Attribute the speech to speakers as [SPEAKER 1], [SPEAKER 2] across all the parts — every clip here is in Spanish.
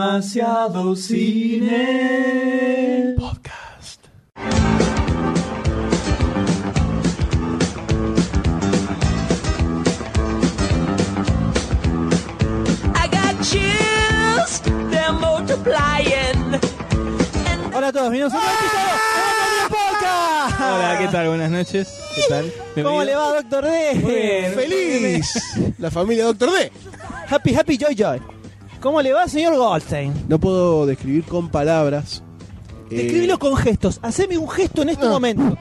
[SPEAKER 1] Demasiado cine. Podcast.
[SPEAKER 2] I got chills, they're multiplying.
[SPEAKER 1] Hola a todos, bienvenidos a un nuevo episodio de Demasiado Podcast.
[SPEAKER 3] Hola, ¿qué tal? Buenas noches. ¿Qué tal?
[SPEAKER 1] ¿Cómo
[SPEAKER 3] Bienvenido.
[SPEAKER 1] le va, Doctor D?
[SPEAKER 4] ¡Feliz! La familia Doctor D.
[SPEAKER 1] Happy, happy, joy, joy. ¿Cómo le va, señor Goldstein?
[SPEAKER 4] No puedo describir con palabras. eh,
[SPEAKER 1] Escríbelo con gestos. Haceme un gesto en este
[SPEAKER 3] Ah.
[SPEAKER 4] No.
[SPEAKER 1] momento.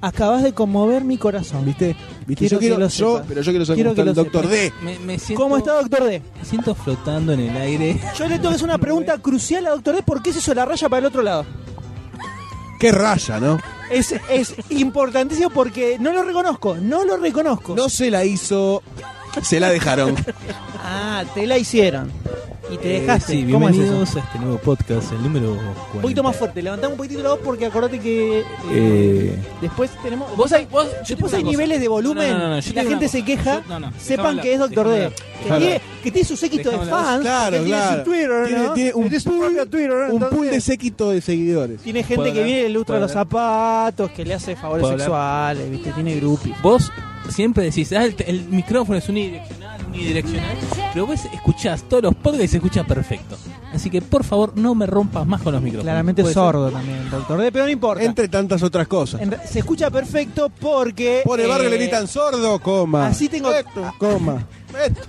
[SPEAKER 1] Acabas de conmover mi corazón.
[SPEAKER 4] ¿Viste? ¿Viste?
[SPEAKER 1] Quiero
[SPEAKER 4] Yo
[SPEAKER 1] que
[SPEAKER 4] quiero,
[SPEAKER 1] lo
[SPEAKER 4] yo,
[SPEAKER 1] sepas.
[SPEAKER 4] pero yo quiero saber
[SPEAKER 1] Quiero
[SPEAKER 4] cómo está
[SPEAKER 1] que
[SPEAKER 4] el
[SPEAKER 1] lo
[SPEAKER 4] Doctor D.
[SPEAKER 3] Me, me siento,
[SPEAKER 1] ¿Cómo está, Doctor D?
[SPEAKER 3] Me siento flotando en el aire.
[SPEAKER 1] Yo le tengo que hacer una pregunta crucial a Doctor D. ¿Por qué se hizo la raya para el otro lado?
[SPEAKER 4] Qué raya, ¿no?
[SPEAKER 1] Es, es importantísimo porque no lo reconozco. No lo reconozco.
[SPEAKER 4] No se la hizo. Se la dejaron.
[SPEAKER 1] Ah, te la hicieron. Y te
[SPEAKER 3] Eh,
[SPEAKER 1] dejaste.
[SPEAKER 3] sí,
[SPEAKER 1] ¿Cómo es eso?
[SPEAKER 3] bienvenidos a este nuevo podcast, el número 40.
[SPEAKER 1] Un poquito más fuerte, levantamos un poquitito la voz porque acordate que eh,
[SPEAKER 3] Eh,
[SPEAKER 1] después tenemos.
[SPEAKER 5] Vos hay, vos, yo
[SPEAKER 1] Después
[SPEAKER 5] tengo
[SPEAKER 1] hay
[SPEAKER 5] una cosa.
[SPEAKER 1] niveles de volumen
[SPEAKER 3] No, no, no, no, yo
[SPEAKER 1] y la
[SPEAKER 3] tengo
[SPEAKER 1] gente
[SPEAKER 3] una
[SPEAKER 1] se
[SPEAKER 3] cosa.
[SPEAKER 1] queja.
[SPEAKER 3] Yo- no, no,
[SPEAKER 1] sepan
[SPEAKER 3] déjame
[SPEAKER 1] que es
[SPEAKER 3] hablar,
[SPEAKER 1] Doctor D.
[SPEAKER 3] déjame hablar.
[SPEAKER 1] Que
[SPEAKER 3] Déjame
[SPEAKER 1] tiene, que tiene su séquito de
[SPEAKER 3] Déjame hablar.
[SPEAKER 1] fans.
[SPEAKER 4] Claro,
[SPEAKER 1] que tiene
[SPEAKER 4] claro.
[SPEAKER 1] su Twitter,
[SPEAKER 4] Tiene-
[SPEAKER 1] ¿no?
[SPEAKER 4] tiene un
[SPEAKER 1] su propio Twitter.
[SPEAKER 4] Un
[SPEAKER 1] entonces-
[SPEAKER 4] pool de séquito de seguidores.
[SPEAKER 1] Tiene gente
[SPEAKER 3] ¿Puedo
[SPEAKER 1] que
[SPEAKER 3] hablar?
[SPEAKER 1] viene y le ilustra
[SPEAKER 3] ¿Puedo
[SPEAKER 1] los zapatos, que le hace favores
[SPEAKER 3] ¿Puedo hablar?
[SPEAKER 1] sexuales, ¿viste? Tiene grupis.
[SPEAKER 3] Vos siempre decís, ah, el, el micrófono es unidireccional, unidireccional. Pero vos escuchás todos los podcasts y se escucha perfecto. Así que por favor, no me rompas más con los micrófonos.
[SPEAKER 1] Claramente
[SPEAKER 3] ¿Puede
[SPEAKER 1] sordo también el Doctor D, pero no importa.
[SPEAKER 4] Entre tantas otras cosas.
[SPEAKER 1] En re- se escucha perfecto porque.
[SPEAKER 4] Por el barrio
[SPEAKER 1] eh,
[SPEAKER 4] le gritan sordo, coma.
[SPEAKER 1] así tengo-
[SPEAKER 4] Esto, coma. Esto.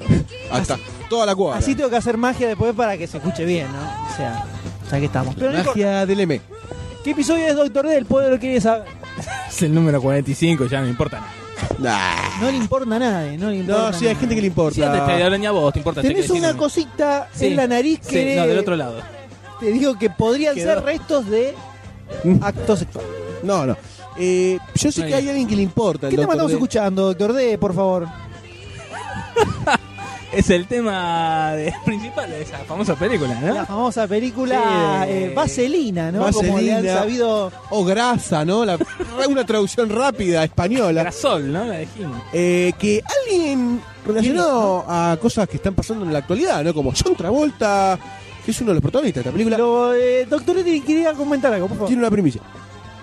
[SPEAKER 4] Hasta toda la cuadra.
[SPEAKER 1] Así tengo que hacer magia después para que se escuche bien, ¿no? O sea, ya que estamos. Pero no importa.
[SPEAKER 4] Magia del M.
[SPEAKER 1] ¿Qué episodio es Doctor D? El pueblo lo quiere saber.
[SPEAKER 3] ser? Es el número 45, ya no importa nada.
[SPEAKER 4] Nah.
[SPEAKER 1] No le importa a nadie, no le importa.
[SPEAKER 4] No, sí, hay gente que le
[SPEAKER 3] Si antes te
[SPEAKER 4] importa.
[SPEAKER 3] hablaron ya vos, te importa. te
[SPEAKER 1] Tenés
[SPEAKER 3] querés
[SPEAKER 1] una
[SPEAKER 3] decir-
[SPEAKER 1] cosita
[SPEAKER 3] Sí,
[SPEAKER 1] en la nariz
[SPEAKER 3] sí,
[SPEAKER 1] que
[SPEAKER 3] no, del otro lado.
[SPEAKER 1] te digo que podrían
[SPEAKER 3] Quedó.
[SPEAKER 1] ser restos de
[SPEAKER 4] Mm.
[SPEAKER 1] actos sexuales.
[SPEAKER 4] No, no. Eh, yo sé
[SPEAKER 3] No
[SPEAKER 4] que hay
[SPEAKER 3] hay-
[SPEAKER 4] alguien que le importa. el
[SPEAKER 1] ¿Qué tema
[SPEAKER 4] Dr.
[SPEAKER 1] estamos
[SPEAKER 4] D.
[SPEAKER 1] escuchando, Doctor D, por favor?
[SPEAKER 3] ¿Ah? Es el tema de- principal de esa famosa película, ¿no?
[SPEAKER 1] La famosa película
[SPEAKER 3] Sí, de-
[SPEAKER 1] eh, Vaselina, ¿no? Como le han
[SPEAKER 4] Vaselina.
[SPEAKER 1] sabido.
[SPEAKER 4] o grasa, ¿no? La- una traducción rápida española.
[SPEAKER 3] Sol, ¿no? La dijimos.
[SPEAKER 4] Eh, que alguien relacionado a cosas que están pasando en la actualidad, ¿no? Como John Travolta, que es uno de los protagonistas de esta película.
[SPEAKER 1] Lo, eh, doctor D te quería comentar algo, por favor.
[SPEAKER 4] Tiene una primicia.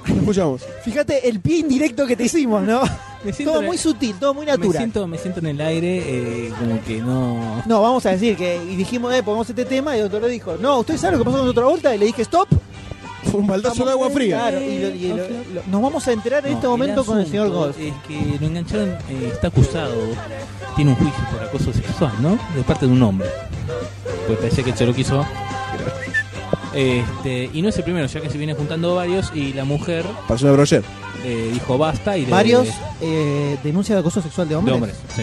[SPEAKER 4] Lo escuchamos.
[SPEAKER 1] Fíjate el pie indirecto que te hicimos, ¿no?
[SPEAKER 3] Me siento,
[SPEAKER 1] todo
[SPEAKER 3] en-
[SPEAKER 1] muy sutil, todo muy
[SPEAKER 3] me,
[SPEAKER 1] natural.
[SPEAKER 3] siento, me siento en el aire, eh, como que no.
[SPEAKER 1] No, vamos a decir que y dijimos, eh, pongamos este tema y el doctor D dijo, no, ¿usted sabe lo que pasó con otra vuelta? Y le dije, stop.
[SPEAKER 4] Fue un baldazo de agua fría.
[SPEAKER 1] Claro, y lo- y lo- lo- nos vamos a enterar en
[SPEAKER 3] No,
[SPEAKER 1] este momento con el señor
[SPEAKER 3] asunto
[SPEAKER 1] Gold.
[SPEAKER 3] Es que lo engancharon, eh, está acusado, tiene un juicio por acoso sexual, ¿no? De parte de un hombre. Pues parece que se lo quiso. Este, y no es el primero, ya que se viene juntando varios y la mujer
[SPEAKER 4] Pasó de Brochet.
[SPEAKER 3] eh, dijo basta y le
[SPEAKER 1] Varios eh, denuncias de acoso sexual de
[SPEAKER 3] de
[SPEAKER 1] hombres.
[SPEAKER 3] hombres, sí.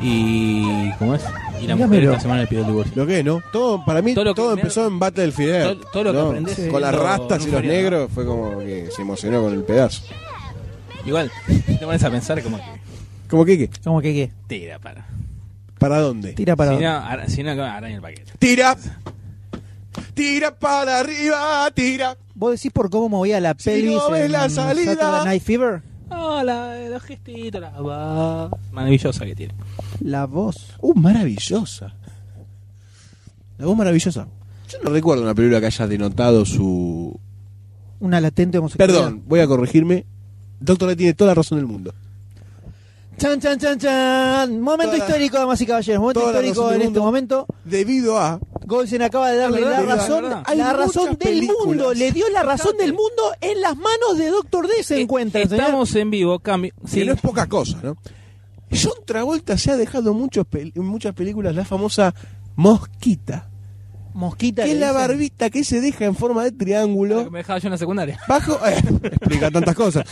[SPEAKER 3] Y ¿cómo es? Y la mujer
[SPEAKER 1] Dígamelo.
[SPEAKER 3] esta semana le pidió el divorcio.
[SPEAKER 4] Lo que es, ¿no? Todo, para mí,
[SPEAKER 3] Todo lo
[SPEAKER 4] todo,
[SPEAKER 3] que me-
[SPEAKER 4] empezó en Battlefield Earth,
[SPEAKER 3] Todo- todo lo que
[SPEAKER 4] ¿no?
[SPEAKER 3] aprendés
[SPEAKER 4] Con las
[SPEAKER 3] en un
[SPEAKER 4] rastas y los
[SPEAKER 3] feriado.
[SPEAKER 4] negros fue como que se emocionó con el pedazo.
[SPEAKER 3] Igual, te pones a pensar como que
[SPEAKER 4] ¿Cómo que qué?
[SPEAKER 1] Como que qué?
[SPEAKER 3] tira para.
[SPEAKER 4] ¿Para dónde?
[SPEAKER 1] Tira para
[SPEAKER 3] Si no,
[SPEAKER 1] abajo.
[SPEAKER 3] ara- si no, araña el paquete.
[SPEAKER 4] Tira. Tira para arriba, tira.
[SPEAKER 1] ¿Vos decís por cómo movía la
[SPEAKER 4] Si
[SPEAKER 1] pelvis
[SPEAKER 4] no ves
[SPEAKER 1] en
[SPEAKER 4] la salida.
[SPEAKER 1] Saturday Night Fever?
[SPEAKER 3] Ah, la, los gestitos, la va. Maravillosa que tiene.
[SPEAKER 1] La voz.
[SPEAKER 4] Uh, maravillosa. La voz maravillosa. Yo no recuerdo una película que haya denotado su.
[SPEAKER 1] Una latente homosexualidad.
[SPEAKER 4] Perdón, voy a corregirme. Doctor D tiene toda la razón del mundo.
[SPEAKER 1] Chan, chan, chan, chan. Momento
[SPEAKER 4] Toda la-
[SPEAKER 1] histórico, damas y caballeros. Momento
[SPEAKER 4] toda la
[SPEAKER 1] histórico
[SPEAKER 4] razón
[SPEAKER 1] en
[SPEAKER 4] del
[SPEAKER 1] este
[SPEAKER 4] mundo.
[SPEAKER 1] momento.
[SPEAKER 4] Debido a.
[SPEAKER 1] Goldstein acaba de darle
[SPEAKER 4] La
[SPEAKER 1] la,
[SPEAKER 4] verdad, la
[SPEAKER 1] razón,
[SPEAKER 3] verdad.
[SPEAKER 4] Hay
[SPEAKER 1] la
[SPEAKER 4] muchas
[SPEAKER 1] razón del
[SPEAKER 4] películas.
[SPEAKER 1] mundo. Le dio la razón del mundo en las manos de Doctor D. Se
[SPEAKER 3] Eh,
[SPEAKER 1] encuentra,
[SPEAKER 3] Estamos en vivo, cambio.
[SPEAKER 4] Que
[SPEAKER 3] Sí,
[SPEAKER 4] no es poca cosa, ¿no? John Travolta se ha dejado muchos pel- en muchas películas la famosa mosquita.
[SPEAKER 1] señor. Mosquita.
[SPEAKER 4] Que
[SPEAKER 1] le
[SPEAKER 4] es la
[SPEAKER 1] dicen.
[SPEAKER 4] barbita que se deja en forma de
[SPEAKER 3] lo que
[SPEAKER 4] triángulo.
[SPEAKER 3] me dejaba yo en la secundaria.
[SPEAKER 4] Bajo. eh, explica tantas cosas.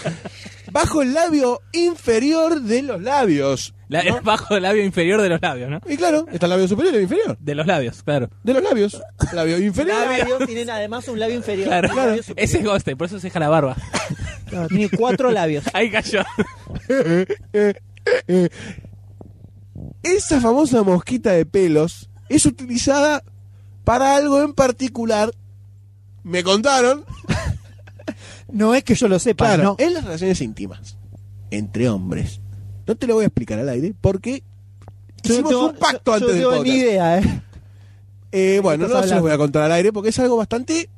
[SPEAKER 4] Bajo el labio inferior de los labios.
[SPEAKER 3] La-
[SPEAKER 4] ¿no?
[SPEAKER 3] Bajo el labio inferior de los labios, ¿no?
[SPEAKER 4] Y claro, está el labio superior y el inferior.
[SPEAKER 3] De los labios, claro.
[SPEAKER 4] De los labios. Labio inferior.
[SPEAKER 1] Los labios tienen además un labio inferior.
[SPEAKER 3] Claro,
[SPEAKER 1] Un labio superior.
[SPEAKER 3] ese es Goste, por eso se deja la barba.
[SPEAKER 1] Claro, tiene cuatro labios.
[SPEAKER 3] Ahí cayó.
[SPEAKER 4] Esa famosa mosquita de pelos es utilizada para algo en particular. Me contaron.
[SPEAKER 1] No es que yo lo sepa,
[SPEAKER 4] Claro,
[SPEAKER 1] no.
[SPEAKER 4] en las relaciones íntimas. Entre hombres. No te lo voy a explicar al aire porque
[SPEAKER 1] Yo
[SPEAKER 4] hicimos
[SPEAKER 1] tengo-
[SPEAKER 4] un pacto
[SPEAKER 1] yo-
[SPEAKER 4] antes
[SPEAKER 1] yo
[SPEAKER 4] del
[SPEAKER 1] tengo
[SPEAKER 4] podcast.
[SPEAKER 1] ni idea, ¿eh?
[SPEAKER 4] Eh, bueno, no se
[SPEAKER 1] estás
[SPEAKER 4] los
[SPEAKER 1] hablando?
[SPEAKER 4] voy a contar al aire porque es algo bastante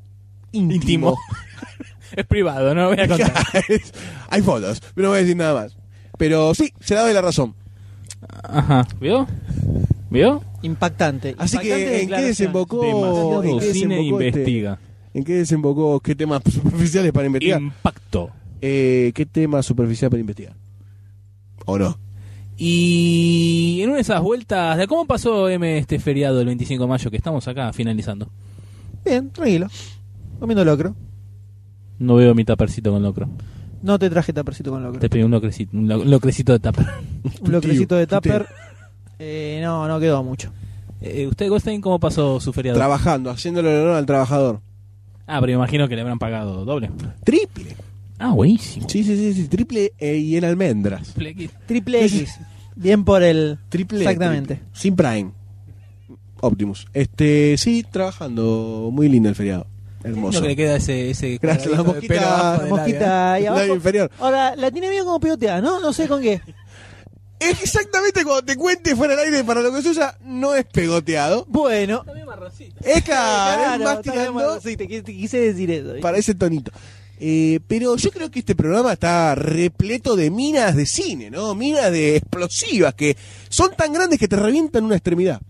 [SPEAKER 4] íntimo.
[SPEAKER 3] Íntimo. es privado, no lo voy a contar.
[SPEAKER 4] Hay fotos, no voy a decir nada más. Pero sí, se da la razón.
[SPEAKER 3] Ajá. ¿Vio? ¿Vio?
[SPEAKER 1] Impactante.
[SPEAKER 4] Así
[SPEAKER 1] Impactante
[SPEAKER 4] que, ¿en qué
[SPEAKER 1] declaración.
[SPEAKER 4] desembocó?
[SPEAKER 3] Demasiado
[SPEAKER 4] ¿En qué
[SPEAKER 3] cine
[SPEAKER 4] desembocó este-
[SPEAKER 3] investiga.
[SPEAKER 4] ¿En qué desembocó? ¿Qué temas superficiales para investigar?
[SPEAKER 3] Impacto.
[SPEAKER 4] Eh, ¿Qué tema superficial para investigar? ¿O no?
[SPEAKER 3] Y en una de esas vueltas, ¿de cómo pasó M este feriado del 25 de mayo que estamos acá finalizando?
[SPEAKER 1] Bien, tranquilo. Comiendo locro.
[SPEAKER 3] No veo mi tapercito con locro.
[SPEAKER 1] No te traje tapercito con locro.
[SPEAKER 3] Te pedí un locrecito, un lo- un locrecito de tupper.
[SPEAKER 1] Un locrecito
[SPEAKER 4] tío,
[SPEAKER 1] de
[SPEAKER 4] tu tío.
[SPEAKER 1] tupper. Eh, no, no quedó mucho.
[SPEAKER 3] Eh, ¿Usted, Goldstein, cómo pasó su feriado?
[SPEAKER 4] Trabajando, haciéndole honor al trabajador.
[SPEAKER 3] ah, pero me imagino que le habrán pagado doble.
[SPEAKER 4] Triple.
[SPEAKER 3] Ah, buenísimo.
[SPEAKER 4] Sí, sí, sí, sí, triple eh, y en almendras.
[SPEAKER 1] Triple X. Bien por el.
[SPEAKER 4] Triple.
[SPEAKER 1] Exactamente.
[SPEAKER 4] triple. Sin Prime. Optimus. Este, sí, trabajando. Muy lindo el feriado. Hermoso.
[SPEAKER 3] Lo que le queda ese... ese
[SPEAKER 4] Gracias, la
[SPEAKER 3] cuadradito
[SPEAKER 4] mosquita-
[SPEAKER 3] de pelo abajo del área.
[SPEAKER 1] Mosquita ahí
[SPEAKER 4] Labio
[SPEAKER 1] abajo.
[SPEAKER 4] inferior.
[SPEAKER 1] Ahora, la tiene bien como pivoteada, ¿no? No sé con qué.
[SPEAKER 4] Es exactamente cuando te cuente fuera del aire para lo que se usa, no es pegoteado.
[SPEAKER 1] Bueno.
[SPEAKER 4] Es claro,
[SPEAKER 1] Claro,
[SPEAKER 4] es más
[SPEAKER 1] está bien,
[SPEAKER 4] tirando
[SPEAKER 1] sí, te, quise- te quise decir eso. ¿viste?
[SPEAKER 4] para ese tonito. Eh, pero yo creo que este programa está repleto de minas de cine, ¿no? Minas de explosivas que son tan grandes que te revientan una extremidad.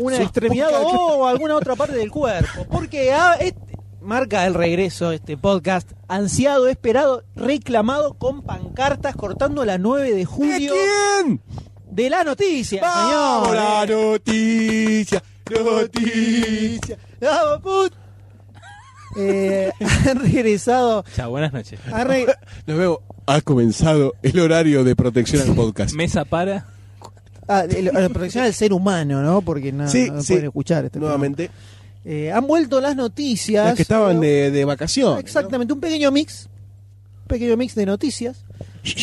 [SPEAKER 1] Una
[SPEAKER 4] Sí,
[SPEAKER 1] extremidad
[SPEAKER 4] poca-
[SPEAKER 1] o alguna otra parte del cuerpo. Porque ah, este- marca el regreso este podcast. Ansiado, esperado, reclamado con pancartas cortando la 9 de
[SPEAKER 4] ¿De
[SPEAKER 1] julio
[SPEAKER 4] quién?
[SPEAKER 1] de la noticia,
[SPEAKER 4] ¡Vamos,
[SPEAKER 1] señor.
[SPEAKER 4] la noticia! ¡Noticia!
[SPEAKER 1] ¡Vamos, put! Eh, han regresado.
[SPEAKER 3] Chao, buenas noches.
[SPEAKER 1] han re-
[SPEAKER 4] Nos vemos. Ha comenzado el horario de protección al podcast.
[SPEAKER 3] Mesa para...
[SPEAKER 1] ah, de la la protección del ser humano, ¿no? Porque no,
[SPEAKER 4] Sí,
[SPEAKER 1] no
[SPEAKER 4] sí.
[SPEAKER 1] pueden escuchar este
[SPEAKER 4] Nuevamente.
[SPEAKER 1] programa. Eh, han vuelto las noticias.
[SPEAKER 4] Las que estaban
[SPEAKER 1] pero-
[SPEAKER 4] de, de vacaciones.
[SPEAKER 1] Exactamente, un pequeño mix. Un pequeño mix de noticias.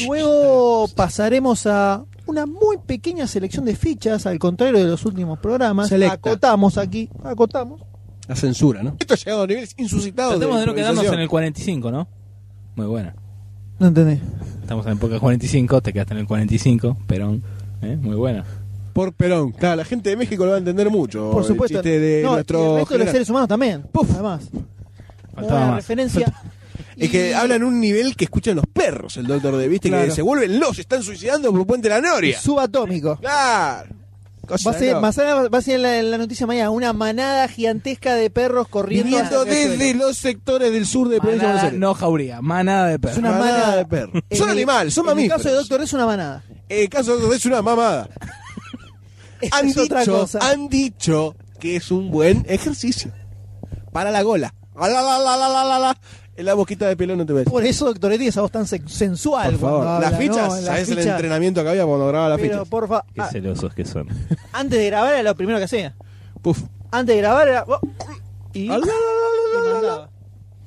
[SPEAKER 1] Luego pasaremos a una muy pequeña selección de fichas, al contrario de los últimos programas.
[SPEAKER 4] Selecta.
[SPEAKER 1] Acotamos aquí, acotamos.
[SPEAKER 4] ¿no? La censura, ¿no? Esto ha llegado a niveles insuscitados.
[SPEAKER 3] Tratemos de no quedarnos
[SPEAKER 4] improvisación.
[SPEAKER 3] en el 45, ¿no? Muy buena.
[SPEAKER 1] No entendés.
[SPEAKER 3] Estamos en el podcast 45, te quedaste en el 45, Perón. ¿Eh? Muy buena.
[SPEAKER 4] Por Perón. Claro, la gente de México lo va a entender mucho.
[SPEAKER 1] Por supuesto.
[SPEAKER 4] El chiste de
[SPEAKER 1] No, y
[SPEAKER 4] nuestro
[SPEAKER 1] el resto de los
[SPEAKER 4] general.
[SPEAKER 1] seres humanos también.
[SPEAKER 4] Puf.
[SPEAKER 1] Además.
[SPEAKER 3] Faltaba
[SPEAKER 1] Una
[SPEAKER 3] más.
[SPEAKER 1] referencia.
[SPEAKER 4] Es que
[SPEAKER 1] Y-
[SPEAKER 4] hablan un nivel que escuchan los perros, el doctor de viste, que
[SPEAKER 1] Claro.
[SPEAKER 4] se vuelven los, están suicidando por Puente de la Noria.
[SPEAKER 1] Subatómico.
[SPEAKER 4] Claro. Cosa
[SPEAKER 1] Va
[SPEAKER 4] de
[SPEAKER 1] a ser,
[SPEAKER 4] loco.
[SPEAKER 1] más allá- va a ser en la, en la noticia mañana una manada gigantesca de perros corriendo.
[SPEAKER 4] Viniendo
[SPEAKER 1] hacia el
[SPEAKER 4] desde
[SPEAKER 1] suelo.
[SPEAKER 4] los sectores del sur de Provincia de Buenos
[SPEAKER 3] Manada,
[SPEAKER 4] Aires.
[SPEAKER 3] no jauría, manada de
[SPEAKER 4] Es
[SPEAKER 3] perros.
[SPEAKER 4] una
[SPEAKER 1] Manada
[SPEAKER 4] manada
[SPEAKER 1] de
[SPEAKER 4] de perros.
[SPEAKER 1] En
[SPEAKER 4] Son
[SPEAKER 1] el-
[SPEAKER 4] animales, son
[SPEAKER 1] En el
[SPEAKER 4] mamíferos.
[SPEAKER 1] caso de Doctor es una manada.
[SPEAKER 4] El Eh, caso de Doctor es una mamada.
[SPEAKER 1] Esa
[SPEAKER 4] han,
[SPEAKER 1] es otra
[SPEAKER 4] dicho,
[SPEAKER 1] cosa.
[SPEAKER 4] han dicho que es un buen ejercicio. Para la gola. La, la, la, la, la, la, la. En la boquita de pelón no te ves.
[SPEAKER 1] Por eso, doctor Eti, esa voz tan sen- sensual.
[SPEAKER 4] Por favor.
[SPEAKER 1] cuando
[SPEAKER 4] las
[SPEAKER 1] habla,
[SPEAKER 4] fichas,
[SPEAKER 1] ¿no? Las
[SPEAKER 4] ¿sabes el
[SPEAKER 1] fichas.
[SPEAKER 4] entrenamiento que había cuando grababa las
[SPEAKER 1] Pero,
[SPEAKER 4] fichas?
[SPEAKER 1] por favor, ah,
[SPEAKER 3] Qué celosos que son.
[SPEAKER 1] antes de grabar era lo primero que hacía.
[SPEAKER 4] Puf.
[SPEAKER 1] Antes de grabar era... oh, Y,
[SPEAKER 4] Ah, la, la, la,
[SPEAKER 1] y
[SPEAKER 4] la, la, la.
[SPEAKER 1] mandaba.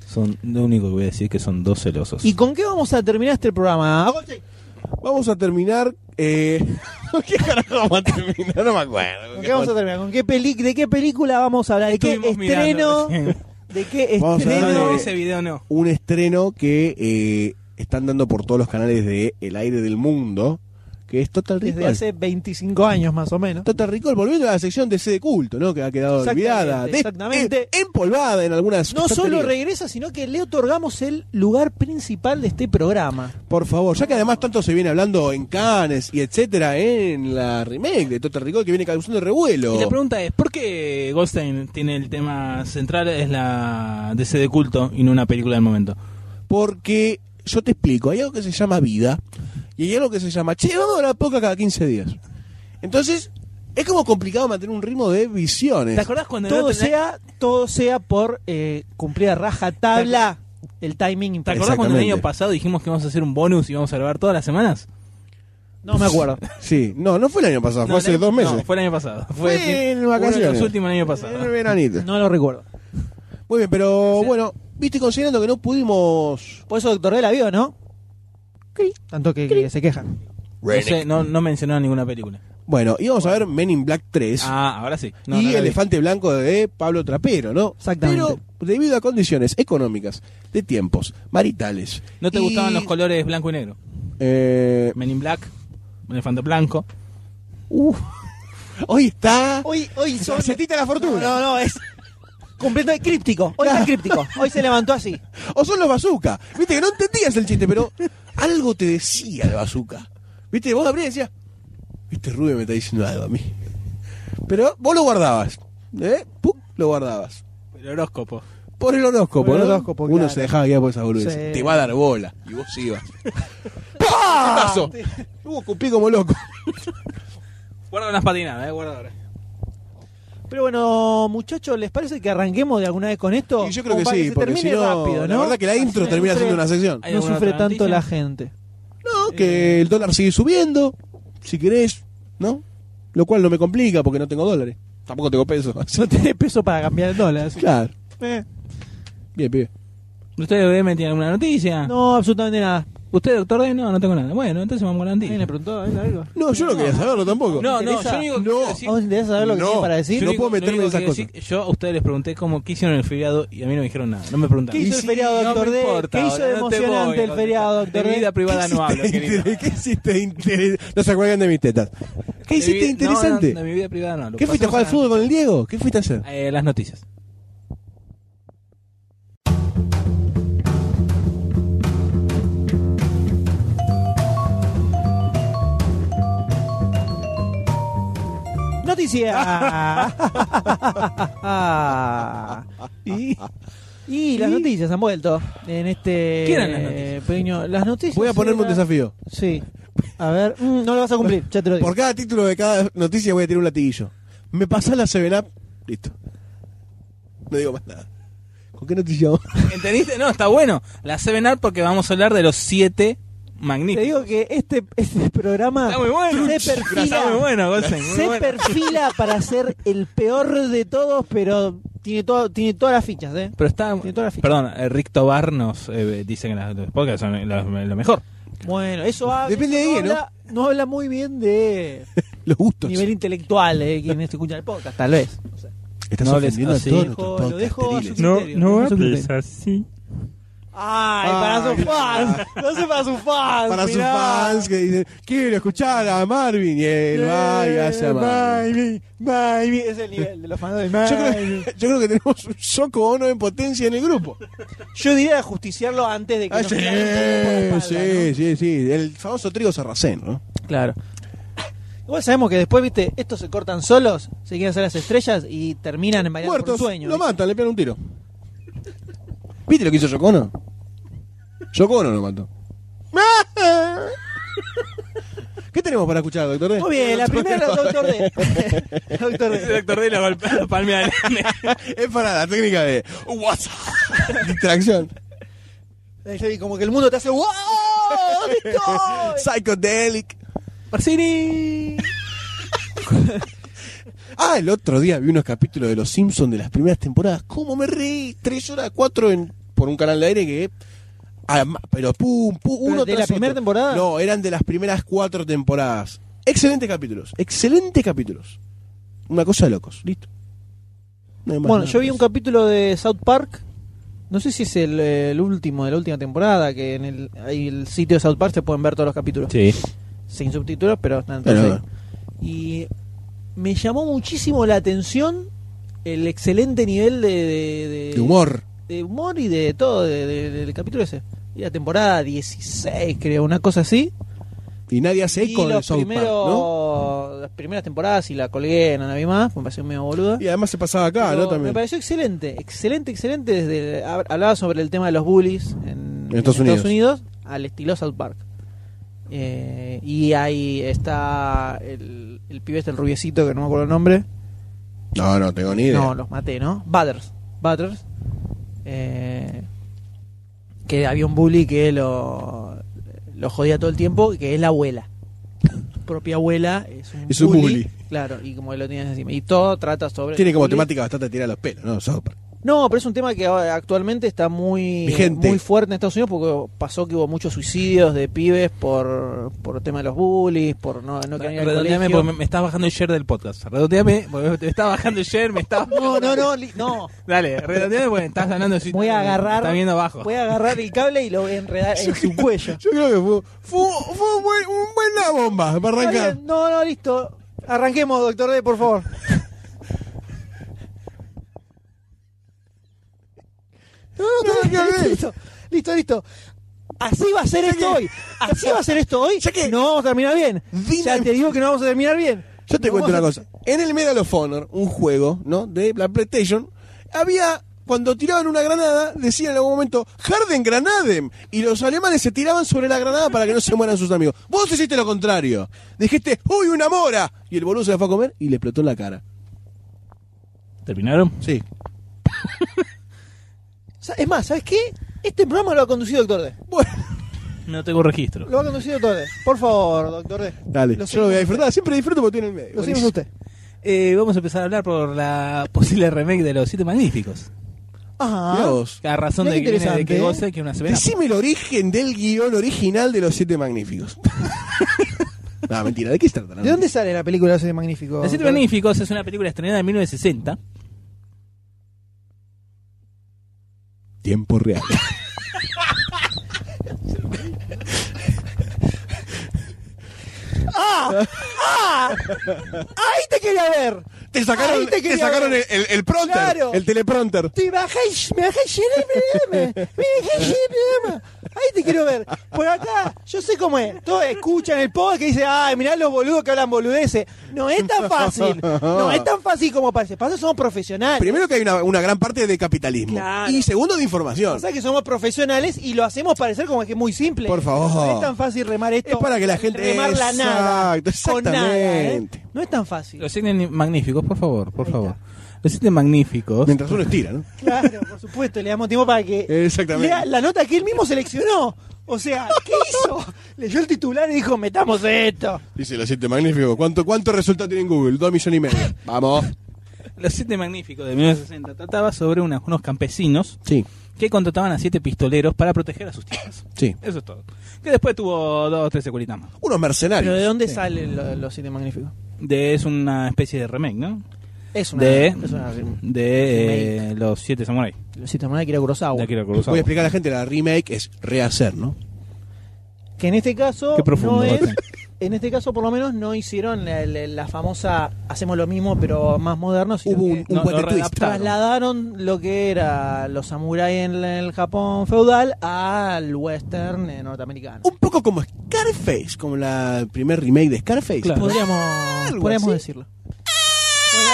[SPEAKER 3] Son lo único que voy a decir es que son dos celosos.
[SPEAKER 1] ¿Y con qué vamos a terminar este programa?
[SPEAKER 4] Vamos a terminar. Eh... ¿Con ¿Qué carajo vamos a terminar? No me acuerdo.
[SPEAKER 1] ¿Con qué vamos a terminar? ¿Con qué peli ¿De qué película vamos a hablar? ¿De qué
[SPEAKER 3] Estuvimos
[SPEAKER 1] estreno?
[SPEAKER 3] mirando recién.
[SPEAKER 1] ¿De qué
[SPEAKER 4] Vamos a hablar
[SPEAKER 1] estreno?
[SPEAKER 4] de-
[SPEAKER 3] ese video no.
[SPEAKER 4] Un estreno que eh, están dando por todos los canales de El aire del mundo, que es Total
[SPEAKER 1] Desde
[SPEAKER 4] Recall.
[SPEAKER 1] hace 25 años más o menos.
[SPEAKER 4] Total Recall, volviendo a la sección de C de culto, ¿no? Que ha quedado
[SPEAKER 1] Exactamente,
[SPEAKER 4] olvidada, des-
[SPEAKER 1] exactamente.
[SPEAKER 4] em- empolvada en algunas.
[SPEAKER 1] No solo
[SPEAKER 4] estanterías.
[SPEAKER 1] regresa, sino que le otorgamos el lugar principal de este programa.
[SPEAKER 4] Por favor, ya que además tanto se viene hablando en Cannes y etcétera, en la remake de Total Recall que viene causando revuelo.
[SPEAKER 3] Y la pregunta es, ¿por qué Goldstein tiene el tema central es la DC de culto y no una película del momento?
[SPEAKER 4] Porque yo te explico, hay algo que se llama vida y hay algo que se llama, che, vamos a la poca cada 15 días. Entonces, es como complicado mantener un ritmo de visiones.
[SPEAKER 3] ¿Te acordás cuando no
[SPEAKER 1] todo
[SPEAKER 3] tenés-
[SPEAKER 1] sea todo sea por eh, cumplir a raja tabla el timing
[SPEAKER 3] ¿Te
[SPEAKER 1] impresionante.
[SPEAKER 3] acordás cuando el
[SPEAKER 4] Exactamente.
[SPEAKER 3] año pasado dijimos que íamos a hacer un bonus y íbamos a grabar todas las semanas?
[SPEAKER 1] No me acuerdo.
[SPEAKER 4] Sí, no, no fue el año pasado,
[SPEAKER 3] No,
[SPEAKER 4] fue hace
[SPEAKER 3] el-
[SPEAKER 4] dos meses.
[SPEAKER 3] No, fue el año pasado. Fue,
[SPEAKER 4] Fue en vacaciones.
[SPEAKER 3] Uno de los últimos el año
[SPEAKER 4] En el
[SPEAKER 3] pasado.
[SPEAKER 4] veranito.
[SPEAKER 1] No lo recuerdo.
[SPEAKER 4] Muy bien, pero bueno, viste, considerando que no pudimos...
[SPEAKER 1] Por eso Doctor D la vio, ¿no? Tanto que, que se quejan.
[SPEAKER 3] No, sé, no, no mencionaron ninguna película.
[SPEAKER 4] Bueno, íbamos a ver Men in Black 3
[SPEAKER 3] Ah, ahora sí. No,
[SPEAKER 4] y
[SPEAKER 3] no la vi.
[SPEAKER 4] Elefante Blanco de Pablo Trapero, ¿no?
[SPEAKER 1] Exactamente.
[SPEAKER 4] Pero debido a condiciones económicas, de tiempos, maritales...
[SPEAKER 3] ¿No te
[SPEAKER 4] y,
[SPEAKER 3] gustaban los colores blanco y negro?
[SPEAKER 4] eh,
[SPEAKER 3] Men in Black, Elefante Blanco.
[SPEAKER 4] Uf. Hoy está.
[SPEAKER 6] Hoy, hoy son...
[SPEAKER 4] Gacetita de la fortuna.
[SPEAKER 6] No, no, es completo críptico. Hoy está críptico. Hoy se levantó así.
[SPEAKER 4] O son los bazooka. Viste que no entendías el chiste, pero algo te decía el bazooka. Viste, vos abrías y decías, viste, Rubén me está diciendo algo a mí. Pero vos lo guardabas. ¿Eh? Puc, Lo guardabas.
[SPEAKER 3] El horóscopo.
[SPEAKER 4] Por el horóscopo,
[SPEAKER 1] Por el
[SPEAKER 4] ¿no?
[SPEAKER 1] horóscopo,
[SPEAKER 4] Uno
[SPEAKER 1] claro.
[SPEAKER 4] se dejaba guiar por esa boludez.
[SPEAKER 1] Sí.
[SPEAKER 4] Te va a dar bola. Y vos ibas. ¡Pah! ¿Qué pasó? Uh, cupí como loco.
[SPEAKER 3] Guarda las patinadas, eh, guarda ahora.
[SPEAKER 1] Pero bueno, muchachos, ¿les parece que arranquemos de alguna vez con esto?
[SPEAKER 4] Y yo creo
[SPEAKER 1] Como
[SPEAKER 4] que
[SPEAKER 1] para
[SPEAKER 4] sí,
[SPEAKER 1] se
[SPEAKER 4] porque
[SPEAKER 1] termine
[SPEAKER 4] si no,
[SPEAKER 1] rápido,
[SPEAKER 4] la
[SPEAKER 1] ¿no?
[SPEAKER 4] verdad que la intro
[SPEAKER 1] Así
[SPEAKER 4] termina
[SPEAKER 1] no
[SPEAKER 4] siendo una
[SPEAKER 1] sufre-
[SPEAKER 4] sección.
[SPEAKER 3] ¿Hay
[SPEAKER 1] No
[SPEAKER 3] alguna
[SPEAKER 1] sufre
[SPEAKER 3] otra
[SPEAKER 1] tanto
[SPEAKER 3] noticia?
[SPEAKER 1] la gente.
[SPEAKER 4] No, que el dólar sigue subiendo, si querés, ¿no? Lo cual no me complica porque no tengo dólares. Tampoco tengo pesos.
[SPEAKER 1] No tenés peso para cambiar el dólar. así que-
[SPEAKER 4] Claro.
[SPEAKER 1] Eh,
[SPEAKER 4] Bien, pibe.
[SPEAKER 3] ¿Usted, obviamente, tiene alguna noticia?
[SPEAKER 1] no, absolutamente nada.
[SPEAKER 3] ¿Usted, doctor D? No, no tengo nada. Bueno, entonces vamos con la
[SPEAKER 1] ¿Alguien
[SPEAKER 3] noticia.
[SPEAKER 1] le preguntó a él algo?
[SPEAKER 4] No, yo no quería saberlo tampoco.
[SPEAKER 3] No, no,
[SPEAKER 1] interesa?
[SPEAKER 3] yo digo
[SPEAKER 4] No.
[SPEAKER 1] ¿A vos te interesa saber lo que
[SPEAKER 4] No.
[SPEAKER 1] tiene para
[SPEAKER 4] Sí,
[SPEAKER 1] decir?
[SPEAKER 4] no puedo meterme en esas
[SPEAKER 3] yo a ustedes les pregunté cómo qué hicieron el feriado y a mí no me dijeron nada. No me preguntaron.
[SPEAKER 1] ¿Qué hizo el feriado,
[SPEAKER 3] no
[SPEAKER 1] Doctor
[SPEAKER 3] me
[SPEAKER 1] D?
[SPEAKER 3] importa,
[SPEAKER 1] ¿Qué hizo
[SPEAKER 3] ahora
[SPEAKER 1] de
[SPEAKER 3] no te voy a
[SPEAKER 1] emocionante el
[SPEAKER 3] contestar.
[SPEAKER 1] feriado, Doctor
[SPEAKER 3] De vida
[SPEAKER 1] D?
[SPEAKER 3] privada no hablo, querido.
[SPEAKER 4] ¿Qué hiciste interesante? No se acuerdan de mis tetas. ¿Qué
[SPEAKER 3] De
[SPEAKER 4] hiciste
[SPEAKER 3] vi- no,
[SPEAKER 4] interesante?
[SPEAKER 3] no, de mi vida privada no. Lo
[SPEAKER 4] ¿Qué fuiste a jugar al
[SPEAKER 3] pasamos
[SPEAKER 4] fútbol con el Diego? ¿Qué fuiste a hacer?
[SPEAKER 3] a- eh, las noticias.
[SPEAKER 1] ¡Noticia! y, y las noticias han vuelto en este
[SPEAKER 3] ¿Qué eran las noticias?
[SPEAKER 1] pequeño. Las noticias.
[SPEAKER 4] Voy a ponerme un
[SPEAKER 1] eran-
[SPEAKER 4] desafío.
[SPEAKER 1] Sí. A ver, mm, no lo vas a cumplir, ya te lo digo.
[SPEAKER 4] Por cada título de cada noticia voy a tirar un latillo. Me pasás la 7-Up, listo. No digo más nada. ¿Con qué noticia vamos?
[SPEAKER 3] ¿Entendiste? No, está bueno. La 7 porque vamos a hablar de los 7
[SPEAKER 1] Te
[SPEAKER 3] magníficos.
[SPEAKER 1] digo que este, este programa
[SPEAKER 3] Está muy bueno.
[SPEAKER 1] se perfila,
[SPEAKER 3] Está muy bueno, Goldstein, muy
[SPEAKER 1] se
[SPEAKER 3] bueno.
[SPEAKER 1] perfila para ser el peor de todos, pero tiene todo, tiene todas las fichas, ¿eh?
[SPEAKER 3] Pero está.
[SPEAKER 1] Tiene toda la ficha.
[SPEAKER 3] Perdón, eh, Rick Tobar nos eh, dice que las los podcasts son lo, lo mejor.
[SPEAKER 1] Bueno, eso habla,
[SPEAKER 4] Depende
[SPEAKER 1] eso
[SPEAKER 4] de quién, ¿no?
[SPEAKER 1] habla, no habla muy bien de
[SPEAKER 4] Los gustos.
[SPEAKER 1] nivel intelectual, ¿eh? Quien escucha el podcast, tal vez.
[SPEAKER 4] Estás
[SPEAKER 3] No hables
[SPEAKER 4] ofendiendo a
[SPEAKER 3] así.
[SPEAKER 4] todos nuestros
[SPEAKER 1] Dejo-
[SPEAKER 4] podcasts
[SPEAKER 1] lo dejo a su
[SPEAKER 4] estériles.
[SPEAKER 1] criterio, lo dejo a su criterio.
[SPEAKER 3] así.
[SPEAKER 1] Ay, para sus fans. No sé para sus fans.
[SPEAKER 4] Para sus
[SPEAKER 1] mirá.
[SPEAKER 4] fans que dicen, quiero escuchar a Marvin. Y él va
[SPEAKER 1] Eh,
[SPEAKER 4] y hace a Marvin.
[SPEAKER 1] Baby, baby. Es el nivel de los fans de
[SPEAKER 4] Yo
[SPEAKER 1] Baby.
[SPEAKER 4] creo, yo creo que tenemos un Yoko Ono en potencia en el grupo.
[SPEAKER 1] Yo diría justiciarlo antes de que
[SPEAKER 4] Ah,
[SPEAKER 1] nos
[SPEAKER 4] sí,
[SPEAKER 1] claven por la
[SPEAKER 4] sí,
[SPEAKER 1] espalda, ¿no?
[SPEAKER 4] sí, sí. El famoso trigo sarraceno, ¿no?
[SPEAKER 1] Claro. Igual sabemos que después, viste, estos se cortan solos, se quieren hacer las estrellas y terminan en por un
[SPEAKER 4] Muertos,
[SPEAKER 1] sueño.
[SPEAKER 4] lo
[SPEAKER 1] ¿viste?
[SPEAKER 4] matan, le pegan un tiro. ¿Viste lo que hizo Yoko Ono? Yoko Ono lo mató. ¿Qué tenemos para escuchar, doctor? D?
[SPEAKER 1] Muy bien, la primera, doctor D. doctor
[SPEAKER 3] Ese
[SPEAKER 1] D.
[SPEAKER 3] doctor D lo golpea la palmea del nene.
[SPEAKER 4] Es para la técnica de WhatsApp. Distracción.
[SPEAKER 1] Ahí, Como que el mundo te hace ¡Wow! ¡Ah, ¿Dónde estoy?
[SPEAKER 4] Psychedelic.
[SPEAKER 3] Marcini.
[SPEAKER 4] Ah, el otro día vi unos capítulos de Los Simpsons de las primeras temporadas. ¿Cómo me reí? Tres horas, cuatro en, por un canal de aire que... ah, ma- pero pum, pum, uno
[SPEAKER 1] de la
[SPEAKER 4] tras otro.
[SPEAKER 1] primera temporada?
[SPEAKER 4] No, eran de las primeras cuatro temporadas. Excelentes capítulos, excelentes capítulos. Una cosa de locos, listo. No hay más
[SPEAKER 1] Bueno,
[SPEAKER 4] nada
[SPEAKER 1] yo vi un
[SPEAKER 4] más.
[SPEAKER 1] capítulo de South Park. No sé si es el, eh, el último de la última temporada, que en el, ahí el sitio de South Park se pueden ver todos los capítulos.
[SPEAKER 3] Sí.
[SPEAKER 1] Sin subtítulos, pero están todos
[SPEAKER 4] Pero,
[SPEAKER 1] ahí. Y me llamó muchísimo la atención el excelente nivel de, de- de-
[SPEAKER 4] de humor.
[SPEAKER 1] de humor y de todo de- de- del capítulo ese. Y la temporada 16, creo, una cosa así.
[SPEAKER 4] Y nadie hace
[SPEAKER 1] y
[SPEAKER 4] eco de
[SPEAKER 1] los
[SPEAKER 4] South Park, ¿no?
[SPEAKER 1] primeros- las primeras temporadas y la colgué, no la vi más, me pareció medio boluda.
[SPEAKER 4] Y además se pasaba acá,
[SPEAKER 1] Pero
[SPEAKER 4] ¿no? También.
[SPEAKER 1] Me pareció excelente, excelente, excelente. Desde, hab- hablaba sobre el tema de los bullies en,
[SPEAKER 4] En Estados
[SPEAKER 1] Unidos. al estilo South Park. Eh, y ahí está el, el pibe este, el rubiecito, que no me acuerdo el nombre.
[SPEAKER 4] No, no tengo ni idea.
[SPEAKER 1] No, los maté, ¿no? Butters. Butters. Eh, que había un bully que lo, lo jodía todo el tiempo, que es la abuela. Su propia abuela es un,
[SPEAKER 4] Es un bully.
[SPEAKER 1] Claro, y como lo tienes encima. Y todo trata sobre.
[SPEAKER 4] Tiene
[SPEAKER 1] el
[SPEAKER 4] como
[SPEAKER 1] bully.
[SPEAKER 4] temática bastante tirar los pelos, ¿no? South Park.
[SPEAKER 1] No, pero es un tema que ahora- actualmente está muy,
[SPEAKER 4] Vigente.
[SPEAKER 1] muy fuerte en Estados Unidos porque pasó que hubo muchos suicidios de pibes por, por el tema de los bullies, por no, no querer ir al
[SPEAKER 3] Redondeame
[SPEAKER 1] colegio.
[SPEAKER 3] porque me, me está bajando el share del podcast. Redondeame porque me está bajando el share, me está.
[SPEAKER 1] No, no, no, li- no.
[SPEAKER 3] Dale, redondeame porque estás ganando. el sitio.
[SPEAKER 1] Voy a agarrar,
[SPEAKER 3] Está viendo abajo.
[SPEAKER 1] voy a agarrar el cable y lo voy a enredar en su cuello.
[SPEAKER 4] Yo creo que fue, fue, fue un buen- un buena bomba para
[SPEAKER 1] Está
[SPEAKER 4] arrancar.
[SPEAKER 1] bien, No, no, listo. Arranquemos, doctor D, por favor. No, no, no, listo, listo, listo, listo. Así va a ser esto hoy. Así va a ser esto hoy.
[SPEAKER 4] Ya que-
[SPEAKER 1] no vamos a terminar bien.
[SPEAKER 4] Dime-
[SPEAKER 1] Ya te digo que no vamos a terminar bien.
[SPEAKER 4] Yo te
[SPEAKER 1] No
[SPEAKER 4] cuento
[SPEAKER 1] vamos
[SPEAKER 4] una
[SPEAKER 1] a-
[SPEAKER 4] cosa. En el Medal of Honor, un juego, ¿no? De la PlayStation, había. Cuando tiraban una granada, decían en algún momento, Harden Granadem. Y los alemanes se tiraban sobre la granada para que no se mueran sus amigos. Vos hiciste lo contrario. Dijiste, ¡Uy, una mora! Y el boludo se la fue a comer y le explotó en la cara.
[SPEAKER 3] ¿Terminaron?
[SPEAKER 4] Sí.
[SPEAKER 1] Sa- Es más, ¿sabes qué? Este programa lo ha conducido doctor D.
[SPEAKER 4] Bueno,
[SPEAKER 3] No tengo registro.
[SPEAKER 1] Lo ha conducido doctor D. Por favor, doctor D.
[SPEAKER 4] dale.
[SPEAKER 1] Lo
[SPEAKER 4] yo lo voy a
[SPEAKER 1] seguimos
[SPEAKER 4] disfrutar. Siempre disfruto porque estoy en el medio.
[SPEAKER 1] Lo seguimos a usted.
[SPEAKER 3] Eh, vamos a empezar a hablar por la posible remake de Los Siete Magníficos.
[SPEAKER 4] Mirá
[SPEAKER 1] Ajá.
[SPEAKER 4] vos.
[SPEAKER 3] A razón
[SPEAKER 1] Mirá
[SPEAKER 3] de
[SPEAKER 1] qué
[SPEAKER 3] que, viene de que
[SPEAKER 1] interesante, ¿eh?
[SPEAKER 3] goce que una semana.
[SPEAKER 4] Decime el origen del guión original de Los Siete Magníficos. no, mentira. ¿De qué se trata?
[SPEAKER 1] ¿De dónde sale la película Los Siete Magníficos?
[SPEAKER 3] Los Siete
[SPEAKER 1] doctor D?
[SPEAKER 3] Magníficos es una película estrenada en 1960.
[SPEAKER 4] Tiempo real.
[SPEAKER 1] ¡Ahí te quería ver!
[SPEAKER 4] Te sacaron,
[SPEAKER 1] Ahí te
[SPEAKER 4] te
[SPEAKER 1] quería
[SPEAKER 4] sacaron el,
[SPEAKER 1] ver.
[SPEAKER 4] el, el pronter,
[SPEAKER 1] Claro.
[SPEAKER 4] el telepronter.
[SPEAKER 1] Te bajás, me bajás llenar el programa. Me bajás llenar el programa. Ahí te quiero ver. Por acá, yo sé cómo es. Todos escuchan el podcast que dice, ay, mirá los boludos que hablan boludeces. No es tan fácil. No es tan fácil como parece. Pasa, somos profesionales.
[SPEAKER 4] Primero que hay una, una gran parte de capitalismo.
[SPEAKER 1] Claro.
[SPEAKER 4] Y segundo de información.
[SPEAKER 1] Pasa que somos profesionales y lo hacemos parecer como que es muy simple.
[SPEAKER 4] Por favor.
[SPEAKER 1] No es tan fácil remar esto.
[SPEAKER 4] Es para que la gente-
[SPEAKER 1] Remar la nada.
[SPEAKER 4] Exacto,
[SPEAKER 1] con nada, ¿eh?
[SPEAKER 4] exactamente.
[SPEAKER 1] No es tan fácil.
[SPEAKER 3] Los Siete Magníficos, por favor, por
[SPEAKER 1] Ahí
[SPEAKER 3] favor.
[SPEAKER 1] está.
[SPEAKER 3] Los Siete Magníficos.
[SPEAKER 4] Mientras uno estira, ¿no?
[SPEAKER 1] Claro, por supuesto, le damos tiempo para que
[SPEAKER 4] Exactamente.
[SPEAKER 1] lea la nota que él mismo seleccionó. O sea, ¿qué hizo? Leyó el titular y dijo, metamos esto.
[SPEAKER 4] Dice los siete magníficos. ¿Cuánto, cuánto resultado tiene en Google? Dos millones y medio. Vamos.
[SPEAKER 3] Los Siete Magníficos de 1960 trataba sobre una- unos campesinos
[SPEAKER 4] Sí,
[SPEAKER 3] que contrataban a siete pistoleros para proteger a sus tierras.
[SPEAKER 4] sí.
[SPEAKER 3] Eso es todo. Que después tuvo dos o tres secuelitas más.
[SPEAKER 4] Unos
[SPEAKER 7] Pero ¿de
[SPEAKER 4] mercenarios.
[SPEAKER 7] dónde salen lo- los Siete Magníficos?
[SPEAKER 3] De, es una especie de remake, ¿no?
[SPEAKER 7] Es una.
[SPEAKER 3] de
[SPEAKER 7] es una-
[SPEAKER 3] de eh, los siete samuráis.
[SPEAKER 7] Los Siete Magníficos era
[SPEAKER 1] Oh.
[SPEAKER 7] Kurosawa.
[SPEAKER 3] De Akira
[SPEAKER 4] Voy
[SPEAKER 3] Kurosawa.
[SPEAKER 4] a explicar a la gente, la remake es rehacer, ¿no?
[SPEAKER 7] Que en este caso
[SPEAKER 3] Qué profundo,
[SPEAKER 7] no es,
[SPEAKER 3] Martín.
[SPEAKER 7] en este caso por lo menos no hicieron la, la- la famosa hacemos lo mismo pero más moderno, sino
[SPEAKER 4] Hubo
[SPEAKER 7] que
[SPEAKER 4] un, un
[SPEAKER 3] no,
[SPEAKER 4] puente
[SPEAKER 3] lo
[SPEAKER 4] twist.
[SPEAKER 3] readaptaron.
[SPEAKER 7] trasladaron lo que era los samuráis en el Japón feudal al western eh, norteamericano.
[SPEAKER 4] Un poco como Scarface, como la primer remake de Scarface.
[SPEAKER 3] Claro.
[SPEAKER 7] Podríamos,
[SPEAKER 4] Algo
[SPEAKER 7] podríamos
[SPEAKER 4] así.
[SPEAKER 7] decirlo.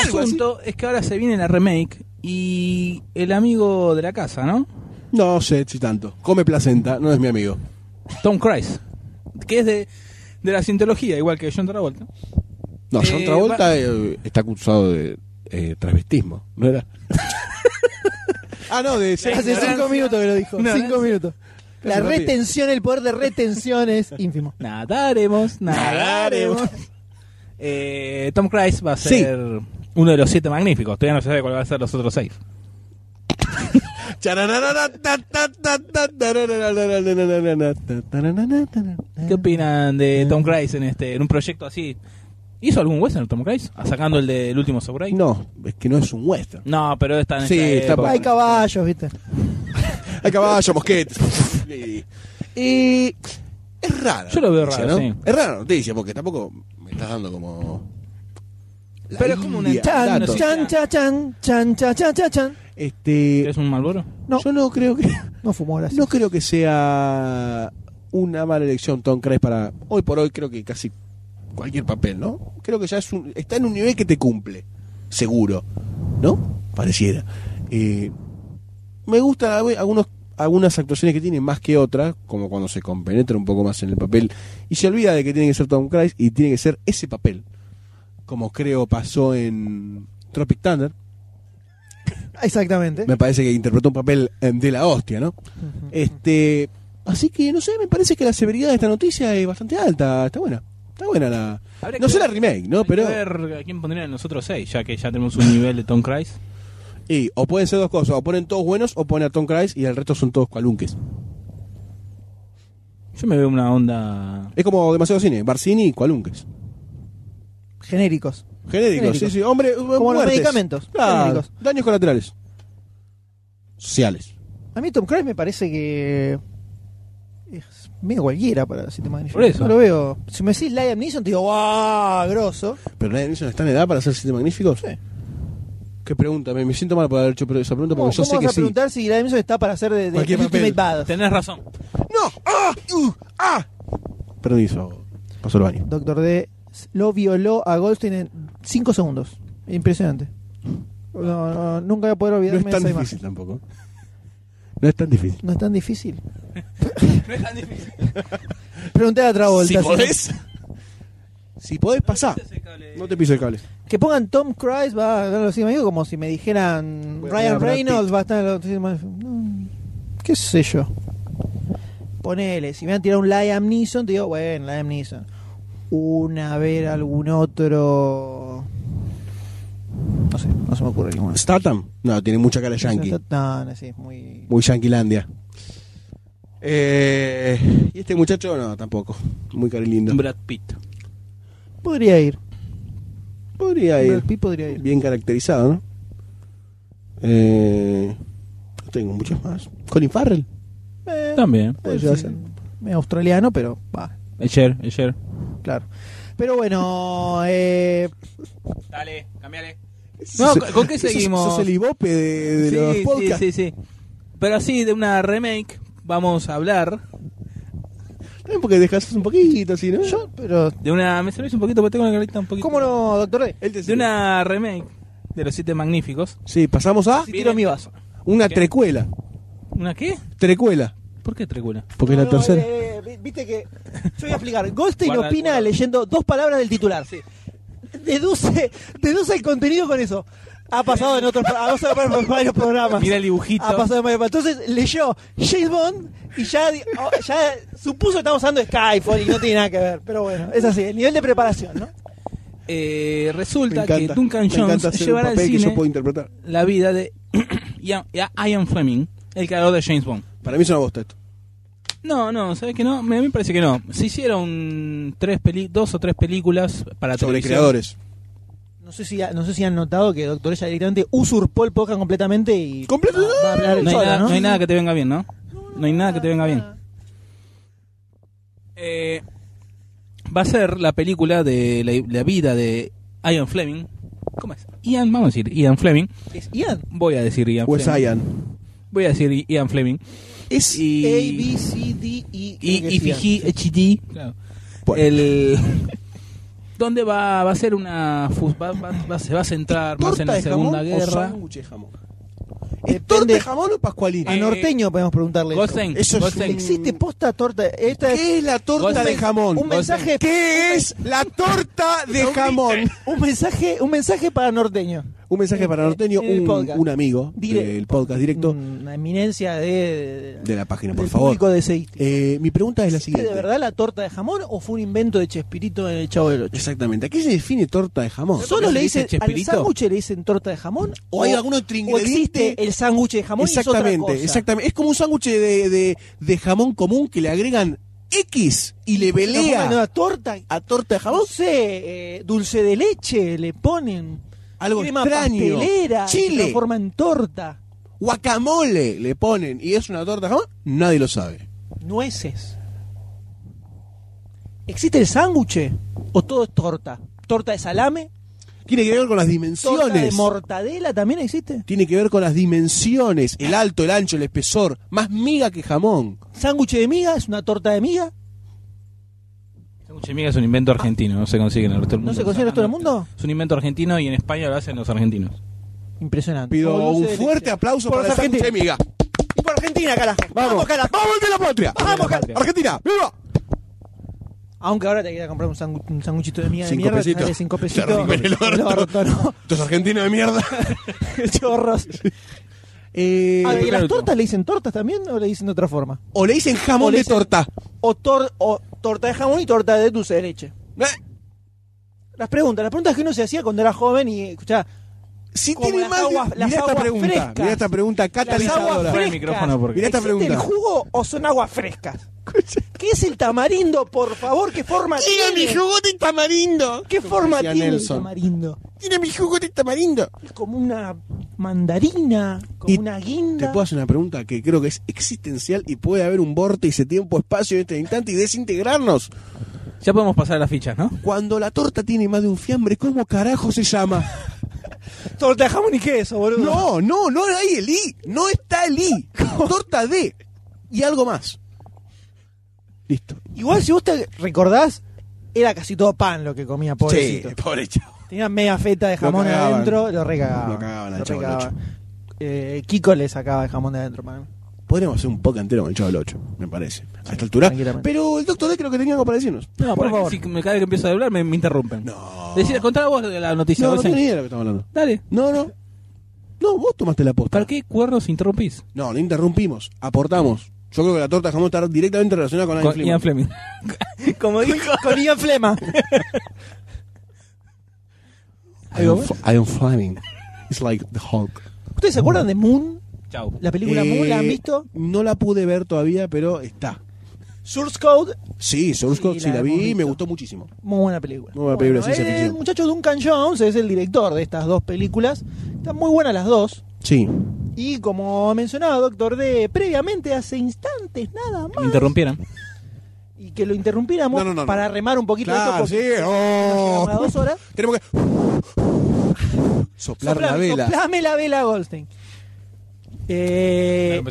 [SPEAKER 3] El asunto es que ahora se viene la remake y el amigo de la casa, ¿no?
[SPEAKER 4] No sé si tanto. Come placenta, no es mi amigo.
[SPEAKER 3] Tom Cruise, que es de, de la cientología, igual que John Travolta.
[SPEAKER 4] No, John
[SPEAKER 3] Eh,
[SPEAKER 4] Travolta eh, está acusado de eh, travestismo, ¿no era? ah, no, de ser
[SPEAKER 1] Hace cinco minutos que lo dijo.
[SPEAKER 3] No,
[SPEAKER 1] cinco
[SPEAKER 3] no.
[SPEAKER 1] minutos. La
[SPEAKER 4] Rápido.
[SPEAKER 1] retención, el poder de retención es ínfimo.
[SPEAKER 3] Nadaremos, nadaremos. Eh, Tom Cruise va a
[SPEAKER 4] Sí.
[SPEAKER 3] ser uno de los siete magníficos. Todavía no se sabe cuál va a ser los otros seis. ¿Qué opinan de
[SPEAKER 4] Mm.
[SPEAKER 3] Tom Cruise en este en un proyecto así? ¿Hizo algún western Tom Cruise? Ah, Sacando el del último samurai.
[SPEAKER 4] No, es que no es un western.
[SPEAKER 3] No, pero está en
[SPEAKER 4] Sí,
[SPEAKER 3] esta
[SPEAKER 4] está
[SPEAKER 3] época.
[SPEAKER 1] Hay caballos, ¿viste?
[SPEAKER 4] Hay caballo, mosquete. Y, y es raro.
[SPEAKER 3] Yo lo veo
[SPEAKER 4] noticia,
[SPEAKER 3] raro,
[SPEAKER 4] ¿no?
[SPEAKER 3] sí.
[SPEAKER 4] Es raro la noticia, porque tampoco me estás dando como. la
[SPEAKER 3] Pero es como una
[SPEAKER 4] India,
[SPEAKER 3] entrada,
[SPEAKER 1] Chan,
[SPEAKER 4] datos.
[SPEAKER 3] no sé.
[SPEAKER 1] chan, chan, chan, chan, chan, chan, chan, chan.
[SPEAKER 4] Este,
[SPEAKER 3] ¿Es un malboro?
[SPEAKER 1] No.
[SPEAKER 4] Yo no creo que.
[SPEAKER 1] No fumó, gracias.
[SPEAKER 4] No creo que sea una mala elección Tom Cruise para hoy por hoy creo que casi cualquier papel, ¿no? Creo que ya es un- está en un nivel que te cumple, seguro, ¿no? Pareciera. Eh, me gustan algu- algunos algunas actuaciones que tiene más que otras, como cuando se compenetra un poco más en el papel y se olvida de que tiene que ser Tom Cruise y tiene que ser ese papel, como creo pasó en Tropic Thunder.
[SPEAKER 1] Exactamente.
[SPEAKER 4] Me parece que interpretó un papel eh, de la hostia, ¿no? Este, así que no sé, me parece que la severidad de esta noticia es bastante alta, está buena. Está buena la
[SPEAKER 3] Habría
[SPEAKER 4] No
[SPEAKER 3] que
[SPEAKER 4] sé la
[SPEAKER 3] ver-
[SPEAKER 4] remake, ¿no?
[SPEAKER 3] Hay que
[SPEAKER 4] Pero
[SPEAKER 3] ver a quién pondrían los otros seis, ya que ya tenemos un nivel de Tom Cruise.
[SPEAKER 4] y, o pueden ser dos cosas, o ponen todos buenos o ponen a Tom Cruise y el resto son todos cualunques.
[SPEAKER 3] Yo me veo una onda.
[SPEAKER 4] Es como demasiado cine, Barcini y cualunques.
[SPEAKER 1] Genéricos.
[SPEAKER 4] Genéricos,
[SPEAKER 1] Genéricos.
[SPEAKER 4] sí, sí, hombre,
[SPEAKER 1] Como los medicamentos,
[SPEAKER 4] Claro,
[SPEAKER 1] genéricos.
[SPEAKER 4] daños colaterales. Sociales.
[SPEAKER 1] A mí Tom Cruise me parece que es medio cualquiera para Siete Magníficos.
[SPEAKER 3] Por eso.
[SPEAKER 1] No lo veo. Si me decís Liam Neeson, te digo, ¡guau! Grosso.
[SPEAKER 4] ¿Pero Liam Neeson está en edad para hacer siete magníficos?
[SPEAKER 1] Sí.
[SPEAKER 4] Qué pregunta, me, me siento mal por haber hecho esa pregunta
[SPEAKER 1] ¿Cómo,
[SPEAKER 4] porque yo
[SPEAKER 1] cómo
[SPEAKER 4] sé
[SPEAKER 1] vas
[SPEAKER 4] que
[SPEAKER 1] a
[SPEAKER 4] sí.
[SPEAKER 1] preguntar si Liam Neeson está para hacer de, de
[SPEAKER 4] Cualquier
[SPEAKER 1] Ultimate
[SPEAKER 4] papel.
[SPEAKER 1] Bad?
[SPEAKER 3] Tenés razón.
[SPEAKER 4] ¡No! ¡Ah! ¡Uh! ¡Ah! Permiso, pasó el baño.
[SPEAKER 1] Doctor D lo violó a Goldstein en 5 segundos. Impresionante. No, no, nunca voy a poder
[SPEAKER 4] No
[SPEAKER 1] olvidarme
[SPEAKER 4] es tan
[SPEAKER 1] de esa
[SPEAKER 4] difícil
[SPEAKER 1] imagen.
[SPEAKER 4] tampoco. No es tan difícil.
[SPEAKER 1] No es tan difícil.
[SPEAKER 3] No es tan difícil.
[SPEAKER 1] Pregunté a otra
[SPEAKER 4] Si
[SPEAKER 1] vuelta.
[SPEAKER 4] podés, si podés, pasá. No te piso el cable.
[SPEAKER 1] Que pongan Tom Cruise va a ver los amigos como si me dijeran
[SPEAKER 4] Voy a poner a
[SPEAKER 1] Ryan
[SPEAKER 4] Brad
[SPEAKER 1] Reynolds va a estar en los Cien Magníficos. No, qué sé yo. Ponele, si me han tirado un Liam Neeson, te digo, bueno, Liam Neeson. Una ver algún otro no sé, no se me ocurre ninguno.
[SPEAKER 4] Statham. No, tiene mucha cara de yankee.
[SPEAKER 1] No, no, sí, es muy
[SPEAKER 4] Muy yanquilandia. Eh, y este muchacho, no, tampoco. Muy cari lindo.
[SPEAKER 3] Brad Pitt.
[SPEAKER 1] podría ir.
[SPEAKER 4] Podría ir.
[SPEAKER 1] Brad Pitt podría ir.
[SPEAKER 4] Bien caracterizado, ¿no? Eh, no tengo muchos más. Colin Farrell.
[SPEAKER 1] Eh,
[SPEAKER 3] También.
[SPEAKER 4] podría
[SPEAKER 1] es,
[SPEAKER 4] ser.
[SPEAKER 1] medio australiano, pero va,
[SPEAKER 3] Echer, Echer.
[SPEAKER 1] claro. Pero bueno, eh,
[SPEAKER 3] Dale, cambiale.
[SPEAKER 4] Sos-
[SPEAKER 3] ¿con- con qué
[SPEAKER 4] sos-
[SPEAKER 3] seguimos?
[SPEAKER 4] Sos, el ibope de, de los podcasts.
[SPEAKER 3] sí, sí. Pero así, de una remake, vamos a hablar
[SPEAKER 4] También porque descansas un poquito, así, ¿no?
[SPEAKER 1] yo, pero
[SPEAKER 3] de una... Me servís un poquito, porque tengo la carita un poquito...
[SPEAKER 1] ¿cómo no, doctor D?
[SPEAKER 4] Él te
[SPEAKER 3] De una remake de Los Siete Magníficos.
[SPEAKER 4] Sí, pasamos a
[SPEAKER 3] Tiro mi vaso.
[SPEAKER 4] una
[SPEAKER 3] ¿Qué?
[SPEAKER 4] trecuela.
[SPEAKER 3] ¿Una qué?
[SPEAKER 4] Trecuela.
[SPEAKER 3] ¿Por qué Trecula?
[SPEAKER 4] Porque
[SPEAKER 1] No,
[SPEAKER 4] es la
[SPEAKER 1] no,
[SPEAKER 4] tercera.
[SPEAKER 1] eh, eh, viste que. Yo voy a explicar. Goldstein
[SPEAKER 3] Guarda,
[SPEAKER 1] opina
[SPEAKER 3] guarda.
[SPEAKER 1] leyendo dos palabras del titular. Deduce, deduce el contenido con eso. Ha pasado en otros ha pasado en varios
[SPEAKER 4] Ah,
[SPEAKER 1] programas.
[SPEAKER 3] Mira el dibujito.
[SPEAKER 1] Ha pasado en varios Entonces leyó James Bond y ya, di- oh, ya supuso que estamos usando Skyfall y no tiene nada que ver. Pero bueno, es así, el nivel de preparación, ¿no?
[SPEAKER 3] Eh,
[SPEAKER 4] Me
[SPEAKER 3] resulta que
[SPEAKER 4] encanta.
[SPEAKER 3] Duncan
[SPEAKER 4] Me encanta
[SPEAKER 3] Jones
[SPEAKER 4] hacer
[SPEAKER 3] llevará
[SPEAKER 4] un
[SPEAKER 3] al
[SPEAKER 4] papel que yo
[SPEAKER 3] cine
[SPEAKER 4] puedo interpretar.
[SPEAKER 3] la vida de Ian, Ian Fleming, el creador de James Bond.
[SPEAKER 4] Para mí es una bosta esto.
[SPEAKER 3] No, no, ¿sabes que no? Me- A mí me parece que no. Se hicieron tres peli dos o tres películas para
[SPEAKER 4] Sobre
[SPEAKER 3] televisión.
[SPEAKER 4] creadores.
[SPEAKER 1] No sé, si, ha- no sé si han notado que Doctor Ella directamente usurpó el podcast completamente y.
[SPEAKER 4] Completo.
[SPEAKER 1] Va- va a hablar él
[SPEAKER 3] No hay,
[SPEAKER 1] solo,
[SPEAKER 3] nada,
[SPEAKER 1] ¿no?
[SPEAKER 3] no hay nada que te venga bien, ¿no? No hay nada que te venga bien. Eh, va a ser la película de la, la vida de Ian Fleming. ¿Cómo es? Ian, vamos a decir Ian Fleming.
[SPEAKER 1] Es Ian.
[SPEAKER 3] Voy a decir Ian
[SPEAKER 1] Pues
[SPEAKER 4] Wes
[SPEAKER 3] Fleming.
[SPEAKER 4] Ian.
[SPEAKER 3] Voy a decir Ian Fleming.
[SPEAKER 4] Es
[SPEAKER 3] Y-
[SPEAKER 1] A, B, C, D, E. creo que
[SPEAKER 3] y
[SPEAKER 1] es Ian.
[SPEAKER 3] Ifigi HD. Claro.
[SPEAKER 4] Bueno.
[SPEAKER 3] El. ¿Dónde va, va a ser una. fu- Va, va- va- se va a centrar más
[SPEAKER 4] ¿Torta
[SPEAKER 3] en la
[SPEAKER 4] de
[SPEAKER 3] Segunda
[SPEAKER 4] jamón o
[SPEAKER 3] Guerra.
[SPEAKER 4] sándwich de jamón?
[SPEAKER 1] Depende-
[SPEAKER 4] ¿Es torta de jamón o pascualina?
[SPEAKER 1] A
[SPEAKER 3] Eh,
[SPEAKER 1] norteño podemos preguntarle. eso.
[SPEAKER 3] Goldstein.
[SPEAKER 4] Eso es
[SPEAKER 3] Goldstein.
[SPEAKER 1] ¿Existe posta torta? Esta es
[SPEAKER 4] ¿Qué es la torta de
[SPEAKER 3] Goldstein.
[SPEAKER 4] jamón?
[SPEAKER 1] un mensaje.
[SPEAKER 4] ¿Qué es la torta de jamón?
[SPEAKER 1] Un mensaje, un mensaje para norteño.
[SPEAKER 4] Un mensaje para Norteño,
[SPEAKER 1] En el
[SPEAKER 4] un,
[SPEAKER 1] podcast.
[SPEAKER 4] un amigo
[SPEAKER 1] Directo.
[SPEAKER 4] del podcast directo
[SPEAKER 3] Mm.
[SPEAKER 1] Una eminencia de,
[SPEAKER 4] de la página, por
[SPEAKER 1] del
[SPEAKER 4] favor.
[SPEAKER 1] público de Seisti.
[SPEAKER 4] Eh, mi pregunta es la
[SPEAKER 1] ¿Existe
[SPEAKER 4] siguiente.
[SPEAKER 1] de verdad la torta de jamón o fue un invento de Chespirito en el Chavo del Ocho?
[SPEAKER 4] Exactamente. ¿A qué se define torta de jamón?
[SPEAKER 1] ¿Solo
[SPEAKER 3] se
[SPEAKER 1] le
[SPEAKER 3] dice
[SPEAKER 1] dicen al
[SPEAKER 3] Chespirito?
[SPEAKER 1] sándwich le dicen torta de jamón?
[SPEAKER 4] ¿O hay algún otro
[SPEAKER 1] o existe
[SPEAKER 4] ingrediente?
[SPEAKER 1] el sándwich de jamón? y es otra
[SPEAKER 4] Exactamente,
[SPEAKER 1] cosa?
[SPEAKER 4] exactamente. Es como un sándwich de, de- de jamón común que le agregan X y le
[SPEAKER 1] Pero ¿cómo
[SPEAKER 4] pelea
[SPEAKER 1] una torta.
[SPEAKER 4] a torta de
[SPEAKER 1] No
[SPEAKER 4] jamón.
[SPEAKER 1] sé, eh, dulce de leche le ponen.
[SPEAKER 4] Algo
[SPEAKER 1] crema
[SPEAKER 4] extraño.
[SPEAKER 1] pastelera, se
[SPEAKER 4] Chile.
[SPEAKER 1] transforma en torta,
[SPEAKER 4] guacamole le ponen y es una torta de jamón, nadie lo sabe.
[SPEAKER 1] nueces. ¿Existe el sándwich o todo es torta? ¿Torta de salame?
[SPEAKER 4] Tiene que ver con las
[SPEAKER 1] ¿Torta de
[SPEAKER 4] dimensiones.
[SPEAKER 1] mortadela también existe?
[SPEAKER 4] Tiene que ver con las dimensiones, el alto, el ancho, el espesor, más miga que jamón.
[SPEAKER 1] ¿Sándwich de miga? ¿Es una torta de miga?
[SPEAKER 3] Sándwich de miga es un invento argentino, no se consigue en el resto del
[SPEAKER 1] ¿No
[SPEAKER 3] mundo.
[SPEAKER 1] se consigue en todo el mundo?
[SPEAKER 3] Es un invento argentino y en España lo hacen los argentinos.
[SPEAKER 1] Impresionante. O
[SPEAKER 4] Pido
[SPEAKER 1] dulce
[SPEAKER 4] un
[SPEAKER 1] de leche.
[SPEAKER 4] fuerte aplauso
[SPEAKER 1] Por
[SPEAKER 4] para el
[SPEAKER 1] los
[SPEAKER 4] sándwich de
[SPEAKER 1] argentinos.
[SPEAKER 4] miga.
[SPEAKER 1] Y por Argentina, carajo.
[SPEAKER 4] Vamos,
[SPEAKER 1] carajo.
[SPEAKER 4] vamos de la patria. Vamos,
[SPEAKER 3] patria.
[SPEAKER 4] carajo. Argentina, viva.
[SPEAKER 1] Aunque ahora te queda comprar un sangu- un sanguchito de miga de
[SPEAKER 4] Cinco
[SPEAKER 1] mierda, te
[SPEAKER 4] pesitos.
[SPEAKER 1] sale cinco
[SPEAKER 4] Te
[SPEAKER 1] pesitos.
[SPEAKER 4] rompen el orto.
[SPEAKER 1] orto, ¿no?
[SPEAKER 4] Estos argentinos de mierda.
[SPEAKER 1] Chorros.
[SPEAKER 4] Eh,
[SPEAKER 1] Ah, ¿Y a las
[SPEAKER 3] claro.
[SPEAKER 1] tortas le dicen tortas también o le dicen de otra forma?
[SPEAKER 4] o le dicen jamón
[SPEAKER 1] O le
[SPEAKER 4] de
[SPEAKER 1] dicen-
[SPEAKER 4] torta.
[SPEAKER 1] o, tor- o torta de jamón y torta de dulce de leche.
[SPEAKER 4] Eh,
[SPEAKER 1] Las preguntas, las preguntas que uno se hacía cuando era joven y escuchá,
[SPEAKER 4] Si
[SPEAKER 1] Como
[SPEAKER 4] tiene
[SPEAKER 1] las
[SPEAKER 4] más de-
[SPEAKER 1] aguas-
[SPEAKER 4] mirá
[SPEAKER 1] las
[SPEAKER 4] esta
[SPEAKER 1] aguas
[SPEAKER 4] pregunta,
[SPEAKER 1] frescas.
[SPEAKER 4] mirá esta pregunta catalizadora.
[SPEAKER 1] aguas
[SPEAKER 3] Fuera el
[SPEAKER 1] Frescas.
[SPEAKER 3] micrófono porque.
[SPEAKER 4] Mirá esta
[SPEAKER 1] ¿existe
[SPEAKER 4] pregunta.
[SPEAKER 1] el jugo o son aguas frescas? ¿Qué es el tamarindo, por favor? ¿Qué forma
[SPEAKER 4] Tiene mi
[SPEAKER 1] tiene?
[SPEAKER 4] jugo de tamarindo.
[SPEAKER 1] ¿Qué forma
[SPEAKER 4] Decía
[SPEAKER 1] tiene el
[SPEAKER 4] Nelson.
[SPEAKER 1] tamarindo?
[SPEAKER 4] Tiene mi jugo de tamarindo.
[SPEAKER 1] Es como una mandarina, con
[SPEAKER 4] Y
[SPEAKER 1] una guinda.
[SPEAKER 4] Te puedo hacer una pregunta que creo que es existencial y puede haber un vórtice tiempo-espacio en este instante y desintegrarnos.
[SPEAKER 3] Ya podemos pasar a las fichas, ¿no?
[SPEAKER 4] Cuando la torta tiene más de un fiambre, ¿cómo carajo se llama?
[SPEAKER 1] Torta de jamón y queso, boludo.
[SPEAKER 4] No, no, no hay el I. No está el I. Torta D. Y algo más. Listo.
[SPEAKER 1] Igual si vos te recordás, era casi todo pan lo que comía, pobrecito.
[SPEAKER 4] pobre chavo.
[SPEAKER 1] Tenía media feta de jamón
[SPEAKER 4] cagaban.
[SPEAKER 1] adentro, lo recagaban.
[SPEAKER 4] Lo cagaban al Chavo del
[SPEAKER 1] Eh, Kiko le sacaba el jamón de adentro, para mí.
[SPEAKER 4] Podríamos hacer un poco entero con el chavo del 8, me parece. A esta altura.
[SPEAKER 1] tranquilamente.
[SPEAKER 4] Pero el doctor D creo que tenía algo para decirnos.
[SPEAKER 3] No,
[SPEAKER 1] por
[SPEAKER 3] porque
[SPEAKER 1] favor.
[SPEAKER 3] Si me, cada vez que empiezo a hablar me, me interrumpen.
[SPEAKER 4] No.
[SPEAKER 3] Decía, contá vos lo de la noticia.
[SPEAKER 4] No, no
[SPEAKER 3] vos
[SPEAKER 4] tenía
[SPEAKER 3] en-
[SPEAKER 4] ni idea de lo que estamos hablando.
[SPEAKER 3] Dale.
[SPEAKER 4] No, no. No, vos tomaste la posta.
[SPEAKER 3] ¿Para qué cuernos interrumpís?
[SPEAKER 4] No, no interrumpimos. Aportamos. Yo creo que la torta de jamón está directamente relacionada con Ian
[SPEAKER 3] Con
[SPEAKER 4] Fleming.
[SPEAKER 3] Ian Fleming.
[SPEAKER 1] Como dijo con Ian Flema.
[SPEAKER 4] Ian F- Ian Fleming. It's like the Hulk.
[SPEAKER 1] ¿Ustedes se acuerdan de Moon?
[SPEAKER 3] Chau.
[SPEAKER 1] La película
[SPEAKER 4] Eh,
[SPEAKER 1] Moon, ¿la han visto?
[SPEAKER 4] No la pude ver todavía, pero está.
[SPEAKER 1] Source Code,
[SPEAKER 4] Sí, Source
[SPEAKER 1] Sí,
[SPEAKER 4] Code, sí,
[SPEAKER 1] la
[SPEAKER 4] la
[SPEAKER 1] hemos
[SPEAKER 4] vi y me
[SPEAKER 1] visto.
[SPEAKER 4] gustó muchísimo.
[SPEAKER 1] muy buena película.
[SPEAKER 4] Muy buena película de
[SPEAKER 1] Bueno,
[SPEAKER 4] ciencia
[SPEAKER 1] el,
[SPEAKER 4] ficción.
[SPEAKER 1] muchacho Duncan Jones es el director de estas dos películas. Están muy buenas las dos.
[SPEAKER 4] Sí.
[SPEAKER 1] Y como mencionaba Doctor D previamente, hace instantes nada
[SPEAKER 3] Me
[SPEAKER 1] más.
[SPEAKER 3] interrumpieron.
[SPEAKER 1] y que lo interrumpiéramos
[SPEAKER 4] No, no, no, no.
[SPEAKER 1] para remar un poquito
[SPEAKER 4] Claro,
[SPEAKER 1] esto porque
[SPEAKER 4] sí. Oh.
[SPEAKER 1] nos llevamos a dos horas.
[SPEAKER 4] Tenemos que. Soplar la
[SPEAKER 1] Soplame-
[SPEAKER 4] vela.
[SPEAKER 1] soplame la vela, Goldstein. Eh,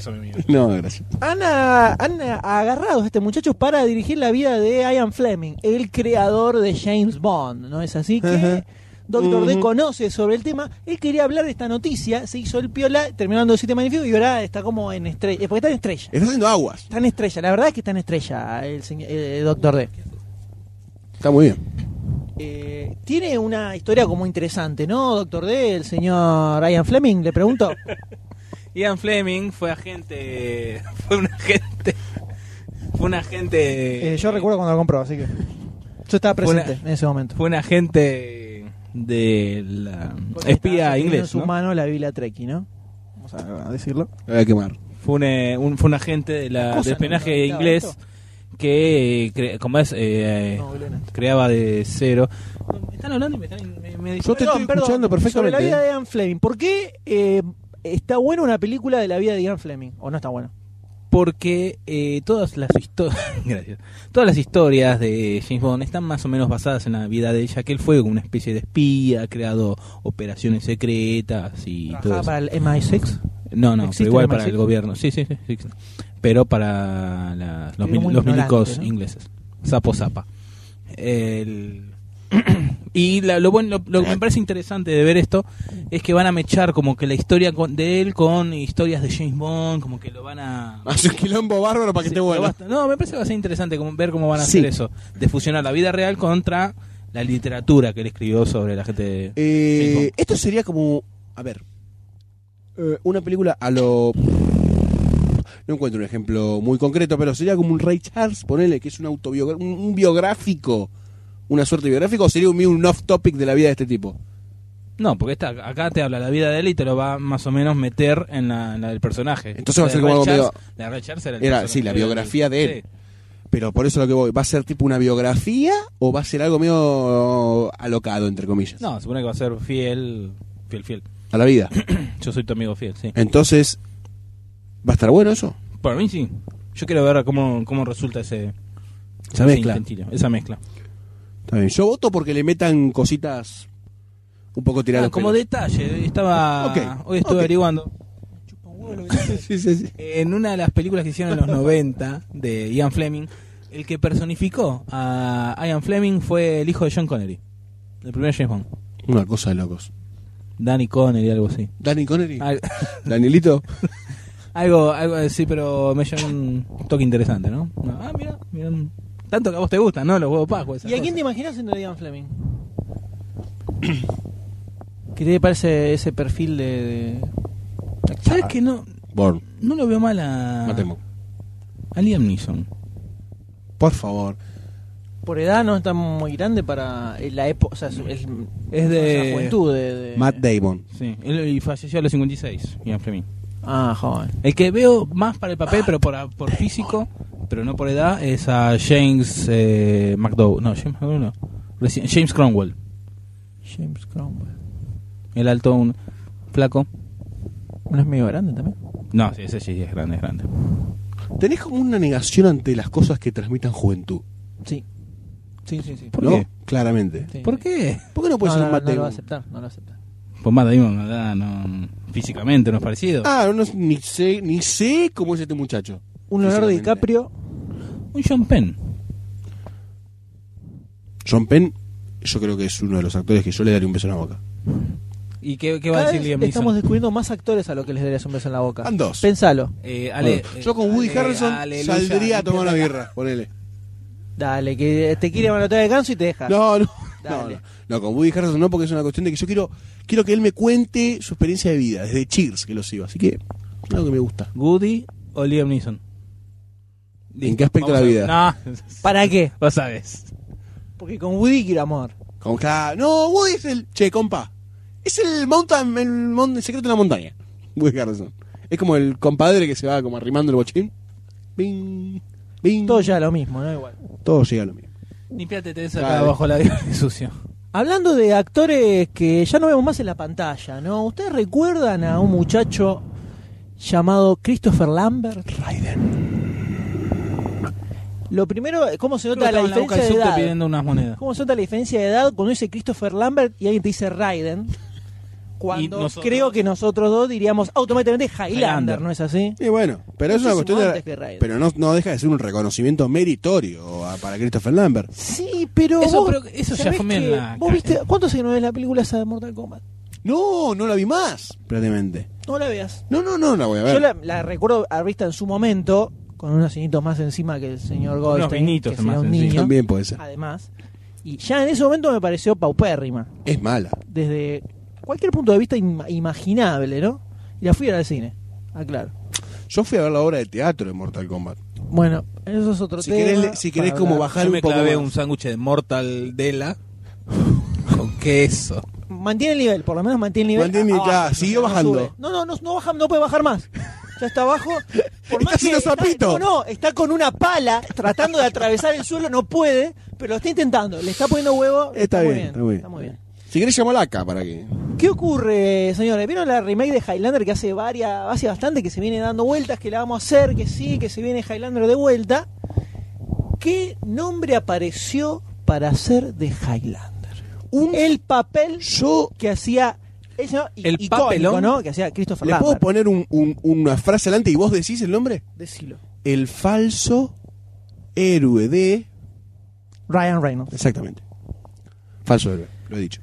[SPEAKER 4] No, gracias.
[SPEAKER 1] han, a- han a- agarrado a este muchacho para dirigir la vida de Ian Fleming, el creador de James Bond, ¿no es así? Que
[SPEAKER 4] Ajá.
[SPEAKER 1] Doctor D
[SPEAKER 4] Ujú.
[SPEAKER 1] conoce sobre el tema, él quería hablar de esta noticia, se hizo el piola, terminando el sitio magnífico y ahora está como en estrella, porque está en estrella.
[SPEAKER 4] Estás haciendo aguas.
[SPEAKER 1] Está en estrella, la verdad es que está en estrella el, señor- el Doctor D.
[SPEAKER 4] Está muy bien.
[SPEAKER 1] Eh, tiene una historia como interesante, ¿no, doctor D? El señor Ian Fleming, le pregunto.
[SPEAKER 3] Ian Fleming fue agente. Fue un agente. Fue un agente.
[SPEAKER 1] Eh, yo recuerdo cuando lo compró, así que. Yo estaba presente
[SPEAKER 3] Hola.
[SPEAKER 1] en ese momento.
[SPEAKER 3] Fue un agente de la
[SPEAKER 1] Porque estaba
[SPEAKER 3] espía
[SPEAKER 1] teniendo En
[SPEAKER 3] inglés.
[SPEAKER 1] su
[SPEAKER 3] ¿no?
[SPEAKER 1] mano la Biblia Trekkie, ¿no? Vamos a a decirlo.
[SPEAKER 4] La voy a quemar.
[SPEAKER 3] Fue un, eh, un- fue un agente de la-
[SPEAKER 1] Cosa,
[SPEAKER 3] del
[SPEAKER 1] no,
[SPEAKER 3] espionaje
[SPEAKER 1] no, estaba
[SPEAKER 3] inglés
[SPEAKER 1] esto.
[SPEAKER 3] que, eh, cre- como es, eh,
[SPEAKER 1] No, Belén.
[SPEAKER 3] creaba de cero. Me están hablando y me están. me-
[SPEAKER 1] Eh,
[SPEAKER 3] me-
[SPEAKER 4] Yo te estoy escuchando
[SPEAKER 1] Sobre la
[SPEAKER 4] perfectamente.
[SPEAKER 1] vida de Ian Fleming. ¿Por qué eh, está buena una película de la vida de Ian Fleming? ¿O no está buena?
[SPEAKER 3] Porque eh, todas las historias. Todas las historias de James Bond están más o menos basadas en la vida de ella, que él fue una especie de espía, ha creado operaciones secretas y todo
[SPEAKER 1] Trabajaba
[SPEAKER 3] eso.
[SPEAKER 1] para el MI6.
[SPEAKER 3] No, no,
[SPEAKER 1] ¿Existe
[SPEAKER 3] pero igual
[SPEAKER 1] el
[SPEAKER 3] para
[SPEAKER 1] MI6?
[SPEAKER 3] el gobierno. Sí, sí, sí. sí, sí. Pero para la-
[SPEAKER 1] Pero
[SPEAKER 3] los, mil-
[SPEAKER 1] muy
[SPEAKER 3] los
[SPEAKER 1] ignorante,
[SPEAKER 3] milicos
[SPEAKER 1] ¿no?
[SPEAKER 3] ingleses. Sapo zapa. El- y la- lo, bueno, lo, lo que me parece interesante de ver esto es que van a mechar como que la historia con- de él con historias de James Bond, como que lo van a...
[SPEAKER 4] Hace un quilombo bárbaro para que esté
[SPEAKER 3] Sí, pero
[SPEAKER 4] Ah, bueno.
[SPEAKER 3] basta. No, me parece que va a ser interesante como, ver cómo van a
[SPEAKER 4] Sí.
[SPEAKER 3] hacer eso. De fusionar la vida real contra la literatura que él escribió sobre la gente de...
[SPEAKER 4] Eh,
[SPEAKER 3] James Bond.
[SPEAKER 4] esto sería como. A ver. eh, una película a lo. No encuentro un ejemplo muy concreto, pero sería como un Ray Charles, ponele, que es un autobiográfico. Un, un biográfico. Una suerte de biográfico, o sería un, un off-topic de la vida de este tipo.
[SPEAKER 3] No, porque esta, acá te habla la vida de él y te lo va más o menos meter en la, en la del personaje.
[SPEAKER 4] Entonces va a
[SPEAKER 3] La
[SPEAKER 4] ser
[SPEAKER 3] de
[SPEAKER 4] como
[SPEAKER 3] Ray
[SPEAKER 4] algo
[SPEAKER 3] Charles- La de Ray Charles era, el
[SPEAKER 4] Era,
[SPEAKER 3] personaje
[SPEAKER 4] sí, la
[SPEAKER 3] del-
[SPEAKER 4] biografía de él.
[SPEAKER 3] Sí.
[SPEAKER 4] Pero por eso lo que voy, ¿va a ser tipo una biografía o va a ser algo medio alocado, entre comillas?
[SPEAKER 3] No, supone que va a ser fiel, fiel, fiel.
[SPEAKER 4] A la vida.
[SPEAKER 3] Yo soy tu amigo fiel, sí.
[SPEAKER 4] Eh. Entonces, ¿va a estar bueno eso?
[SPEAKER 3] Para mí sí. Yo quiero ver cómo, cómo resulta ese,
[SPEAKER 4] Esa
[SPEAKER 3] ese
[SPEAKER 4] mezcla.
[SPEAKER 3] intentillo, esa mezcla.
[SPEAKER 4] Está bien. Yo voto porque le metan cositas un poco tiradas.
[SPEAKER 3] Ah, como detalle, estaba
[SPEAKER 4] Ok,
[SPEAKER 3] hoy estuve
[SPEAKER 4] ok.
[SPEAKER 3] averiguando.
[SPEAKER 4] Sí, sí, sí.
[SPEAKER 3] En una de las películas que hicieron en los 90 de Ian Fleming, el que personificó a Ian Fleming fue el hijo de John Connery, el primer James Bond.
[SPEAKER 4] Una cosa de locos.
[SPEAKER 3] Danny Connery, algo así.
[SPEAKER 4] Danny Connery.
[SPEAKER 3] Al-
[SPEAKER 4] Danielito.
[SPEAKER 3] Algo, algo eh, sí, pero me lleva un toque interesante, ¿no? Ah, mira, mira. Tanto que a vos te gustan, ¿no? Los huevos pajos. esas
[SPEAKER 1] ¿Y a quién te
[SPEAKER 3] cosas.
[SPEAKER 1] imaginas siendo Ian Fleming? ¿Qué te parece ese perfil de.?
[SPEAKER 3] ¿Sabes que no,
[SPEAKER 4] Born.
[SPEAKER 3] no lo veo mal a,
[SPEAKER 4] Matemos.
[SPEAKER 3] a Liam Neeson?
[SPEAKER 4] Por favor.
[SPEAKER 1] Por edad no está muy grande para eh, la época. O sea, su- el-
[SPEAKER 3] Es de-
[SPEAKER 1] la juventud de. de-
[SPEAKER 4] Matt Damon.
[SPEAKER 3] Sí, él y falleció a los 56, Ian Fleming.
[SPEAKER 1] Ah, joven.
[SPEAKER 3] El que veo más para el papel, pero por, por físico, pero no por edad, es a James eh, McDowell. No, James McDowell no. Recién- James Cromwell.
[SPEAKER 1] James Cromwell.
[SPEAKER 3] El alto, un flaco.
[SPEAKER 1] ¿No es medio grande también?
[SPEAKER 3] No, sí, ese sí es grande, es grande.
[SPEAKER 4] Tenés como una negación ante las cosas que transmitan juventud,
[SPEAKER 1] Sí. Sí, sí, sí.
[SPEAKER 3] ¿Por
[SPEAKER 4] ¿no?
[SPEAKER 3] qué?
[SPEAKER 4] Claramente.
[SPEAKER 1] Sí.
[SPEAKER 3] ¿Por qué?
[SPEAKER 4] ¿Por qué no
[SPEAKER 1] No,
[SPEAKER 4] puede ser
[SPEAKER 1] no,
[SPEAKER 4] un
[SPEAKER 1] no,
[SPEAKER 4] mate?
[SPEAKER 1] no lo va a aceptar, no lo va a aceptar.
[SPEAKER 3] Pues más Damon, ¿verdad? No, físicamente no es parecido.
[SPEAKER 4] ah, no, ni sé, ni sé cómo es este muchacho.
[SPEAKER 1] Un Leonardo
[SPEAKER 4] Sinceramente.
[SPEAKER 1] DiCaprio
[SPEAKER 3] Un John Penn.
[SPEAKER 4] John Penn, yo creo que es uno de los actores que yo le daría un beso en la boca.
[SPEAKER 3] ¿Y qué, qué va a
[SPEAKER 1] Cada
[SPEAKER 3] decir
[SPEAKER 1] vez
[SPEAKER 3] Liam
[SPEAKER 1] estamos
[SPEAKER 3] Neeson?
[SPEAKER 1] descubriendo más actores a los que les darías un beso en la boca.
[SPEAKER 4] Van dos.
[SPEAKER 1] Pensalo.
[SPEAKER 3] Eh, Ale-
[SPEAKER 4] Bueno, yo con Woody
[SPEAKER 3] Ale-
[SPEAKER 4] Harrison
[SPEAKER 3] Aleluya.
[SPEAKER 4] saldría a tomar una birra, ponele.
[SPEAKER 1] Dale, que te quiere manotear de canso y te deja.
[SPEAKER 4] No, no. No,
[SPEAKER 1] Dale.
[SPEAKER 4] no. No, con Woody Harrison no, porque es una cuestión de que yo quiero quiero que él me cuente su experiencia de vida, desde Cheers que lo sigo. Así que, claro que me gusta.
[SPEAKER 3] Woody o Liam Neeson.
[SPEAKER 4] ¿En qué aspecto de la vida?
[SPEAKER 3] No,
[SPEAKER 1] ¿Para qué?
[SPEAKER 3] vos sabés.
[SPEAKER 1] Porque con Woody quiero amor.
[SPEAKER 4] Como que, ah, no, Woody es el. Che, compa. Es el mountain, el, mon- el secreto de la montaña. Woody Harrison. Es como el compadre que se va como arrimando el bochín. Bing, bing.
[SPEAKER 1] Todo ya lo mismo, ¿no? Igual.
[SPEAKER 4] Todo llega a lo mismo.
[SPEAKER 3] Limpiate, te acá
[SPEAKER 4] Dale.
[SPEAKER 3] abajo la vida sucio.
[SPEAKER 1] Hablando de actores que ya no vemos más en la pantalla, ¿no? ¿Ustedes recuerdan a un muchacho llamado Christopher Lambert?
[SPEAKER 4] Raiden.
[SPEAKER 1] Lo primero, ¿cómo se
[SPEAKER 3] Creo que
[SPEAKER 1] nota la
[SPEAKER 3] estaba en boca
[SPEAKER 1] diferencia de
[SPEAKER 3] del subte
[SPEAKER 1] edad?
[SPEAKER 3] pidiendo unas monedas.
[SPEAKER 1] ¿Cómo se nota la diferencia de edad cuando dice Christopher Lambert y alguien te dice Raiden? Cuando
[SPEAKER 3] Y nosotros-
[SPEAKER 1] creo que nosotros dos diríamos automáticamente Highlander,
[SPEAKER 3] Highlander.
[SPEAKER 1] ¿no es así?
[SPEAKER 4] Y bueno, pero es una
[SPEAKER 1] Muchísimo
[SPEAKER 4] cuestión de.
[SPEAKER 1] antes que Raiden.
[SPEAKER 4] Pero no, no deja de ser un reconocimiento meritorio a- para Christopher Lambert.
[SPEAKER 1] Sí, pero
[SPEAKER 3] Eso,
[SPEAKER 1] vos,
[SPEAKER 3] pero eso ya
[SPEAKER 1] ¿sabés
[SPEAKER 3] fue en
[SPEAKER 1] que-
[SPEAKER 3] la-
[SPEAKER 1] ¿Vos viste cuántos años es la película esa de Mortal Kombat?
[SPEAKER 4] No, no la vi más, prácticamente.
[SPEAKER 1] No la veas.
[SPEAKER 4] No, no, no, la voy a ver.
[SPEAKER 1] Yo la, la recuerdo a vista en su momento, con unos añitos más encima que el señor Goldstein,
[SPEAKER 3] vinitos
[SPEAKER 1] que
[SPEAKER 3] más
[SPEAKER 1] era un
[SPEAKER 3] encima.
[SPEAKER 1] niño,
[SPEAKER 4] También puede ser.
[SPEAKER 1] además. Y ya en ese momento me pareció paupérrima,
[SPEAKER 4] Es mala.
[SPEAKER 1] desde cualquier punto de vista im- imaginable, ¿no? Y la fui a ver al cine, aclaro.
[SPEAKER 4] Yo fui a ver la obra de teatro de Mortal Kombat.
[SPEAKER 1] Bueno, eso es otro
[SPEAKER 4] Si
[SPEAKER 1] tema.
[SPEAKER 4] querés, le- si querés
[SPEAKER 1] para
[SPEAKER 4] como
[SPEAKER 1] hablar.
[SPEAKER 4] bajar
[SPEAKER 3] Yo
[SPEAKER 4] un
[SPEAKER 3] me
[SPEAKER 4] poco
[SPEAKER 3] clavé
[SPEAKER 4] más.
[SPEAKER 3] un sándwich de Mortal Dela con queso.
[SPEAKER 1] Mantiene el nivel, por lo menos mantiene el nivel.
[SPEAKER 4] Mantiene,
[SPEAKER 1] abajo,
[SPEAKER 4] ya,
[SPEAKER 1] no
[SPEAKER 4] siguió
[SPEAKER 1] sube.
[SPEAKER 4] bajando.
[SPEAKER 1] No, no, no, no baja, no puede bajar más. Ya está abajo. Por
[SPEAKER 4] Está
[SPEAKER 1] más que
[SPEAKER 4] haciendo zapito.
[SPEAKER 1] no, no, está con una pala tratando de atravesar el suelo, no puede, pero lo está intentando. Le está poniendo huevo.
[SPEAKER 4] Está, bien, está muy bien.
[SPEAKER 1] está muy bien.
[SPEAKER 4] Si querés llamar acá para que.
[SPEAKER 1] ¿Qué ocurre, señores? ¿Vieron la remake de Highlander que hace varias, hace bastante que se viene dando vueltas, que la vamos a hacer, que sí, que se viene Highlander de vuelta? ¿Qué nombre apareció para hacer de Highlander?
[SPEAKER 4] Un-
[SPEAKER 1] El papel
[SPEAKER 4] Yo
[SPEAKER 1] que hacía el señor i-
[SPEAKER 3] El
[SPEAKER 1] icónico,
[SPEAKER 3] papelón.
[SPEAKER 1] ¿no? Que hacía Christopher
[SPEAKER 4] le puedo
[SPEAKER 1] Lambert.
[SPEAKER 4] poner un- un- una frase adelante y vos decís el nombre.
[SPEAKER 1] Decilo.
[SPEAKER 4] El falso héroe de.
[SPEAKER 1] Ryan Reynolds.
[SPEAKER 4] Exactamente. Falso héroe, lo he dicho.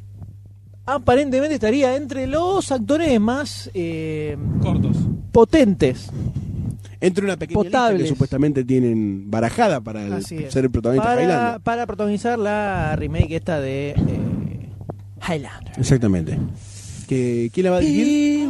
[SPEAKER 1] Aparentemente estaría entre los actores más eh,
[SPEAKER 3] Cortos.
[SPEAKER 1] potentes.
[SPEAKER 4] Entre una pequeña lista
[SPEAKER 1] Potables.
[SPEAKER 4] que supuestamente tienen barajada para el-
[SPEAKER 1] Así es.
[SPEAKER 4] ser el protagonista de
[SPEAKER 1] Para,
[SPEAKER 4] Highlander.
[SPEAKER 1] para protagonizar la remake esta de eh, Highlander.
[SPEAKER 4] Exactamente. Que, ¿Quién la va a dirigir?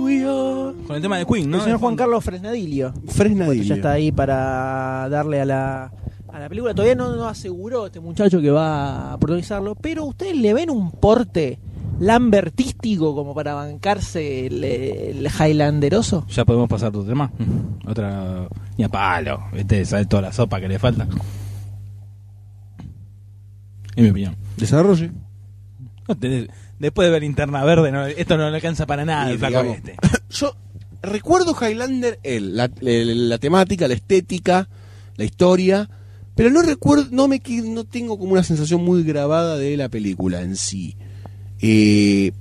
[SPEAKER 3] Con el tema de Queen, ¿no?
[SPEAKER 1] El señor
[SPEAKER 3] De
[SPEAKER 1] Juan
[SPEAKER 3] fondo.
[SPEAKER 1] Carlos Fresnadillo.
[SPEAKER 4] Fresnadillo.
[SPEAKER 1] Ya está ahí para darle a la, a la película. Todavía no, no aseguró este muchacho que va a protagonizarlo, pero ustedes le ven un porte lambertístico como para bancarse el, el highlanderoso.
[SPEAKER 3] Ya podemos pasar otro tema. Otra. Ni a palo. Este sabe toda la sopa que le falta. En mi opinión.
[SPEAKER 4] Desarrolle.
[SPEAKER 3] No tenés- Después de ver Interna Verde, no- esto no le alcanza para nada
[SPEAKER 4] Y
[SPEAKER 3] el flaco
[SPEAKER 4] digamos,
[SPEAKER 3] este.
[SPEAKER 4] Yo recuerdo Highlander, el- la, el- la temática, la estética, la historia, pero no recuerdo, no me qui- no tengo como una sensación muy grabada de la película en sí. Eh,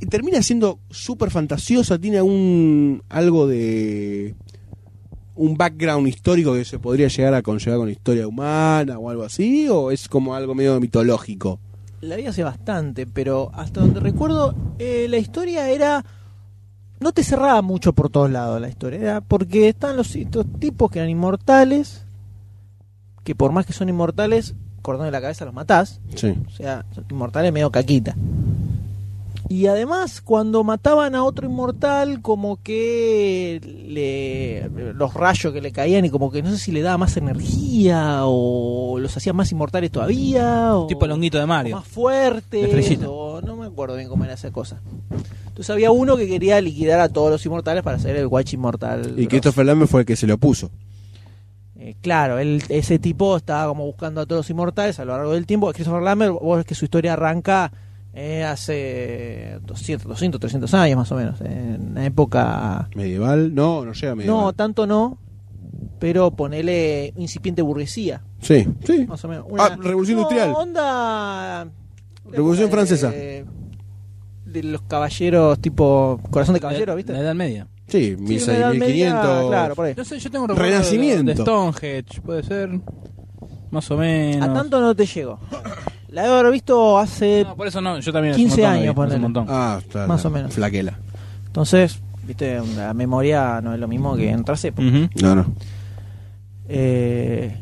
[SPEAKER 4] y termina siendo súper fantasiosa, tiene un algo de un background histórico que se podría llegar a conllevar con la historia humana o algo así, o es como algo medio mitológico.
[SPEAKER 1] La vi hace bastante, pero hasta donde recuerdo, eh, la historia era. No te cerraba mucho por todos lados la historia, era porque están los estos tipos que eran inmortales, que por más que son inmortales, cordón de la cabeza los matás.
[SPEAKER 4] Sí.
[SPEAKER 1] O sea, inmortal es medio caquita. Y además, cuando mataban a otro inmortal, como que le- los rayos que le caían y como que no sé si le daba más energía o los hacía más inmortales todavía. O,
[SPEAKER 3] Tipo el honguito de
[SPEAKER 1] o
[SPEAKER 3] Mario.
[SPEAKER 1] más fuertes.
[SPEAKER 3] Estrellita.
[SPEAKER 1] O, no me acuerdo bien cómo era esa cosa. Entonces había uno que quería liquidar a todos los inmortales para ser el guachi inmortal.
[SPEAKER 4] Y
[SPEAKER 1] grosso.
[SPEAKER 4] Christopher Lambert fue el que se lo puso.
[SPEAKER 1] Eh, claro, él- ese tipo estaba como buscando a todos los inmortales a lo largo del tiempo. Christopher Lambert, vos ves que su historia arranca eh, hace 200, 200, 300 años más o menos, en la época...
[SPEAKER 4] Medieval, no, no llega a medieval.
[SPEAKER 1] No, tanto no, pero ponele incipiente burguesía,
[SPEAKER 4] sí, sí.
[SPEAKER 1] más o menos.
[SPEAKER 4] Ah, revolución
[SPEAKER 1] no,
[SPEAKER 4] industrial.
[SPEAKER 1] onda...
[SPEAKER 4] Revolución
[SPEAKER 1] época
[SPEAKER 4] francesa.
[SPEAKER 1] De, de los caballeros tipo... Corazón de caballero, ¿viste?
[SPEAKER 3] La Edad Media.
[SPEAKER 4] Sí,
[SPEAKER 1] Sí,
[SPEAKER 4] mil
[SPEAKER 1] una
[SPEAKER 4] seis-
[SPEAKER 1] edad
[SPEAKER 4] mil
[SPEAKER 1] media,
[SPEAKER 4] quinientos.
[SPEAKER 1] Claro, por ahí.
[SPEAKER 3] No sé, yo tengo un recuerdo
[SPEAKER 4] Renacimiento.
[SPEAKER 3] De, de Stonehenge, puede ser. Más o menos.
[SPEAKER 1] A tanto no te llego. La debo haber visto hace...
[SPEAKER 3] No, por eso no, yo también.
[SPEAKER 1] 15
[SPEAKER 3] hace un montón
[SPEAKER 1] años,
[SPEAKER 3] lo vi, hace
[SPEAKER 1] ponele.
[SPEAKER 3] un montón.
[SPEAKER 4] Ah, está.
[SPEAKER 1] Más
[SPEAKER 4] la
[SPEAKER 1] o menos.
[SPEAKER 4] Flaquela.
[SPEAKER 1] Entonces, viste, la memoria no es lo mismo que en otras épocas.
[SPEAKER 3] Ujú.
[SPEAKER 4] No, no.
[SPEAKER 1] Eh,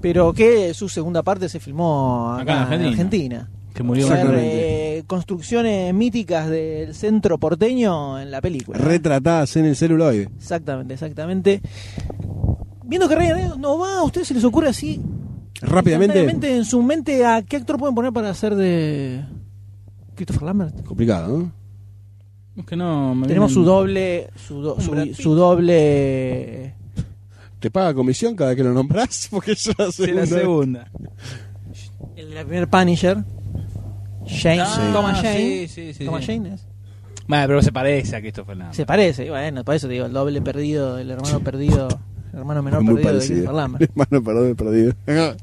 [SPEAKER 1] pero que su segunda parte se filmó
[SPEAKER 3] Acá
[SPEAKER 1] acá,
[SPEAKER 3] en
[SPEAKER 1] en
[SPEAKER 3] Argentina.
[SPEAKER 1] Argentina.
[SPEAKER 3] Que murió.
[SPEAKER 1] O sea,
[SPEAKER 4] Exactamente.
[SPEAKER 1] eh, construcciones míticas del centro porteño en la película.
[SPEAKER 4] Retratadas en el celuloide.
[SPEAKER 1] exactamente, exactamente. Viendo que Ryan Reynolds no va, a ustedes se les ocurre así
[SPEAKER 4] Rápidamente.
[SPEAKER 1] instantáneamente en su mente a qué actor pueden poner para hacer de Christopher Lambert.
[SPEAKER 3] Mm.
[SPEAKER 4] Complicado, ¿no?
[SPEAKER 3] Es que no, me
[SPEAKER 1] Tenemos
[SPEAKER 3] vienen-
[SPEAKER 1] su doble, su, do-
[SPEAKER 3] Un
[SPEAKER 1] su-
[SPEAKER 3] Brad Pitt.
[SPEAKER 1] su doble
[SPEAKER 4] ¿Te paga comisión cada que lo nombrás? Porque es la
[SPEAKER 3] Sí,
[SPEAKER 4] segunda.
[SPEAKER 3] la segunda.
[SPEAKER 1] El de la primer Punisher. Shane.
[SPEAKER 3] Ah,
[SPEAKER 1] Thomas
[SPEAKER 3] sí,
[SPEAKER 1] Shane.
[SPEAKER 3] sí, sí,
[SPEAKER 1] Thomas
[SPEAKER 3] sí.
[SPEAKER 1] Shane es.
[SPEAKER 3] Bueno, pero se parece a Christopher Lambert.
[SPEAKER 1] Se parece, y bueno, por eso te digo, el doble perdido, el hermano perdido, el hermano menor
[SPEAKER 4] Muy
[SPEAKER 1] perdido de
[SPEAKER 4] parecido.
[SPEAKER 1] Christopher Lambert.
[SPEAKER 4] Hermano, perdón, he perdido.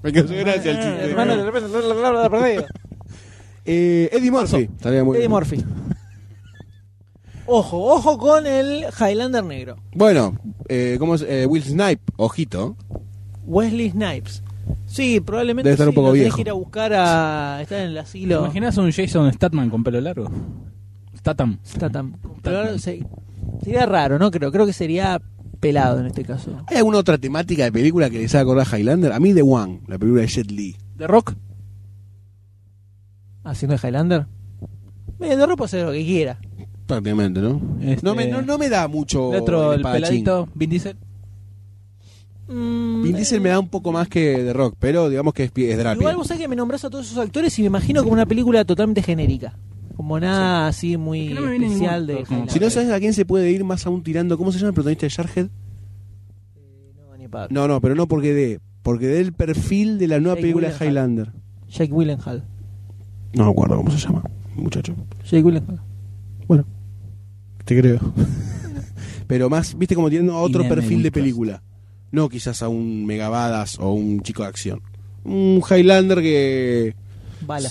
[SPEAKER 4] Me causó gracia el
[SPEAKER 1] El
[SPEAKER 4] chiste.
[SPEAKER 1] Eh, hermano del hermano perdido.
[SPEAKER 4] Eh, Eddie Murphy. Estaría muy
[SPEAKER 1] Eddie
[SPEAKER 4] bien.
[SPEAKER 1] Murphy. Ojo, ojo con el Highlander negro.
[SPEAKER 4] Bueno, eh, ¿cómo es? Eh, Will Snipe, ojito.
[SPEAKER 1] Wesley Snipes. Sí, probablemente
[SPEAKER 4] Debe estar
[SPEAKER 1] sí,
[SPEAKER 4] un poco
[SPEAKER 1] lo tenés
[SPEAKER 4] viejo.
[SPEAKER 1] que ir a buscar a estar en el asilo.
[SPEAKER 3] ¿Te imaginas un Jason Statham con pelo largo? Statham.
[SPEAKER 1] Está tan- pero ahora se- sería raro, ¿no? Creo, creo que sería pelado en este caso.
[SPEAKER 4] ¿Hay alguna otra temática de película que les haga acordar a Highlander? A mí The One, la película de Jet Li.
[SPEAKER 3] ¿De Rock?
[SPEAKER 1] haciendo de Highlander. Me de ropa hacer lo que quiera.
[SPEAKER 4] Prácticamente, ¿no?
[SPEAKER 3] Este-
[SPEAKER 4] No, me, no, no me da mucho.
[SPEAKER 3] ¿De otro,
[SPEAKER 4] Oh,
[SPEAKER 3] el
[SPEAKER 4] espadachín.
[SPEAKER 3] peladito? ¿Vin Diesel?
[SPEAKER 1] Mm,
[SPEAKER 4] Vin Diesel me da un poco más que The Rock, pero digamos que es, pie- es
[SPEAKER 1] eh,
[SPEAKER 4] drapia.
[SPEAKER 1] Igual vos sabés que me nombrás a todos esos actores y me imagino como una película totalmente genérica. Como nada así muy
[SPEAKER 3] Es que no me viene
[SPEAKER 1] especial de
[SPEAKER 3] ningún actor como-
[SPEAKER 1] Highlander.
[SPEAKER 4] Si no sabes a quién se puede ir más aún tirando, ¿cómo se llama el protagonista de Jarhead?
[SPEAKER 1] No, ni padre.
[SPEAKER 4] No, no, pero no porque de, porque del perfil de la nueva
[SPEAKER 1] Jake
[SPEAKER 4] película de
[SPEAKER 1] Gyllenhaal.
[SPEAKER 4] Highlander.
[SPEAKER 1] Jake Willenhall.
[SPEAKER 4] No me acuerdo cómo se llama, muchacho.
[SPEAKER 1] Jake Willenhall.
[SPEAKER 4] Bueno, te creo. pero más, viste como tirando a otro
[SPEAKER 3] Inanimate
[SPEAKER 4] perfil de
[SPEAKER 3] Trust.
[SPEAKER 4] película. No quizás a un Megabadas o un chico de acción. Un Highlander que
[SPEAKER 1] Bala.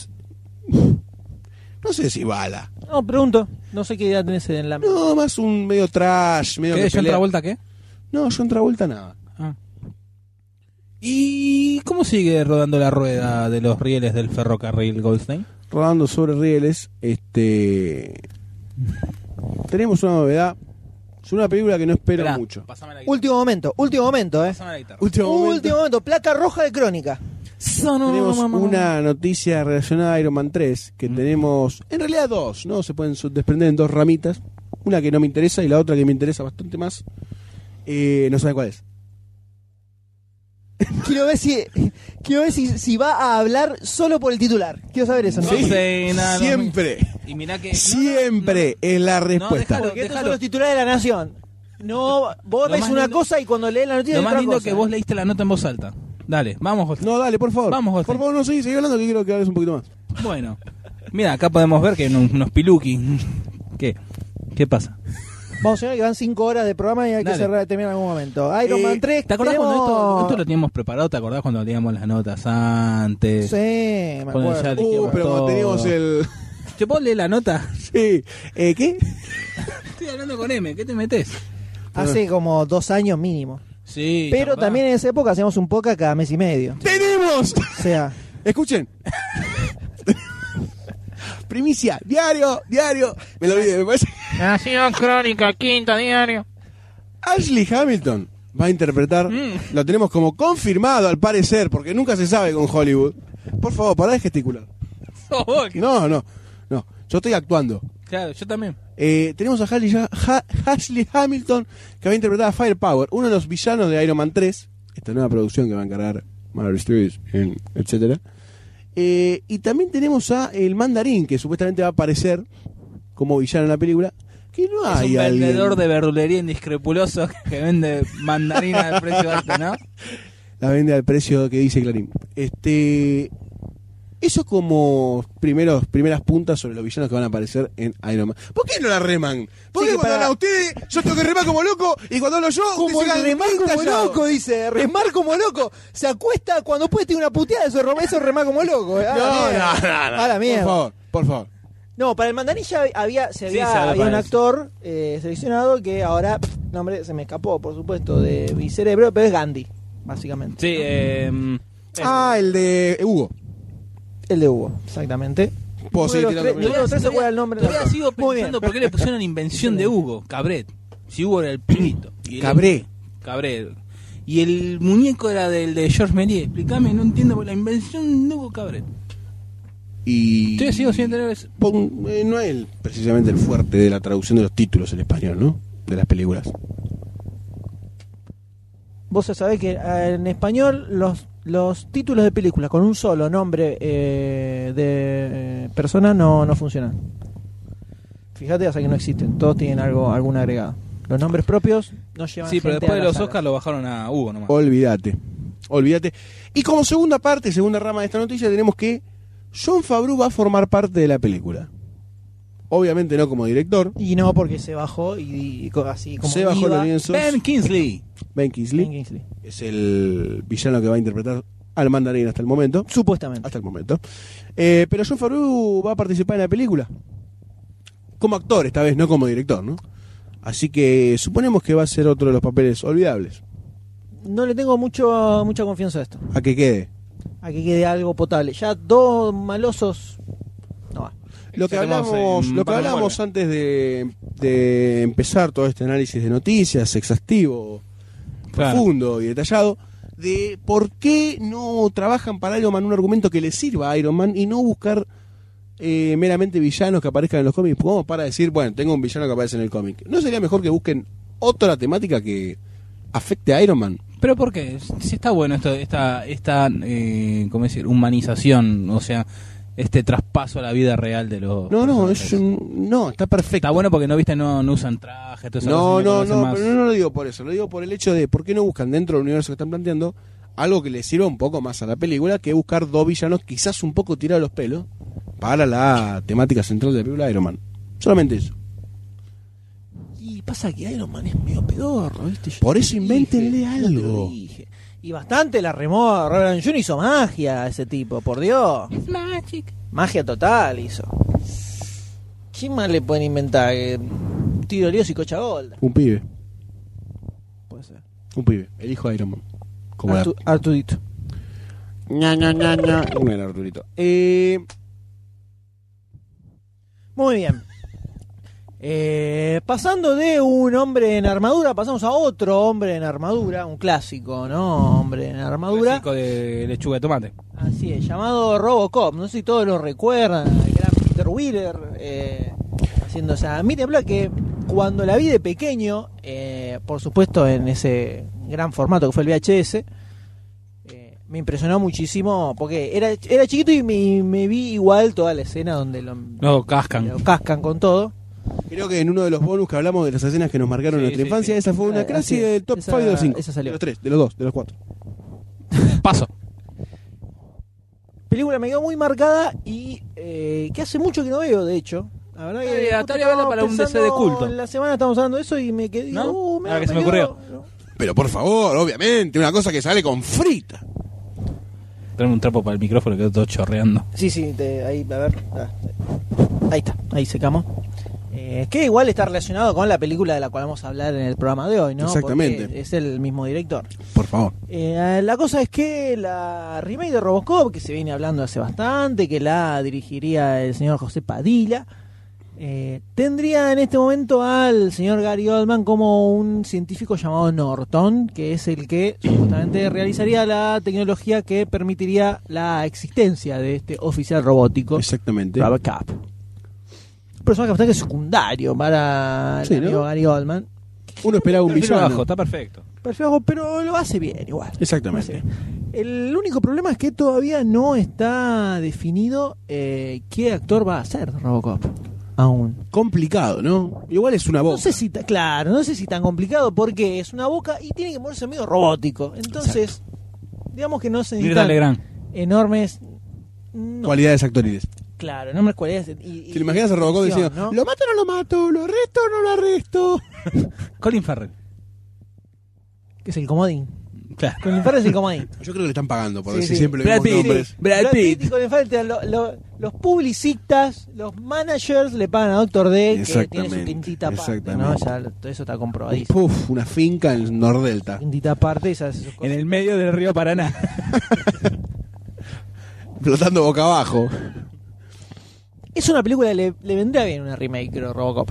[SPEAKER 4] no sé si bala.
[SPEAKER 1] No, pregunto. No sé qué idea tenés en la mente.
[SPEAKER 4] No, más un medio trash, medio
[SPEAKER 3] ¿Qué?
[SPEAKER 4] que
[SPEAKER 3] ¿John
[SPEAKER 4] pelea.
[SPEAKER 3] Travolta qué?
[SPEAKER 4] No, John Travolta nada.
[SPEAKER 3] Ah. ¿Y cómo sigue rodando la rueda de los rieles del ferrocarril Goldstein?
[SPEAKER 4] rodando sobre rieles, este tenemos una novedad. Es una película que no espero
[SPEAKER 3] Esperá,
[SPEAKER 4] mucho.
[SPEAKER 3] Pasame la guitarra.
[SPEAKER 8] Último momento, último momento, ¿eh?
[SPEAKER 3] Pasame la guitarra.
[SPEAKER 4] Último momento,
[SPEAKER 8] Último momento, plata roja de crónica.
[SPEAKER 4] tenemos una noticia relacionada a Iron Man 3,
[SPEAKER 3] Mm.
[SPEAKER 4] que tenemos, en realidad dos, ¿no? Se pueden sub- desprender en dos ramitas. Una que no me interesa y la otra que me interesa bastante más. Eh, no saben cuál es.
[SPEAKER 8] Quiero ver si quiero ver si, si va a hablar solo por el titular. Quiero saber eso, ¿no?
[SPEAKER 3] Sí. sé nada, no me-
[SPEAKER 4] Siempre,
[SPEAKER 3] Y mirá que...
[SPEAKER 4] siempre es la respuesta.
[SPEAKER 3] déjalo.
[SPEAKER 8] Porque estos
[SPEAKER 3] Dejalo.
[SPEAKER 8] son los titulares de la nación. No, vos
[SPEAKER 3] Lo
[SPEAKER 8] ves
[SPEAKER 3] más
[SPEAKER 8] una
[SPEAKER 3] lindo-
[SPEAKER 8] cosa y cuando lees la noticia
[SPEAKER 3] Lo
[SPEAKER 8] es
[SPEAKER 3] más
[SPEAKER 8] otra
[SPEAKER 3] lindo
[SPEAKER 8] cosa.
[SPEAKER 3] que
[SPEAKER 4] eh.
[SPEAKER 3] vos leíste la nota en voz alta. Dale, vamos, Goldstein.
[SPEAKER 4] No, dale, por favor.
[SPEAKER 3] Vamos, José.
[SPEAKER 4] por favor, no sigue, sigue hablando que quiero que hables un poquito más.
[SPEAKER 3] Bueno, mira, acá podemos ver que hay unos, unos piluquis. ¿Qué? ¿Qué pasa?
[SPEAKER 8] Vamos, señor, que van cinco horas de programa y hay que
[SPEAKER 3] Dale.
[SPEAKER 8] cerrar terminar en algún momento. Iron
[SPEAKER 4] Eh,
[SPEAKER 8] Man 3,
[SPEAKER 3] ¿Te acordás
[SPEAKER 8] tenemos...
[SPEAKER 3] cuando esto, esto lo teníamos preparado? ¿Te acordás cuando teníamos las notas antes?
[SPEAKER 8] Sí, me
[SPEAKER 3] Con el
[SPEAKER 8] acuerdo.
[SPEAKER 3] Jack. dijimos
[SPEAKER 4] Uh, pero
[SPEAKER 3] todo.
[SPEAKER 4] tenemos el...
[SPEAKER 3] ¿Te puedo leer la nota?
[SPEAKER 4] Sí. Eh, ¿Qué?
[SPEAKER 3] Estoy hablando con M, ¿qué te metes?
[SPEAKER 8] Hace como dos años mínimo.
[SPEAKER 3] Sí.
[SPEAKER 8] Pero
[SPEAKER 3] ¿verdad?
[SPEAKER 8] también en esa época hacíamos un podcast cada mes y medio.
[SPEAKER 4] ¡Tenemos!
[SPEAKER 8] O sea,
[SPEAKER 4] Escuchen. Primicia, diario, diario. Me lo olvidé, me parece.
[SPEAKER 9] Nación Crónica, quinta diario.
[SPEAKER 4] Ashley Hamilton va a interpretar.
[SPEAKER 3] Mm.
[SPEAKER 4] Lo tenemos como confirmado al parecer, porque nunca se sabe con Hollywood. Por favor, pará de gesticular.
[SPEAKER 3] Sos Oh, vos, que-
[SPEAKER 4] No, no, no. Yo estoy actuando.
[SPEAKER 3] Claro, yo también.
[SPEAKER 4] Eh, tenemos a Ashley, Hamilton que va a interpretar a Firepower, uno de los villanos de Iron Man 3, esta nueva producción que va a encargar Marvel Studios, en- etcétera. Eh, y también tenemos a el Mandarín que supuestamente va a aparecer como villano en la película. Que no
[SPEAKER 3] Es
[SPEAKER 4] hay
[SPEAKER 3] un
[SPEAKER 4] alguien.
[SPEAKER 3] vendedor de verdulería indiscrepuloso que vende mandarina de precio alto, ¿no?
[SPEAKER 4] La vende al precio que dice Clarín. Este Eso como primeros, primeras puntas sobre los villanos que van a aparecer en Iron Man. ¿Por qué no la reman? ¿Por
[SPEAKER 1] Sí,
[SPEAKER 4] qué
[SPEAKER 1] que
[SPEAKER 4] cuando
[SPEAKER 1] para-
[SPEAKER 4] hablan ustedes, yo tengo que remar como loco y cuando hablo yo,
[SPEAKER 1] Como
[SPEAKER 4] ustedes se
[SPEAKER 1] el
[SPEAKER 4] quedan
[SPEAKER 1] remar como
[SPEAKER 4] callados?
[SPEAKER 1] loco, dice. Remar como loco. Se acuesta cuando puede tiene una puteada de su remar, eso es remar como loco. eh. A
[SPEAKER 8] Ah,
[SPEAKER 4] No, no,
[SPEAKER 1] la mierda.
[SPEAKER 4] no, no.
[SPEAKER 1] A la mierda.
[SPEAKER 4] Por favor, por favor.
[SPEAKER 1] No, para el mandanilla había, se
[SPEAKER 3] Sí,
[SPEAKER 1] había,
[SPEAKER 3] se habla
[SPEAKER 1] había
[SPEAKER 3] para
[SPEAKER 1] un
[SPEAKER 3] eso.
[SPEAKER 1] actor eh, seleccionado que ahora, pff, nombre, se me escapó, por supuesto, de mi cerebro, pero es Gandhi, básicamente.
[SPEAKER 3] Sí, eh,
[SPEAKER 4] Ah, el de Hugo.
[SPEAKER 1] El de Hugo, exactamente.
[SPEAKER 4] Puedo
[SPEAKER 1] Uno de
[SPEAKER 4] seguir
[SPEAKER 1] los
[SPEAKER 4] tirando
[SPEAKER 1] tres-
[SPEAKER 4] primero.
[SPEAKER 1] Yo no sé si se acuerda el nombre.
[SPEAKER 3] Todavía
[SPEAKER 1] del
[SPEAKER 3] sigo
[SPEAKER 1] actor. Muy
[SPEAKER 3] pensando
[SPEAKER 1] bien.
[SPEAKER 3] por qué le pusieron la invención de Hugo, Cabret. Si Hugo era el pibito. Y el-
[SPEAKER 4] Cabré.
[SPEAKER 3] Cabret. Y el muñeco era del de George Méliès. Explícame, no entiendo por la invención de Hugo Cabret.
[SPEAKER 4] Y.
[SPEAKER 3] Estoy sigo sin tener eso.
[SPEAKER 4] Pon- eh, no es el- precisamente el fuerte de la traducción de los títulos en español, ¿no? De las películas.
[SPEAKER 1] Vos ya sabés que eh, en español los, los títulos de películas con un solo nombre eh, de eh, persona no, no funcionan. Fíjate, hasta que no existen. Todos tienen algo algún agregado. Los nombres propios no llevan
[SPEAKER 3] Sí, pero
[SPEAKER 1] gente
[SPEAKER 3] después
[SPEAKER 1] a
[SPEAKER 3] de
[SPEAKER 1] la
[SPEAKER 3] los
[SPEAKER 1] sala.
[SPEAKER 3] Oscars lo bajaron a Hugo nomás.
[SPEAKER 4] Olvídate. Olvídate. Y como segunda parte, segunda rama de esta noticia, tenemos que John Favreau va a formar parte de la película. Obviamente no como director.
[SPEAKER 1] Y no, porque se bajó y, y co- así como
[SPEAKER 4] se bajó
[SPEAKER 1] iba,
[SPEAKER 4] los lienzos.
[SPEAKER 3] Ben
[SPEAKER 4] Ben,
[SPEAKER 3] Kingsley.
[SPEAKER 4] Kingsley
[SPEAKER 1] Ben Kingsley.
[SPEAKER 4] es el villano que va a interpretar al mandarín hasta el momento.
[SPEAKER 1] Supuestamente.
[SPEAKER 4] Hasta el momento. Eh, pero John Favreau va a participar en la película. Como actor, esta vez, no como director, ¿no? Así que suponemos que va a ser otro de los papeles olvidables.
[SPEAKER 1] No le tengo mucho mucha confianza a esto.
[SPEAKER 4] A que quede.
[SPEAKER 1] A que quede algo potable. Ya dos malosos. No va.
[SPEAKER 4] Lo que
[SPEAKER 3] Ya tenemos,
[SPEAKER 4] hablamos,
[SPEAKER 3] eh,
[SPEAKER 4] lo que
[SPEAKER 3] para
[SPEAKER 4] hablamos
[SPEAKER 3] volver.
[SPEAKER 4] antes de, de empezar todo este análisis de noticias, exhaustivo,
[SPEAKER 3] Claro.
[SPEAKER 4] profundo y detallado, de por qué no trabajan para Iron Man un argumento que le sirva a Iron Man y no buscar eh, meramente villanos que aparezcan en los cómics, como para decir, bueno, tengo un villano que aparece en el cómic. ¿No sería mejor que busquen otra temática que afecte a Iron Man?
[SPEAKER 3] Pero ¿por qué? Si está bueno esto, esta, esta eh, ¿cómo decir? Humanización, o sea, este traspaso a la vida real de los...
[SPEAKER 4] No, no,
[SPEAKER 3] personajes.
[SPEAKER 4] es un- no, está perfecto.
[SPEAKER 3] Está bueno porque no viste, no, no usan traje, todo eso,
[SPEAKER 4] No,
[SPEAKER 3] sino que lo
[SPEAKER 4] no,
[SPEAKER 3] hacen
[SPEAKER 4] no,
[SPEAKER 3] más-
[SPEAKER 4] pero no lo digo por eso, lo digo por el hecho de por qué no buscan dentro del universo que están planteando algo que le sirva un poco más a la película que buscar dos villanos quizás un poco tirados los pelos para la temática central de la película de Iron Man. Solamente eso.
[SPEAKER 1] Y pasa que Iron Man es medio pedorro, ¿viste?
[SPEAKER 4] Por eso invéntenle
[SPEAKER 1] Yo te lo
[SPEAKER 4] algo.
[SPEAKER 1] dije. Y bastante la remó. Robert Jr. hizo magia a ese tipo, por Dios. Magia total hizo. ¿Qué más le pueden inventar? Eh, Tiro líos y cocha golda.
[SPEAKER 4] Un pibe,
[SPEAKER 1] Puede ser.
[SPEAKER 4] un pibe, el hijo de Iron Man. Como la-
[SPEAKER 1] Artu- Arturito.
[SPEAKER 4] Ña, Ña, Ña, Ña. Uno era Arturito. Eh,
[SPEAKER 1] Muy bien. Eh, pasando de un hombre en armadura, pasamos a otro hombre en armadura, un clásico, ¿no? Hombre en armadura.
[SPEAKER 3] Clásico de lechuga de tomate.
[SPEAKER 1] Así es, llamado Robocop. No sé si todos lo recuerdan. El gran Peter Wheeler eh, haciendo esa. Meet the Block que cuando la vi de pequeño, eh, por supuesto en ese gran formato que fue el VHS, eh, me impresionó muchísimo porque era, era chiquito y me, me vi igual toda la escena donde lo,
[SPEAKER 3] No, cascan.
[SPEAKER 1] lo cascan con todo.
[SPEAKER 4] creo que en uno de los bonus que hablamos de las escenas que nos marcaron
[SPEAKER 3] Sí,
[SPEAKER 4] en nuestra
[SPEAKER 3] sí,
[SPEAKER 4] infancia,
[SPEAKER 3] sí.
[SPEAKER 4] esa fue una
[SPEAKER 1] Ah,
[SPEAKER 4] casi
[SPEAKER 1] así es.
[SPEAKER 4] del top
[SPEAKER 1] Esa-
[SPEAKER 4] 5 de los 5.
[SPEAKER 1] esa salió.
[SPEAKER 4] De los 3, de los 2, de los 4.
[SPEAKER 3] Paso.
[SPEAKER 1] Película me quedó muy marcada y eh, que hace mucho que no veo, de hecho. La verdad que
[SPEAKER 3] Estaría-
[SPEAKER 1] justo
[SPEAKER 3] estaría verla
[SPEAKER 1] estaba
[SPEAKER 3] para un
[SPEAKER 1] pensando
[SPEAKER 3] DC de culto.
[SPEAKER 1] en La semana estamos hablando de eso y me quedé.
[SPEAKER 3] ¿No?
[SPEAKER 1] "Uh, mirá,
[SPEAKER 3] Ahora que se me
[SPEAKER 1] quedó".
[SPEAKER 4] Pero por favor, obviamente, una cosa que sale con frita.
[SPEAKER 3] Tráeme un trapo para el micrófono que todo chorreando.
[SPEAKER 1] Sí, sí, te- ahí, a ver. Ah, ahí está, ahí secamos. Eh, que igual está relacionado con la película de la cual vamos a hablar en el programa de hoy, ¿no?
[SPEAKER 4] Exactamente.
[SPEAKER 1] Porque es el mismo director.
[SPEAKER 4] Por favor.
[SPEAKER 1] Eh, la cosa es que la remake de Robocop, que se viene hablando hace bastante, que la dirigiría el señor José Padilla, eh, tendría en este momento al señor Gary Oldman como un científico llamado Norton, que es el que supuestamente realizaría la tecnología que permitiría la existencia de este oficial robótico,
[SPEAKER 4] Exactamente.
[SPEAKER 1] Robocop. Un personaje bastante secundario para el
[SPEAKER 4] Sí, ¿no?
[SPEAKER 1] amigo Gary Oldman.
[SPEAKER 4] Uno esperaba un
[SPEAKER 3] Perfil
[SPEAKER 4] villano.
[SPEAKER 3] bajo, está perfecto.
[SPEAKER 1] Perfecto, pero lo hace bien igual.
[SPEAKER 4] Exactamente.
[SPEAKER 1] El único problema es que todavía no está definido eh, qué actor va a ser Robocop. Aún.
[SPEAKER 4] Complicado, ¿no? Igual es una voz.
[SPEAKER 1] No sé si, ta- claro, no sé si tan complicado porque es una boca y tiene que moverse medio robótico. Entonces, digamos que no se
[SPEAKER 3] Mirta
[SPEAKER 1] necesitan
[SPEAKER 3] Legrand.
[SPEAKER 1] enormes No,
[SPEAKER 4] cualidades actoriles.
[SPEAKER 1] Claro, no me acuerdo. Y,
[SPEAKER 4] Si lo imaginas a Robocop diciendo, ¿lo mato o no lo mato? ¿Lo arresto o no lo arresto?
[SPEAKER 3] Colin Farrell.
[SPEAKER 1] Que es el comodín.
[SPEAKER 3] Claro.
[SPEAKER 1] Con el perro es el comodín.
[SPEAKER 4] Yo creo que le están pagando por
[SPEAKER 10] Sí,
[SPEAKER 4] decir
[SPEAKER 10] sí.
[SPEAKER 4] siempre los
[SPEAKER 3] Brad
[SPEAKER 4] mismos
[SPEAKER 3] Pitt.
[SPEAKER 4] nombres.
[SPEAKER 3] Brad
[SPEAKER 10] Brad
[SPEAKER 3] Pitt.
[SPEAKER 10] Pitt y Colin Farrell te dan lo- lo- los publicistas, los managers le pagan a Doctor D que tiene
[SPEAKER 4] Exactamente,
[SPEAKER 10] su
[SPEAKER 1] Su quintita aparte, ¿no?
[SPEAKER 4] exactamente.
[SPEAKER 1] Ya lo- todo eso está comprobadísimo.
[SPEAKER 4] Puf, una finca en el Nordelta.
[SPEAKER 1] Quintita aparte, esas sus
[SPEAKER 3] En
[SPEAKER 1] cosas.
[SPEAKER 3] el medio del río Paraná.
[SPEAKER 4] Flotando boca abajo.
[SPEAKER 1] Es una película, le, le vendría bien una remake, creo, Robocop.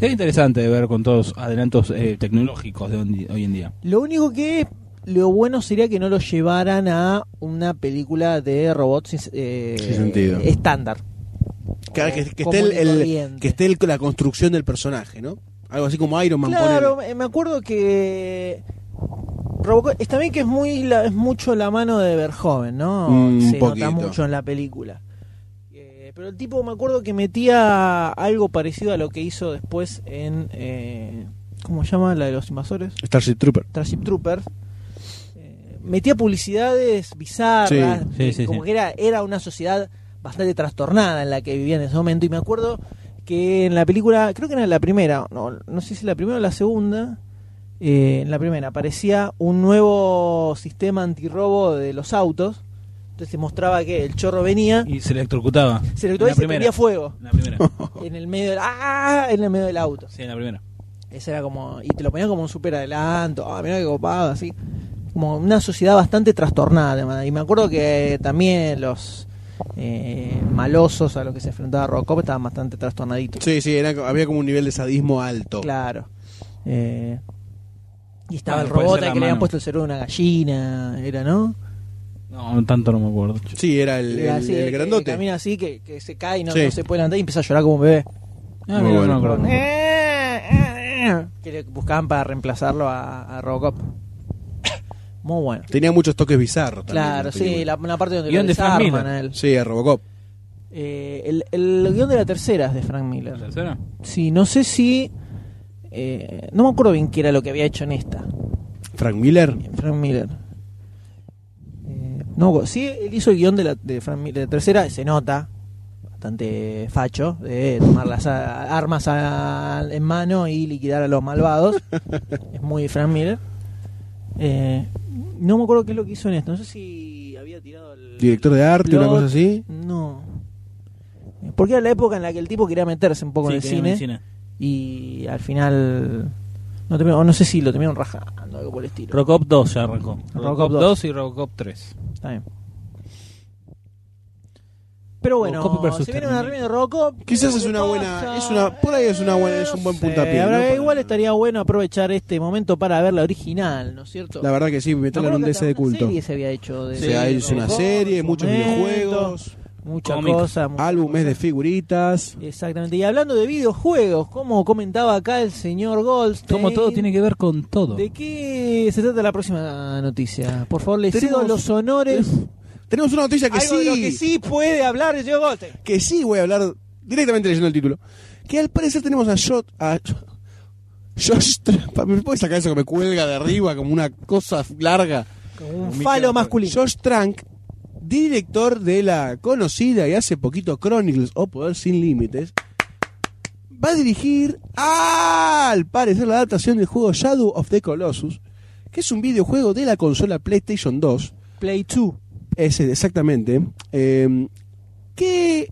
[SPEAKER 3] Es interesante de ver con todos los adelantos eh, tecnológicos de hoy hoy en día.
[SPEAKER 1] Lo único que es, lo bueno sería que no lo llevaran a una película de robots eh,
[SPEAKER 4] Sin sentido.
[SPEAKER 1] estándar.
[SPEAKER 4] Claro, que, que esté,
[SPEAKER 1] Común
[SPEAKER 4] el,
[SPEAKER 1] y
[SPEAKER 4] el-
[SPEAKER 1] corriente.
[SPEAKER 4] que esté el- la construcción del personaje, ¿no? Algo así como Iron Man.
[SPEAKER 1] Claro,
[SPEAKER 4] ponele.
[SPEAKER 1] me- me acuerdo que Robocop es también que es muy la- es mucho la mano de Verjoven, ¿no?
[SPEAKER 4] Mm, un
[SPEAKER 1] Se
[SPEAKER 4] poquito.
[SPEAKER 1] nota mucho en la película. Eh, pero el tipo me acuerdo que metía algo parecido a lo que hizo después en eh, ¿cómo se llama? La de los invasores,
[SPEAKER 4] Starship Trooper.
[SPEAKER 1] Starship Troopers. Eh, Metía publicidades bizarras,
[SPEAKER 4] Sí,
[SPEAKER 3] sí,
[SPEAKER 1] eh,
[SPEAKER 3] sí,
[SPEAKER 1] como
[SPEAKER 3] sí.
[SPEAKER 1] que era, era una sociedad bastante trastornada en la que vivía en ese momento. Y me acuerdo que en la película, creo que era la primera, no, no sé si la primera o la segunda, eh, en la primera aparecía un nuevo sistema antirrobo de los autos. Entonces se mostraba que el chorro venía,
[SPEAKER 3] Y se electrocutaba.
[SPEAKER 1] se le y se prendía fuego
[SPEAKER 3] En la primera.
[SPEAKER 1] en el medio del, ¡ah! en el medio del auto.
[SPEAKER 3] Sí, en la primera.
[SPEAKER 1] Ese era como. Y te lo ponían como un super adelanto. Ah, mirá qué copado, así. Como una sociedad bastante trastornada, además. Y me acuerdo que también los eh, malosos a los que se enfrentaba Robocop estaban bastante trastornaditos.
[SPEAKER 4] Sí, sí, era- había como un nivel de sadismo alto.
[SPEAKER 1] Claro. Eh, y estaba
[SPEAKER 3] Bueno,
[SPEAKER 1] el
[SPEAKER 3] puede
[SPEAKER 1] robot
[SPEAKER 3] ser
[SPEAKER 1] al
[SPEAKER 3] la
[SPEAKER 1] que le habían
[SPEAKER 3] mano.
[SPEAKER 1] puesto el cerebro de una gallina, ¿era, no?
[SPEAKER 3] No, no tanto no me acuerdo.
[SPEAKER 4] Sí, era el,
[SPEAKER 1] Era
[SPEAKER 4] el-
[SPEAKER 1] así, eh,
[SPEAKER 4] el
[SPEAKER 1] que- Que,
[SPEAKER 4] grandote.
[SPEAKER 1] camina así, que, que se cae y no,
[SPEAKER 4] Sí.
[SPEAKER 1] no se puede levantar y empieza a llorar como un bebé.
[SPEAKER 3] Ah,
[SPEAKER 4] Muy
[SPEAKER 3] mira,
[SPEAKER 4] bueno.
[SPEAKER 3] no me
[SPEAKER 1] Eh.
[SPEAKER 3] acuerdo.
[SPEAKER 1] Que le buscaban para reemplazarlo a, a Robocop. Muy bueno.
[SPEAKER 4] Tenía muchos toques bizarros. también,
[SPEAKER 1] Claro,
[SPEAKER 4] la
[SPEAKER 1] sí,
[SPEAKER 4] película.
[SPEAKER 1] la, una parte donde lo
[SPEAKER 3] Guión de Frank
[SPEAKER 1] desarman
[SPEAKER 3] Miller.
[SPEAKER 1] a él.
[SPEAKER 4] Sí, a Robocop.
[SPEAKER 1] Eh, el, el guión de la tercera es de Frank
[SPEAKER 3] ¿La
[SPEAKER 1] Miller.
[SPEAKER 3] tercera?
[SPEAKER 1] Sí, no sé si... eh, no me acuerdo bien qué era lo que había hecho en esta,
[SPEAKER 4] Frank Miller.
[SPEAKER 1] en Frank Miller. Eh, no, sí, él hizo el guión de la de Frank Miller. La tercera se nota, bastante facho, de tomar las a- armas a- en mano y liquidar a los malvados. es muy Frank Miller. Eh, no me acuerdo qué es lo que hizo en esta. No sé si había tirado el...
[SPEAKER 4] Director de arte, una
[SPEAKER 1] Plot.
[SPEAKER 4] cosa así.
[SPEAKER 1] No. Porque era la época en la que el tipo quería meterse un poco
[SPEAKER 3] Sí,
[SPEAKER 1] en el
[SPEAKER 3] que era
[SPEAKER 1] cine, y al final no, terminó- o no sé si lo terminaron rajando algo por el estilo.
[SPEAKER 3] Robocop 2 ya arrancó. Robocop
[SPEAKER 1] 2.
[SPEAKER 3] 2 y Robocop 3.
[SPEAKER 1] Está bien. Pero bueno,
[SPEAKER 3] Robocop versus
[SPEAKER 1] se viene una
[SPEAKER 3] Terminator.
[SPEAKER 1] remake de Robocop.
[SPEAKER 4] Quizás es
[SPEAKER 1] ¿Qué
[SPEAKER 4] una
[SPEAKER 1] pasa?
[SPEAKER 4] buena- es una- por ahí es una buena- es un buen
[SPEAKER 1] No
[SPEAKER 4] puntapié,
[SPEAKER 1] sé, habrá-
[SPEAKER 4] ¿no? Para-
[SPEAKER 1] Igual estaría bueno aprovechar este momento para ver la original, ¿no es cierto?
[SPEAKER 4] La verdad que sí, meterla en un DC de culto.
[SPEAKER 1] Y se había hecho de
[SPEAKER 4] O sea,
[SPEAKER 1] de
[SPEAKER 4] hizo una
[SPEAKER 1] Robocop en
[SPEAKER 4] serie,
[SPEAKER 1] su
[SPEAKER 4] muchos
[SPEAKER 1] momento,
[SPEAKER 4] videojuegos,
[SPEAKER 1] mucha
[SPEAKER 3] Cómics.
[SPEAKER 1] cosa, mucha
[SPEAKER 4] álbumes de figuritas.
[SPEAKER 1] Exactamente. Y hablando de videojuegos, como comentaba acá el señor Goldstein.
[SPEAKER 3] Como todo tiene que ver con todo.
[SPEAKER 1] ¿De qué se trata la próxima noticia? Por favor, le cedo
[SPEAKER 4] Tenemos-
[SPEAKER 1] los honores.
[SPEAKER 4] Tenemos una noticia que
[SPEAKER 10] Algo de lo que
[SPEAKER 4] sí,
[SPEAKER 10] sí puede hablar el señor Goldstein.
[SPEAKER 4] que sí voy a hablar directamente leyendo el título. Que al parecer tenemos a Shot. A Josh- ¿Me puedes sacar eso que me cuelga de arriba como una cosa larga?
[SPEAKER 1] Un falo masculino.
[SPEAKER 4] Josh Trank, director de la conocida y hace poquito Chronicles o Poder Sin Límites, va a dirigir, al parecer, la adaptación del juego Shadow of the Colossus, que es un videojuego de la consola PlayStation 2,
[SPEAKER 1] Play 2.
[SPEAKER 4] ese exactamente, eh, que...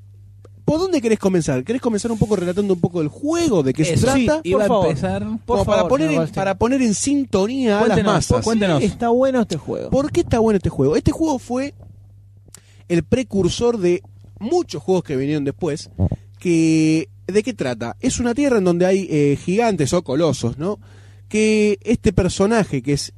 [SPEAKER 4] ¿Por dónde querés comenzar? ¿Querés comenzar un poco relatando un poco el juego, de qué
[SPEAKER 3] Eso,
[SPEAKER 4] se
[SPEAKER 3] sí,
[SPEAKER 4] trata?
[SPEAKER 3] iba
[SPEAKER 1] por
[SPEAKER 3] a
[SPEAKER 1] favor.
[SPEAKER 3] empezar.
[SPEAKER 1] por
[SPEAKER 4] Como para,
[SPEAKER 1] favor, este
[SPEAKER 4] poner
[SPEAKER 1] señor
[SPEAKER 4] en,
[SPEAKER 1] Goldstein.
[SPEAKER 4] para poner en sintonía a las
[SPEAKER 3] Cuéntenos,
[SPEAKER 4] masas.
[SPEAKER 3] cuéntenos.
[SPEAKER 1] Está bueno este juego.
[SPEAKER 4] ¿Por qué está bueno este juego? Este juego fue el precursor de muchos juegos que vinieron después. Que, ¿De qué trata? Es una tierra en donde hay eh, gigantes o colosos, ¿no? Que este personaje, que es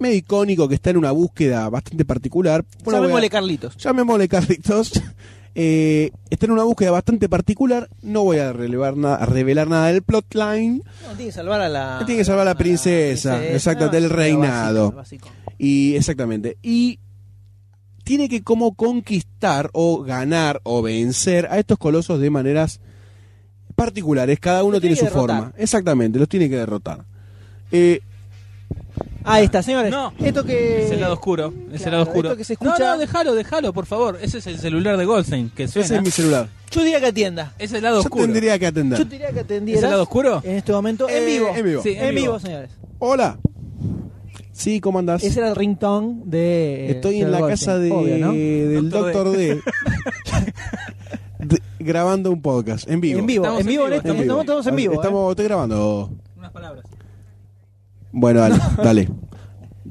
[SPEAKER 4] medio icónico, que está en una búsqueda bastante particular. bueno, voy a-
[SPEAKER 1] Llamémosle Carlitos.
[SPEAKER 4] llamémosle Carlitos, eh, está en una búsqueda bastante particular. No voy a, relevar nada, a revelar nada del plotline.
[SPEAKER 1] No, tiene que salvar a la.
[SPEAKER 4] Tiene que salvar a la princesa, exacto, del
[SPEAKER 1] lo
[SPEAKER 4] reinado.
[SPEAKER 1] básico, lo básico.
[SPEAKER 4] Y exactamente. Y tiene que como conquistar o ganar o vencer a estos colosos de maneras particulares. Cada uno
[SPEAKER 1] Los
[SPEAKER 4] tiene
[SPEAKER 1] tiene
[SPEAKER 4] su
[SPEAKER 1] que derrotar.
[SPEAKER 4] forma. Exactamente, los tiene que derrotar. Eh,
[SPEAKER 1] Ahí está, señores.
[SPEAKER 3] No.
[SPEAKER 1] Esto que.
[SPEAKER 3] Es el lado oscuro, es el lado
[SPEAKER 1] Claro,
[SPEAKER 3] oscuro.
[SPEAKER 1] esto que se escucha-
[SPEAKER 3] No, no, déjalo, déjalo, por favor. Ese es el celular de Goldstein, que suena.
[SPEAKER 4] Ese es mi celular.
[SPEAKER 1] Yo diría que atienda.
[SPEAKER 3] Es el lado
[SPEAKER 4] Yo
[SPEAKER 3] oscuro.
[SPEAKER 4] tendría que atender.
[SPEAKER 1] Yo diría que atendieras.
[SPEAKER 3] ¿Es el lado oscuro?
[SPEAKER 1] En este momento, en
[SPEAKER 4] Eh,
[SPEAKER 1] vivo.
[SPEAKER 4] en vivo.
[SPEAKER 3] Sí,
[SPEAKER 1] En, vivo. señores.
[SPEAKER 4] Hola. Sí, ¿cómo andás?
[SPEAKER 1] Ese era el ringtone de. eh,
[SPEAKER 4] Estoy en
[SPEAKER 1] Sir
[SPEAKER 4] la
[SPEAKER 1] Goldstein,
[SPEAKER 4] casa de,
[SPEAKER 1] obvio, ¿no?
[SPEAKER 4] del
[SPEAKER 3] Doctor
[SPEAKER 4] Doctor D. De- grabando un podcast en vivo.
[SPEAKER 1] En vivo,
[SPEAKER 3] Estamos
[SPEAKER 1] en vivo,
[SPEAKER 3] en
[SPEAKER 1] en
[SPEAKER 3] vivo,
[SPEAKER 1] este momento estamos en vivo. ¿eh?
[SPEAKER 4] Estamos, estoy grabando.
[SPEAKER 3] Unas palabras.
[SPEAKER 4] Bueno, dale, dale.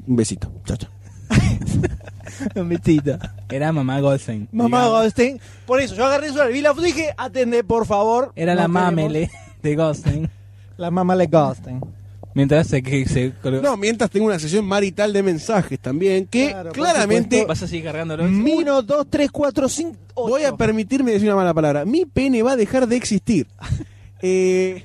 [SPEAKER 4] Un besito. Chao, chao.
[SPEAKER 3] Un
[SPEAKER 4] ¿eh?
[SPEAKER 3] besito. Era mamá Goldstein.
[SPEAKER 1] Mamá
[SPEAKER 3] Digamos.
[SPEAKER 1] Goldstein. Por eso, yo agarré el celular, vi la foto y dije, atende, por favor.
[SPEAKER 3] Era
[SPEAKER 1] No
[SPEAKER 3] la
[SPEAKER 1] queremos-
[SPEAKER 3] mamele de Goldstein.
[SPEAKER 1] La mamele Goldstein.
[SPEAKER 3] Mientras se, que se colgó.
[SPEAKER 4] No, mientras tengo una sesión marital de mensajes también, que
[SPEAKER 1] Claro, por
[SPEAKER 4] claramente
[SPEAKER 3] ¿Vas a seguir cargándolo?
[SPEAKER 1] 1, 2, 3, 4, 5.
[SPEAKER 4] voy a permitirme decir una mala palabra. Mi pene va a dejar de existir. Eh,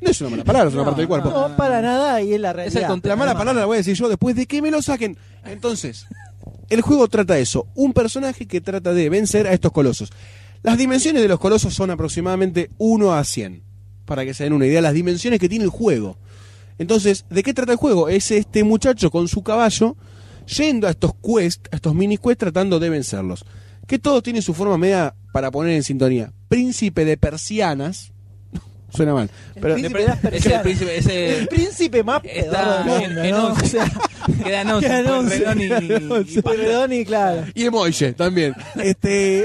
[SPEAKER 4] no es una mala palabra, es una
[SPEAKER 3] No,
[SPEAKER 4] parte del cuerpo.
[SPEAKER 1] No, para nada, y es la
[SPEAKER 3] Es
[SPEAKER 1] realidad.
[SPEAKER 3] el
[SPEAKER 4] La mala palabra la voy a decir yo después de que me lo saquen. Entonces, el juego trata eso. Un personaje que trata de vencer a estos colosos. Las dimensiones de los colosos son aproximadamente 1 a 100. Para que se den una idea, las dimensiones que tiene el juego. Entonces, ¿de qué trata el juego? Es este muchacho con su caballo yendo a estos quest, a estos mini quest, tratando de vencerlos. Que todos tienen su forma media para poner en sintonía. Príncipe de persianas. Suena mal. Pero
[SPEAKER 1] príncipe
[SPEAKER 3] Ese es el príncipe. Ese
[SPEAKER 1] El príncipe más
[SPEAKER 3] está
[SPEAKER 1] pedorro del mundo,
[SPEAKER 3] en
[SPEAKER 1] ¿no? O
[SPEAKER 3] once.
[SPEAKER 1] sea,
[SPEAKER 3] Queda en once.
[SPEAKER 1] Quedan
[SPEAKER 3] pues,
[SPEAKER 1] once.
[SPEAKER 3] Redón y- y-
[SPEAKER 1] Perdón y claro.
[SPEAKER 4] Y Emoye también. Este.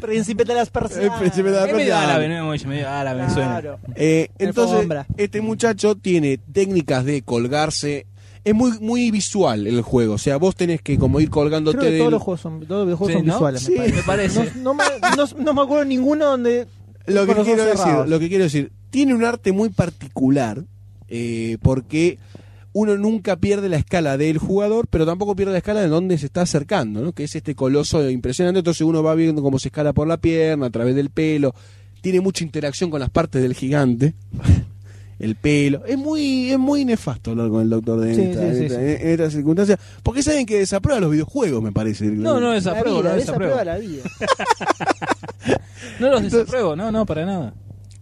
[SPEAKER 1] Príncipe de las personas.
[SPEAKER 4] El príncipe de las
[SPEAKER 3] Es medio
[SPEAKER 4] Perdón.
[SPEAKER 3] árabe, no me medio árabe, me suena.
[SPEAKER 1] Claro.
[SPEAKER 4] Eh,
[SPEAKER 1] El
[SPEAKER 4] entonces,
[SPEAKER 1] fogombra.
[SPEAKER 4] este muchacho tiene técnicas de colgarse. Es muy, muy visual el juego. O sea, vos tenés que como ir colgándote
[SPEAKER 1] Creo que
[SPEAKER 4] del-
[SPEAKER 1] todos los juegos son, todos los videojuegos
[SPEAKER 3] Sí,
[SPEAKER 1] son
[SPEAKER 3] ¿no?
[SPEAKER 1] visuales,
[SPEAKER 4] Sí.
[SPEAKER 1] me parece.
[SPEAKER 3] Me parece.
[SPEAKER 1] No, no me, no- no me acuerdo ninguno donde...
[SPEAKER 4] lo que
[SPEAKER 1] con los
[SPEAKER 4] quiero
[SPEAKER 1] ojos
[SPEAKER 4] decir,
[SPEAKER 1] cerrados.
[SPEAKER 4] lo que quiero decir, tiene un arte muy particular eh, porque uno nunca pierde la escala del jugador, pero tampoco pierde la escala de donde se está acercando, ¿no? Que es este coloso impresionante. Entonces uno va viendo cómo se escala por la pierna, a través del pelo. Tiene mucha interacción con las partes del gigante. El pelo. Es muy, es muy nefasto hablar con el doctor de en,
[SPEAKER 1] Sí,
[SPEAKER 4] esta,
[SPEAKER 1] sí,
[SPEAKER 4] en
[SPEAKER 1] sí,
[SPEAKER 4] esta-
[SPEAKER 1] sí.
[SPEAKER 4] en estas circunstancias. Porque saben que desaprueba los videojuegos, me parece.
[SPEAKER 3] No, no
[SPEAKER 1] La
[SPEAKER 3] desapruebo,
[SPEAKER 1] vida,
[SPEAKER 3] no
[SPEAKER 1] desaprueba
[SPEAKER 3] desapruebo.
[SPEAKER 1] la vida.
[SPEAKER 3] No los desapruebo, no, no, para nada.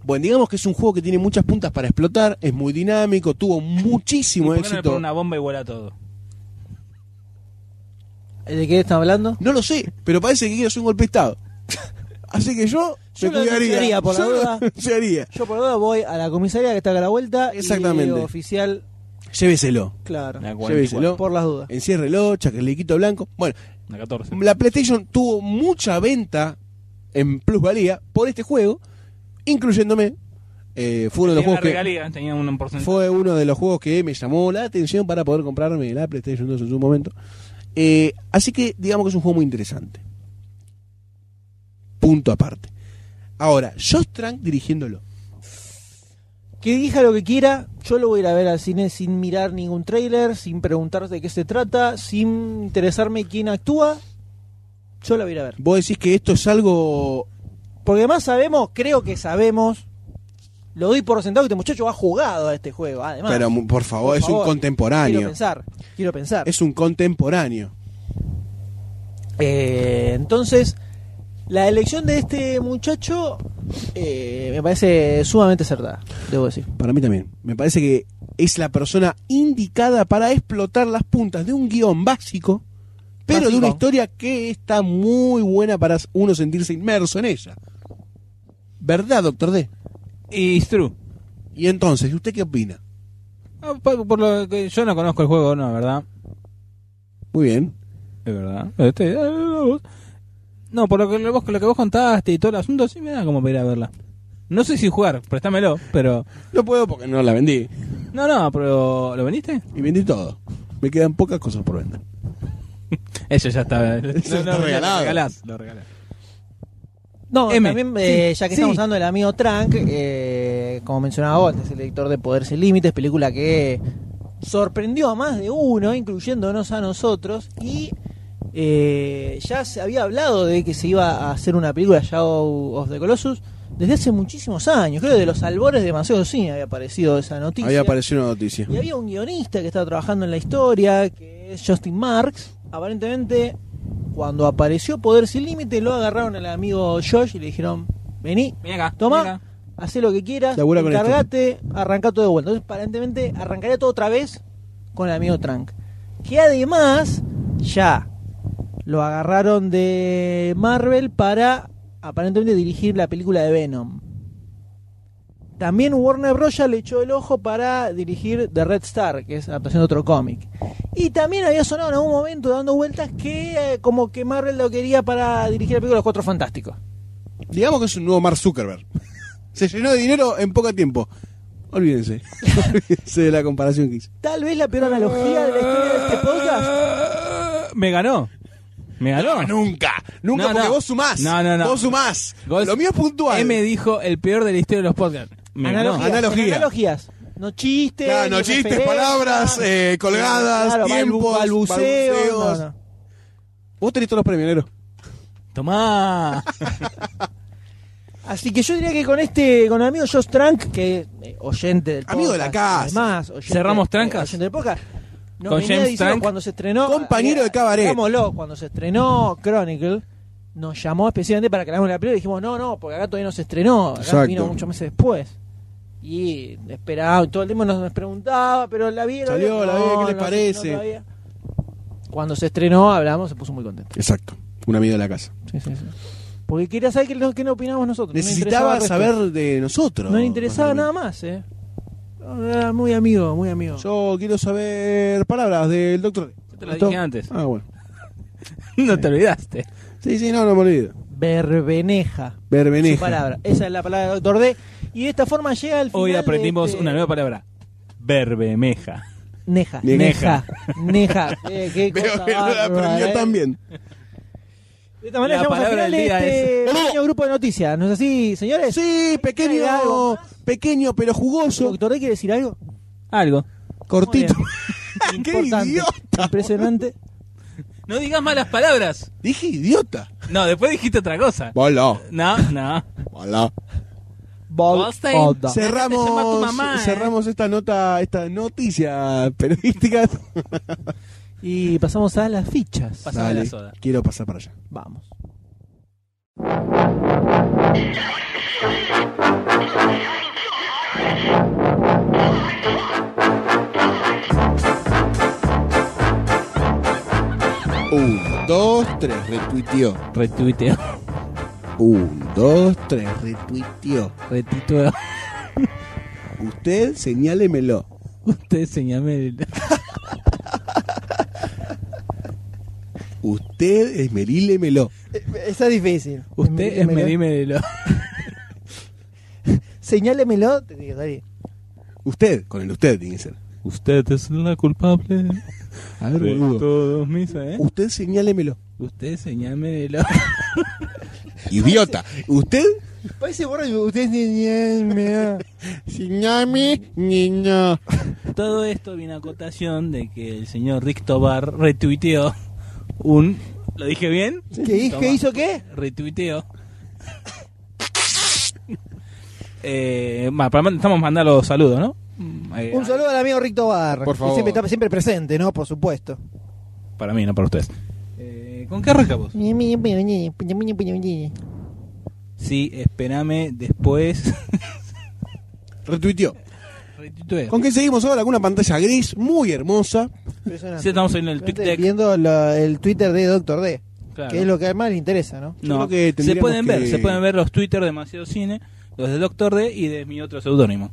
[SPEAKER 4] Bueno, digamos que es un juego que tiene muchas puntas para explotar, es muy dinámico, tuvo muchísimo
[SPEAKER 3] ¿Por qué no le
[SPEAKER 4] éxito.
[SPEAKER 3] pone una bomba y vuela todo?
[SPEAKER 1] ¿De qué están hablando?
[SPEAKER 4] No lo sé, pero parece que quiero hacer un golpe de estado. Así que yo,
[SPEAKER 1] Yo
[SPEAKER 4] me
[SPEAKER 1] lo
[SPEAKER 4] cuidaría.
[SPEAKER 1] denunciaría, por la
[SPEAKER 4] Yo lo
[SPEAKER 1] duda.
[SPEAKER 4] denunciaría.
[SPEAKER 1] Yo por ahora voy a la comisaría que está acá a la vuelta.
[SPEAKER 4] Exactamente.
[SPEAKER 1] Y digo, oficial,
[SPEAKER 4] Lléveselo,
[SPEAKER 1] claro.
[SPEAKER 3] Una 44,
[SPEAKER 4] lléveselo.
[SPEAKER 1] Por las dudas.
[SPEAKER 4] Enciérrelo, chacalequito blanco. Bueno,
[SPEAKER 3] una 14.
[SPEAKER 4] la PlayStation tuvo mucha venta en plusvalía por este juego, incluyéndome. Eh, fue uno de los
[SPEAKER 3] Tenía una
[SPEAKER 4] juegos que
[SPEAKER 3] regalía, tenía un porcentaje.
[SPEAKER 4] Fue uno de los juegos que me llamó la atención para poder comprarme la PlayStation 2 en su momento. Eh, así que digamos que es un juego muy interesante. Punto aparte. Ahora, Josh Trank dirigiéndolo.
[SPEAKER 1] Que diga lo que quiera, yo lo voy a ir a ver al cine sin mirar ningún tráiler, sin preguntar de qué se trata, sin interesarme quién actúa. Yo la voy a ir a ver.
[SPEAKER 4] Vos decís que esto es algo...
[SPEAKER 1] Porque además sabemos, creo que sabemos, lo doy por sentado que este muchacho ha jugado a este juego, además.
[SPEAKER 4] pero mu- por favor,
[SPEAKER 1] Por
[SPEAKER 4] es
[SPEAKER 1] favor,
[SPEAKER 4] un
[SPEAKER 1] quiero
[SPEAKER 4] contemporáneo.
[SPEAKER 1] pensar, quiero pensar.
[SPEAKER 4] Es un contemporáneo.
[SPEAKER 1] Eh, entonces, la elección de este muchacho eh, me parece sumamente acertada, debo decir.
[SPEAKER 4] Para mí también. Me parece que es la persona indicada para explotar las puntas de un guión básico, pero de una
[SPEAKER 1] Básico.
[SPEAKER 4] historia que está muy buena para uno sentirse inmerso en ella. ¿Verdad, doctor D?
[SPEAKER 3] Y it's true.
[SPEAKER 4] Y entonces, ¿usted qué opina?
[SPEAKER 3] Ah, pa- por lo que yo no conozco el juego, no, ¿verdad?
[SPEAKER 4] Muy bien.
[SPEAKER 3] Es verdad. Este, ah, no, por lo que vos, lo que vos contaste y todo el asunto, sí me da como para ir a verla. No sé si jugar, préstamelo, pero.
[SPEAKER 4] No puedo porque no la vendí.
[SPEAKER 3] No, no, pero. ¿Lo vendiste?
[SPEAKER 4] Y vendí todo. Me quedan pocas cosas por vender.
[SPEAKER 3] Eso ya está. Lo,
[SPEAKER 4] Eso está regalado.
[SPEAKER 3] Lo regalás, lo regalás.
[SPEAKER 1] No,
[SPEAKER 3] M.
[SPEAKER 1] también, eh,
[SPEAKER 3] Sí,
[SPEAKER 1] ya que
[SPEAKER 3] sí.
[SPEAKER 1] estamos hablando del amigo Trank, eh, como mencionaba vos, es el director de Poder Sin Límites, película que sorprendió a más de uno, incluyéndonos a nosotros, y eh, ya se había hablado de que se iba a hacer una película, Shadow of the Colossus, desde hace muchísimos años, creo que de los albores de Maceo Cine había aparecido esa noticia.
[SPEAKER 4] Había aparecido una noticia.
[SPEAKER 1] Y había un guionista que estaba trabajando en la historia, que es Justin Marks. Aparentemente, cuando apareció Poder Sin Límite, lo agarraron al amigo Josh y le dijeron, vení,
[SPEAKER 3] Vení acá. vení
[SPEAKER 1] toma,
[SPEAKER 3] acá.
[SPEAKER 1] hacé lo que quieras,
[SPEAKER 4] Labura con
[SPEAKER 1] encargate, arrancá todo de vuelta. Entonces, aparentemente, arrancaría todo otra vez con el amigo Trank. Que además ya lo agarraron de Marvel para aparentemente dirigir la película de Venom. También Warner Bros. ya le echó el ojo para dirigir The Red Star, que es adaptación de otro cómic. Y también había sonado en algún momento dando vueltas que eh, como que Marvel lo quería para dirigir la película Los Cuatro Fantásticos.
[SPEAKER 4] Digamos que es un nuevo Mark Zuckerberg. Se llenó de dinero en poco tiempo. Olvídense. Olvídense de la comparación que hice.
[SPEAKER 1] Tal vez la peor analogía de la historia de este podcast.
[SPEAKER 3] Me ganó. Me ganó.
[SPEAKER 4] No, nunca. Nunca
[SPEAKER 3] No,
[SPEAKER 4] porque
[SPEAKER 3] no.
[SPEAKER 4] vos sumás.
[SPEAKER 3] No, no, no.
[SPEAKER 4] Vos sumás.
[SPEAKER 3] Vos-
[SPEAKER 4] Lo mío es puntual.
[SPEAKER 3] M dijo el peor de la historia de los podcasts. Me ganó.
[SPEAKER 1] Analogías.
[SPEAKER 4] Analogía.
[SPEAKER 1] en analogías. No chistes.
[SPEAKER 4] Claro, no
[SPEAKER 1] ni
[SPEAKER 4] chistes,
[SPEAKER 1] referencias.
[SPEAKER 4] palabras, eh, colgadas,
[SPEAKER 1] balbu-
[SPEAKER 4] tiempos,
[SPEAKER 1] balbuceos.
[SPEAKER 4] balbuceos.
[SPEAKER 1] no, no.
[SPEAKER 4] Vos tenés todos los premios, Nero.
[SPEAKER 3] Tomá.
[SPEAKER 1] Así que yo diría que con este, con el amigo Josh Trank, que eh, oyente del podcast.
[SPEAKER 4] Amigo de la casa.
[SPEAKER 1] Además, oyente-
[SPEAKER 3] Cerramos
[SPEAKER 1] eh,
[SPEAKER 3] trancas.
[SPEAKER 1] oyente del podcast. Nos
[SPEAKER 3] Con
[SPEAKER 1] venía
[SPEAKER 3] James
[SPEAKER 1] diciendo
[SPEAKER 3] Trank.
[SPEAKER 1] cuando se estrenó.
[SPEAKER 4] Compañero de cabaret.
[SPEAKER 1] Digámoslo, cuando se estrenó Chronicle, nos llamó especialmente para que la hagamos la película y dijimos, no, no, porque acá todavía no se estrenó. Acá
[SPEAKER 4] Exacto.
[SPEAKER 1] vino muchos meses después. Y esperaba, y todo el tiempo nos, nos preguntaba, pero la vieron.
[SPEAKER 4] Salió, la vi, ¿qué les
[SPEAKER 1] se
[SPEAKER 4] parece?
[SPEAKER 1] estrenó todavía. Cuando se estrenó, hablamos, se puso muy contento.
[SPEAKER 4] Exacto. Un amigo de la casa.
[SPEAKER 1] Sí, sí, sí. Porque quería saber qué, no- qué no opinamos nosotros. no le
[SPEAKER 4] Necesitaba
[SPEAKER 1] interesaba el resto.
[SPEAKER 4] saber de nosotros.
[SPEAKER 1] No le interesaba
[SPEAKER 4] más o
[SPEAKER 1] nada
[SPEAKER 4] menos.
[SPEAKER 1] más, ¿eh? Ah, Muy amigo, muy amigo.
[SPEAKER 4] Yo quiero saber palabras del doctor.
[SPEAKER 3] Yo te lo dije antes.
[SPEAKER 4] Ah, bueno.
[SPEAKER 3] No te olvidaste.
[SPEAKER 4] Sí, sí, no, no me olvido.
[SPEAKER 1] Verbeneja.
[SPEAKER 4] Verbeneja.
[SPEAKER 1] Su palabra. Esa es la palabra de Doctor D. Y de esta forma llega al final.
[SPEAKER 3] Hoy
[SPEAKER 1] de
[SPEAKER 3] aprendimos
[SPEAKER 1] este-
[SPEAKER 3] una nueva palabra. Berbemeja.
[SPEAKER 1] Neja.
[SPEAKER 3] Neja.
[SPEAKER 1] Neja. Neja. Eh, qué
[SPEAKER 4] Veo
[SPEAKER 1] cosa
[SPEAKER 4] que no la
[SPEAKER 1] bárbara,
[SPEAKER 4] aprendió
[SPEAKER 1] eh.
[SPEAKER 4] también.
[SPEAKER 1] De esta manera
[SPEAKER 3] La
[SPEAKER 1] llegamos al
[SPEAKER 3] palabra
[SPEAKER 1] final
[SPEAKER 3] del
[SPEAKER 1] de
[SPEAKER 3] día
[SPEAKER 1] este pequeño grupo de noticias. ¿No es así, señores?
[SPEAKER 4] Sí, pequeño,
[SPEAKER 1] ¿Hay algo más?
[SPEAKER 4] pequeño pero jugoso,
[SPEAKER 1] ¿Doctor D quiere decir algo?
[SPEAKER 3] Algo.
[SPEAKER 4] cortito.
[SPEAKER 1] Muy bien.
[SPEAKER 4] ¡Qué
[SPEAKER 1] Importante.
[SPEAKER 4] idiota!
[SPEAKER 1] Impresionante.
[SPEAKER 3] No digas malas palabras.
[SPEAKER 4] Dije idiota.
[SPEAKER 3] No, después dijiste otra cosa.
[SPEAKER 4] Hola,
[SPEAKER 3] No, no.
[SPEAKER 4] hola.
[SPEAKER 3] Goldstein.
[SPEAKER 1] Oda.
[SPEAKER 3] Te llama tu
[SPEAKER 4] Cerramos,
[SPEAKER 3] mamá, eh.
[SPEAKER 4] cerramos esta nota, esta noticia periodística.
[SPEAKER 1] Y pasamos a las fichas.
[SPEAKER 3] Pasame la soda.
[SPEAKER 4] quiero pasar para allá.
[SPEAKER 1] Vamos.
[SPEAKER 4] Un, dos, tres, retuiteó.
[SPEAKER 3] Retuiteo.
[SPEAKER 4] Un, dos, tres, retuiteó.
[SPEAKER 3] Retiteo.
[SPEAKER 4] Usted señálemelo.
[SPEAKER 3] Usted señame el...
[SPEAKER 4] Usted esmerílemelo.
[SPEAKER 1] Esa es difícil.
[SPEAKER 4] Em-
[SPEAKER 3] Usted es medímelo.
[SPEAKER 1] Señálemelo. te digo, dale.
[SPEAKER 4] Usted, con el usted tiene que ser.
[SPEAKER 3] Usted es la culpable
[SPEAKER 4] A ver, boludo.
[SPEAKER 3] todos mis... ¿eh?
[SPEAKER 4] Usted señálemelo.
[SPEAKER 3] Usted señámelo.
[SPEAKER 4] Idiota. Usted
[SPEAKER 1] Parece borracho. Usted es señálemelo.
[SPEAKER 4] Señame, niño.
[SPEAKER 3] Todo esto viene a cotación de que el señor Rick Tobar retuiteó un... ¿Lo dije bien?
[SPEAKER 1] ¿Qué hizo-
[SPEAKER 3] Toma.
[SPEAKER 1] qué hizo qué?
[SPEAKER 3] retuiteo. Eh, ma- para man- estamos mandando los saludos, ¿no? Mm, eh,
[SPEAKER 11] Un saludo al amigo Rick Tobar.
[SPEAKER 4] Por
[SPEAKER 11] que
[SPEAKER 4] favor.
[SPEAKER 11] siempre está siempre presente, ¿no? Por supuesto.
[SPEAKER 3] Para mí, no para ustedes. Eh, ¿Con qué arranca vos? Sí, espérame después.
[SPEAKER 4] Retuiteó.
[SPEAKER 3] retuiteo.
[SPEAKER 4] ¿Con qué seguimos ahora? Con una pantalla gris muy hermosa.
[SPEAKER 3] Sí, estamos en el
[SPEAKER 11] Estoy
[SPEAKER 3] tic-tac.
[SPEAKER 11] viendo la- el Twitter de Doctor D,
[SPEAKER 3] claro.
[SPEAKER 11] que es lo que más le interesa, ¿no?
[SPEAKER 4] Yo
[SPEAKER 3] No,
[SPEAKER 4] creo que
[SPEAKER 3] se
[SPEAKER 4] tendríamos
[SPEAKER 3] pueden ver,
[SPEAKER 4] que-
[SPEAKER 3] se pueden ver los Twitter de Demasiado Cine, los de Doctor D y de mi otro seudónimo.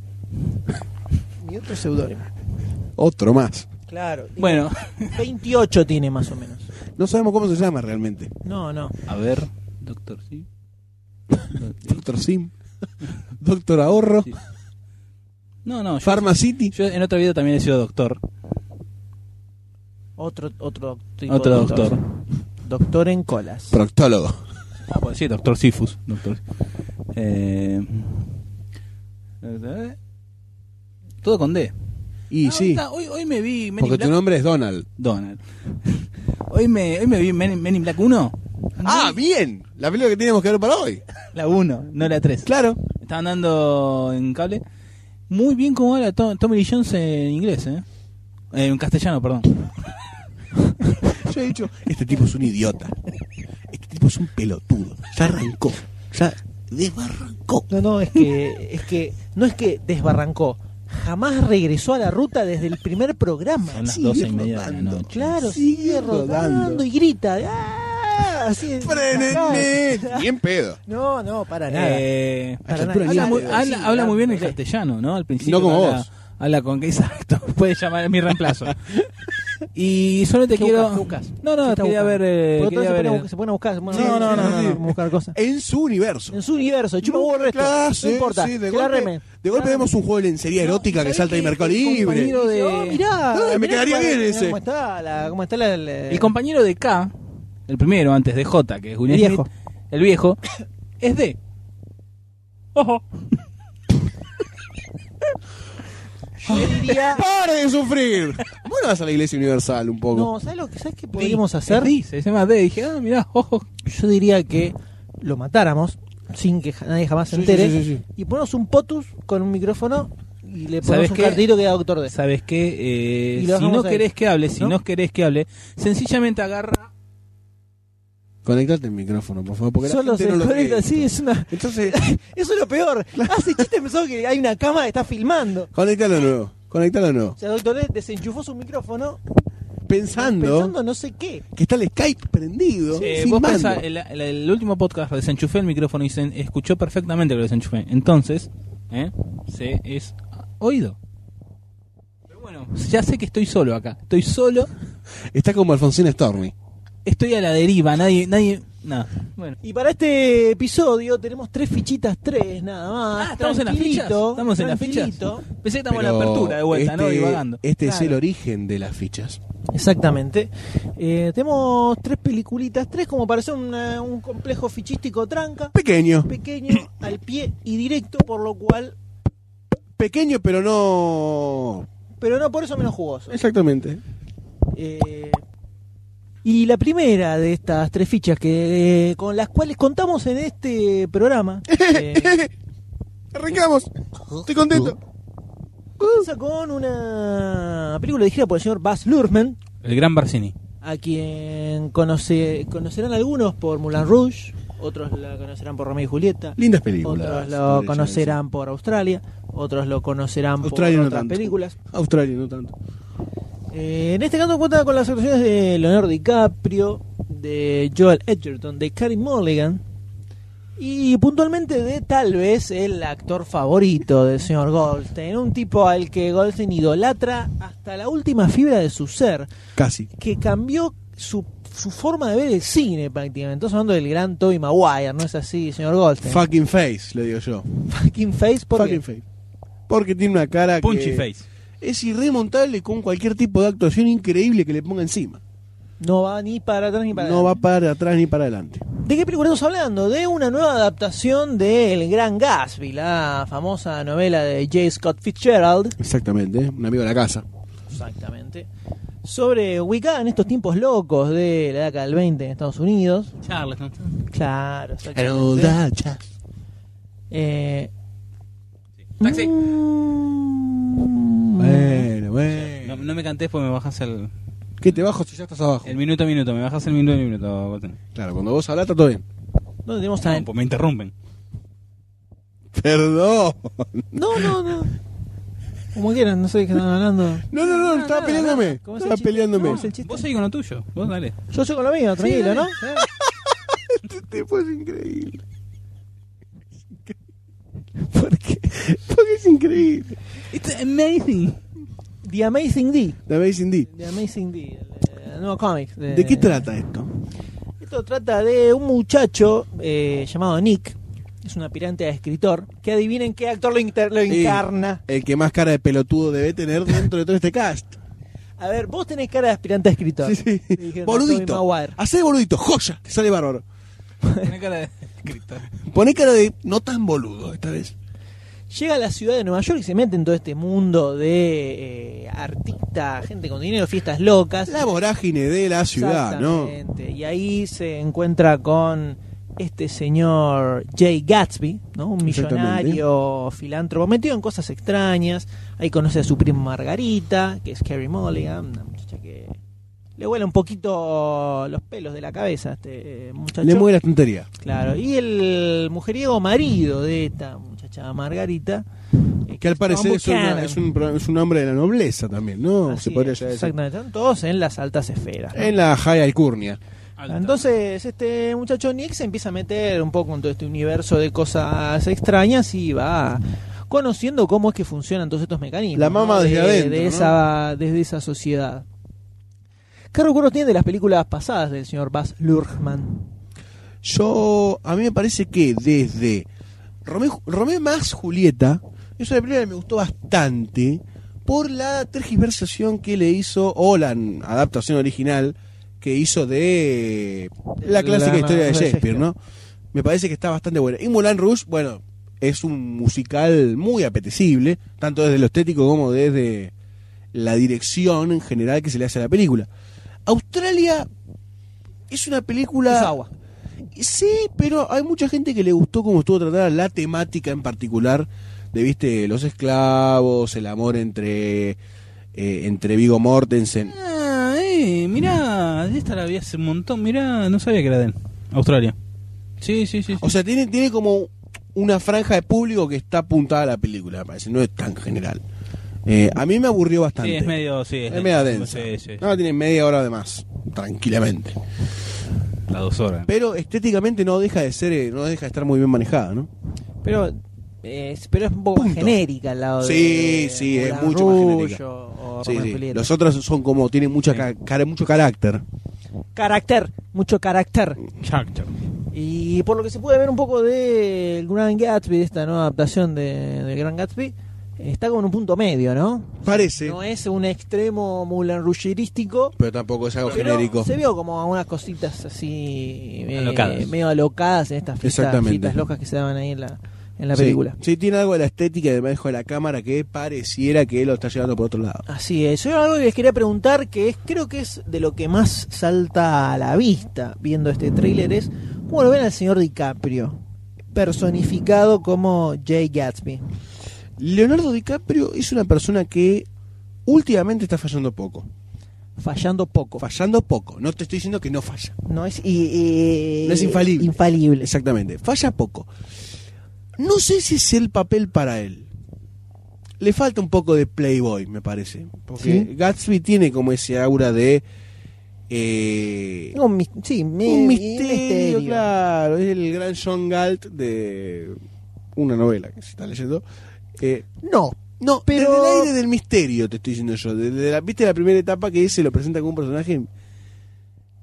[SPEAKER 11] Mi otro seudónimo.
[SPEAKER 4] Otro más.
[SPEAKER 1] Claro. Y
[SPEAKER 3] Bueno,
[SPEAKER 1] 28 tiene más o menos.
[SPEAKER 4] No sabemos cómo se llama realmente.
[SPEAKER 1] No, no.
[SPEAKER 3] a ver, Doctor sí.
[SPEAKER 4] Doctor Sim. Doctor Ahorro.
[SPEAKER 3] Sí. No, no, yo,
[SPEAKER 4] Pharmacity.
[SPEAKER 3] yo en otro video también he sido doctor.
[SPEAKER 1] Otro, otro tipo
[SPEAKER 3] Otro
[SPEAKER 1] de
[SPEAKER 3] doctor.
[SPEAKER 1] Doctor en colas.
[SPEAKER 4] Proctólogo.
[SPEAKER 3] Ah, pues sí, doctor Sifus. Doctor. Eh, eh, todo con D.
[SPEAKER 4] Y
[SPEAKER 3] Ah,
[SPEAKER 4] sí,
[SPEAKER 3] está, Hoy, hoy me vi Men in
[SPEAKER 4] porque
[SPEAKER 3] Black.
[SPEAKER 4] tu nombre es Donald.
[SPEAKER 3] Donald. Hoy me, hoy me vi Men in, Men in Black 1.
[SPEAKER 4] Ah, bien. La película que teníamos que ver para hoy.
[SPEAKER 3] La 1, no la 3.
[SPEAKER 4] Claro.
[SPEAKER 3] Estaban dando en cable. Muy bien como habla Tom- Tommy Lee Jones en inglés, ¿eh? Eh, En castellano, perdón.
[SPEAKER 4] Yo he dicho, este tipo es un idiota. Este tipo es un pelotudo. Ya arrancó. Ya desbarrancó.
[SPEAKER 1] No, no, es que, es que, no es que desbarrancó. jamás regresó a la ruta desde el primer programa.
[SPEAKER 3] Son las
[SPEAKER 4] Sigue
[SPEAKER 3] doce y media de la
[SPEAKER 4] rodando.
[SPEAKER 3] noche.
[SPEAKER 1] Claro,
[SPEAKER 4] Sigue
[SPEAKER 1] sigue, rodando.
[SPEAKER 4] rodando.
[SPEAKER 1] y grita. ¡Ah! Así,
[SPEAKER 4] ¡Frenenme!
[SPEAKER 12] Bien pedo.
[SPEAKER 1] No, no, para nada.
[SPEAKER 3] Eh,
[SPEAKER 1] Para nada.
[SPEAKER 4] altura
[SPEAKER 3] habla
[SPEAKER 4] ni
[SPEAKER 3] muy,
[SPEAKER 4] idea.
[SPEAKER 3] habla,
[SPEAKER 1] Sí,
[SPEAKER 3] habla muy bien el
[SPEAKER 1] habla-
[SPEAKER 3] castellano, ¿no? Al principio.
[SPEAKER 4] No como
[SPEAKER 3] habla,
[SPEAKER 4] vos.
[SPEAKER 3] habla con exacto. Puede llamar a mi reemplazo. y solo te
[SPEAKER 13] ¿Qué
[SPEAKER 3] quiero.
[SPEAKER 13] buscas, Lucas?
[SPEAKER 3] No,
[SPEAKER 1] Se
[SPEAKER 3] no,
[SPEAKER 1] está
[SPEAKER 3] quería
[SPEAKER 1] buscando.
[SPEAKER 3] ver. eh,
[SPEAKER 1] Por otro
[SPEAKER 3] quería
[SPEAKER 1] lado, se,
[SPEAKER 3] ver
[SPEAKER 1] ponen a
[SPEAKER 3] el-
[SPEAKER 1] buscar- se ponen a buscar, bueno,
[SPEAKER 4] Sí,
[SPEAKER 1] no, no,
[SPEAKER 4] sí,
[SPEAKER 1] no,
[SPEAKER 4] sí.
[SPEAKER 1] no, buscar cosas.
[SPEAKER 4] En su universo.
[SPEAKER 1] En su universo, chupa
[SPEAKER 4] No,
[SPEAKER 1] huevo el resto.
[SPEAKER 4] claro,
[SPEAKER 1] no
[SPEAKER 4] sí,
[SPEAKER 1] importa,
[SPEAKER 4] sí,
[SPEAKER 1] que
[SPEAKER 4] de
[SPEAKER 1] la
[SPEAKER 4] golpe,
[SPEAKER 1] remen.
[SPEAKER 4] de golpe vemos un juego de lencería erótica que salta de Mercado Libre.
[SPEAKER 3] compañero de-
[SPEAKER 1] Oh, mirá,
[SPEAKER 4] Ah, me
[SPEAKER 1] mirá
[SPEAKER 4] quedaría
[SPEAKER 1] cómo-
[SPEAKER 4] bien
[SPEAKER 1] mirá
[SPEAKER 4] ese.
[SPEAKER 1] ¿Cómo está la.? ¿Cómo está la.? la-
[SPEAKER 3] El compañero de K, el primero antes de J, que es Will
[SPEAKER 1] El
[SPEAKER 3] Smith,
[SPEAKER 1] viejo.
[SPEAKER 3] el viejo, es D. Ojo.
[SPEAKER 1] Yo diría-
[SPEAKER 4] ¡Pare de sufrir! Bueno, vas a la iglesia universal un poco.
[SPEAKER 1] No, ¿sabes, lo que, ¿sabes qué podríamos hacer?
[SPEAKER 3] Es D, se llama D. Dije, ah, mirá, ojo.
[SPEAKER 1] Yo diría que lo matáramos sin que ja- nadie jamás se
[SPEAKER 4] Sí,
[SPEAKER 1] entere
[SPEAKER 4] sí, sí, sí.
[SPEAKER 1] y ponemos un potus con un micrófono y le
[SPEAKER 3] ¿Sabes
[SPEAKER 1] ponemos un
[SPEAKER 3] qué?
[SPEAKER 1] cartito que da Doctor D.
[SPEAKER 3] ¿Sabes qué? Eh,
[SPEAKER 1] Y lo
[SPEAKER 3] si
[SPEAKER 1] dejamos
[SPEAKER 3] no
[SPEAKER 1] ahí.
[SPEAKER 3] querés que hable, si
[SPEAKER 1] ¿No?
[SPEAKER 3] no querés que hable, sencillamente agarra.
[SPEAKER 4] Conectate el micrófono, por favor, porque
[SPEAKER 1] Solo
[SPEAKER 4] la
[SPEAKER 1] se
[SPEAKER 4] gente no lo
[SPEAKER 1] conecta,
[SPEAKER 4] ve
[SPEAKER 1] sí, es una...
[SPEAKER 4] Entonces,
[SPEAKER 1] Eso es lo peor. Hace chiste pensó que hay una cámara que está filmando.
[SPEAKER 4] conéctalo de nuevo. Conéctalo de nuevo.
[SPEAKER 1] O sea, Doctor D desenchufó su micrófono
[SPEAKER 4] Pensando,
[SPEAKER 1] pensando no sé qué.
[SPEAKER 4] que está el Skype prendido,
[SPEAKER 3] Eh, vos
[SPEAKER 4] filmando.
[SPEAKER 3] pensá, el, el- el último podcast desenchufé el micrófono y se escuchó perfectamente que lo desenchufé. Entonces, ¿eh? se es oído. Pero bueno, ya sé que estoy solo acá. Estoy solo,
[SPEAKER 4] Está como Alfonsín Stormy.
[SPEAKER 3] estoy a la deriva, nadie, nadie, nada. Bueno.
[SPEAKER 1] Y para este episodio tenemos tres fichitas, tres nada más.
[SPEAKER 3] Ah, estamos en las fichas.
[SPEAKER 1] Tranquilito,
[SPEAKER 3] Estamos en las fichas.
[SPEAKER 1] tranquilito.
[SPEAKER 3] Pensé que estamos en
[SPEAKER 4] Pero
[SPEAKER 3] la apertura de vuelta, ¿no?
[SPEAKER 4] este-
[SPEAKER 3] Divagando.
[SPEAKER 4] Este es
[SPEAKER 1] Claro.
[SPEAKER 4] el origen de las fichas.
[SPEAKER 1] Exactamente. Eh, tenemos tres peliculitas, tres como parece una- un complejo fichístico tranca,
[SPEAKER 4] Pequeño.
[SPEAKER 1] pequeño, al pie y directo, por lo cual,
[SPEAKER 4] Pequeño, pero no.
[SPEAKER 1] pero no por eso menos jugoso.
[SPEAKER 4] Exactamente.
[SPEAKER 1] Eh, y la primera de estas tres fichas que eh, con las cuales contamos en este programa eh,
[SPEAKER 4] Arrancamos. Estoy contento.
[SPEAKER 1] comienza con una película dirigida por el señor Baz Luhrmann,
[SPEAKER 3] El gran Barcini.
[SPEAKER 1] a quien conoce, conocerán algunos por Moulin Rouge, otros la conocerán por Romeo y Julieta,
[SPEAKER 4] Lindas películas.
[SPEAKER 1] otros
[SPEAKER 4] podría
[SPEAKER 1] lo
[SPEAKER 4] yo
[SPEAKER 1] conocerán por Australia, otros lo conocerán
[SPEAKER 4] Australia no
[SPEAKER 1] por otras
[SPEAKER 4] tanto.
[SPEAKER 1] películas.
[SPEAKER 4] decir. Australia, no tanto.
[SPEAKER 1] Eh, en este caso cuenta con las actuaciones de Leonardo DiCaprio, de Joel Edgerton, de Carey Mulligan y puntualmente de tal vez el actor favorito del señor Goldstein, un tipo al que Goldstein idolatra hasta la última fibra de su ser,
[SPEAKER 4] Casi.
[SPEAKER 1] que cambió su, su forma de ver el cine prácticamente. Estamos hablando del gran Toby Maguire, ¿no es así, señor Goldstein?
[SPEAKER 4] Fucking face, le digo yo.
[SPEAKER 1] Fucking face, ¿por qué?
[SPEAKER 4] Fucking face. Porque tiene una cara
[SPEAKER 3] Punchy
[SPEAKER 4] que
[SPEAKER 3] Face.
[SPEAKER 4] es irremontable con cualquier tipo de actuación increíble que le ponga encima.
[SPEAKER 1] No va ni para atrás ni para
[SPEAKER 4] No
[SPEAKER 1] adelante.
[SPEAKER 4] va para atrás ni para adelante.
[SPEAKER 1] ¿De qué película estamos hablando? De una nueva adaptación de El Gran Gatsby, la famosa novela de J. Scott Fitzgerald,
[SPEAKER 4] Exactamente, ¿eh? un amigo de la casa.
[SPEAKER 1] exactamente, sobre ubicada en estos tiempos locos de la década del 20 en Estados Unidos.
[SPEAKER 3] Charles, ¿no?
[SPEAKER 1] Claro, exactamente.
[SPEAKER 4] Dacha.
[SPEAKER 1] Eh,
[SPEAKER 3] Taxi.
[SPEAKER 1] mm,
[SPEAKER 4] Bueno,
[SPEAKER 3] No,
[SPEAKER 4] bueno.
[SPEAKER 3] no me cantes porque me bajas el,
[SPEAKER 4] ¿Qué te bajo si ya estás abajo?
[SPEAKER 3] el minuto a minuto. Me bajas el minuto a minuto. Goldstein.
[SPEAKER 4] Claro, cuando vos hablás está todo bien.
[SPEAKER 1] ¿Dónde tenemos a
[SPEAKER 3] No, pues me interrumpen.
[SPEAKER 4] Perdón.
[SPEAKER 1] No, no, no. Como quieran, no sé de qué están hablando.
[SPEAKER 4] No, no, no, estaba
[SPEAKER 1] nada,
[SPEAKER 4] peleándome.
[SPEAKER 1] nada. ¿Cómo es el
[SPEAKER 4] Estaba
[SPEAKER 1] chiste?
[SPEAKER 4] peleándome.
[SPEAKER 1] No, es el chiste.
[SPEAKER 3] Vos seguís con lo tuyo. Vos dale.
[SPEAKER 1] Yo soy con lo mío, tranquilo, ¿no?
[SPEAKER 4] Este tipo es increíble. ¿Por qué? Porque es increíble.
[SPEAKER 3] It's amazing.
[SPEAKER 1] The Amazing D.
[SPEAKER 4] The Amazing D.
[SPEAKER 1] The Amazing D, el, el nuevo cómic.
[SPEAKER 4] ¿De qué trata esto?
[SPEAKER 1] Esto trata de un muchacho eh, llamado Nick, es un aspirante a escritor, que adivinen qué actor lo, inter- lo
[SPEAKER 4] Sí.
[SPEAKER 1] encarna.
[SPEAKER 4] El que más cara de pelotudo debe tener dentro de todo este cast.
[SPEAKER 1] A ver, vos tenés cara de aspirante a escritor.
[SPEAKER 4] Sí, sí.
[SPEAKER 1] Le dijeron a
[SPEAKER 4] Boludito.
[SPEAKER 1] Tobey Maguire.
[SPEAKER 4] Hacé de boludito. Joya. Te sale bárbaro.
[SPEAKER 3] Una cara de escritor.
[SPEAKER 4] Poné cara de no tan boludo esta vez.
[SPEAKER 1] Llega a la ciudad de Nueva York y se mete en todo este mundo de eh, artistas, gente con dinero, fiestas locas.
[SPEAKER 4] La vorágine de la ciudad, ¿no?
[SPEAKER 1] Exactamente. Y ahí se encuentra con este señor Jay Gatsby, ¿no? Un
[SPEAKER 4] Exactamente.
[SPEAKER 1] millonario filántropo metido en cosas extrañas. Ahí conoce a su prima Margarita, que es Carrie Mulligan, una muchacha que le huele un poquito los pelos de la cabeza a este eh, muchacho.
[SPEAKER 4] Le mueve la tontería.
[SPEAKER 1] Claro, y el mujeriego marido de esta muchacha Margarita, eh,
[SPEAKER 4] Que al parecer es, una-
[SPEAKER 1] Buchanan.
[SPEAKER 4] es un, pro- es un hombre de la nobleza también, ¿no?
[SPEAKER 1] Así
[SPEAKER 4] Se podría
[SPEAKER 1] es,
[SPEAKER 4] llegar a decir.
[SPEAKER 1] Exactamente, están todos en las altas esferas. ¿no?
[SPEAKER 4] En la high alcurnia.
[SPEAKER 1] Entonces, este muchacho Nick se empieza a meter un poco en todo este universo de cosas extrañas y va conociendo cómo es que funcionan todos estos mecanismos.
[SPEAKER 4] La mama desde
[SPEAKER 1] De-
[SPEAKER 4] adentro,
[SPEAKER 1] de
[SPEAKER 4] ¿no?
[SPEAKER 1] esa, Desde esa sociedad. ¿Qué recuerdos tiene de las películas pasadas del señor Baz Luhrmann?
[SPEAKER 4] Yo, a mí me parece que desde Romeo, Romeo más Julieta, es una película que me gustó bastante por la tergiversación que le hizo, o la n- adaptación original que hizo de la clásica
[SPEAKER 1] La-
[SPEAKER 4] historia de
[SPEAKER 1] de
[SPEAKER 4] Shakespeare,
[SPEAKER 1] Shakespeare.
[SPEAKER 4] ¿no? Me parece que está bastante buena. Y Moulin Rouge, bueno, es un musical muy apetecible, tanto desde lo estético como desde la dirección en general que se le hace a la película. Australia es una película...
[SPEAKER 1] Es agua.
[SPEAKER 4] Sí, pero hay mucha gente que le gustó cómo estuvo tratada la temática en particular de viste los esclavos, el amor entre eh, entre Vigo Mortensen.
[SPEAKER 3] Ah, eh, mirá, esta la vi hace un montón. Mirá, no sabía que era de él. Australia. Sí, sí, sí. sí.
[SPEAKER 4] O sea, tiene tiene como una franja de público que está apuntada a la película, me parece, no es tan general. Eh, a mí me aburrió bastante.
[SPEAKER 3] Sí, es medio, sí.
[SPEAKER 4] Es media densa.
[SPEAKER 3] denso. Sí, sí.
[SPEAKER 4] No, tiene media hora de más, tranquilamente.
[SPEAKER 3] La dos horas.
[SPEAKER 4] Pero estéticamente no deja de ser, eh, no deja de estar muy bien manejada, ¿no?
[SPEAKER 1] Pero es, pero es un poco más
[SPEAKER 4] Punto.
[SPEAKER 1] genérica al lado de-
[SPEAKER 4] Sí,
[SPEAKER 1] de.
[SPEAKER 4] sí, es
[SPEAKER 1] Moulin
[SPEAKER 4] mucho más
[SPEAKER 1] Rouge
[SPEAKER 4] genérica.
[SPEAKER 1] o- o
[SPEAKER 4] Sí,
[SPEAKER 1] Romeo y
[SPEAKER 4] sí.
[SPEAKER 1] Julieta.
[SPEAKER 4] Los otros son como tienen mucha
[SPEAKER 3] Sí.
[SPEAKER 4] ca- cara- mucho carácter.
[SPEAKER 1] Carácter, mucho carácter.
[SPEAKER 3] Chac, chac.
[SPEAKER 1] Y por lo que se puede ver un poco del Grand Gatsby, de esta nueva adaptación de, del Grand Gatsby, está como en un punto medio, ¿no?
[SPEAKER 4] Parece.
[SPEAKER 1] No es un extremo Moulin Rougerístico,
[SPEAKER 4] Pero tampoco es algo
[SPEAKER 1] pero
[SPEAKER 4] genérico.
[SPEAKER 1] se vio como unas cositas así eh,
[SPEAKER 3] Alocadas.
[SPEAKER 1] medio alocadas en estas fiestas,
[SPEAKER 4] Exactamente.
[SPEAKER 1] fiestas locas que se daban ahí en la, en la
[SPEAKER 4] Sí.
[SPEAKER 1] película.
[SPEAKER 4] Sí, tiene algo de la estética y del manejo de la cámara que pareciera que lo está llevando por otro lado.
[SPEAKER 1] Así es, yo algo que les quería preguntar que es, creo que es de lo que más salta a la vista viendo este tráiler es cómo lo ven al señor DiCaprio, personificado como Jay Gatsby.
[SPEAKER 4] Leonardo DiCaprio es una persona que últimamente está fallando poco.
[SPEAKER 1] fallando poco.
[SPEAKER 4] Fallando poco. No te estoy diciendo que no falla.
[SPEAKER 1] No es, y, y-
[SPEAKER 4] No es infalible.
[SPEAKER 1] infalible.
[SPEAKER 4] Exactamente. Falla poco. No sé si es el papel para él. Le falta un poco de Playboy, me parece. Porque
[SPEAKER 1] Sí.
[SPEAKER 4] Gatsby tiene como ese aura de. eh,
[SPEAKER 1] Tengo un mis- sí, me-
[SPEAKER 4] un
[SPEAKER 1] y
[SPEAKER 4] misterio, claro. Es el gran John Galt de una novela que se está leyendo. Eh,
[SPEAKER 1] No,
[SPEAKER 4] no, pero
[SPEAKER 1] Pero-
[SPEAKER 4] desde el aire del misterio, te estoy diciendo yo. Desde la, ¿Viste la primera etapa que se lo presenta como un personaje?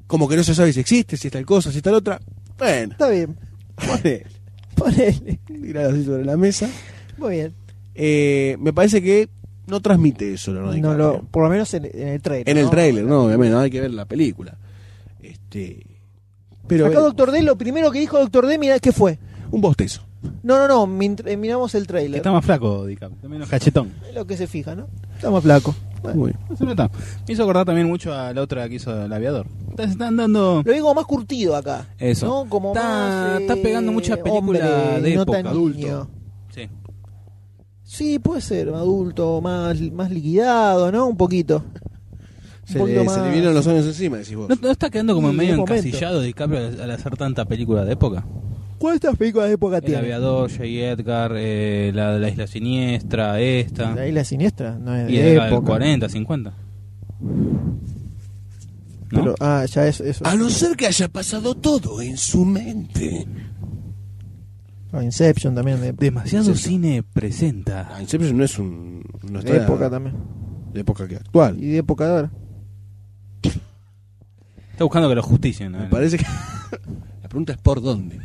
[SPEAKER 4] Como que no se sabe si existe, si es tal cosa, si es tal otra. Bueno,
[SPEAKER 1] está bien.
[SPEAKER 4] ponele,
[SPEAKER 1] Ponele.
[SPEAKER 4] tiralo así sobre la mesa.
[SPEAKER 1] Muy bien.
[SPEAKER 4] Eh, me parece que no transmite eso, Leonardo
[SPEAKER 1] No
[SPEAKER 4] DiCaprio.
[SPEAKER 1] lo, por lo menos en, en el trailer.
[SPEAKER 4] En el
[SPEAKER 1] ¿no?
[SPEAKER 4] tráiler, no, obviamente, no hay que ver la película. Este, pero
[SPEAKER 1] Acá
[SPEAKER 4] eh,
[SPEAKER 1] Doctor D, lo primero que dijo Doctor D, mira, ¿qué fue?
[SPEAKER 4] un bostezo.
[SPEAKER 1] No, no, no, min- eh, miramos el trailer.
[SPEAKER 3] Está más flaco, DiCaprio. Está menos cachetón.
[SPEAKER 1] Es lo que se fija, ¿no? Está más flaco.
[SPEAKER 4] Muy bien.
[SPEAKER 3] Se nota. Me hizo acordar también mucho a la otra que hizo el aviador. Está- Se están dando.
[SPEAKER 1] Lo digo más curtido acá.
[SPEAKER 3] Eso.
[SPEAKER 1] ¿no? Como
[SPEAKER 3] Está-
[SPEAKER 1] más, eh,
[SPEAKER 3] está pegando mucha película
[SPEAKER 1] hombre,
[SPEAKER 3] de
[SPEAKER 1] no
[SPEAKER 3] época,
[SPEAKER 1] tan
[SPEAKER 3] adulto.
[SPEAKER 1] niño.
[SPEAKER 3] Sí.
[SPEAKER 1] Sí, puede ser, adulto, más, más liquidado, ¿no? Un poquito.
[SPEAKER 4] Se
[SPEAKER 1] poquito
[SPEAKER 4] le, se
[SPEAKER 1] más-
[SPEAKER 4] le vinieron los años encima, decís vos.
[SPEAKER 3] ¿No, no está quedando como
[SPEAKER 1] Sí,
[SPEAKER 3] medio
[SPEAKER 1] en un momento.
[SPEAKER 3] encasillado DiCaprio al, al hacer tanta película de época?
[SPEAKER 1] ¿Cuántas películas de época
[SPEAKER 3] El
[SPEAKER 1] tiene?
[SPEAKER 3] aviador, J. Edgar, eh, la de la isla siniestra, esta.
[SPEAKER 1] La isla siniestra, no es de
[SPEAKER 3] Ah. Y de la del
[SPEAKER 1] época.
[SPEAKER 3] 40, 50. ¿No?
[SPEAKER 1] Pero, ah, ya es eso.
[SPEAKER 4] A no ser que haya pasado todo en su mente.
[SPEAKER 1] O Inception también, de,
[SPEAKER 3] Demasiado
[SPEAKER 4] Inception.
[SPEAKER 3] cine presenta.
[SPEAKER 4] Ah, Inception no es un, una
[SPEAKER 1] de
[SPEAKER 4] historia
[SPEAKER 1] época también.
[SPEAKER 4] de época que actual.
[SPEAKER 1] Y de época de ahora.
[SPEAKER 3] Está buscando que lo justicien. ¿no?
[SPEAKER 4] Me parece que la pregunta es por dónde.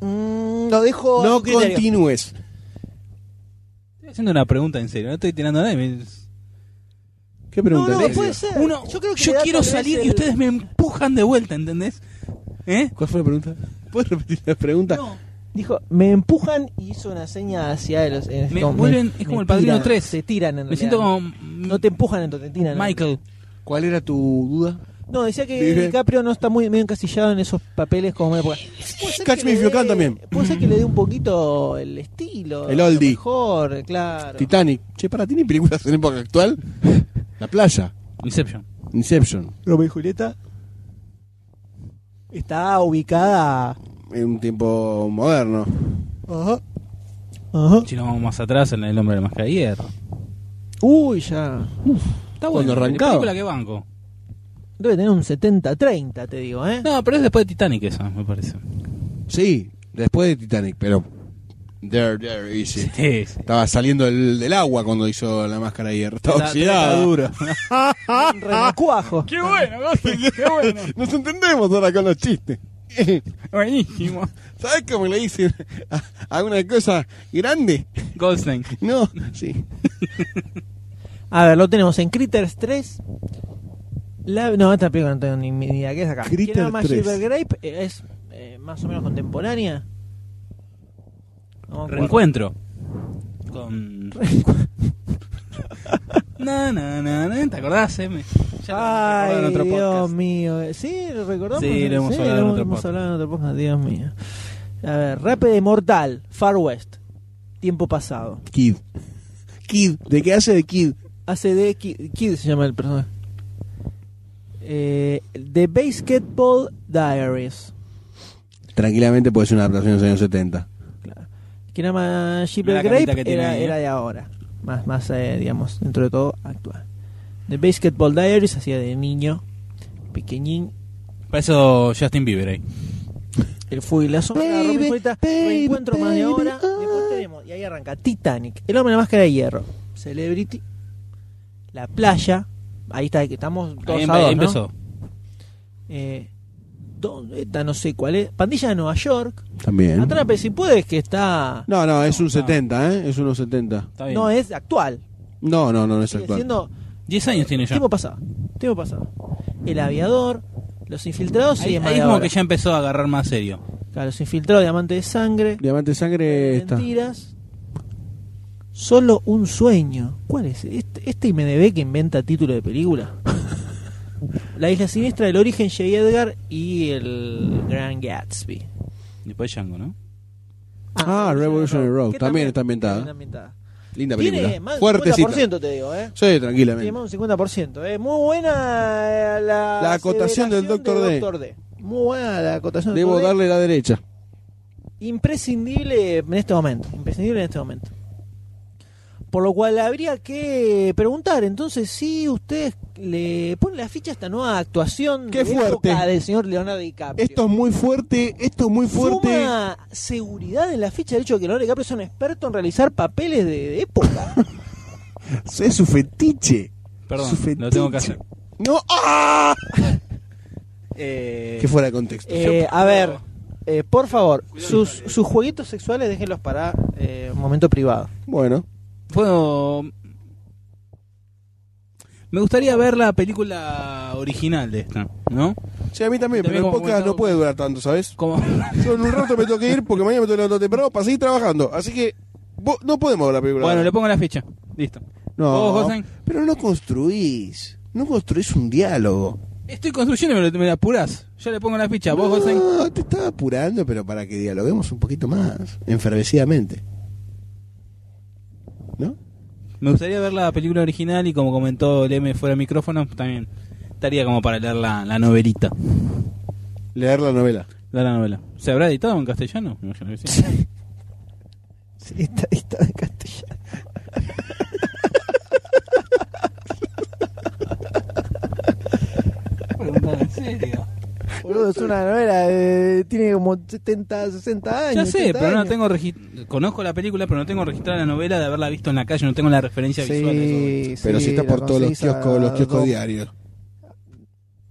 [SPEAKER 1] Mm, lo dejo. a
[SPEAKER 4] No
[SPEAKER 1] su criterio.
[SPEAKER 4] continúes.
[SPEAKER 3] Estoy haciendo una pregunta en serio, no estoy tirando nada. me-
[SPEAKER 4] ¿Qué
[SPEAKER 1] No,
[SPEAKER 4] pregunta?
[SPEAKER 1] no,
[SPEAKER 4] Alexis?
[SPEAKER 1] puede ser.
[SPEAKER 3] Uno,
[SPEAKER 1] Eh, yo creo que
[SPEAKER 3] yo
[SPEAKER 1] le da
[SPEAKER 3] quiero
[SPEAKER 1] tal vez
[SPEAKER 3] salir y
[SPEAKER 1] el-
[SPEAKER 3] ustedes me empujan de vuelta, ¿entendés? ¿Eh?
[SPEAKER 4] ¿Cuál fue la pregunta? ¿Puedes repetir la pregunta?
[SPEAKER 3] No.
[SPEAKER 1] Dijo, me empujan y hizo una seña hacia él. es
[SPEAKER 3] Me vuelven- es como el Padrino
[SPEAKER 1] tiran,
[SPEAKER 3] 3.
[SPEAKER 1] Se tiran en
[SPEAKER 3] Me siento
[SPEAKER 1] realidad.
[SPEAKER 3] como
[SPEAKER 1] No te empujan, entonces te tiran.
[SPEAKER 3] Michael.
[SPEAKER 4] ¿Cuál era tu duda?
[SPEAKER 1] No, decía que
[SPEAKER 4] Vive.
[SPEAKER 1] DiCaprio no está muy medio encasillado en esos papeles como época. Puede ser
[SPEAKER 4] Catch
[SPEAKER 1] que
[SPEAKER 4] me
[SPEAKER 1] le
[SPEAKER 4] if you
[SPEAKER 1] dé-
[SPEAKER 4] can también.
[SPEAKER 1] Puede ser que le dé un poquito el estilo.
[SPEAKER 4] El
[SPEAKER 1] a lo
[SPEAKER 4] oldie.
[SPEAKER 1] Mejor, claro.
[SPEAKER 4] Titanic. Che, para, ¿tiene películas en época actual? La playa.
[SPEAKER 3] Inception.
[SPEAKER 4] Inception.
[SPEAKER 14] Romeo y Julieta.
[SPEAKER 1] Está ubicada.
[SPEAKER 4] En un tiempo moderno.
[SPEAKER 1] Ajá. Ajá.
[SPEAKER 3] Si nos vamos más atrás, en El Hombre de la Máscara de Hierro.
[SPEAKER 1] Uy, ya.
[SPEAKER 3] Está
[SPEAKER 4] Cuando arrancaba.
[SPEAKER 3] película que banco.
[SPEAKER 1] Debe tener un 70-30, te digo, ¿eh?
[SPEAKER 3] No, pero es después de Titanic esa, me parece.
[SPEAKER 4] Sí, después de Titanic, pero. There, there, easy.
[SPEAKER 3] Sí, sí.
[SPEAKER 4] Estaba saliendo del, del agua cuando hizo la máscara de hierro. Estaba
[SPEAKER 3] Está-
[SPEAKER 4] oxidada.
[SPEAKER 3] está
[SPEAKER 4] duro.
[SPEAKER 15] Un renacuajo.
[SPEAKER 16] Qué bueno, Gotti, qué bueno.
[SPEAKER 4] Nos entendemos ahora con los chistes.
[SPEAKER 16] Buenísimo.
[SPEAKER 4] ¿Sabes cómo le dicen a, a una cosa grande?
[SPEAKER 3] Goldstein.
[SPEAKER 4] No, sí.
[SPEAKER 1] A ver, lo tenemos en Critters 3. La- no, esta película no tengo ni ni idea qué es acá.
[SPEAKER 4] Critters
[SPEAKER 1] ¿Quién ama
[SPEAKER 4] 3?
[SPEAKER 1] Silver Grape? Eh, es eh, más o menos contemporánea. No me acuerdo.
[SPEAKER 3] Reencuentro. Con. na, na, na, na, ¿Te acordás? eh? Me- Ya
[SPEAKER 1] Ay,
[SPEAKER 3] lo hemos recordado en otro
[SPEAKER 1] Dios
[SPEAKER 3] podcast.
[SPEAKER 1] mío. Eh, Sí, lo recordamos.
[SPEAKER 3] Sí, lo hemos hablado en
[SPEAKER 1] lo
[SPEAKER 3] otro
[SPEAKER 1] hemos
[SPEAKER 3] podcast.
[SPEAKER 1] hablado en otro podcast, Dios mío. A ver, Rápido y Mortal, Far West, Tiempo Pasado.
[SPEAKER 4] Kid. Kid. ¿De qué hace de Kid?
[SPEAKER 1] Hace de Ki- Kid se llama el personaje. Eh, The Basketball Diaries.
[SPEAKER 4] Tranquilamente puede ser una adaptación de los años 70.
[SPEAKER 1] Quien ama
[SPEAKER 3] Mirá
[SPEAKER 1] Shipper
[SPEAKER 3] la camita
[SPEAKER 1] Grape
[SPEAKER 3] que tiene
[SPEAKER 1] era,
[SPEAKER 3] ahí, ¿eh?
[SPEAKER 1] era de ahora. Más, más eh, digamos, dentro de todo, actual. The Basketball Diaries hacía de niño, pequeñín.
[SPEAKER 3] Para eso Justin Bieber ahí.
[SPEAKER 1] El fuego y la sombra,
[SPEAKER 4] Baby,
[SPEAKER 1] Robin Julieta,
[SPEAKER 4] baby,
[SPEAKER 1] reencuentro más de
[SPEAKER 4] baby,
[SPEAKER 1] ahora.
[SPEAKER 4] ah.
[SPEAKER 1] Después tenemos, y ahí arranca Titanic, El hombre en la máscara de hierro, Celebrity, La playa. Ahí está, que estamos todos
[SPEAKER 3] Ahí, em-
[SPEAKER 1] a
[SPEAKER 3] ahí
[SPEAKER 1] dos, ¿no?
[SPEAKER 3] empezó.
[SPEAKER 1] Eh, ¿dónde está? No sé cuál es. Pandilla de Nueva York.
[SPEAKER 4] También.
[SPEAKER 1] Atrape si puedes, que está.
[SPEAKER 4] No, no, es un
[SPEAKER 3] está.
[SPEAKER 4] 70, ¿eh? Es unos 70.
[SPEAKER 3] Está bien.
[SPEAKER 1] No es actual.
[SPEAKER 4] No, no, no, no es
[SPEAKER 1] Sigue
[SPEAKER 4] actual.
[SPEAKER 1] siendo
[SPEAKER 3] 10 años tiene ya.
[SPEAKER 1] tiempo pasado. Tiempo pasado. El aviador, los infiltrados y
[SPEAKER 3] Ahí, ahí es como que ya empezó a agarrar más serio.
[SPEAKER 1] Los infiltrados, diamante de sangre,
[SPEAKER 4] Diamante de
[SPEAKER 1] Eh,
[SPEAKER 4] Sangre está.
[SPEAKER 1] mentiras. Solo un sueño. ¿Cuál es? Este, este IMDB que inventa título de película. La isla siniestra, el origen, J. Edgar y el Gran Gatsby.
[SPEAKER 3] Después Django, ¿no?
[SPEAKER 4] Ah, Revolutionary Road.
[SPEAKER 1] que
[SPEAKER 4] También está ambientada.
[SPEAKER 1] está ambientada.
[SPEAKER 4] Linda
[SPEAKER 1] Tiene
[SPEAKER 4] película.
[SPEAKER 1] más del
[SPEAKER 4] Fuertecita.
[SPEAKER 1] 50%, te digo, ¿eh?
[SPEAKER 4] Sí,
[SPEAKER 1] Tiene más
[SPEAKER 4] tranquilamente.
[SPEAKER 1] de un 50%. ¿eh? Muy buena eh, la,
[SPEAKER 4] La acotación del
[SPEAKER 1] aseveración
[SPEAKER 4] Dr.
[SPEAKER 1] de
[SPEAKER 4] D.
[SPEAKER 1] Dr. D. Muy buena la acotación del
[SPEAKER 4] Debo
[SPEAKER 1] Dr. D.
[SPEAKER 4] darle la derecha.
[SPEAKER 1] Imprescindible en este momento. Imprescindible en este momento. Por lo cual habría que preguntar entonces si ustedes le ponen la ficha a esta nueva actuación
[SPEAKER 4] Qué
[SPEAKER 1] de
[SPEAKER 4] fuerte.
[SPEAKER 1] época del señor Leonardo DiCaprio.
[SPEAKER 4] Esto es muy fuerte, esto es muy fuerte.
[SPEAKER 1] Suma seguridad en la ficha del hecho de que Leonardo DiCaprio es un experto en realizar papeles de- de época.
[SPEAKER 4] Es su fetiche.
[SPEAKER 3] Perdón,
[SPEAKER 4] Su fetiche.
[SPEAKER 3] lo tengo que hacer.
[SPEAKER 4] No. ¡Ah!
[SPEAKER 3] Eh,
[SPEAKER 4] Que fuera de contexto.
[SPEAKER 1] Eh, a ver, eh, por favor, sus, sus jueguitos sexuales déjenlos para eh, un momento privado.
[SPEAKER 4] Bueno.
[SPEAKER 3] Puedo- Me gustaría ver la película original de esta, ¿no?
[SPEAKER 4] Sí, a mí también,
[SPEAKER 3] También
[SPEAKER 4] pero el
[SPEAKER 3] como
[SPEAKER 4] podcast no
[SPEAKER 3] comentaba-
[SPEAKER 4] puede durar tanto, ¿sabes?
[SPEAKER 3] Como...
[SPEAKER 4] Yo en un rato me tengo que ir porque mañana me tengo que levantar temprano para seguir trabajando. Así que vos- no podemos ver la película.
[SPEAKER 3] Bueno, le pongo la ficha. Listo.
[SPEAKER 4] no,
[SPEAKER 3] ¿Vos, Gosen?
[SPEAKER 4] pero no construís. No construís un diálogo.
[SPEAKER 3] Estoy construyendo y me, lo- me la apurás. Yo le pongo la ficha. ¿Vos, Gosen?
[SPEAKER 4] no, te estaba apurando, pero para que dialoguemos un poquito más, enfervecidamente. ¿No?
[SPEAKER 3] Me gustaría ver la película original y como comentó el M fuera de micrófono, también estaría como para leer la, la novelita.
[SPEAKER 4] Leer la novela.
[SPEAKER 3] Leer la novela. ¿Se habrá editado en castellano? Me imagino que sí.
[SPEAKER 1] Sí, está, está en castellano.
[SPEAKER 3] ¿En serio?
[SPEAKER 1] Boludo, es una novela, eh, tiene como 70, 60
[SPEAKER 3] Ya
[SPEAKER 1] años.
[SPEAKER 3] sé,
[SPEAKER 1] 80
[SPEAKER 3] pero no
[SPEAKER 1] años.
[SPEAKER 3] tengo regi- Conozco la película, pero no tengo registrada la novela de haberla visto en la calle. No tengo la referencia visual. de eso.
[SPEAKER 1] Sí,
[SPEAKER 4] Pero
[SPEAKER 1] sí,
[SPEAKER 4] si está
[SPEAKER 1] la
[SPEAKER 4] por todos los
[SPEAKER 1] conseguís a
[SPEAKER 4] kioscos, los kioscos
[SPEAKER 1] dos.
[SPEAKER 4] diarios.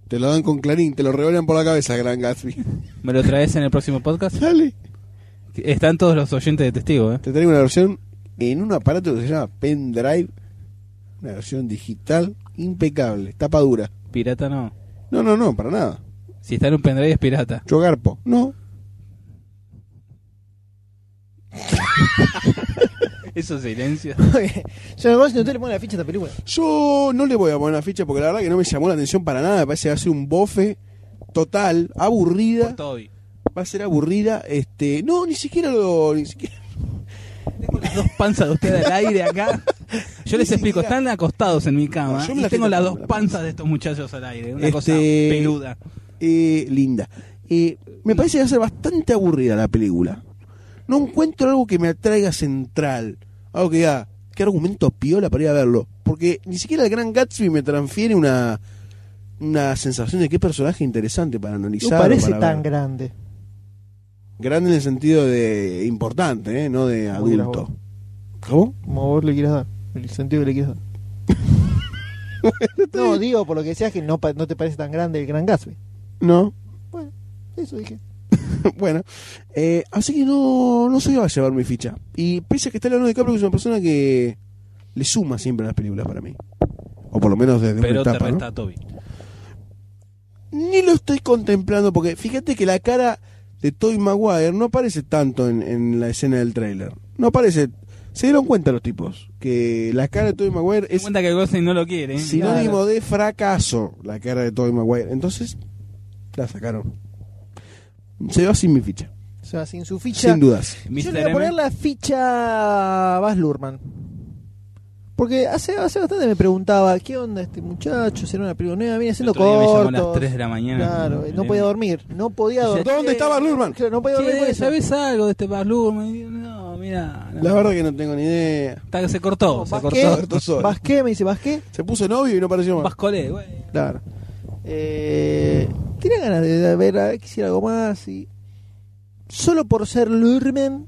[SPEAKER 4] Te lo dan con clarín, te lo revelan por la cabeza, Gran Gatsby.
[SPEAKER 3] ¿Me lo traes en el próximo podcast?
[SPEAKER 4] Dale.
[SPEAKER 3] Están todos los oyentes de testigo, ¿eh?
[SPEAKER 4] Te traigo una versión en un aparato que se llama pendrive. Una versión digital impecable, tapa dura.
[SPEAKER 3] Pirata no.
[SPEAKER 4] No, no, no, para nada.
[SPEAKER 3] Si está en un pendrive es pirata.
[SPEAKER 4] Yo garpo. No.
[SPEAKER 3] Eso silencio.
[SPEAKER 1] Yo me voy si no te le pones la ficha a esta película.
[SPEAKER 4] Yo no le voy a poner una ficha porque la verdad que no me llamó la atención para nada. Me parece que va a ser un bofe total, aburrida.
[SPEAKER 3] Toby.
[SPEAKER 4] Va a ser aburrida. Este, no, ni siquiera lo. Ni siquiera,
[SPEAKER 3] Tengo las dos panzas de ustedes al aire acá. Yo les
[SPEAKER 4] Ni
[SPEAKER 3] explico,
[SPEAKER 4] siquiera-
[SPEAKER 3] están acostados en mi cama.
[SPEAKER 4] No, yo me
[SPEAKER 3] y
[SPEAKER 4] la
[SPEAKER 3] tengo
[SPEAKER 4] tiro
[SPEAKER 3] las
[SPEAKER 4] con
[SPEAKER 3] dos
[SPEAKER 4] la
[SPEAKER 3] panzas de estos muchachos al aire. Una
[SPEAKER 4] Este-
[SPEAKER 3] cosa peluda.
[SPEAKER 4] eh, linda. Eh, me parece que va a ser bastante aburrida la película. no encuentro algo que me atraiga central. Algo que diga, qué argumento piola para ir a verlo. Porque ni siquiera el gran Gatsby me transfiere una, una sensación de qué personaje interesante para
[SPEAKER 1] No
[SPEAKER 4] analizar. o
[SPEAKER 1] parece
[SPEAKER 4] para
[SPEAKER 1] tan
[SPEAKER 4] ver.
[SPEAKER 1] grande.
[SPEAKER 4] Grande en el sentido de importante, ¿eh? no de
[SPEAKER 1] Como quieras
[SPEAKER 4] adulto.
[SPEAKER 1] vos.
[SPEAKER 4] ¿Cómo?
[SPEAKER 1] Como vos le quieras dar. El sentido que le quieras dar. no, digo, por lo que decías, que no, pa- no te parece tan grande el gran Gatsby.
[SPEAKER 4] No.
[SPEAKER 1] Eso dije.
[SPEAKER 4] bueno, eh, así que no, no se va a llevar mi ficha. Y pese a que está Leonardo DiCaprio, que es una persona que le suma siempre a las películas para mí. O por lo menos desde una
[SPEAKER 17] Pero te
[SPEAKER 4] etapa, ¿no?
[SPEAKER 17] resta Toby.
[SPEAKER 4] Ni lo estoy contemplando, porque fíjate que la cara de Toy Maguire no aparece tanto en, en la escena del tráiler. No aparece... Se dieron cuenta los tipos que la cara de Toy Maguire
[SPEAKER 3] Ten
[SPEAKER 4] es
[SPEAKER 3] cuenta que Gosling no lo quiere. ¿eh?
[SPEAKER 4] sinónimo de fracaso la cara de Toy Maguire. Entonces, la sacaron. Se va sin mi ficha,
[SPEAKER 1] O sea, sin su ficha.
[SPEAKER 4] sin dudas.
[SPEAKER 3] Mr.
[SPEAKER 1] Yo le voy a
[SPEAKER 3] M.
[SPEAKER 1] poner la ficha a Baz Luhrmann. Porque hace, hace bastante me preguntaba, ¿qué onda este muchacho? ¿Será una película nueva? Viene
[SPEAKER 3] El
[SPEAKER 1] haciendo
[SPEAKER 3] otro día me llamó a las
[SPEAKER 1] cortos.
[SPEAKER 3] 3 de la mañana. Em.
[SPEAKER 1] Claro,
[SPEAKER 3] El
[SPEAKER 1] no podía
[SPEAKER 3] M.
[SPEAKER 1] dormir. No podía dormir.
[SPEAKER 4] ¿Dónde estaba Lurman?
[SPEAKER 1] Claro, no podía dormir con
[SPEAKER 3] Che,
[SPEAKER 1] eso.
[SPEAKER 3] ¿Sabes algo de este Barlur? Me dijo, No, mira. no.
[SPEAKER 4] La verdad que no tengo ni idea.
[SPEAKER 3] Está que se cortó.
[SPEAKER 1] No,
[SPEAKER 3] se
[SPEAKER 1] ¿vas
[SPEAKER 3] cortó.
[SPEAKER 1] qué?
[SPEAKER 4] Roberto Sola.
[SPEAKER 1] ¿Vas qué? Me dice, ¿vas qué?
[SPEAKER 4] Se puso novio y no apareció más.
[SPEAKER 3] Vascolé, güey.
[SPEAKER 1] Claro. Eh, tenía ganas de, de ver, a ver, quisiera algo más. Y solo por ser Lurman,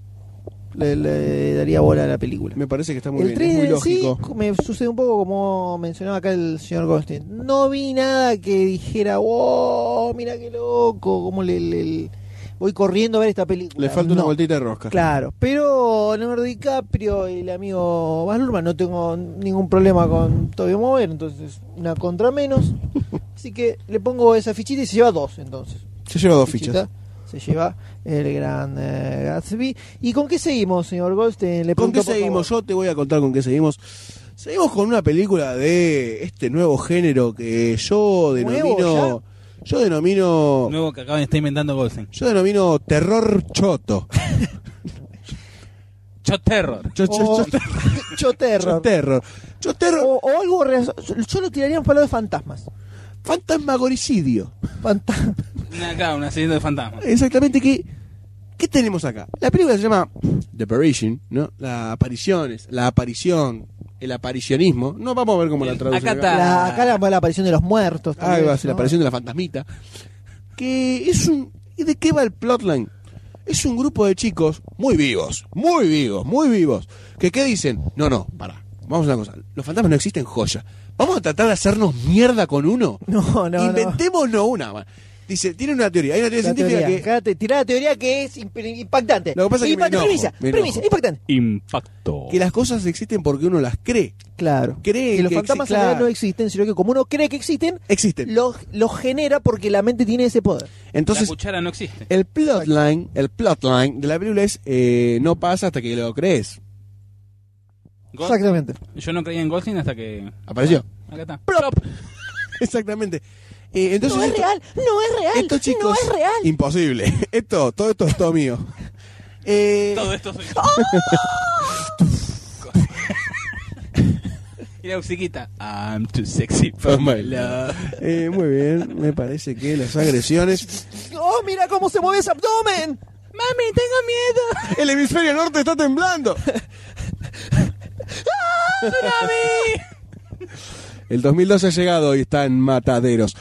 [SPEAKER 1] le, le daría bola a la película.
[SPEAKER 4] Me parece que está muy
[SPEAKER 1] el
[SPEAKER 4] bien, es muy
[SPEAKER 1] trailer en sí
[SPEAKER 4] lógico.
[SPEAKER 1] me sucede un poco como mencionaba acá el señor Goldstein. No vi nada que dijera, wow, mira qué loco, como le, le- voy corriendo a ver esta película.
[SPEAKER 4] Le falta una
[SPEAKER 1] No.
[SPEAKER 4] vueltita de rosca.
[SPEAKER 1] Claro, pero Leonardo DiCaprio y el amigo Baz Luhrmann no tengo ningún problema con Tobey Mover, entonces una contra menos. Así que le pongo esa fichita y se lleva dos, entonces.
[SPEAKER 4] Se lleva dos fichas.
[SPEAKER 1] Fichita Se lleva el gran eh, Gatsby. ¿Y con qué seguimos, señor Goldstein? Le
[SPEAKER 4] ¿Con qué
[SPEAKER 1] pregunto, por
[SPEAKER 4] seguimos?
[SPEAKER 1] favor.
[SPEAKER 4] Yo te voy a contar con qué seguimos. Seguimos con una película de este nuevo género que yo denomino. Yo denomino.
[SPEAKER 17] Nuevo que acaban de estar inventando Golsen.
[SPEAKER 4] Yo denomino terror choto.
[SPEAKER 17] Shot Terror.
[SPEAKER 4] Yo, yo- yo-
[SPEAKER 1] O-
[SPEAKER 4] yo-
[SPEAKER 1] Choterror.
[SPEAKER 4] yo terror. Oh. Yo terror.
[SPEAKER 1] O, o algo. re- Yo lo tiraría en palo de fantasmas.
[SPEAKER 4] Fantasmagoricidio.
[SPEAKER 1] Fantasmas.
[SPEAKER 3] Una acá, una siguiente de fantasma.
[SPEAKER 4] Exactamente que ¿Qué tenemos acá? La película se llama The Apparition, ¿no? La aparición, es- la aparición, el aparicionismo. No vamos a ver cómo la traducen.
[SPEAKER 3] Acá está.
[SPEAKER 1] La- acá la, la aparición de los muertos. tal
[SPEAKER 4] Ah,
[SPEAKER 1] vez,
[SPEAKER 4] va a ser la
[SPEAKER 1] ¿no?
[SPEAKER 4] aparición de la fantasmita. Que es un. ¿y ¿De qué va el plotline? Es un grupo de chicos muy vivos, muy vivos, muy vivos. Que qué dicen, no, no, para, vamos a una cosa, los fantasmas no existen joya. Vamos a tratar de hacernos mierda con uno.
[SPEAKER 1] No, no, no.
[SPEAKER 4] Inventémonos una. va. Dice, tiene una teoría, hay una teoría
[SPEAKER 1] La
[SPEAKER 4] científica
[SPEAKER 1] teoría.
[SPEAKER 4] que
[SPEAKER 1] Acá te tirá la teoría que es imp- impactante.
[SPEAKER 4] Lo que pasa es que me
[SPEAKER 1] Impactante,
[SPEAKER 4] enojo,
[SPEAKER 1] premisa,
[SPEAKER 4] me
[SPEAKER 1] premisa,
[SPEAKER 4] enojo.
[SPEAKER 1] impactante.
[SPEAKER 3] Impacto.
[SPEAKER 4] que las cosas existen porque uno las cree.
[SPEAKER 1] Claro.
[SPEAKER 4] Cree
[SPEAKER 1] que los
[SPEAKER 4] que
[SPEAKER 1] fantasmas
[SPEAKER 4] exi-
[SPEAKER 1] en realidad
[SPEAKER 4] claro.
[SPEAKER 1] no existen, sino que como uno cree que existen,
[SPEAKER 4] Existen.
[SPEAKER 1] los los genera porque la mente tiene ese poder.
[SPEAKER 4] Entonces,
[SPEAKER 3] la cuchara no existe.
[SPEAKER 4] el plotline, el plotline de la película es eh, no pasa hasta que lo crees.
[SPEAKER 3] Gol-
[SPEAKER 1] Exactamente.
[SPEAKER 3] Yo no creía en Golsen hasta que.
[SPEAKER 4] Apareció.
[SPEAKER 3] Acá está.
[SPEAKER 4] Exactamente. Eh, entonces
[SPEAKER 1] No es
[SPEAKER 4] esto-
[SPEAKER 1] real, no es real,
[SPEAKER 4] Estos chicos,
[SPEAKER 1] no es real.
[SPEAKER 4] imposible. Esto, todo esto es todo mío. Eh,
[SPEAKER 3] Todo esto soy yo. y la musiquita. I'm too sexy for my love.
[SPEAKER 4] eh, muy bien, me parece que las agresiones.
[SPEAKER 1] Oh, mira cómo se mueve ese abdomen.
[SPEAKER 3] Mami, tengo miedo.
[SPEAKER 4] El hemisferio norte está temblando.
[SPEAKER 1] ¡Ah,
[SPEAKER 4] El 2012 ha llegado y están mataderos.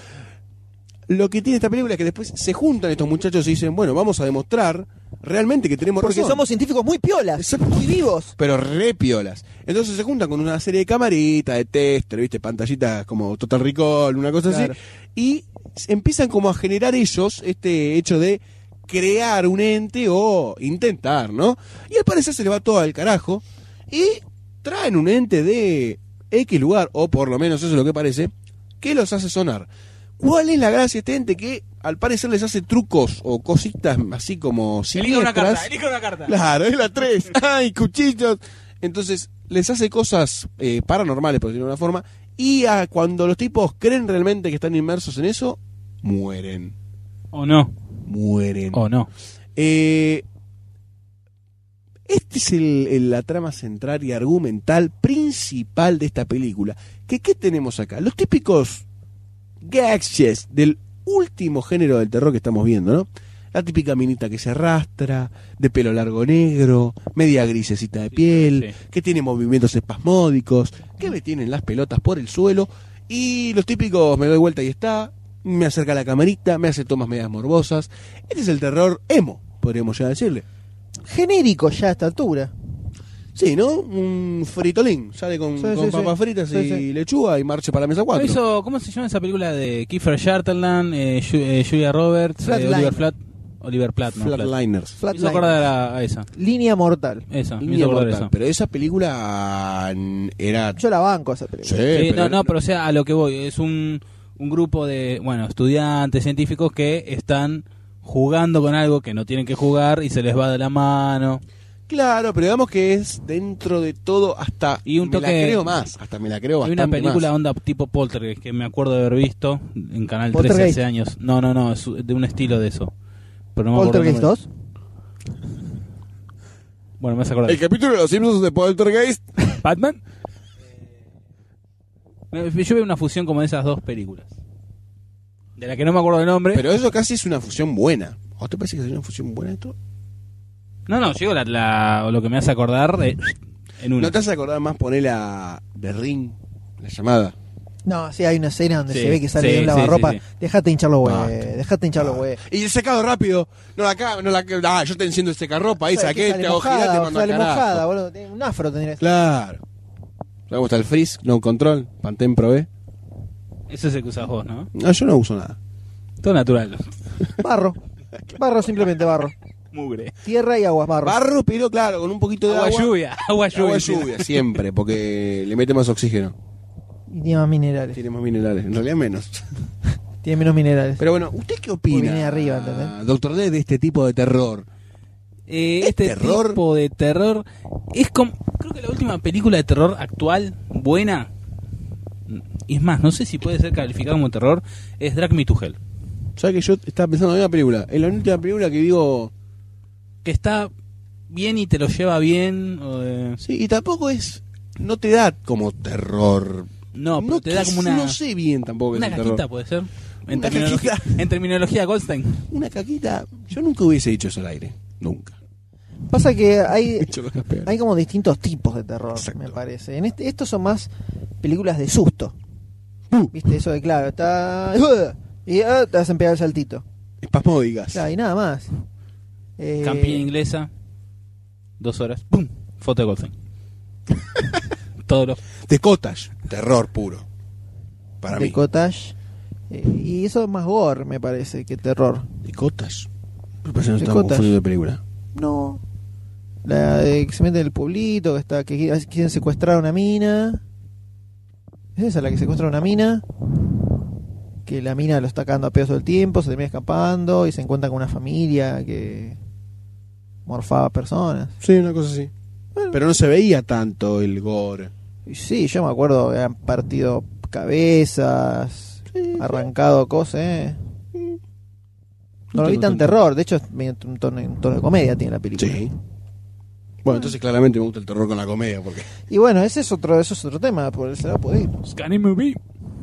[SPEAKER 4] Lo que tiene esta película es que después se juntan estos muchachos y dicen, bueno, vamos a demostrar realmente que tenemos
[SPEAKER 1] Porque
[SPEAKER 4] razón.
[SPEAKER 1] somos científicos muy piolas,
[SPEAKER 4] Exacto.
[SPEAKER 1] muy vivos.
[SPEAKER 4] pero re piolas. Entonces se juntan con una serie de camaritas, de tester, viste, pantallitas como Total Recall, una cosa
[SPEAKER 1] Claro.
[SPEAKER 4] así, y s- empiezan como a generar ellos este hecho de crear un ente o intentar, ¿no? Y al parecer se le va todo al carajo y traen un ente de X lugar, o por lo menos eso es lo que parece, que los hace sonar. ¿Cuál es la gracia de este ente que al parecer les hace trucos o cositas así como
[SPEAKER 3] Elige una carta,
[SPEAKER 4] siniestras?
[SPEAKER 3] elige una carta.
[SPEAKER 4] Claro, es la 3. ¡Ay, cuchillos! Entonces, les hace cosas eh, paranormales, por decirlo de una forma, y a- cuando los tipos creen realmente que están inmersos en eso, mueren.
[SPEAKER 3] O no.
[SPEAKER 4] Mueren.
[SPEAKER 3] O no.
[SPEAKER 4] Eh, este es el- el- la trama central y argumental principal de esta película. ¿Qué, ¿Qué tenemos acá? Los típicos gags del último género del terror que estamos viendo, ¿no? La típica minita que se arrastra, de pelo largo negro, media grisecita de piel, que tiene movimientos espasmódicos, que me tienen las pelotas por el suelo. Y los típicos me doy vuelta y está, me acerca la camarita, me hace tomas medias morbosas. Este es el terror emo, podríamos ya decirle.
[SPEAKER 1] Genérico ya a esta altura.
[SPEAKER 4] Sí, ¿no? Un fritolín. Sale con,
[SPEAKER 1] Sí,
[SPEAKER 4] con
[SPEAKER 1] sí,
[SPEAKER 4] papas
[SPEAKER 1] sí.
[SPEAKER 4] fritas
[SPEAKER 1] Sí,
[SPEAKER 4] y
[SPEAKER 1] sí.
[SPEAKER 4] lechuga y marche para la mesa
[SPEAKER 3] Lo
[SPEAKER 4] 4.
[SPEAKER 3] hizo- ¿Cómo se llama esa película de Kiefer Sutherland, eh, Ju- eh, Julia Roberts, eh,
[SPEAKER 1] Flatline.
[SPEAKER 3] Oliver Platt? Oliver Platt, no, Platt.
[SPEAKER 4] Flatliners.
[SPEAKER 3] Me hizo
[SPEAKER 1] Flatline.
[SPEAKER 3] acordar a, Eh. a esa.
[SPEAKER 1] Línea mortal.
[SPEAKER 3] Esa, me hizo
[SPEAKER 4] Línea
[SPEAKER 3] acordar a
[SPEAKER 4] mortal.
[SPEAKER 3] esa.
[SPEAKER 4] Pero esa película mm, era...
[SPEAKER 1] Yo la banco esa película.
[SPEAKER 4] Sí,
[SPEAKER 3] Sí,
[SPEAKER 4] eh, pero-
[SPEAKER 3] no, no, pero o sea, a lo que voy, es un, un grupo de, bueno, estudiantes científicos que están jugando con algo que no tienen que jugar y se les va de la mano.
[SPEAKER 4] Claro, pero digamos que es dentro de todo hasta...
[SPEAKER 3] Y un
[SPEAKER 4] Me
[SPEAKER 3] toque-
[SPEAKER 4] la creo más, hasta me la creo
[SPEAKER 3] Hay
[SPEAKER 4] bastante
[SPEAKER 3] una película
[SPEAKER 4] más.
[SPEAKER 3] onda tipo Poltergeist que me acuerdo de haber visto en Canal 13
[SPEAKER 1] Poltergeist.
[SPEAKER 3] hace años. No, no, no, es de un estilo de eso. Pero no me acuerdo el
[SPEAKER 1] Poltergeist
[SPEAKER 3] nombre.
[SPEAKER 1] 2.
[SPEAKER 3] Bueno, me vas a acordar.
[SPEAKER 4] El capítulo de los Simpsons de Poltergeist.
[SPEAKER 3] ¿Batman? Eh, Yo veo una fusión como de esas dos películas. De la que no me acuerdo el nombre.
[SPEAKER 4] Pero eso casi es una fusión buena. ¿A te parece que es una fusión buena esto?
[SPEAKER 3] No, no, llego la, la- lo que me hace acordar eh, en una.
[SPEAKER 4] ¿No te has acordado más poner a The Ring? La llamada.
[SPEAKER 1] No, sí, hay una escena donde
[SPEAKER 3] Sí,
[SPEAKER 1] se ve que sale
[SPEAKER 3] sí,
[SPEAKER 1] de un
[SPEAKER 3] sí,
[SPEAKER 1] lavarropa.
[SPEAKER 3] sí, Ah. sí.
[SPEAKER 1] Dejate hinchar los huevos,
[SPEAKER 4] Basta.
[SPEAKER 1] dejate hinchar los huevos.
[SPEAKER 4] Y el secado rápido. No la ca- no la ah, yo te enciendo este carropa ahí,
[SPEAKER 1] Sale-
[SPEAKER 4] saqué,
[SPEAKER 1] sale
[SPEAKER 4] te hago girar, te
[SPEAKER 1] mojada,
[SPEAKER 4] mando a
[SPEAKER 1] sale
[SPEAKER 4] carajo.
[SPEAKER 1] mojada, boludo. Tiene Un afro tendría.
[SPEAKER 4] Claro. ¿Sabes cómo está el Freeze? No Control, Pantene Pro B.
[SPEAKER 3] Ese es el que usas vos, ¿no?
[SPEAKER 4] No, yo no uso nada.
[SPEAKER 3] Todo natural.
[SPEAKER 1] Barro. Barro, simplemente barro.
[SPEAKER 3] Mugre.
[SPEAKER 1] Tierra y aguas, barro.
[SPEAKER 4] Barro, pero claro, con un poquito de
[SPEAKER 3] Agua,
[SPEAKER 4] agua.
[SPEAKER 3] lluvia, agua lluvia.
[SPEAKER 4] Agua lluvia, siempre, porque le mete más oxígeno.
[SPEAKER 1] Y tiene más minerales.
[SPEAKER 4] Tiene más minerales, en realidad menos.
[SPEAKER 1] Tiene menos minerales.
[SPEAKER 4] Pero bueno, ¿usted qué
[SPEAKER 1] Porque viene de
[SPEAKER 4] opina?
[SPEAKER 1] arriba, ¿entendés?
[SPEAKER 4] Doctor D de este tipo de terror.
[SPEAKER 3] Eh,
[SPEAKER 4] ¿Es
[SPEAKER 3] este
[SPEAKER 4] terror?
[SPEAKER 3] tipo de terror es como creo que la última película de terror actual buena y es más no sé si puede ser calificada como terror es Drag Me to Hell
[SPEAKER 4] ¿Sabes que yo estaba pensando en una película? En la última película que digo,
[SPEAKER 3] que está bien y te lo lleva bien eh,
[SPEAKER 4] Sí, y tampoco es. No te da como terror.
[SPEAKER 3] no pero te da
[SPEAKER 4] que-
[SPEAKER 3] como una
[SPEAKER 4] No sé bien tampoco.
[SPEAKER 3] una
[SPEAKER 4] es un terror.
[SPEAKER 3] caquita puede ser en,
[SPEAKER 4] Una
[SPEAKER 3] terminología,
[SPEAKER 4] caquita.
[SPEAKER 3] en terminología Goldstein
[SPEAKER 4] Una caquita. Yo nunca hubiese dicho eso al aire. Nunca.
[SPEAKER 1] Pasa que hay,
[SPEAKER 4] Yo lo que es peor.
[SPEAKER 1] hay como distintos tipos de terror,
[SPEAKER 4] Exacto.
[SPEAKER 1] me parece. En este, estos son más películas de susto.
[SPEAKER 4] Uh.
[SPEAKER 1] ¿Viste? Eso de claro, está. Y ah, te hacen pegar el saltito.
[SPEAKER 4] Espasmódicas.
[SPEAKER 1] Claro, y nada más. Eh,
[SPEAKER 3] campiña inglesa dos horas pum foto de Goldstein todos los
[SPEAKER 4] De Cottage. Terror puro. Para
[SPEAKER 1] de
[SPEAKER 4] mí.
[SPEAKER 1] Cottage. Eh, y eso es más gore, me parece, que terror.
[SPEAKER 4] de Cottage. Me parece que nos
[SPEAKER 1] De
[SPEAKER 4] estamos
[SPEAKER 1] Cottage.
[SPEAKER 4] confundiendo de película.
[SPEAKER 1] No. La de que se mete en el pueblito, que está que qui- quieren secuestrar a una mina. ¿Es esa la que secuestra a una mina? Que la mina lo está cagando a pedos todo el tiempo, se termina escapando y se encuentra con una familia que morfaba personas.
[SPEAKER 4] Sí, una cosa así. Pero no se veía tanto el gore.
[SPEAKER 1] Y sí, yo me acuerdo que han partido cabezas, arrancado cosas, ¿eh? No lo vi
[SPEAKER 4] tengo
[SPEAKER 1] tan
[SPEAKER 4] tanto.
[SPEAKER 1] terror, de hecho es medio un tono, un tono de comedia tiene la película.
[SPEAKER 4] Sí. Bueno, entonces claramente me gusta el terror con la comedia. porque
[SPEAKER 1] Y bueno, ese es otro, eso es otro tema, por el lado puede ir.
[SPEAKER 3] Scanning Movie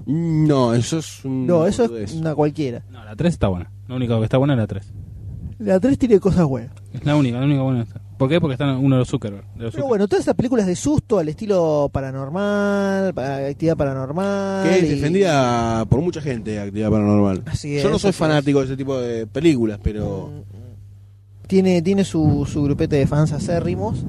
[SPEAKER 4] No, eso es un.
[SPEAKER 1] No, eso es
[SPEAKER 4] boludez.
[SPEAKER 1] una cualquiera.
[SPEAKER 3] no la 3 está buena lo único que está buena es la 3
[SPEAKER 1] La 3 tiene cosas buenas.
[SPEAKER 3] Es la única, la única buena esta. ¿Por qué? Porque están uno de los Zuckerberg. de los
[SPEAKER 1] Pero
[SPEAKER 3] Zucker.
[SPEAKER 1] bueno, todas esas películas de susto al estilo paranormal, pa- actividad paranormal.
[SPEAKER 4] Que es
[SPEAKER 1] y-
[SPEAKER 4] defendida por mucha gente, Actividad Paranormal.
[SPEAKER 1] Así es,
[SPEAKER 4] Yo no soy
[SPEAKER 1] así
[SPEAKER 4] fanático de ese tipo de películas, pero...
[SPEAKER 1] Tiene, tiene su, su grupete de fans acérrimos.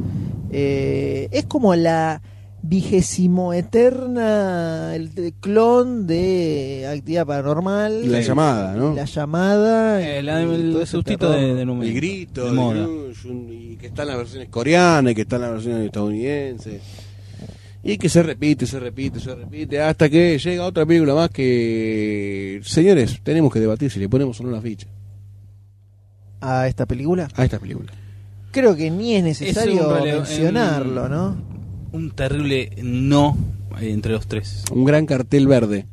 [SPEAKER 1] Eh, es como la vigésimo eterna el, el clon de actividad paranormal.
[SPEAKER 4] La llamada, ¿no?
[SPEAKER 1] La llamada.
[SPEAKER 3] Eh,
[SPEAKER 1] y-
[SPEAKER 3] la-
[SPEAKER 1] y
[SPEAKER 3] el
[SPEAKER 1] todo ese
[SPEAKER 3] sustito
[SPEAKER 1] terror.
[SPEAKER 3] de, de número.
[SPEAKER 4] el grito,
[SPEAKER 3] De
[SPEAKER 4] el
[SPEAKER 3] moda.
[SPEAKER 4] grunge, y que están las versiones coreanas, y que están las versiones estadounidenses. Y que se repite, se repite, se repite, hasta que llega otra película más que... Señores, tenemos que debatir si le ponemos o no la ficha
[SPEAKER 1] A esta película.
[SPEAKER 4] a esta película.
[SPEAKER 1] Creo que ni es
[SPEAKER 3] Es
[SPEAKER 1] necesario
[SPEAKER 3] un rele-
[SPEAKER 1] mencionarlo,
[SPEAKER 3] en-
[SPEAKER 1] ¿no?
[SPEAKER 3] Un terrible no eh, entre los tres.
[SPEAKER 4] Un gran cartel verde,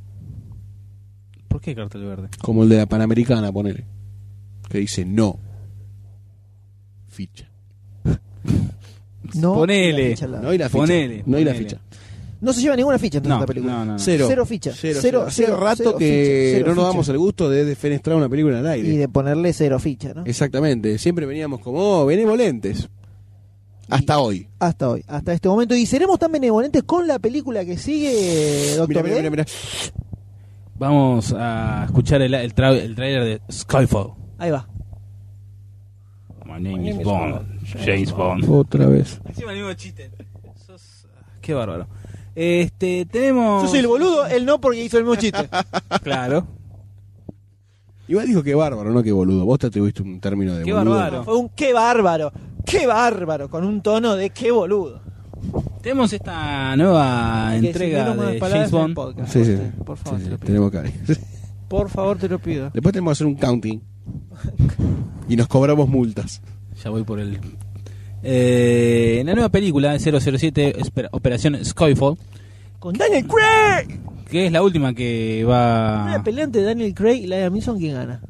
[SPEAKER 3] ¿Por qué cartel verde?
[SPEAKER 4] como el de la Panamericana, ponele. Que dice no. Ficha.
[SPEAKER 1] No,
[SPEAKER 3] Ponele.
[SPEAKER 1] la ficha al lado.
[SPEAKER 4] No hay la ficha.
[SPEAKER 3] Ponele,
[SPEAKER 4] no hay la
[SPEAKER 3] ponele.
[SPEAKER 4] ficha.
[SPEAKER 5] No se lleva ninguna ficha entonces
[SPEAKER 9] No,
[SPEAKER 5] esta película.
[SPEAKER 9] no, no, no.
[SPEAKER 4] Cero.
[SPEAKER 5] Cero ficha.
[SPEAKER 4] Cero,
[SPEAKER 5] Cero,
[SPEAKER 4] cero. Hace
[SPEAKER 5] cero,
[SPEAKER 4] rato
[SPEAKER 5] cero
[SPEAKER 4] que
[SPEAKER 5] ficha, cero
[SPEAKER 4] no nos
[SPEAKER 5] ficha.
[SPEAKER 4] damos el gusto de defenestrar una película al aire.
[SPEAKER 5] Y de ponerle cero ficha, ¿no?
[SPEAKER 4] Exactamente. Siempre veníamos como oh, benevolentes. Hasta hoy.
[SPEAKER 5] Hasta hoy, hasta este momento. Y seremos tan benevolentes con la película que sigue,
[SPEAKER 4] Mira,
[SPEAKER 5] Doctor ¿eh?
[SPEAKER 4] mira,
[SPEAKER 5] D?
[SPEAKER 4] mira, mira.
[SPEAKER 3] Vamos a escuchar el, el, tra- el trailer de Skyfall.
[SPEAKER 18] Ahí va.
[SPEAKER 9] My name is Bond. James Bond.
[SPEAKER 4] Otra vez.
[SPEAKER 3] Encima el mismo chiste. Sos- ah, Qué bárbaro. Este, tenemos.
[SPEAKER 5] Yo soy el boludo, él no porque hizo el mismo chiste.
[SPEAKER 3] Claro.
[SPEAKER 4] Igual dijo que bárbaro, no que boludo. Vos te atribuiste un término de
[SPEAKER 3] Qué
[SPEAKER 4] boludo.
[SPEAKER 3] bárbaro.
[SPEAKER 5] Fue un qué bárbaro, qué bárbaro, con un tono de qué boludo.
[SPEAKER 3] Tenemos esta nueva
[SPEAKER 18] Hay que decir
[SPEAKER 3] entrega
[SPEAKER 18] menos malas
[SPEAKER 3] de
[SPEAKER 18] palabras
[SPEAKER 3] James
[SPEAKER 18] en el
[SPEAKER 3] Bond.
[SPEAKER 18] podcast.
[SPEAKER 4] Sí, sí.
[SPEAKER 18] Por favor, te
[SPEAKER 4] Sí, sí,
[SPEAKER 18] lo pido.
[SPEAKER 4] tenemos que...
[SPEAKER 18] Por favor, te lo pido.
[SPEAKER 4] Después tenemos que hacer un counting. Y nos cobramos multas.
[SPEAKER 3] Ya voy por el. Eh, la nueva película de 007, espera, Operación Skyfall,
[SPEAKER 18] Con Daniel Craig.
[SPEAKER 3] que es la última que va.
[SPEAKER 18] Una pelea entre Daniel Craig y Liam Neeson, ¿quién gana?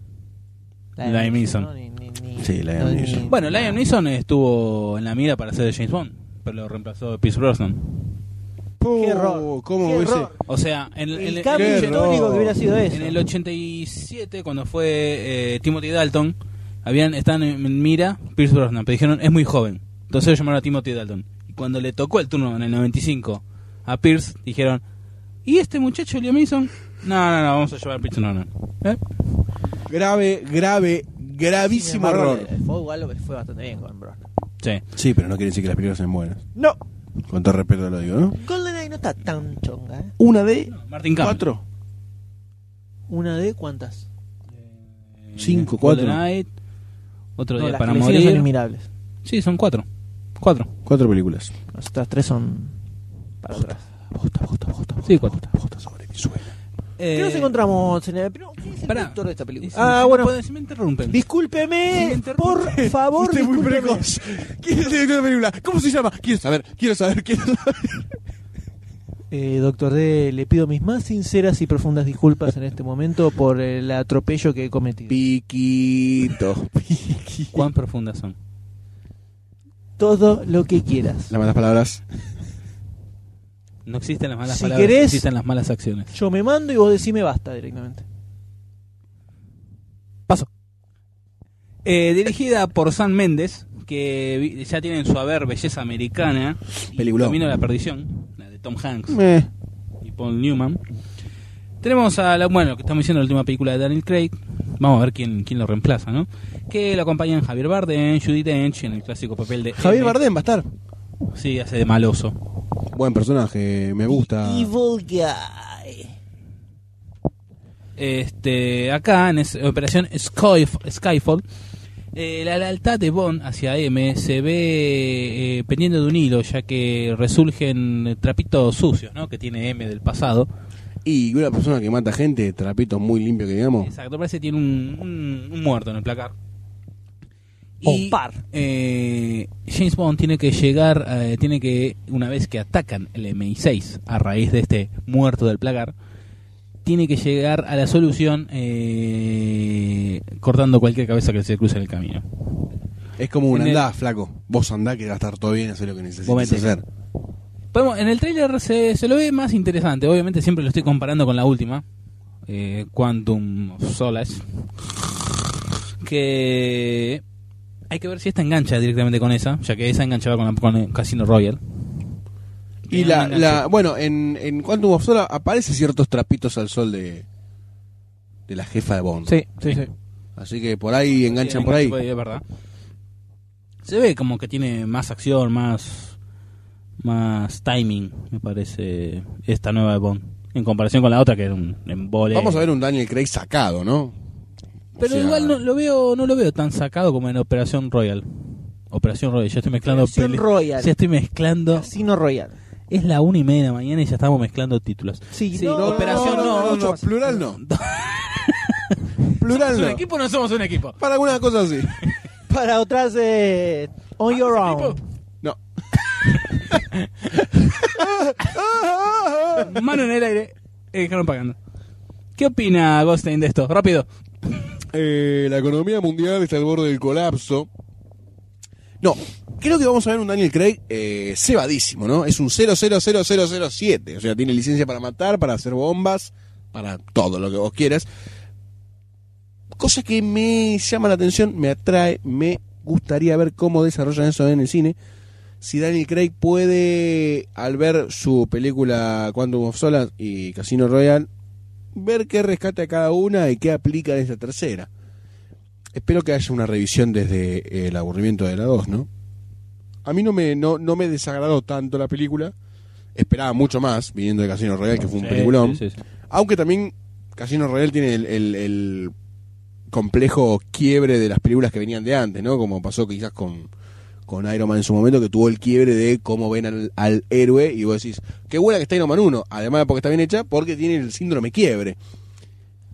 [SPEAKER 3] Liam Neeson.
[SPEAKER 18] ¿no? Ni- ni- ni-
[SPEAKER 4] Sí, Liam
[SPEAKER 18] ni-
[SPEAKER 4] Neeson.
[SPEAKER 18] ni-
[SPEAKER 3] Bueno, Liam Neeson estuvo en la mira para ser de James Bond, pero lo reemplazó Pierce Brosnan.
[SPEAKER 5] Qué error.
[SPEAKER 4] Oh, ¿Cómo
[SPEAKER 5] qué
[SPEAKER 4] hubiese-
[SPEAKER 5] error.
[SPEAKER 3] O sea, en, en-
[SPEAKER 5] El
[SPEAKER 3] en-
[SPEAKER 5] cambio
[SPEAKER 4] qué
[SPEAKER 5] tónico
[SPEAKER 4] error.
[SPEAKER 5] que hubiera sido eso.
[SPEAKER 3] En el 87, cuando fue eh, Timothy Dalton, habían están en, en mira Pierce Brosnan, pero dijeron es muy joven. Entonces lo llamaron a Timothy Dalton. Y cuando le tocó el turno en el 95 a Pierce, dijeron, ¿y este muchacho Liam Neeson? No, no, no, vamos a llevar a Pierce Brosnan. ¿Eh?
[SPEAKER 4] Grave, grave,
[SPEAKER 18] Sin
[SPEAKER 4] gravísimo
[SPEAKER 18] embargo,
[SPEAKER 4] error.
[SPEAKER 18] el- Fue igual, lo- fue bastante bien con Brosnan.
[SPEAKER 3] Sí.
[SPEAKER 4] Sí, pero no quiere decir que las películas sean buenas.
[SPEAKER 5] No,
[SPEAKER 4] Con todo respeto lo digo, ¿no?
[SPEAKER 18] GoldenEye no está tan chonga, ¿eh?
[SPEAKER 4] Una de
[SPEAKER 3] Martin Campbell.
[SPEAKER 4] cuatro.
[SPEAKER 18] ¿Una de cuántas?
[SPEAKER 3] Eh,
[SPEAKER 4] Cinco, cuatro.
[SPEAKER 3] Goldeneye, otro
[SPEAKER 18] No,
[SPEAKER 3] día
[SPEAKER 18] las
[SPEAKER 3] para
[SPEAKER 18] que le siguen son
[SPEAKER 3] morir.
[SPEAKER 18] inmirables.
[SPEAKER 3] sí, son cuatro. Cuatro.
[SPEAKER 4] Cuatro películas.
[SPEAKER 18] Las otras tres son para atrás.
[SPEAKER 4] Bosta, bosta, bosta.
[SPEAKER 3] Sí, cuatro.
[SPEAKER 4] Bosta sobre mi suela.
[SPEAKER 18] ¿Qué nos
[SPEAKER 3] Eh,
[SPEAKER 18] encontramos en el... pero, ¿Quién es el
[SPEAKER 3] pará.
[SPEAKER 18] director de esta película?
[SPEAKER 3] Sí,
[SPEAKER 5] Ah,
[SPEAKER 3] sí,
[SPEAKER 5] bueno.
[SPEAKER 3] pueden- sí me interrumpen.
[SPEAKER 5] discúlpeme, por favor,
[SPEAKER 4] Fuiste muy
[SPEAKER 5] discúlpeme.
[SPEAKER 4] precoz. ¿Quién es el director de la película? ¿Cómo se llama? Quiero saber, quiero saber, quiero saber.
[SPEAKER 18] Eh, doctor D, le pido mis más sinceras y profundas disculpas en este momento por el atropello que he cometido.
[SPEAKER 4] Piquito.
[SPEAKER 3] ¿Cuán profundas son?
[SPEAKER 18] Todo lo que quieras.
[SPEAKER 4] Las malas palabras.
[SPEAKER 3] No existen las malas
[SPEAKER 18] Si
[SPEAKER 3] palabras,
[SPEAKER 18] querés-
[SPEAKER 3] existen las malas acciones.
[SPEAKER 18] Yo me mando y vos decime basta directamente.
[SPEAKER 3] Eh, dirigida por San Méndez, que vi- ya tiene en su haber belleza americana, y
[SPEAKER 4] Peliculón.
[SPEAKER 3] Camino a la perdición, la de Tom Hanks
[SPEAKER 4] Eh.
[SPEAKER 3] y Paul Newman. Tenemos a la, bueno, lo que estamos diciendo la última película de Daniel Craig. Vamos a ver quién, quién lo reemplaza, ¿no? Que lo acompañan Javier Bardem, Judy Dench en el clásico papel de
[SPEAKER 4] Javier
[SPEAKER 3] M.
[SPEAKER 4] Bardem va a estar.
[SPEAKER 3] Sí, hace de maloso.
[SPEAKER 4] Buen personaje, me gusta.
[SPEAKER 18] Evil guy.
[SPEAKER 3] Este, acá en es- Operación Skyf- Skyfall, eh, la lealtad de Bond hacia M se ve eh, pendiente de un hilo, ya que resurgen trapitos sucios ¿no? que tiene M del pasado.
[SPEAKER 4] Y una persona que mata gente, trapitos muy limpio que digamos.
[SPEAKER 3] Exacto, parece que tiene un, un- un muerto en el placar.
[SPEAKER 18] O un par.
[SPEAKER 3] eh, James Bond tiene que llegar, eh, tiene que, una vez que atacan el MI6 a raíz de este muerto del placar, tiene que llegar a la solución eh, cortando cualquier cabeza que se cruce en el camino.
[SPEAKER 4] Es como un
[SPEAKER 3] En el-
[SPEAKER 4] andá, flaco. Vos andá que va a estar todo bien, hacer lo que necesitas
[SPEAKER 3] Momento.
[SPEAKER 4] hacer.
[SPEAKER 3] Podemos- en el tráiler se, se lo ve más interesante, obviamente siempre lo estoy comparando con la última, eh, Quantum of Solace, que hay que ver si esta engancha directamente con esa, ya que esa enganchaba con, la- con el Casino Royale.
[SPEAKER 4] Y
[SPEAKER 3] Tiene
[SPEAKER 4] la,
[SPEAKER 3] un
[SPEAKER 4] la-
[SPEAKER 3] enganche.
[SPEAKER 4] bueno, en, en Quantum of Solace aparecen ciertos trapitos al sol de, de la jefa de Bond.
[SPEAKER 18] Sí, sí, sí.
[SPEAKER 4] Así que por ahí enganchan
[SPEAKER 3] Sí,
[SPEAKER 4] por ahí.
[SPEAKER 3] es verdad. Se ve como que tiene más acción, más más timing, me parece, esta nueva de Bond, en comparación con la otra que era un embole.
[SPEAKER 4] Vamos a ver un Daniel Craig sacado, ¿no?
[SPEAKER 3] Pero
[SPEAKER 4] O sea,
[SPEAKER 3] igual no lo veo, no lo veo tan sacado como en Operación Royal. Operación Royal, ya estoy mezclando.
[SPEAKER 18] Operación
[SPEAKER 3] peli-
[SPEAKER 18] Royal.
[SPEAKER 3] Ya estoy mezclando.
[SPEAKER 5] Casino Royal.
[SPEAKER 3] Es la una y media de la mañana y ya estamos mezclando títulos.
[SPEAKER 5] Sí,
[SPEAKER 3] Sí,
[SPEAKER 5] no,
[SPEAKER 3] operación no,
[SPEAKER 5] no, mucho más.
[SPEAKER 4] plural no. plural no.
[SPEAKER 3] equipo no somos un equipo?
[SPEAKER 4] Para alguna cosa así.
[SPEAKER 5] Para otras, eh, on your own.
[SPEAKER 4] No.
[SPEAKER 3] Mano en el aire. Eh, dejaron pagando. ¿Qué opina Goldstein de esto? Rápido.
[SPEAKER 4] Eh, la economía mundial está al borde del colapso. No, creo que vamos a ver un Daniel Craig eh, cebadísimo, ¿no? Es un 000007. O sea, tiene licencia para matar, para hacer bombas, para todo lo que vos quieras. Cosa que me llama la atención, me atrae, me gustaría ver cómo desarrollan eso en el cine. Si Daniel Craig puede, al ver su película Quantum of Solace y Casino Royale, ver qué rescata cada una y qué aplica en esta tercera. Espero que haya una revisión desde eh, el aburrimiento de la 2, ¿no? A mí no me, no, no me desagradó tanto la película. Esperaba mucho más, viniendo de Casino Royale, que fue un
[SPEAKER 19] Sí,
[SPEAKER 4] Eh, peliculón.
[SPEAKER 19] sí, sí, sí.
[SPEAKER 4] Aunque también Casino Royale tiene el, el- el complejo quiebre de las películas que venían de antes, ¿no? Como pasó quizás con, con Iron Man en su momento, que tuvo el quiebre de cómo ven al, al héroe y vos decís, qué buena que está Iron Man 1, además de porque está bien hecha, porque tiene el síndrome quiebre.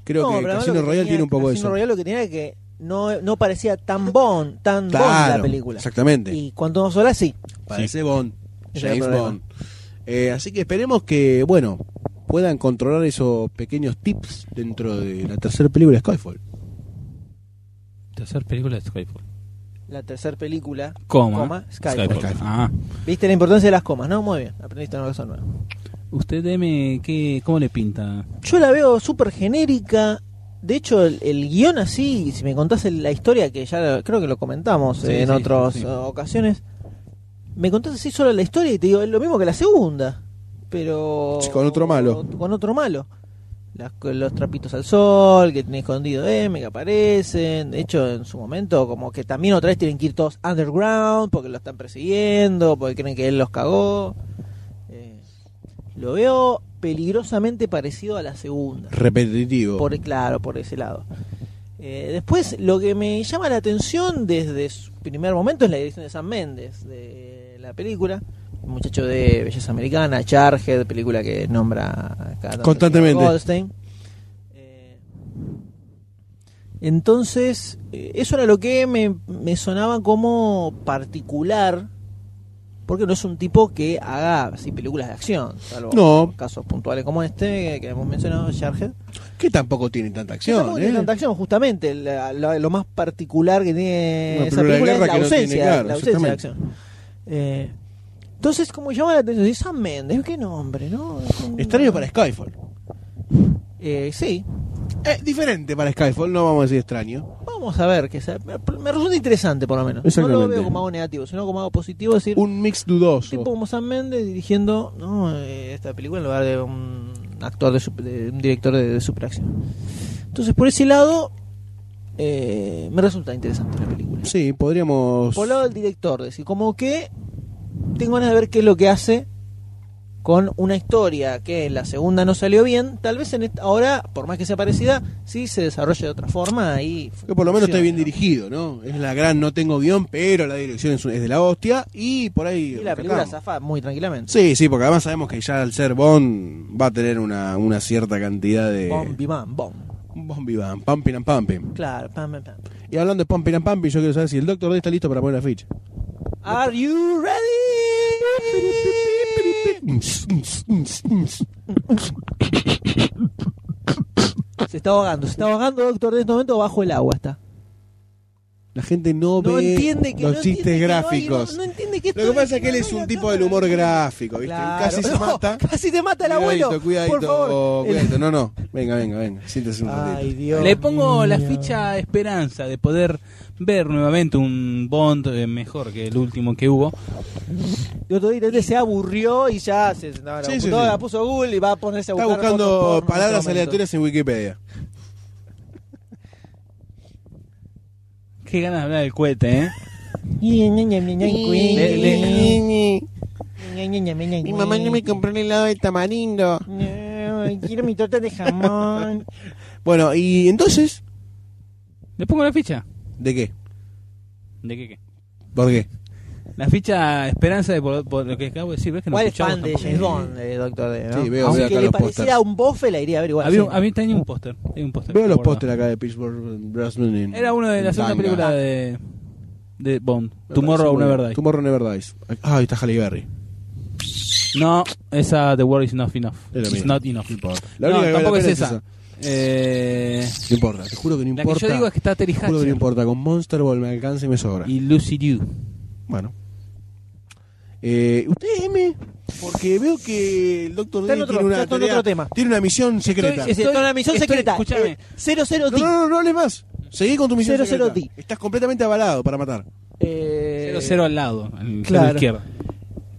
[SPEAKER 4] Creo
[SPEAKER 1] No,
[SPEAKER 4] que
[SPEAKER 1] pero además
[SPEAKER 4] Casino
[SPEAKER 1] lo que
[SPEAKER 4] Royale
[SPEAKER 1] tenía-
[SPEAKER 4] tiene un poco de
[SPEAKER 1] Casino
[SPEAKER 4] eso.
[SPEAKER 1] Royale lo que tenía era que no, no parecía tan Bond, tan Bond la
[SPEAKER 4] Claro,
[SPEAKER 1] película.
[SPEAKER 4] exactamente.
[SPEAKER 1] Y cuando no sola, sí.
[SPEAKER 4] Parece Bond,
[SPEAKER 1] Ese era el
[SPEAKER 4] James
[SPEAKER 1] problema.
[SPEAKER 4] Bond. Eh, así que esperemos que, bueno, puedan controlar esos pequeños tips dentro de la tercera película de Skyfall.
[SPEAKER 19] Tercer película de Skyfall.
[SPEAKER 1] La tercera película.
[SPEAKER 19] Coma.
[SPEAKER 1] Coma, Skyfall.
[SPEAKER 19] Ah.
[SPEAKER 1] Viste la importancia de las comas, ¿no? Muy bien, aprendiste una cosa nueva.
[SPEAKER 19] Usted deme, ¿qué, ¿cómo le pinta?
[SPEAKER 1] Yo la veo súper genérica. De hecho, el, el guión así, si me contás el- la historia, que ya lo- creo que lo comentamos
[SPEAKER 19] Sí,
[SPEAKER 1] eh, en
[SPEAKER 19] sí,
[SPEAKER 1] otras
[SPEAKER 19] sí.
[SPEAKER 1] eh, ocasiones, me contás así solo la historia y te digo, es lo mismo que la segunda, pero...
[SPEAKER 4] Sí, con otro malo.
[SPEAKER 1] Con otro malo. Las- los trapitos al sol, que tiene escondido M, que aparecen. De hecho, en su momento, como que también otra vez tienen que ir todos underground, porque lo están persiguiendo, porque creen que él los cagó. Eh, lo veo peligrosamente parecido a la segunda.
[SPEAKER 4] Repetitivo.
[SPEAKER 1] Por, claro, por ese lado. Eh, después, lo que me llama la atención desde su primer momento es la dirección de Sam Méndez de la película. Un muchacho de Belleza Americana, Charhead, película que nombra acá tanto
[SPEAKER 4] Constantemente.
[SPEAKER 1] Goldstein. Eh, entonces, eh, eso era lo que me, me sonaba como particular, porque no es un tipo que haga así películas de acción, salvo
[SPEAKER 4] No.
[SPEAKER 1] casos puntuales como este que hemos mencionado, Charhead.
[SPEAKER 4] Que tampoco tiene tanta
[SPEAKER 1] Sí,
[SPEAKER 4] acción.
[SPEAKER 1] tampoco
[SPEAKER 4] ¿eh?
[SPEAKER 1] tiene tanta acción, justamente. La- la- lo más particular que tiene
[SPEAKER 4] Una
[SPEAKER 1] esa
[SPEAKER 4] película de
[SPEAKER 1] película es
[SPEAKER 4] guerra
[SPEAKER 1] la
[SPEAKER 4] que no
[SPEAKER 1] ausencia,
[SPEAKER 4] tiene, claro,
[SPEAKER 1] la ausencia de acción. Eh, entonces, como llama la atención, dice Sam Mendes, qué nombre, ¿no? Es un-
[SPEAKER 4] Extraño para Skyfall.
[SPEAKER 1] Eh, sí,
[SPEAKER 4] Eh, diferente para Skyfall, no vamos a decir extraño.
[SPEAKER 1] vamos a ver. que sea- me, me resulta interesante, por lo menos. No lo
[SPEAKER 4] Exactamente.
[SPEAKER 1] veo como algo negativo, sino como algo positivo. Es decir,
[SPEAKER 4] Un mix
[SPEAKER 1] Un
[SPEAKER 4] dudoso.
[SPEAKER 1] tipo como Sam Mendes dirigiendo ¿no? Eh, esta película en lugar de un actor de, super- de un director de, de superacción. Entonces, por ese lado, eh, me resulta interesante la película.
[SPEAKER 4] Sí, podríamos.
[SPEAKER 1] Por el lado del director, es decir, como que tengo ganas de ver qué es lo que hace con una historia que en la segunda no salió bien, tal vez en esta, ahora, por más que sea parecida, sí se desarrolle de otra forma y
[SPEAKER 4] Que por lo menos esté bien
[SPEAKER 1] funcione, ¿no?
[SPEAKER 4] dirigido, ¿no? Es la gran, no tengo guión, pero la dirección es, es de la hostia. Y por ahí.
[SPEAKER 1] Y la película
[SPEAKER 4] rescatamos.
[SPEAKER 1] zafa muy tranquilamente.
[SPEAKER 4] Sí, sí, porque además sabemos que ya al ser Bond va a tener una, una cierta cantidad de.
[SPEAKER 1] Bom, bimam, bom.
[SPEAKER 4] Un Bombi Bam, Pumping and Pumping.
[SPEAKER 1] Claro, pam, pam, pam.
[SPEAKER 4] Y hablando de Pumping and Pumping, yo quiero saber si el Doctor D está listo para poner la ficha.
[SPEAKER 1] Are you ready?
[SPEAKER 4] Mm,
[SPEAKER 1] Se está ahogando, se está ahogando, doctor, en este momento bajo el agua está.
[SPEAKER 4] La gente no,
[SPEAKER 1] No
[SPEAKER 4] ve
[SPEAKER 1] entiende que
[SPEAKER 4] los
[SPEAKER 1] no
[SPEAKER 4] chistes
[SPEAKER 1] entiende que no hay-
[SPEAKER 4] gráficos.
[SPEAKER 1] no, no entiende que esto
[SPEAKER 4] Lo que pasa es que él
[SPEAKER 1] no
[SPEAKER 4] es
[SPEAKER 1] hay
[SPEAKER 4] un
[SPEAKER 1] acá.
[SPEAKER 4] tipo del humor gráfico, ¿viste?
[SPEAKER 1] Claro,
[SPEAKER 4] Casi se
[SPEAKER 1] no,
[SPEAKER 4] mata.
[SPEAKER 1] Casi te mata el abuelo.
[SPEAKER 4] Cuidadito, cuidadito,
[SPEAKER 1] por favor.
[SPEAKER 4] cuidadito. No, no. Venga, venga, venga. Siéntese un
[SPEAKER 1] Ay,
[SPEAKER 4] ratito.
[SPEAKER 1] Dios.
[SPEAKER 3] Le pongo la
[SPEAKER 1] mío.
[SPEAKER 3] ficha a esperanza de poder ver nuevamente un Bond eh, mejor que el último que hubo.
[SPEAKER 1] El otro día se aburrió y ya se sentaba en la
[SPEAKER 4] Sí, sí,
[SPEAKER 1] computadora,
[SPEAKER 4] sí.
[SPEAKER 1] la puso Google y va a ponerse a
[SPEAKER 4] Está
[SPEAKER 1] buscar fotos porno
[SPEAKER 4] buscando
[SPEAKER 1] en
[SPEAKER 4] palabras
[SPEAKER 1] este momento.
[SPEAKER 4] aleatorias en Wikipedia.
[SPEAKER 3] Qué ganas de hablar del cohete, ¿eh?
[SPEAKER 1] Ñe, Ñe, Ñe, Ñe, Ñe,
[SPEAKER 3] Le- le-
[SPEAKER 1] Ñe, Ñe, Ñe, Ñe, Ñe.
[SPEAKER 4] compró un helado de tamarindo.
[SPEAKER 1] No, quiero mi torta de jamón.
[SPEAKER 4] Bueno, y entonces,
[SPEAKER 3] ¿Le pongo la ficha?
[SPEAKER 4] ¿de qué?
[SPEAKER 3] ¿De qué qué?
[SPEAKER 4] ¿Por qué?
[SPEAKER 3] La ficha a esperanza de por, por lo que acabo de decir. ¿Ves que no
[SPEAKER 1] ¿Cuál es
[SPEAKER 3] escuchamos
[SPEAKER 1] fan de
[SPEAKER 3] tampoco?
[SPEAKER 1] James Bond, eh, doctor D? ¿no?
[SPEAKER 4] Sí, veo-
[SPEAKER 1] Aunque
[SPEAKER 4] veo acá
[SPEAKER 1] le
[SPEAKER 4] los
[SPEAKER 1] pareciera
[SPEAKER 4] pósters.
[SPEAKER 1] un bofe, la iría a averiguar.
[SPEAKER 3] Había,
[SPEAKER 1] siempre.
[SPEAKER 3] había tenía un póster. tenía un póster.
[SPEAKER 4] Veo los
[SPEAKER 3] Guardado.
[SPEAKER 4] pósteres acá de Pittsburgh Brasman. en-
[SPEAKER 3] Era uno de
[SPEAKER 4] en
[SPEAKER 3] la segunda
[SPEAKER 4] tanga.
[SPEAKER 3] película de, de
[SPEAKER 4] Me
[SPEAKER 3] Bond.
[SPEAKER 4] parece
[SPEAKER 3] Tomorrow
[SPEAKER 4] muy
[SPEAKER 3] Never
[SPEAKER 4] bien.
[SPEAKER 3] Die.
[SPEAKER 4] Ah, Tomorrow Never Dies. Ah, ahí está Halle Berry.
[SPEAKER 3] No, esa The World is Not Enough.
[SPEAKER 4] Es lo
[SPEAKER 3] It's
[SPEAKER 4] mismo.
[SPEAKER 3] Not Enough.
[SPEAKER 4] No importa. La única
[SPEAKER 3] No,
[SPEAKER 4] que vale
[SPEAKER 3] tampoco
[SPEAKER 4] la
[SPEAKER 3] es
[SPEAKER 4] pena
[SPEAKER 3] esa. Eh,
[SPEAKER 4] No importa, te juro que no
[SPEAKER 3] la que
[SPEAKER 4] importa.
[SPEAKER 3] yo digo es que está Terry
[SPEAKER 4] Juro que no
[SPEAKER 3] Hatcher
[SPEAKER 4] importa, con Monster Ball me alcanza y me sobra.
[SPEAKER 3] y Lucy Liu.
[SPEAKER 4] Bueno. Eh, ¿Usted, M? Porque veo que el doctor
[SPEAKER 1] Está en
[SPEAKER 4] D
[SPEAKER 1] otro-
[SPEAKER 4] tiene una,
[SPEAKER 1] está en otro
[SPEAKER 4] tarea-
[SPEAKER 1] tema.
[SPEAKER 4] tiene una misión secreta.
[SPEAKER 1] Es una misión
[SPEAKER 20] estoy-
[SPEAKER 1] secreta.
[SPEAKER 20] escúchame.
[SPEAKER 1] Eh, 00
[SPEAKER 4] No, no, no, no hables más. Seguí con tu misión
[SPEAKER 1] Cero, cero,
[SPEAKER 4] secreta. Estás completamente avalado para matar.
[SPEAKER 1] Eh,
[SPEAKER 20] Cero, cero al lado, al
[SPEAKER 1] Claro.
[SPEAKER 20] lado izquierdo.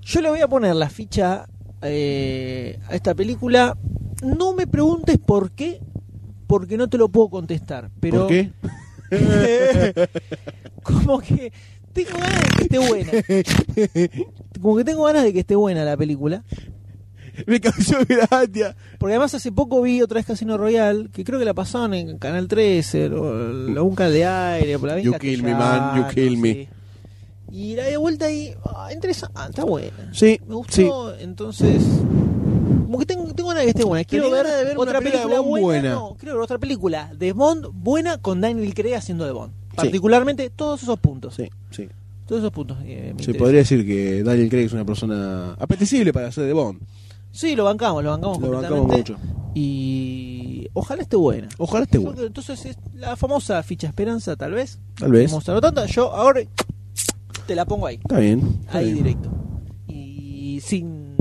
[SPEAKER 1] Yo le voy a poner la ficha eh, a esta película. No me preguntes por qué, porque no te lo puedo contestar. Pero
[SPEAKER 4] ¿Por qué?
[SPEAKER 1] como que tengo ganas de que esté buena. Como que tengo ganas de que esté buena la película.
[SPEAKER 4] Me causó gracia.
[SPEAKER 1] Porque además hace poco vi otra vez Casino Royal, que creo que la pasaron en Canal 13, o, o un canal de aire, por la vez
[SPEAKER 4] You kill me, man, you kill me.
[SPEAKER 1] Y la de vuelta y... ah, interesante, ah, está buena.
[SPEAKER 4] Sí,
[SPEAKER 1] Me
[SPEAKER 4] sí.
[SPEAKER 1] gustó, entonces... Como que tengo, tengo ganas de que esté buena. Quiero
[SPEAKER 4] Tenía
[SPEAKER 1] ver,
[SPEAKER 4] ganas de ver una
[SPEAKER 1] otra
[SPEAKER 4] película
[SPEAKER 1] película,
[SPEAKER 4] de Bond
[SPEAKER 1] buena.
[SPEAKER 4] buena.
[SPEAKER 1] No, quiero ver otra película de Bond buena con Daniel Craig haciendo de Bond.
[SPEAKER 4] Sí.
[SPEAKER 1] Particularmente todos esos puntos.
[SPEAKER 4] Sí, sí.
[SPEAKER 1] Todos esos puntos. eh, me
[SPEAKER 4] Se
[SPEAKER 1] interesan.
[SPEAKER 4] podría decir que Daniel Craig es una persona apetecible para hacer de Bond.
[SPEAKER 1] Sí, lo bancamos, lo bancamos
[SPEAKER 4] Lo bancamos
[SPEAKER 1] completamente.
[SPEAKER 4] mucho.
[SPEAKER 1] Y ojalá esté buena.
[SPEAKER 4] Ojalá esté
[SPEAKER 1] Yo
[SPEAKER 4] bueno.
[SPEAKER 1] creo que Entonces, es la famosa ficha esperanza, tal vez.
[SPEAKER 4] Tal vez.
[SPEAKER 1] Mostrarlo tanto. Yo ahora te la pongo ahí.
[SPEAKER 4] Está bien. está
[SPEAKER 1] ahí
[SPEAKER 4] bien.
[SPEAKER 1] directo. Y sin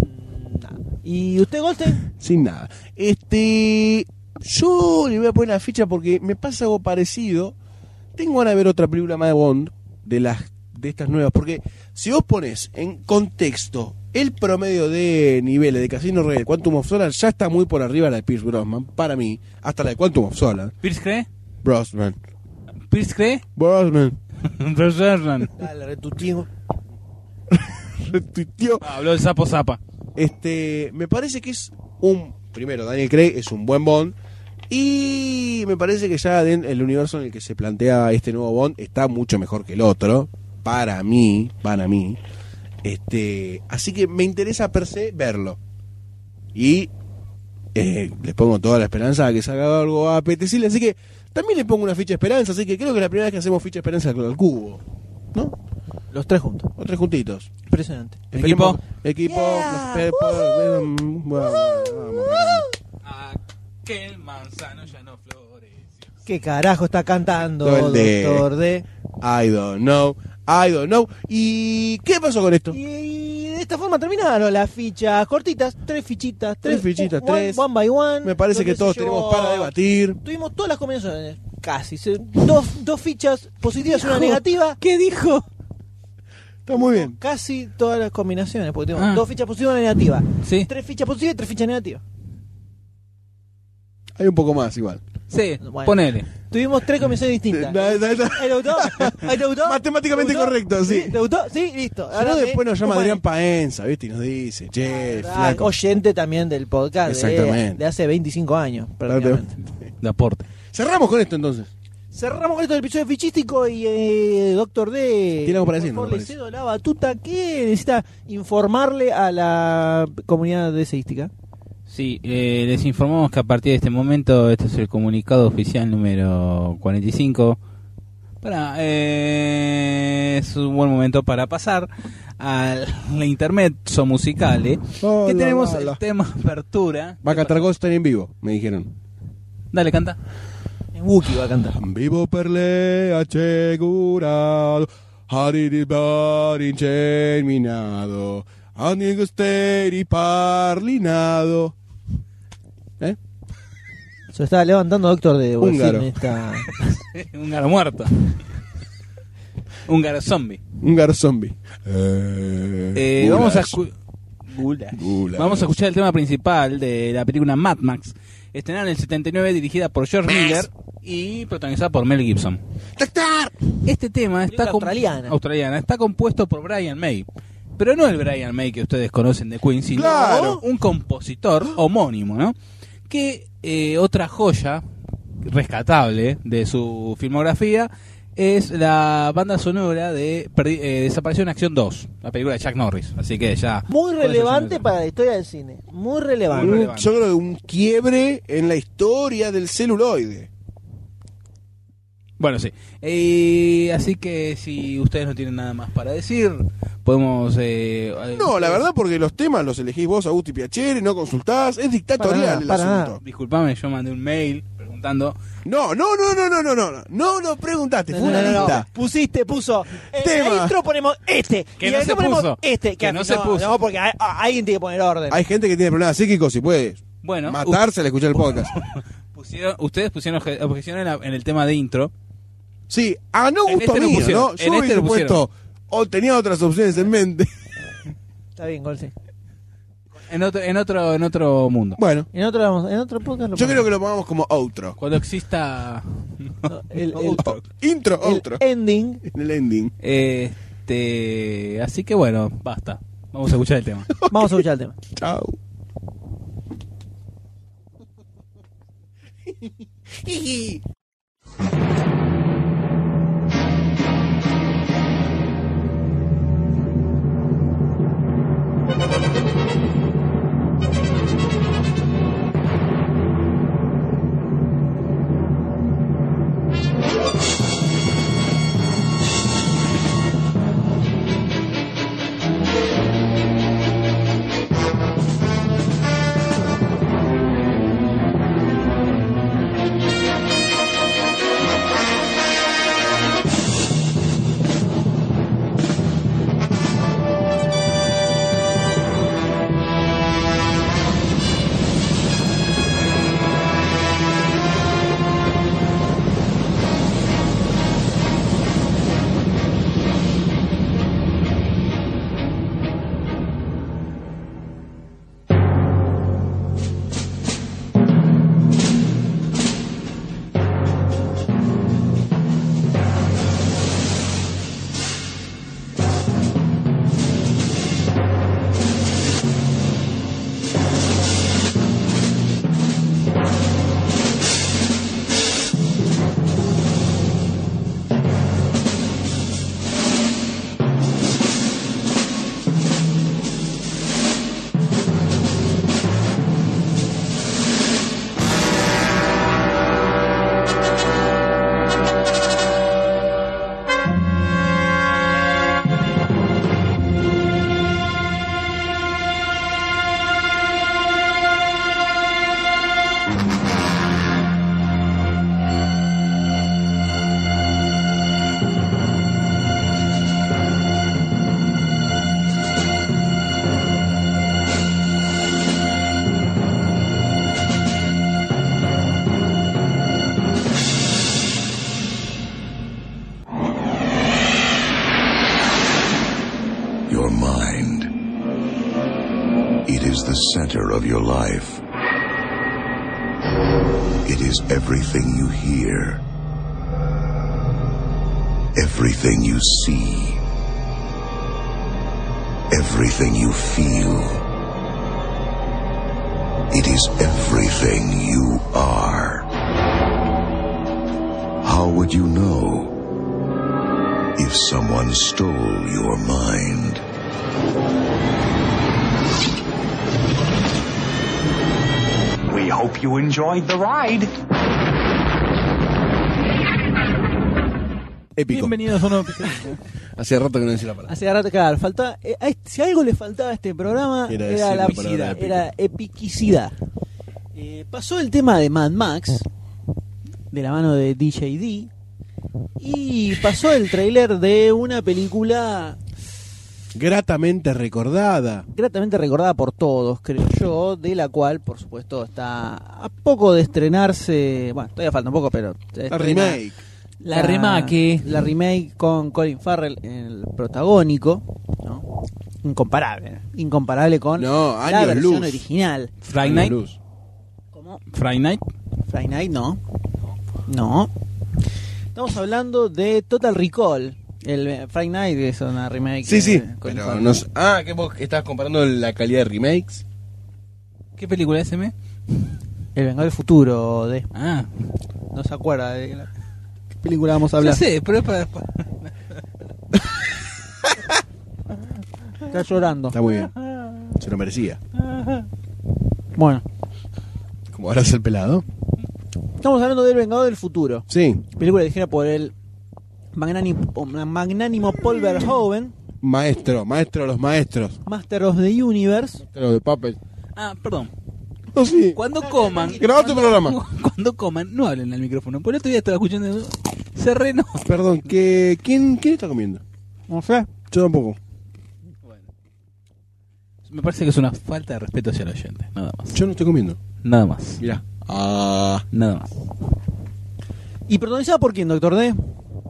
[SPEAKER 1] nada. ¿Y usted, Goldstein?
[SPEAKER 4] Sin nada. Este. Yo le voy a poner la ficha porque me pasa algo parecido. Tengo ganas de ver otra película más de Bond. De las de estas nuevas. Porque si vos pones en contexto el promedio de niveles de Casino Royale, Quantum of Solace, ya está muy por arriba la de Pierce Brosnan. Para mí. Hasta la de Quantum of Solace.
[SPEAKER 20] ¿Pierce cree?
[SPEAKER 4] Brosnan.
[SPEAKER 20] ¿Pierce cree?
[SPEAKER 4] Brosnan.
[SPEAKER 20] Bergeron.
[SPEAKER 1] Dale, retuitío.
[SPEAKER 4] Retuiteó.
[SPEAKER 20] Habló de sapo zapa.
[SPEAKER 4] Este, me parece que es un. Primero, Daniel Craig es un buen Bond. Y me parece que ya den- el universo en el que se plantea este nuevo Bond está mucho mejor que el otro. Para mí, para mí. Este, así que me interesa per se verlo. Y eh, les pongo toda la esperanza a que salga algo apetecible. Así que también le pongo una ficha de esperanza. Así que creo que es la primera vez que hacemos ficha de esperanza al cubo. ¿No?
[SPEAKER 1] Los tres juntos.
[SPEAKER 4] O tres juntitos.
[SPEAKER 1] Impresionante.
[SPEAKER 4] Esperemos-
[SPEAKER 20] Equipo.
[SPEAKER 4] Equipo.
[SPEAKER 1] Yeah.
[SPEAKER 4] pe- pe- bueno, mm, bueno, vamos.
[SPEAKER 20] Aquel manzano ya no floreció.
[SPEAKER 1] ¿Qué carajo está cantando,
[SPEAKER 4] Todo el de-
[SPEAKER 1] doctor D?
[SPEAKER 4] I don't know. I don't know. ¿Y qué pasó con esto?
[SPEAKER 1] Y, y de esta forma terminaron las fichas cortitas. Tres fichitas. Tres,
[SPEAKER 4] Tres fichitas,
[SPEAKER 1] one-
[SPEAKER 4] tres.
[SPEAKER 1] One by one.
[SPEAKER 4] Me parece
[SPEAKER 1] donde
[SPEAKER 4] que
[SPEAKER 1] se
[SPEAKER 4] todos
[SPEAKER 1] llevó-
[SPEAKER 4] tenemos para debatir.
[SPEAKER 1] Tuvimos todas las combinaciones, casi. se- Dos, dos fichas positivas y una negativa.
[SPEAKER 20] ¿Qué dijo?
[SPEAKER 4] Está muy bien.
[SPEAKER 1] Casi todas las combinaciones, porque tenemos
[SPEAKER 20] Ah.
[SPEAKER 1] dos fichas positivas y una negativa.
[SPEAKER 20] Sí.
[SPEAKER 1] Tres fichas positivas y tres fichas negativas.
[SPEAKER 4] Hay un poco más igual.
[SPEAKER 20] Sí,
[SPEAKER 1] Bueno.
[SPEAKER 20] ponele.
[SPEAKER 1] Tuvimos tres combinaciones distintas.
[SPEAKER 4] Da- da- da-
[SPEAKER 1] ¿El autor? ¿El autor?
[SPEAKER 4] Matemáticamente
[SPEAKER 1] ¿El autor?
[SPEAKER 4] correcto, sí.
[SPEAKER 1] ¿El autor? Sí, listo.
[SPEAKER 4] Si no,
[SPEAKER 1] sí,
[SPEAKER 4] después nos llama
[SPEAKER 1] toma
[SPEAKER 4] Adrián
[SPEAKER 1] ahí.
[SPEAKER 4] Paenza, ¿viste? Y nos dice, che,
[SPEAKER 1] Ah,
[SPEAKER 4] flaco.
[SPEAKER 1] oyente también del podcast de-
[SPEAKER 4] Exactamente.
[SPEAKER 1] De, hace 25 años. prácticamente.
[SPEAKER 20] De aporte.
[SPEAKER 4] Cerramos con esto entonces.
[SPEAKER 1] Cerramos con esto del episodio fichístico y eh, Doctor D.
[SPEAKER 4] Tiene algo para
[SPEAKER 1] por
[SPEAKER 4] decirnos,
[SPEAKER 1] favor,
[SPEAKER 4] me
[SPEAKER 1] le
[SPEAKER 4] parece.
[SPEAKER 1] cedo la batuta que necesita informarle a la comunidad deseística.
[SPEAKER 3] Sí, eh, les informamos que a partir de este momento, este es el comunicado oficial número 45. Para, eh, es un buen momento para pasar a la intermezzo musical, ¿eh?
[SPEAKER 4] Oh,
[SPEAKER 3] que
[SPEAKER 4] la,
[SPEAKER 3] tenemos
[SPEAKER 4] la, la.
[SPEAKER 3] el tema apertura.
[SPEAKER 4] Va a cantar Ghost en vivo, me dijeron.
[SPEAKER 3] Dale, canta.
[SPEAKER 1] En Wookiee va a cantar.
[SPEAKER 4] En vivo per lei assicurato, arrivare incerminato, a negosteri parlanato. ¿Eh?
[SPEAKER 1] Se lo estaba levantando Doctor D. voy a decir,
[SPEAKER 4] Húngaro.
[SPEAKER 1] en esta-
[SPEAKER 3] Un garo muerto. Un garo zombie.
[SPEAKER 4] Un gar zombie. Eh,
[SPEAKER 3] Eh,
[SPEAKER 4] gulas.
[SPEAKER 3] vamos a escu- Gulas.
[SPEAKER 4] Gulas.
[SPEAKER 3] Vamos a escuchar el tema principal de la película Mad Max, estrenada en el 79, dirigida por George Miller y protagonizada por Mel Gibson.
[SPEAKER 4] ¡Doctor!
[SPEAKER 3] Este tema está
[SPEAKER 1] Película
[SPEAKER 3] com-
[SPEAKER 1] australiana.
[SPEAKER 3] australiana, está compuesto por Brian May, pero no el Brian May que ustedes conocen de Queen, sino
[SPEAKER 4] Claro.
[SPEAKER 3] un compositor homónimo, ¿no? Que eh, otra joya rescatable de su filmografía es la banda sonora de Perdi- eh, Desaparición en Acción 2, la película de Chuck Norris, así que ya
[SPEAKER 1] Muy
[SPEAKER 3] con eso
[SPEAKER 1] relevante
[SPEAKER 3] ya no-
[SPEAKER 1] para la historia del cine. Muy relevante.
[SPEAKER 4] Un-
[SPEAKER 3] relevante.
[SPEAKER 4] yo creo que un quiebre en la historia del celuloide.
[SPEAKER 3] Bueno, sí. Eh, así que si ustedes no tienen nada más para decir, podemos... eh,
[SPEAKER 4] No, la verdad, porque los temas los elegís vos, Augusti Piacere, no consultás, es dictatorial
[SPEAKER 1] Para nada,
[SPEAKER 4] el
[SPEAKER 1] para
[SPEAKER 4] asunto.
[SPEAKER 3] Disculpame, yo mandé un mail preguntando preguntando.
[SPEAKER 4] No, no, no, no, no, no, no, no, no lo preguntaste, fue una lista.
[SPEAKER 21] Pusiste, puso. eh,
[SPEAKER 4] Tema.
[SPEAKER 21] la intro ponemos este.
[SPEAKER 3] Que
[SPEAKER 21] y
[SPEAKER 3] no
[SPEAKER 21] la
[SPEAKER 3] se
[SPEAKER 21] intro ponemos
[SPEAKER 3] puso.
[SPEAKER 21] este.
[SPEAKER 3] Que no se puso.
[SPEAKER 21] No, porque hay- a- alguien tiene que poner orden.
[SPEAKER 4] Hay gente que tiene problemas psíquicos y puede
[SPEAKER 3] Bueno,
[SPEAKER 4] matarse al escuchar el podcast.
[SPEAKER 3] u- pusieron, ustedes pusieron obje- objeción en, la- en el tema de intro.
[SPEAKER 4] Sí, a no
[SPEAKER 3] En
[SPEAKER 4] gusto
[SPEAKER 3] este lo
[SPEAKER 4] mío,
[SPEAKER 3] pusieron,
[SPEAKER 4] ¿no?
[SPEAKER 3] en
[SPEAKER 4] Yo
[SPEAKER 3] este
[SPEAKER 4] hubiese
[SPEAKER 3] lo pusieron.
[SPEAKER 4] puesto, o tenía otras opciones en mente.
[SPEAKER 1] Está bien, Golsi.
[SPEAKER 3] En otro, en otro, en otro mundo.
[SPEAKER 4] Bueno,
[SPEAKER 1] En otro, en otro podcast lo
[SPEAKER 4] yo creo
[SPEAKER 1] ponemos.
[SPEAKER 4] que lo pongamos como outro.
[SPEAKER 3] Cuando exista
[SPEAKER 1] El- el-
[SPEAKER 4] O- intro,
[SPEAKER 1] el
[SPEAKER 4] outro.
[SPEAKER 3] e-
[SPEAKER 1] ending.
[SPEAKER 4] En el ending.
[SPEAKER 3] Este, así que bueno, basta. Vamos a escuchar el tema.
[SPEAKER 1] Vamos a escuchar el tema.
[SPEAKER 4] Chao.
[SPEAKER 22] your mind. It is the center of your life. It is everything you hear, everything you see, everything you feel. It is everything you are. How would you know? if someone stole your mind.
[SPEAKER 23] We hope you enjoyed the ride.
[SPEAKER 4] Épico.
[SPEAKER 24] Bienvenidos a un nuevo episodio.
[SPEAKER 4] Hacía rato que no decía la palabra.
[SPEAKER 1] Hace rato, claro, faltaba, eh, a este- si algo le faltaba a este programa
[SPEAKER 4] Era
[SPEAKER 1] era,
[SPEAKER 4] decir
[SPEAKER 1] la
[SPEAKER 4] la palabra épico.
[SPEAKER 1] era epicidad. Eh, pasó el tema de Mad Max, de la mano de DJD, y pasó el tráiler de una película
[SPEAKER 4] Gratamente recordada.
[SPEAKER 1] gratamente recordada por todos, creo yo, de la cual, por supuesto, está a poco de estrenarse, bueno, todavía falta un poco, pero... se
[SPEAKER 4] La
[SPEAKER 1] estrena-
[SPEAKER 4] remake.
[SPEAKER 24] La remake.
[SPEAKER 1] La remake con Colin Farrell, el protagónico, ¿no? Incomparable. Incomparable con
[SPEAKER 4] No,
[SPEAKER 1] la
[SPEAKER 4] años
[SPEAKER 1] versión
[SPEAKER 4] luz.
[SPEAKER 1] original.
[SPEAKER 3] Friday Night.
[SPEAKER 4] Luz.
[SPEAKER 1] Como
[SPEAKER 3] Friday Night.
[SPEAKER 1] Friday Night, no. No. Estamos hablando de Total Recall. El eh, Friday Night es una remake.
[SPEAKER 4] Sí,
[SPEAKER 1] eh,
[SPEAKER 4] sí.
[SPEAKER 1] con
[SPEAKER 4] Pero
[SPEAKER 1] Farrell.
[SPEAKER 4] no sé- Ah, que vos estás comparando la calidad de remakes.
[SPEAKER 3] ¿Qué película es M?
[SPEAKER 1] El Vengador del Futuro, de,
[SPEAKER 3] Ah,
[SPEAKER 1] no se acuerda de la- qué película vamos a
[SPEAKER 3] ya
[SPEAKER 1] hablar.
[SPEAKER 3] sé, pero es para después.
[SPEAKER 1] Está llorando.
[SPEAKER 4] Está muy bien. Se lo merecía.
[SPEAKER 1] Bueno,
[SPEAKER 4] Como ahora es el pelado.
[SPEAKER 1] estamos hablando del Vengador del Futuro.
[SPEAKER 4] Sí.
[SPEAKER 1] película dirigida por el magnánimo, magnánimo Paul Verhoeven,
[SPEAKER 4] Maestro, maestro de los maestros.
[SPEAKER 1] Master of the Universe.
[SPEAKER 4] Maestro de papel.
[SPEAKER 3] Ah, perdón.
[SPEAKER 4] No, sí.
[SPEAKER 3] Cuando coman.
[SPEAKER 4] Graba tu programa.
[SPEAKER 3] Cuando
[SPEAKER 9] cuando coman, no hablen al micrófono. Por el otro día estaba escuchando. eso, Se renó.
[SPEAKER 4] Perdón, ¿qué, quién, ¿quién está comiendo?
[SPEAKER 9] No sé.
[SPEAKER 4] Yo tampoco.
[SPEAKER 9] Me parece que es una falta de respeto hacia el oyente. Nada más.
[SPEAKER 4] Yo no estoy comiendo.
[SPEAKER 9] Nada más.
[SPEAKER 4] Mirá. Ah.
[SPEAKER 9] Nada más.
[SPEAKER 1] ¿Y protagonizada por quién, Doctor D?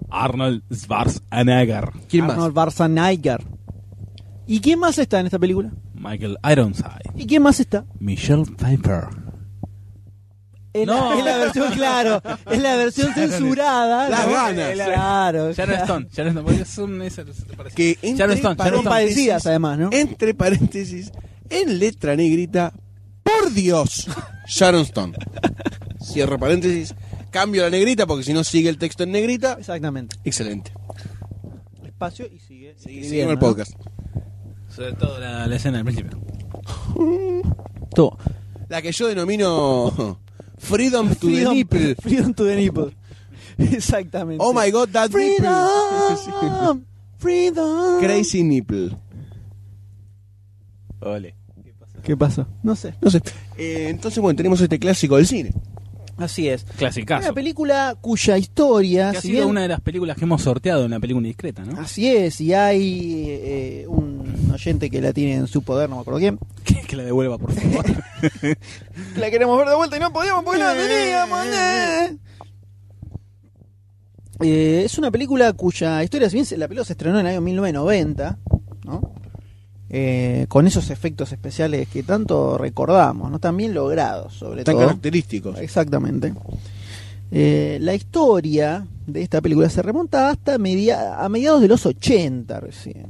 [SPEAKER 9] Arnold Schwarzenegger.
[SPEAKER 4] ¿Quién más?
[SPEAKER 1] Arnold Schwarzenegger. ¿Y quién más está en esta película?
[SPEAKER 9] Michael Ironside.
[SPEAKER 1] ¿Y quién más está?
[SPEAKER 9] Michelle Pfeiffer.
[SPEAKER 1] Es,
[SPEAKER 9] No.
[SPEAKER 1] la, es la versión, claro, es la versión censurada.
[SPEAKER 4] Las
[SPEAKER 1] ¿no?
[SPEAKER 4] ganas.
[SPEAKER 1] Claro.
[SPEAKER 9] Sharon Stone. Sharon Stone. porque son esas, ¿te parece?
[SPEAKER 4] Que entre
[SPEAKER 9] Sharon Stone. Sharon
[SPEAKER 1] Son
[SPEAKER 9] Stone.
[SPEAKER 4] paréntesis-
[SPEAKER 1] padecidas, además, ¿no?
[SPEAKER 4] Entre paréntesis, en letra negrita, por Dios, Sharon Stone. Cierro paréntesis, cambio la negrita porque si no sigue el texto en negrita.
[SPEAKER 1] Exactamente.
[SPEAKER 4] Excelente.
[SPEAKER 1] Espacio y sigue. sigue
[SPEAKER 4] Seguimos
[SPEAKER 1] bien,
[SPEAKER 4] el
[SPEAKER 1] ¿no?
[SPEAKER 4] podcast.
[SPEAKER 9] Sobre todo la, la escena del principio.
[SPEAKER 1] Todo.
[SPEAKER 4] La que yo denomino Freedom to
[SPEAKER 1] Freedom-
[SPEAKER 4] the Nipple.
[SPEAKER 1] Freedom to the nipple. Exactamente.
[SPEAKER 4] Oh my god, that nipple. Sí.
[SPEAKER 1] Freedom. Freedom.
[SPEAKER 4] Crazy nipple.
[SPEAKER 9] Ole.
[SPEAKER 1] ¿Qué pasó? No sé.
[SPEAKER 4] No sé. Eh, entonces, bueno, tenemos este clásico del cine.
[SPEAKER 1] Así es.
[SPEAKER 9] Clasicazo.
[SPEAKER 1] Una película cuya historia.
[SPEAKER 9] Que ha
[SPEAKER 1] si
[SPEAKER 9] sido
[SPEAKER 1] bien- Ah.
[SPEAKER 9] una de las películas que hemos sorteado en la película discreta, ¿no?
[SPEAKER 1] Así es, y hay eh, un oyente que la tiene en su poder, no me acuerdo quién.
[SPEAKER 9] Que, que la devuelva, por favor.
[SPEAKER 1] La queremos ver de vuelta y no podíamos porque no la teníamos. eh. Eh, es una película cuya historia, si bien se- la película se estrenó en el año 1990, ¿no? Eh, con esos efectos especiales que tanto recordamos, ¿no? Tan bien logrados, sobre
[SPEAKER 4] Tan
[SPEAKER 1] todo.
[SPEAKER 4] característicos.
[SPEAKER 1] Exactamente. Eh, la historia de esta película se remonta hasta media- a mediados de los 80 recién.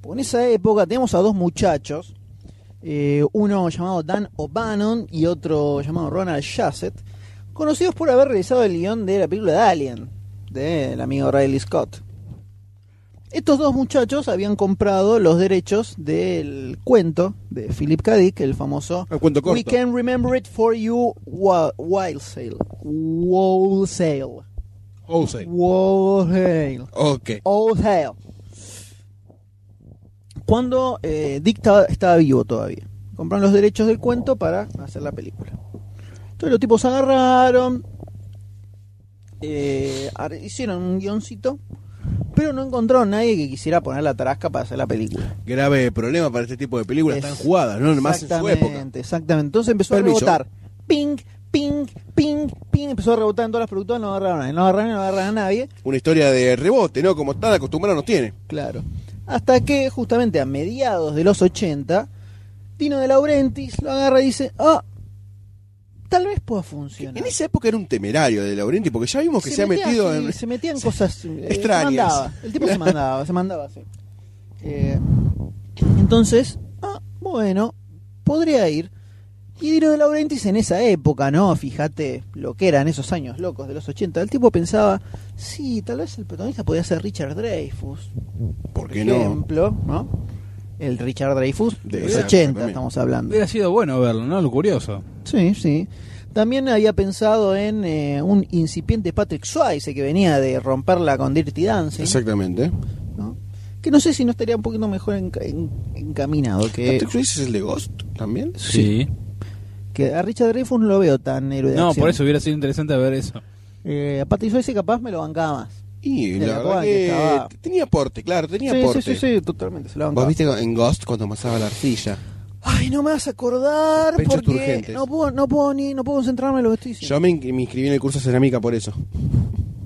[SPEAKER 1] Porque en esa época tenemos a dos muchachos, eh, uno llamado Dan O'Bannon y otro llamado Ronald Shasset, conocidos por haber realizado el guión de la película de Alien, del amigo Riley Scott. Estos dos muchachos habían comprado los derechos del cuento de Philip K. Dick, el famoso
[SPEAKER 4] El Ah, cuento corto.
[SPEAKER 1] We can remember it for you wa- wholesale. Wholesale.
[SPEAKER 4] Oh, sí.
[SPEAKER 1] Wholesale.
[SPEAKER 4] Ok.
[SPEAKER 1] Wholesale. Cuando eh, Dick estaba, estaba vivo todavía. Compraron los derechos del cuento para hacer la película. Entonces los tipos agarraron, eh, ar- hicieron un guioncito, pero no encontraron nadie que quisiera poner la tarasca para hacer la película.
[SPEAKER 4] Grave problema para este tipo de películas
[SPEAKER 1] Es-
[SPEAKER 4] tan jugadas, ¿no? Más en su época.
[SPEAKER 1] Exactamente, exactamente. Entonces empezó
[SPEAKER 4] Permiso.
[SPEAKER 1] a rebotar. Ping, ping, ping, ping. Empezó a rebotar en todas las productoras, no agarraron a nadie, no agarraron, a nadie, no agarraron a nadie.
[SPEAKER 4] Una historia de rebote, ¿no? Como tan acostumbrado nos tiene.
[SPEAKER 1] Claro. Hasta que justamente a mediados de los 80, Tino de Laurentiis lo agarra y dice, ah, tal vez pueda funcionar.
[SPEAKER 4] En esa época era un temerario de Laurenti, porque ya vimos que se, ha
[SPEAKER 1] metía
[SPEAKER 4] metido
[SPEAKER 1] así,
[SPEAKER 4] en.
[SPEAKER 1] Se metían cosas eh, se
[SPEAKER 4] extrañas.
[SPEAKER 1] mandaba. El tipo se mandaba, se mandaba así. Eh, entonces, ah, bueno, podría ir. Y Dino de Laurentiis en esa época, ¿no? Fíjate lo que eran esos años locos de los 80. El tipo pensaba, sí, tal vez el protagonista podía ser Richard Dreyfus,
[SPEAKER 4] ¿Por
[SPEAKER 1] por
[SPEAKER 4] qué no?
[SPEAKER 1] ejemplo, ¿no? El Richard Dreyfus de los
[SPEAKER 4] Exactamente.
[SPEAKER 1] 80, estamos hablando.
[SPEAKER 9] Hubiera sido bueno verlo, ¿no? Lo curioso.
[SPEAKER 1] Sí, sí. También había pensado en eh, un incipiente Patrick Swayze que venía de romperla con Dirty Dancing.
[SPEAKER 4] Exactamente.
[SPEAKER 1] ¿no? Que no sé si no estaría un poquito mejor enca- en- encaminado. Que,
[SPEAKER 4] ¿Patrick Swayze es el de Ghost también?
[SPEAKER 9] Sí.
[SPEAKER 1] que a Richard Dreyfuss no lo veo tan héroe de
[SPEAKER 9] No,
[SPEAKER 1] acción.
[SPEAKER 9] por eso hubiera sido interesante ver eso.
[SPEAKER 1] Eh, a Patrick Swayze capaz me lo bancaba más.
[SPEAKER 4] Y la,
[SPEAKER 1] De la
[SPEAKER 4] verdad
[SPEAKER 1] cual
[SPEAKER 4] que
[SPEAKER 1] que estaba-
[SPEAKER 4] tenía aporte, claro, tenía
[SPEAKER 1] Sí,
[SPEAKER 4] aporte.
[SPEAKER 1] sí, sí, sí, totalmente. Se lo
[SPEAKER 4] Vos
[SPEAKER 1] bancaba.
[SPEAKER 4] viste en Ghost cuando pasaba la arcilla.
[SPEAKER 1] Ay, no me vas a acordar
[SPEAKER 4] Pechos
[SPEAKER 1] porque
[SPEAKER 4] turgentes.
[SPEAKER 1] no puedo, no puedo ni no puedo concentrarme en lo que estoy diciendo.
[SPEAKER 4] Yo me, in- me inscribí en el curso de cerámica por eso.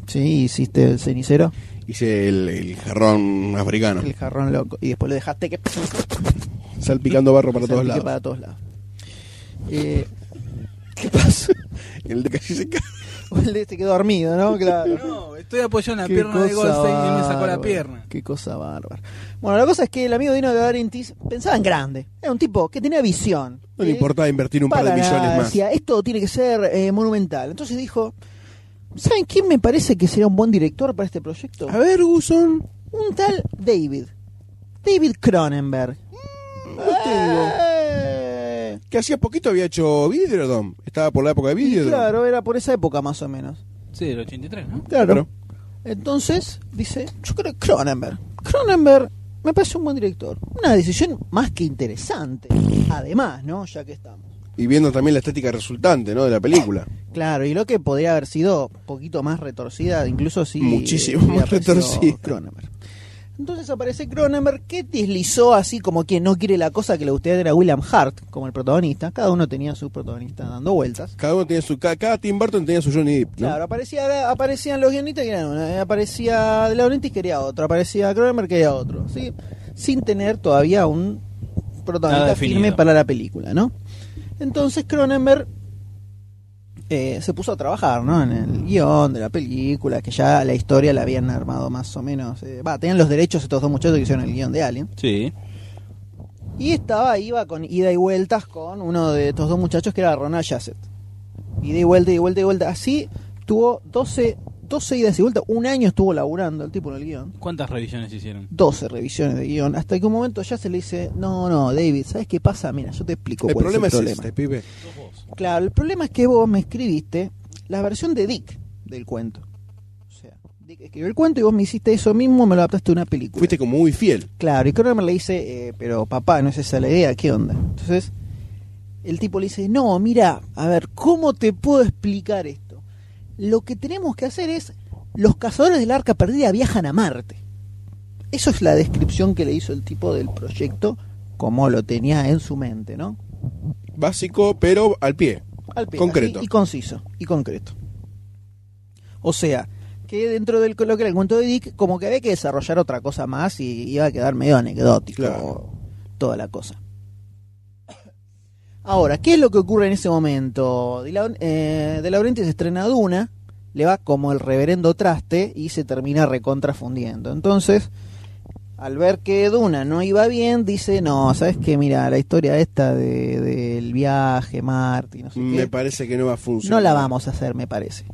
[SPEAKER 1] Sí, hiciste el cenicero,
[SPEAKER 4] Hice el, el jarrón africano,
[SPEAKER 1] el jarrón loco y después lo dejaste que
[SPEAKER 4] salpicando barro para todos
[SPEAKER 1] Salpique
[SPEAKER 4] lados.
[SPEAKER 1] Para todos lados. Eh, ¿Qué pasa?
[SPEAKER 4] El de casi se cae.
[SPEAKER 1] O el de este quedó dormido, ¿no? Claro.
[SPEAKER 9] No, estoy apoyado en la
[SPEAKER 1] Qué
[SPEAKER 9] pierna de
[SPEAKER 1] cosa
[SPEAKER 9] Goldstein y él me sacó la
[SPEAKER 1] bárbara,
[SPEAKER 9] pierna.
[SPEAKER 1] Qué cosa bárbara. Bueno, la cosa es que el amigo Dino de Laurentiis pensaba en grande. Era un tipo que tenía visión.
[SPEAKER 4] No le
[SPEAKER 1] Eh,
[SPEAKER 4] importaba invertir un par
[SPEAKER 1] para
[SPEAKER 4] de millones
[SPEAKER 1] nada,
[SPEAKER 4] más.
[SPEAKER 1] Decía, esto tiene que ser eh, monumental. Entonces dijo, ¿saben quién me parece que sería un buen director para este proyecto?
[SPEAKER 4] A ver, Guson.
[SPEAKER 1] Un tal David. David Cronenberg. Eh,
[SPEAKER 4] Que hacía poquito había hecho Videodrome. Estaba por la época de
[SPEAKER 1] y
[SPEAKER 4] Videodrome.
[SPEAKER 1] claro, era por esa época más o menos.
[SPEAKER 9] Sí, del 83, ¿no?
[SPEAKER 4] Claro.
[SPEAKER 1] Entonces dice, yo creo que Cronenberg. Cronenberg me parece un buen director. Una decisión más que interesante. Además, ¿no? Ya que estamos.
[SPEAKER 4] y viendo también la estética resultante, ¿no? De la película.
[SPEAKER 1] Claro, y lo que podría haber sido un poquito más retorcida, incluso si.
[SPEAKER 4] Muchísimo
[SPEAKER 1] hubiera
[SPEAKER 4] más
[SPEAKER 1] aparecido
[SPEAKER 4] retorcida.
[SPEAKER 1] Cronenberg. Entonces aparece Cronenberg que deslizó así como quien no quiere la cosa que le gustaría tener a William Hart como el protagonista. Cada uno tenía su protagonista dando vueltas.
[SPEAKER 4] Cada uno tenía su, ca- cada, Tim Burton tenía su Johnny Depp, ¿no?
[SPEAKER 1] Claro, aparecía, aparecían los guionistas que eran uno, eh, aparecía De Laurentiis quería otro, aparecía Cronenberg quería otro, ¿sí? sin tener todavía un
[SPEAKER 9] Nada
[SPEAKER 1] protagonista
[SPEAKER 9] definido.
[SPEAKER 1] firme para la película, ¿no? Entonces Cronenberg eh, se puso a trabajar, ¿no? En el guión de la película, que ya la historia la habían armado más o menos. eh, Va, tenían los derechos estos dos muchachos que hicieron el guión de Alien.
[SPEAKER 9] Sí.
[SPEAKER 1] Y estaba, iba con ida y vueltas con uno de estos dos muchachos que era Ronald Yassett. Ida y vuelta, ida y vuelta, ida y vuelta. Así tuvo 12, 12 idas y vueltas. Un año estuvo laburando el tipo en el guión.
[SPEAKER 9] ¿Cuántas revisiones hicieron?
[SPEAKER 1] 12 revisiones de guión. Hasta que un momento ya se le dice, no, no, David, ¿sabes qué pasa? Mira, yo te explico.
[SPEAKER 4] El
[SPEAKER 1] cuál
[SPEAKER 4] problema es,
[SPEAKER 1] es el
[SPEAKER 4] este, pibe.
[SPEAKER 1] Claro, el problema es que vos me escribiste la versión de Dick del cuento. O sea, Dick escribió el cuento y vos me hiciste eso mismo, me lo adaptaste a una película.
[SPEAKER 4] Fuiste como muy fiel.
[SPEAKER 1] Claro, y Cronenberg le dice, eh, pero papá, no es esa la idea, ¿qué onda? Entonces, el tipo le dice, no, mira, a ver, ¿cómo te puedo explicar esto? Lo que tenemos que hacer es, los cazadores del arca perdida viajan a Marte. Eso es la descripción que le hizo el tipo del proyecto, como lo tenía en su mente, ¿no?
[SPEAKER 4] Básico, pero al pie.
[SPEAKER 1] Al pie,
[SPEAKER 4] Concreto.
[SPEAKER 1] así, y conciso, y concreto. O sea, que dentro del lo que era el cuento de Dick, como que había que desarrollar otra cosa más y iba a quedar medio anecdótico
[SPEAKER 4] Claro.
[SPEAKER 1] toda la cosa. Ahora, ¿qué es lo que ocurre en ese momento? De, Lau- eh, De Laurentiis estrena Duna, le va como el reverendo traste y se termina recontrafundiendo. Entonces, al ver que Duna no iba bien, dice, no, ¿sabes qué? Mira, la historia esta de- del viaje, Marte, y no sé qué
[SPEAKER 4] Me parece que no va a funcionar.
[SPEAKER 1] no la vamos a hacer, me parece.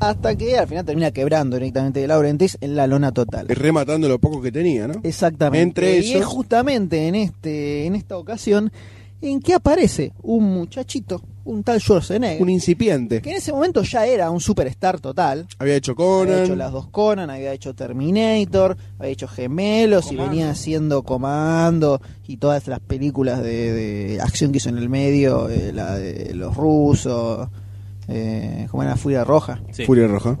[SPEAKER 1] Hasta que al final termina quebrando directamente de Laurentis en la lona total.
[SPEAKER 4] Rematando lo poco que tenía, ¿no?
[SPEAKER 1] Exactamente.
[SPEAKER 4] Entre
[SPEAKER 1] y es
[SPEAKER 4] ellos-
[SPEAKER 1] justamente en este, en esta ocasión, en que aparece un muchachito, un tal Schwarzenegger,
[SPEAKER 4] Un incipiente.
[SPEAKER 1] que en ese momento ya era un superstar total.
[SPEAKER 4] Había hecho
[SPEAKER 1] Había
[SPEAKER 4] Conan.
[SPEAKER 1] hecho las dos Conan, había hecho Terminator, había hecho Gemelos y venía haciendo Comando y todas las películas de, de acción que hizo en el medio, eh, la de los rusos, eh, como era Furia Roja
[SPEAKER 9] Sí.
[SPEAKER 4] Furia Roja.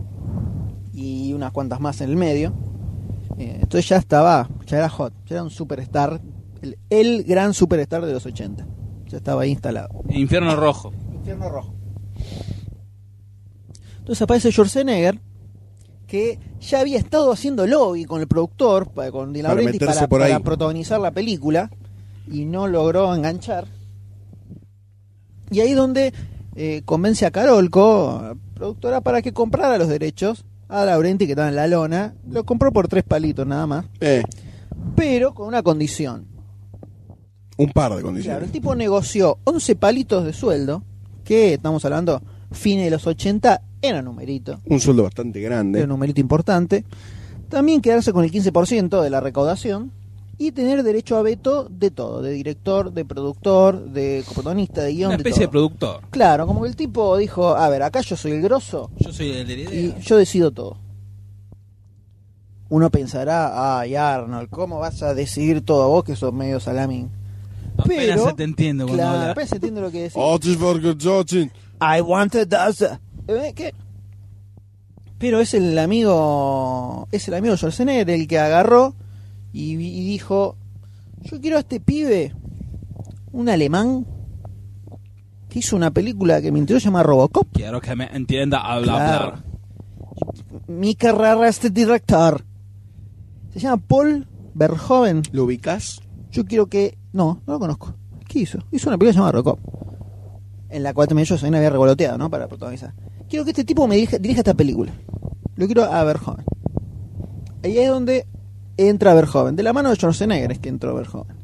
[SPEAKER 1] y unas cuantas más en el medio. Eh, entonces ya estaba, ya era hot, ya era un superstar, el, el gran superstar de los 80. Ya estaba ahí instalado.
[SPEAKER 9] Infierno Rojo.
[SPEAKER 1] Infierno Rojo. Entonces aparece Schwarzenegger, que ya había estado haciendo lobby con el productor, pa- con Di
[SPEAKER 4] Para
[SPEAKER 1] Laurentiis,
[SPEAKER 4] meterse
[SPEAKER 1] para,
[SPEAKER 4] por
[SPEAKER 1] para
[SPEAKER 4] ahí.
[SPEAKER 1] protagonizar la película, y no logró enganchar. Y ahí donde eh, convence a Carolco, productora, para que comprara los derechos a Laurenti, que estaba en la lona. Lo compró por tres palitos nada más,
[SPEAKER 4] Eh,
[SPEAKER 1] pero con una condición.
[SPEAKER 4] un par de
[SPEAKER 1] Claro,
[SPEAKER 4] condiciones.
[SPEAKER 1] el tipo negoció 11 palitos de sueldo, que estamos hablando fines de los 80, era un numerito,
[SPEAKER 4] Un sueldo bastante
[SPEAKER 1] era un
[SPEAKER 4] grande.
[SPEAKER 1] numerito importante. También quedarse con el 15% de la recaudación y tener derecho a veto de todo, de director, de productor, de coprotagonista, de guión,
[SPEAKER 9] Una
[SPEAKER 1] de
[SPEAKER 9] especie de
[SPEAKER 1] todo.
[SPEAKER 9] productor.
[SPEAKER 1] Claro, como que el tipo dijo, a ver, acá yo soy el grosso
[SPEAKER 9] Yo soy el de la
[SPEAKER 1] y
[SPEAKER 9] idea.
[SPEAKER 1] yo decido todo. Uno pensará, ay Arnold, ¿cómo vas a decidir todo vos que sos medio salamín?
[SPEAKER 9] Apenas
[SPEAKER 1] pero-
[SPEAKER 9] se te entiende cuando
[SPEAKER 1] Claro,
[SPEAKER 9] hablas.
[SPEAKER 1] apenas entiendo lo que decís.
[SPEAKER 4] Oh, Otisberger Johnson.
[SPEAKER 1] I wanted us. Eh, ¿Qué? Pero es el amigo. Es el amigo Schwarzenegger el que agarró y, vi- y dijo: Yo quiero a este pibe, un alemán, que hizo una película que me intrigó, se llama Robocop.
[SPEAKER 9] Quiero que me entienda hablar.
[SPEAKER 1] Claro. Mi carrera este director. Se llama Paul Verhoeven.
[SPEAKER 4] ¿Lo ubicás?
[SPEAKER 1] Yo quiero que. No, no lo conozco. ¿Qué hizo? Hizo una película llamada Robocop. En la cual también yo soy había revoloteado, ¿no? Para protagonizar. Quiero que este tipo me dirija, dirija esta película. Lo quiero a Verhoeven. Ahí es donde entra Verhoeven. De la mano de Schwarzenegger es que entró Verhoeven.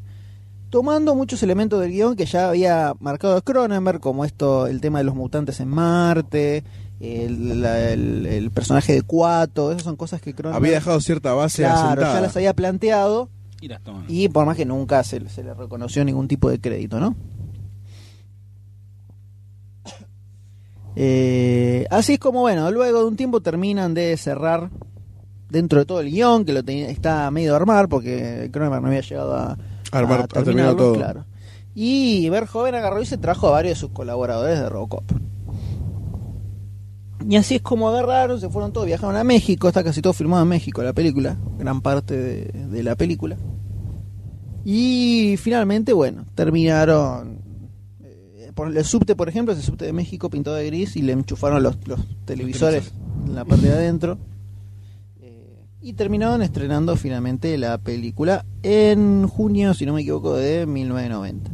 [SPEAKER 1] Tomando muchos elementos del guión que ya había marcado Cronenberg, como esto, el tema de los mutantes en Marte, el, la- el- el personaje de Cuato, esas son cosas que Cronenberg
[SPEAKER 4] Había dejado cierta base
[SPEAKER 1] claro,
[SPEAKER 4] asentada.
[SPEAKER 1] ya las había planteado.
[SPEAKER 9] Y las toman.
[SPEAKER 1] Y por más que nunca se, se le reconoció ningún tipo de crédito, ¿no? Eh, así es como, bueno, luego de un tiempo terminan de cerrar dentro de todo el guión, que lo tenía, está medio a armar, porque Cronenberg no había llegado a,
[SPEAKER 4] Armar- a terminar
[SPEAKER 1] terminarlo,
[SPEAKER 4] todo.
[SPEAKER 1] Claro. Y Verjoven agarró y se trajo a varios de sus colaboradores de Robocop. Y así es como agarraron, se fueron todos, viajaron a México, está casi todo filmado en México la película, gran parte de, de la película. Y finalmente, bueno, terminaron. eh, por el subte, por ejemplo, ese subte de México pintado de gris y le enchufaron los, los televisores en la parte de adentro. Eh, y terminaron estrenando finalmente la película en junio, si no me equivoco, de 1990.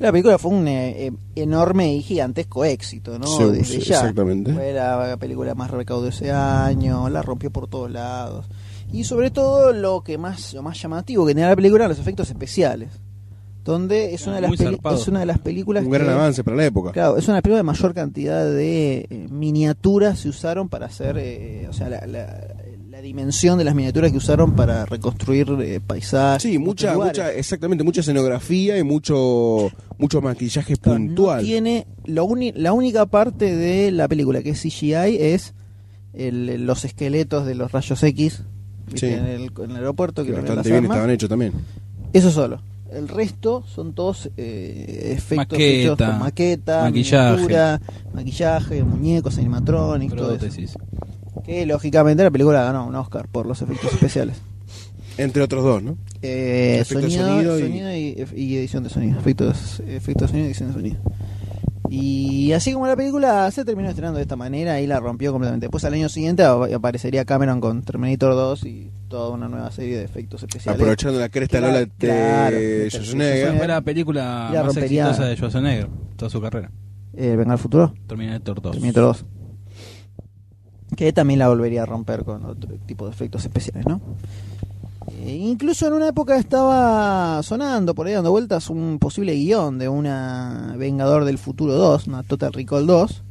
[SPEAKER 1] La película fue un eh, eh, enorme y gigantesco éxito, ¿no?
[SPEAKER 4] Sí,
[SPEAKER 1] Desde
[SPEAKER 4] sí,
[SPEAKER 1] ya.
[SPEAKER 4] exactamente.
[SPEAKER 1] Fue la película más recaudó ese año, la rompió por todos lados. Y sobre todo lo que más lo más llamativo que tenía la película eran los efectos especiales, donde es una de las
[SPEAKER 9] Muy
[SPEAKER 1] peli-
[SPEAKER 9] zarpado.
[SPEAKER 1] es una de las películas
[SPEAKER 4] Un gran
[SPEAKER 1] que-
[SPEAKER 4] avance para la época.
[SPEAKER 1] Claro, es una película de mayor cantidad de eh, miniaturas se usaron para hacer, eh, o sea, la, la- la dimensión de las miniaturas que usaron para reconstruir eh, paisajes.
[SPEAKER 4] Sí,
[SPEAKER 1] muchos
[SPEAKER 4] mucha,
[SPEAKER 1] lugares.
[SPEAKER 4] mucha, exactamente, mucha escenografía y mucho, mucho maquillaje
[SPEAKER 1] Claro,
[SPEAKER 4] puntual.
[SPEAKER 1] No tiene lo uni- la única parte de la película que es CGI es el- los esqueletos de los rayos X ¿viste?
[SPEAKER 4] Sí.
[SPEAKER 1] en, el, en el aeropuerto que
[SPEAKER 4] que
[SPEAKER 1] prenden las
[SPEAKER 4] bastante bien
[SPEAKER 1] armas.
[SPEAKER 4] estaban hechos también.
[SPEAKER 1] Eso solo. El resto son todos eh, efectos
[SPEAKER 9] Maqueta,
[SPEAKER 1] hechos con maqueta,
[SPEAKER 9] maquillaje.
[SPEAKER 1] miniatura, maquillaje, muñecos, animatronics, todo eso.
[SPEAKER 9] Prótesis.
[SPEAKER 1] Que lógicamente la película ganó un Oscar por los efectos especiales.
[SPEAKER 4] Entre otros dos, ¿no?
[SPEAKER 1] Eh,
[SPEAKER 4] Efectos de
[SPEAKER 1] sonido,
[SPEAKER 4] sonido y-
[SPEAKER 1] sonido y... y edición de sonido. Efectos, efectos de sonido y edición de sonido. Y así como la película se terminó estrenando de esta manera y la rompió completamente. Después al año siguiente ap- aparecería Cameron con Terminator 2 y toda una nueva serie de efectos especiales.
[SPEAKER 4] Aprovechando la cresta
[SPEAKER 1] Claro,
[SPEAKER 4] Lola de
[SPEAKER 1] claro, de
[SPEAKER 4] Schwarzenegger.
[SPEAKER 1] Schwarzenegger.
[SPEAKER 9] Fue la película
[SPEAKER 1] Ya
[SPEAKER 9] más
[SPEAKER 1] Eh, rompería-
[SPEAKER 9] exitosa de Schwarzenegger, toda su carrera.
[SPEAKER 1] Eh, Venga al futuro.
[SPEAKER 9] Terminator 2.
[SPEAKER 1] Terminator 2. Que también la volvería a romper con otro tipo de efectos especiales, ¿no? Eh, incluso en una época estaba sonando por ahí dando vueltas un posible guión de una Vengador del Futuro 2, una Total Recall 2,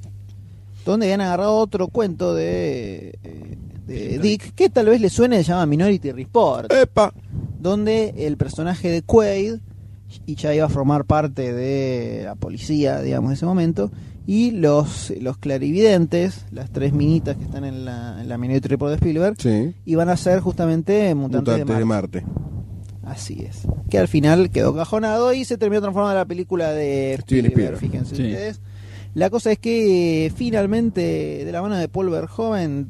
[SPEAKER 1] donde habían agarrado otro cuento de, eh, de Dick, que tal vez le suene, se llama Minority Report
[SPEAKER 4] ¡Epa!
[SPEAKER 1] donde el personaje de Quaid y ya iba a formar parte de la policía, digamos, en ese momento, y los, los clarividentes, las tres minitas que están en la, en la miniatura report de Spielberg,
[SPEAKER 4] Sí.
[SPEAKER 1] iban a ser justamente mutantes,
[SPEAKER 4] Mutantes
[SPEAKER 1] de, Marte. Así es. Que al final quedó cajonado y se terminó transformando en la película de
[SPEAKER 4] Steven Spielberg.
[SPEAKER 1] fíjense
[SPEAKER 9] Sí.
[SPEAKER 1] ustedes. La cosa es que eh, finalmente, de la mano de Paul Verhoeven,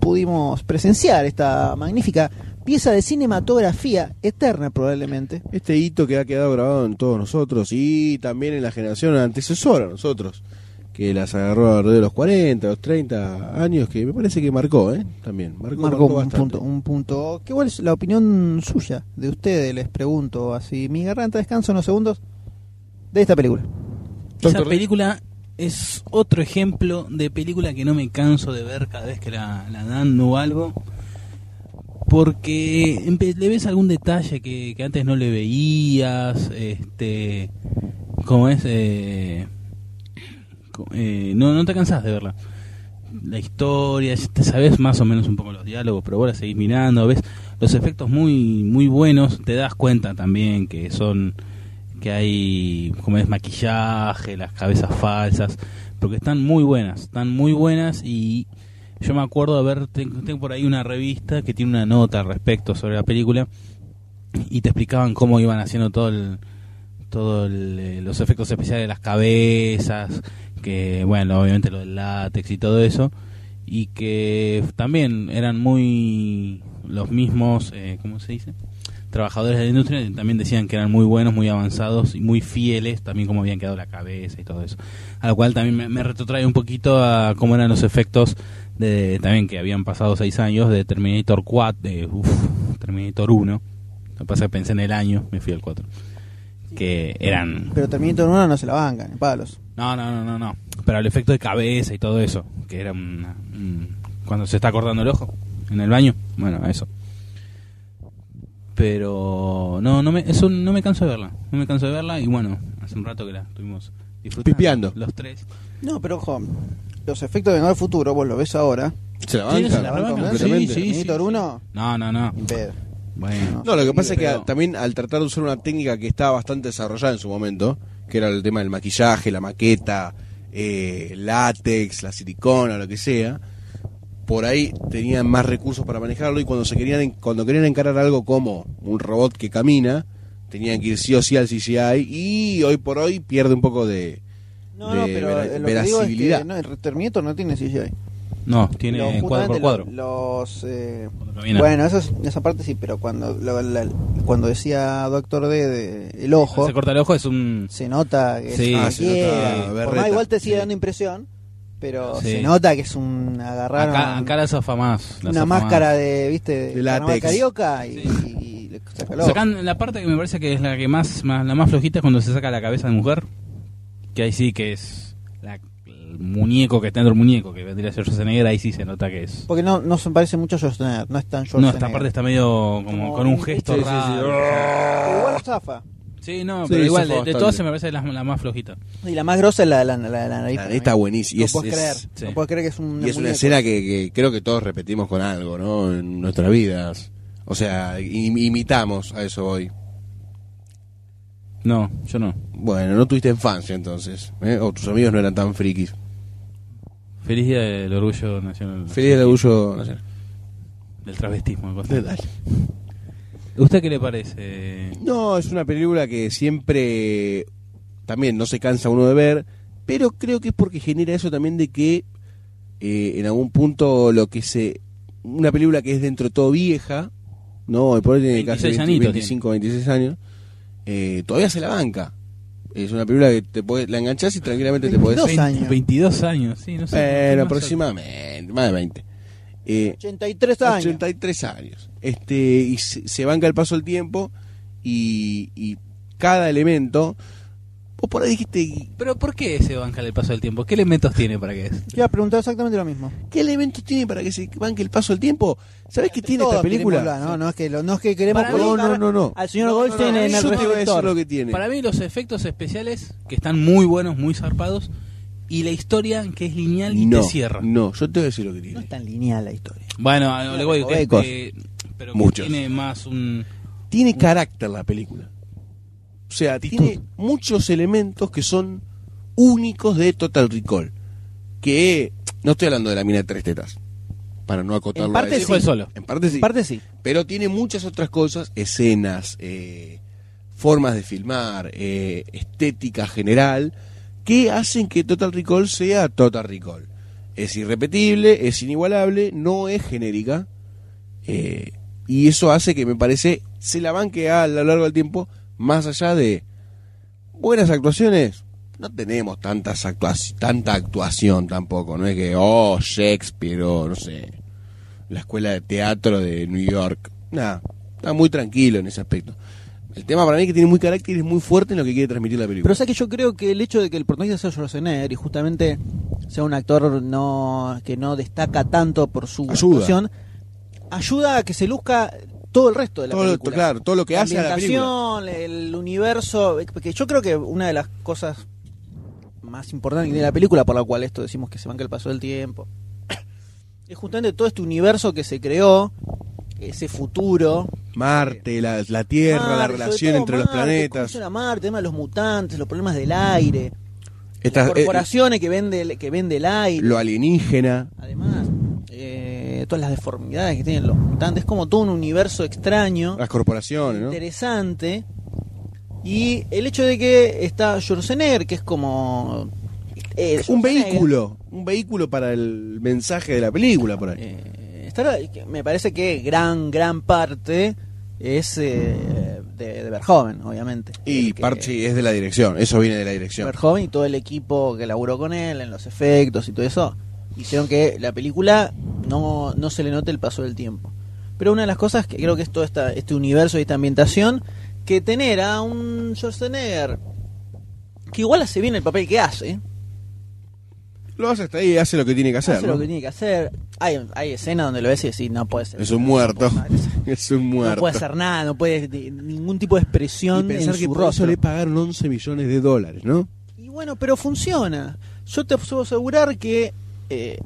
[SPEAKER 1] pudimos presenciar esta magnífica pieza de cinematografía eterna probablemente.
[SPEAKER 4] Este hito que ha quedado grabado en todos nosotros y también en la generación antecesora a nosotros, que las agarró alrededor de los 40, los 30 años, que me parece que marcó, ¿eh? También, marcó,
[SPEAKER 1] Marcó un
[SPEAKER 4] bastante.
[SPEAKER 1] punto, un punto. ¿Qué cuál es la opinión suya de ustedes? Les pregunto así. Mi garganta descansa unos segundos de esta película.
[SPEAKER 3] Esa película es otro ejemplo de película que no me canso de ver cada vez que la, la dan o algo. Porque empe- le ves algún detalle que, que antes no le veías. Este. Como es. eh, co- eh, no, no te cansás de verla. La historia, ya te sabes más o menos un poco los diálogos, pero vos la seguís mirando, ves los efectos muy, muy buenos, te das cuenta también que son que hay como es maquillaje, las cabezas falsas, porque están muy buenas, están muy buenas y yo me acuerdo de ver, tengo, tengo por ahí una revista que tiene una nota al respecto sobre la película y te explicaban cómo iban haciendo todo el, todo el, eh, los efectos especiales de las cabezas, que bueno, obviamente lo del látex y todo eso y que también eran muy los mismos, eh, ¿cómo se dice? trabajadores de la industria también decían que eran muy buenos, muy avanzados y muy fieles, también como habían quedado la cabeza y todo eso. A lo cual también me, me retrotrae un poquito a cómo eran los efectos de también que habían pasado seis años de Terminator 4, de uf, Terminator 1. Lo que pasa es que pensé en el año, me fui al 4. Que eran
[SPEAKER 1] Pero Terminator 1 no se la bancan, en palos.
[SPEAKER 9] no, no, no, no, no. Pero el efecto de cabeza y todo eso, que era una- un- cuando se está cortando el ojo en el baño, bueno, eso. Pero no, no me, eso no me canso de verla, no me canso de verla y bueno, hace un rato que la estuvimos disfrutando.
[SPEAKER 4] Pipiando.
[SPEAKER 9] Los tres.
[SPEAKER 1] No, pero ojo, los efectos de Vengador del Futuro, vos lo ves ahora.
[SPEAKER 4] Se la
[SPEAKER 9] Sí,
[SPEAKER 4] banca.
[SPEAKER 9] se la banca,
[SPEAKER 1] bancan
[SPEAKER 4] completamente.
[SPEAKER 9] sí, sí.
[SPEAKER 1] Terminator 1,
[SPEAKER 9] No, no, no.
[SPEAKER 1] ni en pedo.
[SPEAKER 9] Bueno.
[SPEAKER 4] No, lo que pasa es que
[SPEAKER 9] pero-
[SPEAKER 4] a- también al tratar de usar una técnica que estaba bastante desarrollada en su momento, que era el tema del maquillaje, la maqueta, eh, látex, la silicona, lo que sea, por ahí tenían más recursos para manejarlo y cuando se querían en- cuando querían encarar algo como un robot que camina, tenían que ir sí o sí al CGI y hoy por hoy pierde un poco de...
[SPEAKER 1] No, no,
[SPEAKER 4] de
[SPEAKER 1] pero
[SPEAKER 4] vera-
[SPEAKER 1] eh, lo que digo es
[SPEAKER 4] veracibilidad.
[SPEAKER 1] que no, el Terminator no tiene CGI.
[SPEAKER 9] No,
[SPEAKER 1] Lo-
[SPEAKER 9] tiene cuadro
[SPEAKER 1] justamente
[SPEAKER 9] por cuadro.
[SPEAKER 1] lo- Los, eh,
[SPEAKER 9] Cuando camina.
[SPEAKER 1] bueno, eso es- esa parte sí, pero cuando lo- la- cuando decía Doctor D de el ojo,
[SPEAKER 9] Se corta el ojo, es un.
[SPEAKER 1] se nota que
[SPEAKER 9] Sí.
[SPEAKER 1] es una
[SPEAKER 9] Ah,
[SPEAKER 4] se nota
[SPEAKER 1] quiebra.
[SPEAKER 4] berreta.
[SPEAKER 1] Por más igual te sigue
[SPEAKER 9] Sí.
[SPEAKER 1] dando impresión, pero
[SPEAKER 9] Sí.
[SPEAKER 1] se nota que es un agarraron
[SPEAKER 9] Acá, acá la zafa más. la
[SPEAKER 1] una
[SPEAKER 9] zafa
[SPEAKER 1] máscara
[SPEAKER 9] más.
[SPEAKER 1] de, ¿viste? de
[SPEAKER 4] De
[SPEAKER 1] carnaval
[SPEAKER 4] látex.
[SPEAKER 1] carioca y, y le saca el ojo.
[SPEAKER 9] Sacan la parte que me parece que es la que más, más- la más flojita es cuando se saca la cabeza de mujer. Que ahí sí que es la- el muñeco que está dentro del muñeco, que vendría a ser Schwarzenegger, ahí sí se nota que es.
[SPEAKER 1] Porque no, no se parece mucho a Schwarzenegger, no es tan
[SPEAKER 9] No,
[SPEAKER 1] Schwarzenegger.
[SPEAKER 9] esta parte está medio como
[SPEAKER 1] Como
[SPEAKER 9] con un
[SPEAKER 1] un-
[SPEAKER 9] gesto
[SPEAKER 4] Sí, sí, sí.
[SPEAKER 9] raro.
[SPEAKER 1] Igual zafa.
[SPEAKER 9] Sí, no,
[SPEAKER 4] Sí,
[SPEAKER 9] pero igual,
[SPEAKER 4] zafa
[SPEAKER 9] de, de
[SPEAKER 4] bastante.
[SPEAKER 9] todas se me parece la, la más flojita.
[SPEAKER 1] Y la más grosa es la de la, la, la, la nariz.
[SPEAKER 4] La
[SPEAKER 1] para
[SPEAKER 4] neta está
[SPEAKER 1] mí.
[SPEAKER 4] buenísima.
[SPEAKER 1] no
[SPEAKER 4] Y es,
[SPEAKER 1] puedes
[SPEAKER 4] es-
[SPEAKER 1] creer,
[SPEAKER 9] sí.
[SPEAKER 1] no puedes creer que es un
[SPEAKER 4] y es una
[SPEAKER 1] muñeco.
[SPEAKER 4] escena que, que creo que todos repetimos con algo, ¿no? En nuestras vidas. O sea, im- imitamos a eso hoy.
[SPEAKER 9] No, yo no.
[SPEAKER 4] Bueno, no tuviste infancia entonces. ¿eh? O tus amigos no eran tan frikis.
[SPEAKER 9] Feliz día del orgullo nacional.
[SPEAKER 4] Feliz del orgullo. no sé.
[SPEAKER 9] Del travestismo. cosa.
[SPEAKER 4] Dale.
[SPEAKER 9] ¿Usted qué le parece?
[SPEAKER 4] No, es una película que siempre también no se cansa uno de ver, pero creo que es porque genera eso también de que eh, en algún punto lo que se... Una película que es dentro de todo vieja, ¿no? Hoy Por hoy tiene casi
[SPEAKER 9] 26
[SPEAKER 4] 20,
[SPEAKER 9] añitos
[SPEAKER 4] 25, 26 años, eh, todavía se la banca. Es una película que te podés- la enganchás y tranquilamente te podés...
[SPEAKER 1] 22 años.
[SPEAKER 9] 22 años, sí, no sé. ¿qué
[SPEAKER 4] Bueno,
[SPEAKER 9] más
[SPEAKER 4] aproximadamente, más de 20. Eh,
[SPEAKER 1] 83 años.
[SPEAKER 4] 83 años. Este, y se, se banca el paso del tiempo y, y cada elemento. Vos por ahí dijiste,
[SPEAKER 9] hace? Pero ¿por qué se banca el paso del tiempo? ¿Qué elementos tiene para que es?
[SPEAKER 1] Te iba a preguntar exactamente lo mismo.
[SPEAKER 4] ¿qué elementos tiene para que se banque el paso del tiempo? ¿Sabés qué tiene esta
[SPEAKER 1] Todos
[SPEAKER 4] película?
[SPEAKER 1] queremos hablar, No, no, es que, lo- no es que queremos
[SPEAKER 9] Para mí-
[SPEAKER 4] no,
[SPEAKER 1] colocar
[SPEAKER 4] no, no, no.
[SPEAKER 1] al señor
[SPEAKER 4] No, no,
[SPEAKER 1] Goldstein
[SPEAKER 4] no, no,
[SPEAKER 1] en el
[SPEAKER 4] yo te voy a decir lo
[SPEAKER 1] reflector.
[SPEAKER 4] que tiene.
[SPEAKER 9] Para mí los efectos especiales que están muy buenos, muy zarpados y la historia que es lineal y
[SPEAKER 4] no,
[SPEAKER 9] te cierra.
[SPEAKER 4] no, yo te voy a decir lo que
[SPEAKER 1] No es
[SPEAKER 4] tiene.
[SPEAKER 1] tan lineal la historia.
[SPEAKER 9] Bueno, a- le voy a decir
[SPEAKER 4] recovecos.
[SPEAKER 9] que pero que
[SPEAKER 4] Muchos.
[SPEAKER 9] tiene más un
[SPEAKER 4] Tiene carácter la película. O sea, tiene muchos elementos que son únicos de Total Recall. Que no estoy hablando de la mina de tres tetas. Para no acotarlo
[SPEAKER 1] En
[SPEAKER 4] a
[SPEAKER 1] parte sí.
[SPEAKER 4] eso.
[SPEAKER 9] hijo de solo.
[SPEAKER 4] En parte sí.
[SPEAKER 1] Parte sí.
[SPEAKER 4] pero tiene muchas otras cosas, escenas, eh, formas de filmar, eh, estética general, que hacen que Total Recall sea Total Recall. Es irrepetible, es inigualable, no es genérica, eh, y eso hace que me parece se la banque a lo largo del tiempo, más allá de buenas actuaciones. No tenemos tantas actuaci- tanta actuación tampoco, no es que, oh, Shakespeare, o no sé, la escuela de teatro de New York. Nada, está muy tranquilo en ese aspecto. El tema para mí es que tiene muy carácter y es muy fuerte en lo que quiere transmitir la película.
[SPEAKER 1] Pero o sea que yo creo que el hecho de que el protagonista sea Schwarzenegger y justamente sea un actor no que no destaca tanto por su
[SPEAKER 4] Ayuda.
[SPEAKER 1] actuación, ayuda a que se luzca todo el resto de la
[SPEAKER 4] todo lo,
[SPEAKER 1] película.
[SPEAKER 4] claro, todo lo que hace a la película.
[SPEAKER 1] ambientación, el universo, eh, que yo creo que una de las cosas más importantes que tiene la película, por la cual esto decimos que se banca el paso del tiempo, es justamente todo este universo que se creó, ese futuro.
[SPEAKER 4] Marte, la, la Tierra, la
[SPEAKER 1] Marte, sobre
[SPEAKER 4] relación
[SPEAKER 1] todo
[SPEAKER 4] entre los
[SPEAKER 1] Marte, cómo
[SPEAKER 4] planetas.
[SPEAKER 1] funciona Marte, el tema de los mutantes, los problemas del aire,
[SPEAKER 4] Estas-
[SPEAKER 1] las
[SPEAKER 4] eh,
[SPEAKER 1] corporaciones que vende el- que vende el aire,
[SPEAKER 4] lo alienígena.
[SPEAKER 1] además eh, todas las deformidades que tienen los mutantes, es como todo un universo extraño
[SPEAKER 4] Las corporaciones, ¿no?
[SPEAKER 1] interesante. Y el hecho de que está Schwarzenegger, que es como. eh,
[SPEAKER 4] Un
[SPEAKER 1] Schwarzenegger,
[SPEAKER 4] vehículo, un vehículo para el mensaje de la película por ahí.
[SPEAKER 1] eh, está- me parece que gran, gran parte es eh, de, de Verhoeven, obviamente.
[SPEAKER 4] Y
[SPEAKER 1] El eh, que-
[SPEAKER 4] Parchi es de la dirección, eso viene de la dirección.
[SPEAKER 1] Verhoeven y todo el equipo que laburó con él en los efectos y todo eso hicieron que la película no, no se le note el paso del tiempo. Pero una de las cosas que creo que es todo esta, este universo y esta ambientación, que tener a un Schwarzenegger que igual hace bien el papel que hace,
[SPEAKER 4] Lo hace hasta ahí, hace lo que tiene que hacer.
[SPEAKER 1] hace
[SPEAKER 4] ¿no?
[SPEAKER 1] lo que tiene que hacer. Hay, hay escenas donde lo ves y decís, no puede ser.
[SPEAKER 4] Es un muerto.
[SPEAKER 1] No puede ser.
[SPEAKER 4] Es un
[SPEAKER 1] No
[SPEAKER 4] muerto.
[SPEAKER 1] puede hacer nada, no puede de- ningún tipo de expresión
[SPEAKER 4] y pensar
[SPEAKER 1] en
[SPEAKER 4] que
[SPEAKER 1] su
[SPEAKER 4] por
[SPEAKER 1] rostro.
[SPEAKER 4] eso le pagaron 11 millones de dólares, ¿no?
[SPEAKER 1] Y bueno, pero funciona. Yo te puedo asegurar que eh,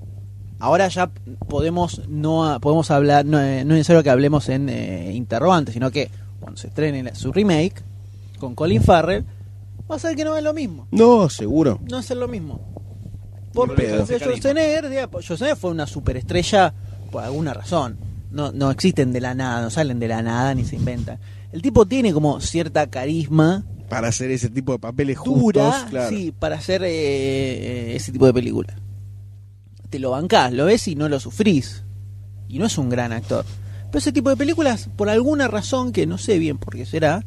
[SPEAKER 1] ahora ya podemos no a- podemos hablar, no, eh, no es necesario que hablemos en eh, interrogantes, sino que cuando se estrene la- su remake con Colin Farrell, va a ser que no es lo mismo.
[SPEAKER 4] No, seguro.
[SPEAKER 1] No es lo mismo.
[SPEAKER 4] Ni
[SPEAKER 1] Porque
[SPEAKER 4] pedo.
[SPEAKER 1] Schwarzenegger, diga, Schwarzenegger fue una superestrella por alguna razón. no, no existen de la nada, no salen de la nada ni se inventan. El tipo tiene como cierta carisma
[SPEAKER 4] Para hacer ese tipo de papeles
[SPEAKER 1] dura
[SPEAKER 4] justos, claro.
[SPEAKER 1] sí, para hacer eh, eh, ese tipo de película. Te lo bancás, lo ves y no lo sufrís. Y no es un gran actor. Pero ese tipo de películas, por alguna razón que no sé bien por qué será,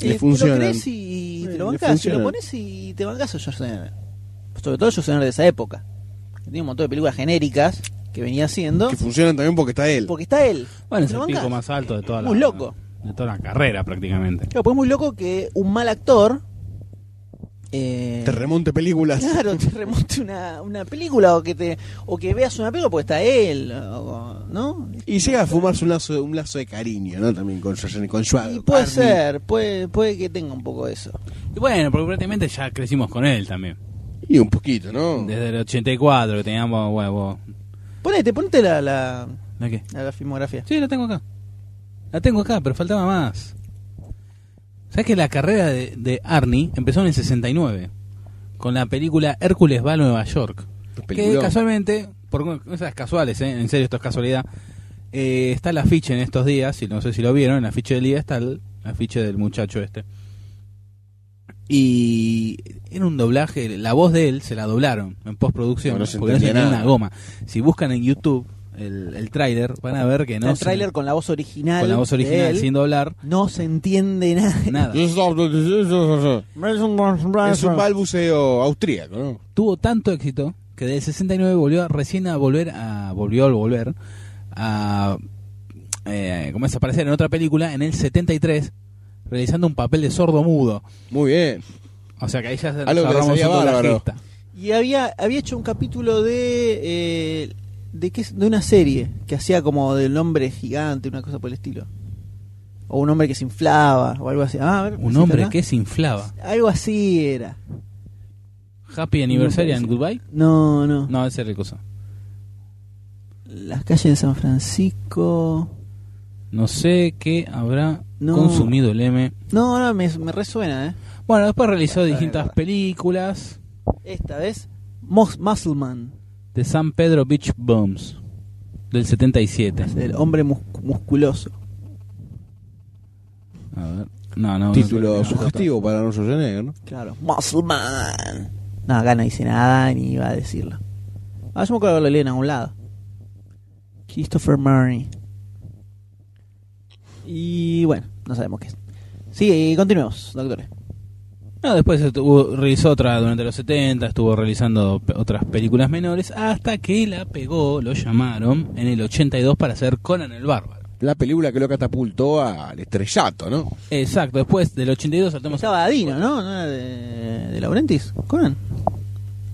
[SPEAKER 1] eh,
[SPEAKER 4] Le
[SPEAKER 1] te
[SPEAKER 4] funcionan.
[SPEAKER 1] lo crees y te
[SPEAKER 4] Eh,
[SPEAKER 1] lo
[SPEAKER 4] le
[SPEAKER 1] bancás, te lo
[SPEAKER 4] funcionan.
[SPEAKER 1] pones y te bancás a Schwarzenegger. Sobre todo Schwarzenegger de esa época. Que tenía un montón de películas genéricas que venía haciendo.
[SPEAKER 4] Que funcionan también porque está él.
[SPEAKER 1] Porque está él.
[SPEAKER 3] Bueno,
[SPEAKER 1] Te
[SPEAKER 3] es
[SPEAKER 1] lo
[SPEAKER 3] el
[SPEAKER 1] bancás.
[SPEAKER 3] pico más alto de toda la.
[SPEAKER 1] Muy loco.
[SPEAKER 3] De toda la carrera, prácticamente.
[SPEAKER 1] Claro, pues es muy loco que un mal actor. eh,
[SPEAKER 4] Te remonte películas.
[SPEAKER 1] Claro, te remonte una, una película o que te o que veas una película porque está él, o- ¿no?
[SPEAKER 4] Y llega a fumarse un lazo, un lazo de cariño, ¿no? También con, Schwarzenegger- con Schwarzenegger.
[SPEAKER 1] Y puede ser, puede, puede que tenga un poco de eso.
[SPEAKER 3] Y bueno, porque prácticamente ya crecimos con él también.
[SPEAKER 4] Y un poquito,
[SPEAKER 1] Mm.
[SPEAKER 4] ¿no?
[SPEAKER 3] Desde el 84 que teníamos huevo.
[SPEAKER 1] Ponete, ponete la, la,
[SPEAKER 3] ¿De qué?
[SPEAKER 1] la- la filmografía.
[SPEAKER 3] Sí, la tengo acá. La tengo acá, pero faltaba más. ¿Sabes que la carrera de, de Arnie empezó en el 69? Con la película Hércules va a Nueva York. Que
[SPEAKER 4] Peliculón.
[SPEAKER 3] casualmente, por cosas casuales, ¿eh? en serio, esto es casualidad. eh, está el afiche en estos días, y no sé si lo vieron, en la afiche del día está el afiche del muchacho este. Y era un doblaje, la voz de él se la doblaron en postproducción,
[SPEAKER 4] No, no se
[SPEAKER 3] porque no se
[SPEAKER 4] entendía
[SPEAKER 3] entendía
[SPEAKER 4] nada.
[SPEAKER 3] una goma. Si buscan en YouTube el, el tráiler, van a ver que no
[SPEAKER 1] el
[SPEAKER 3] se-
[SPEAKER 1] tráiler con la voz original.
[SPEAKER 3] con la voz
[SPEAKER 1] de
[SPEAKER 3] original
[SPEAKER 1] él,
[SPEAKER 3] sin doblar,
[SPEAKER 1] No se entiende nada.
[SPEAKER 3] nada.
[SPEAKER 4] Es un balbuceo austríaco, ¿no?
[SPEAKER 3] Tuvo tanto éxito que del 69 volvió a- recién a volver a volvió al volver a eh, como es aparecer en otra película en el 73 realizando un papel de sordo mudo.
[SPEAKER 4] Muy bien.
[SPEAKER 3] O sea que ahí ya
[SPEAKER 4] Algo que le salía
[SPEAKER 3] otro
[SPEAKER 4] bárbaro.
[SPEAKER 3] bajista.
[SPEAKER 1] Y había, había hecho un capítulo de eh, de qué es- de una serie que hacía como del hombre gigante, una cosa por el estilo. O un hombre que se inflaba o algo así. Ah, a ver,
[SPEAKER 3] Un
[SPEAKER 1] ¿sí
[SPEAKER 3] hombre
[SPEAKER 1] está acá?
[SPEAKER 3] que se inflaba.
[SPEAKER 1] algo así era.
[SPEAKER 3] Happy Anniversary and Goodbye.
[SPEAKER 1] No, no.
[SPEAKER 3] No, ese era el cosa.
[SPEAKER 1] Las calles de San Francisco.
[SPEAKER 3] No sé qué habrá
[SPEAKER 1] No.
[SPEAKER 3] consumido el M.
[SPEAKER 1] No, no, me, me resuena, ¿eh?
[SPEAKER 3] Bueno, después realizó
[SPEAKER 1] Verdad,
[SPEAKER 3] distintas
[SPEAKER 1] verdad.
[SPEAKER 3] películas
[SPEAKER 1] Esta vez, Mos Muscleman,
[SPEAKER 3] de San Pedro Beach Bombs del 77.
[SPEAKER 1] el hombre mus- musculoso.
[SPEAKER 3] A ver. No, no.
[SPEAKER 4] Título
[SPEAKER 3] no, no,
[SPEAKER 4] sugestivo para no Schwarzenegger, ¿no?
[SPEAKER 1] Claro, Muscleman. No, acá no dice nada ni iba a decirlo. Ah, yo me acuerdo de leí en algún lado. Christopher Murray. Y bueno, no sabemos qué es. Sí, continuemos, doctores.
[SPEAKER 3] No, después estuvo- realizó otra durante los 70, estuvo realizando pe- otras películas menores, hasta que la pegó, lo llamaron, en el 82 para hacer Conan el Bárbaro.
[SPEAKER 4] La película que lo catapultó al estrellato, ¿no?
[SPEAKER 3] Exacto, después del 82 saltamos
[SPEAKER 1] Estaba Dino, ¿no? ¿No era de, de Laurentis? ¿Conan?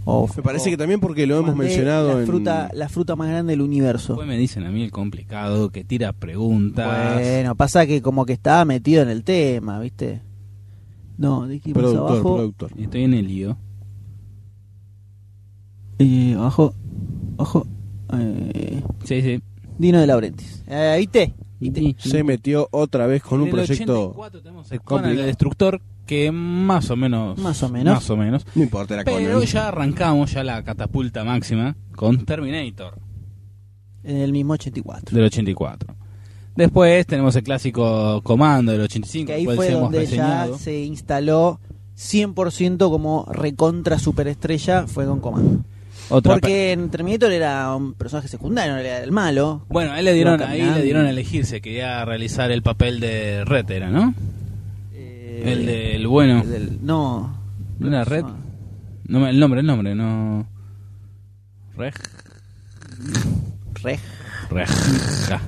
[SPEAKER 1] O
[SPEAKER 4] Me parece que también porque lo hemos
[SPEAKER 1] Mandé
[SPEAKER 4] mencionado
[SPEAKER 1] la
[SPEAKER 4] en...
[SPEAKER 1] fruta, la fruta más grande del universo.
[SPEAKER 3] Después me dicen a mí el complicado, que tira preguntas.
[SPEAKER 1] Bueno, pasa que como que estaba metido en el tema, ¿viste? No, Dicky más
[SPEAKER 4] Productor,
[SPEAKER 1] abajo,
[SPEAKER 4] productor.
[SPEAKER 3] Estoy en el lío.
[SPEAKER 1] eh, abajo, abajo, eh,
[SPEAKER 3] Sí, sí.
[SPEAKER 1] Dino de Laurentiis. Eh, ¿Viste? ¿Viste?
[SPEAKER 4] Se metió otra vez con un
[SPEAKER 3] En el
[SPEAKER 4] proyecto...
[SPEAKER 3] 84 tenemos el Conan
[SPEAKER 4] complicado.
[SPEAKER 3] el Destructor, que más o menos...
[SPEAKER 1] Más o menos.
[SPEAKER 3] Más o menos.
[SPEAKER 4] No importa, era con
[SPEAKER 3] Pero ya arrancamos ya la catapulta máxima con Terminator.
[SPEAKER 1] En el mismo 84.
[SPEAKER 3] del 84. Después tenemos el clásico Comando del 85,
[SPEAKER 1] que ahí
[SPEAKER 3] cual
[SPEAKER 1] fue
[SPEAKER 3] se hemos
[SPEAKER 1] donde
[SPEAKER 3] reseñado.
[SPEAKER 1] ya se instaló 100% como recontra superestrella fue con Comando.
[SPEAKER 3] Otra pe-
[SPEAKER 1] Porque en Terminator era un personaje secundario, no era el malo.
[SPEAKER 3] bueno, ahí le dieron,
[SPEAKER 1] Iba
[SPEAKER 3] ahí
[SPEAKER 1] caminando.
[SPEAKER 3] le dieron a elegir, se quería realizar el papel de Red, era, ¿no?
[SPEAKER 1] Eh,
[SPEAKER 3] el del bueno.
[SPEAKER 1] el del- no.
[SPEAKER 3] ¿No era Red? No me- el nombre, el nombre, no. Rej,
[SPEAKER 1] Rej.
[SPEAKER 3] reja.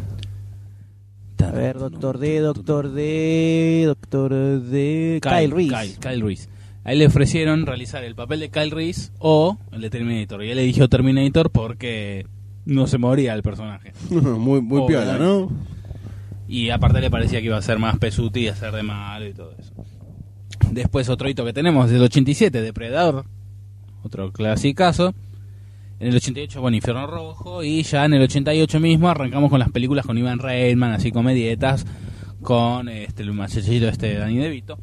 [SPEAKER 1] A ver, doctor D, doctor D, doctor D. Kyle, Reese.
[SPEAKER 3] Kyle, Kyle Reese. Ahí le ofrecieron realizar el papel de Kyle Reese o el de Terminator. Y él eligió Terminator porque no se moría el personaje.
[SPEAKER 4] muy muy
[SPEAKER 3] Oh,
[SPEAKER 4] piola, ¿no?
[SPEAKER 3] Y aparte le parecía que iba a ser más pesuti y hacer de malo y todo eso. Después otro hito que tenemos del 87, Depredador. Otro clasicazo. En el 88, bueno, Infierno Rojo. Y ya en el 88 mismo arrancamos con las películas con Ivan Reitman, así comedietas. Con este, el machecito este de Danny DeVito.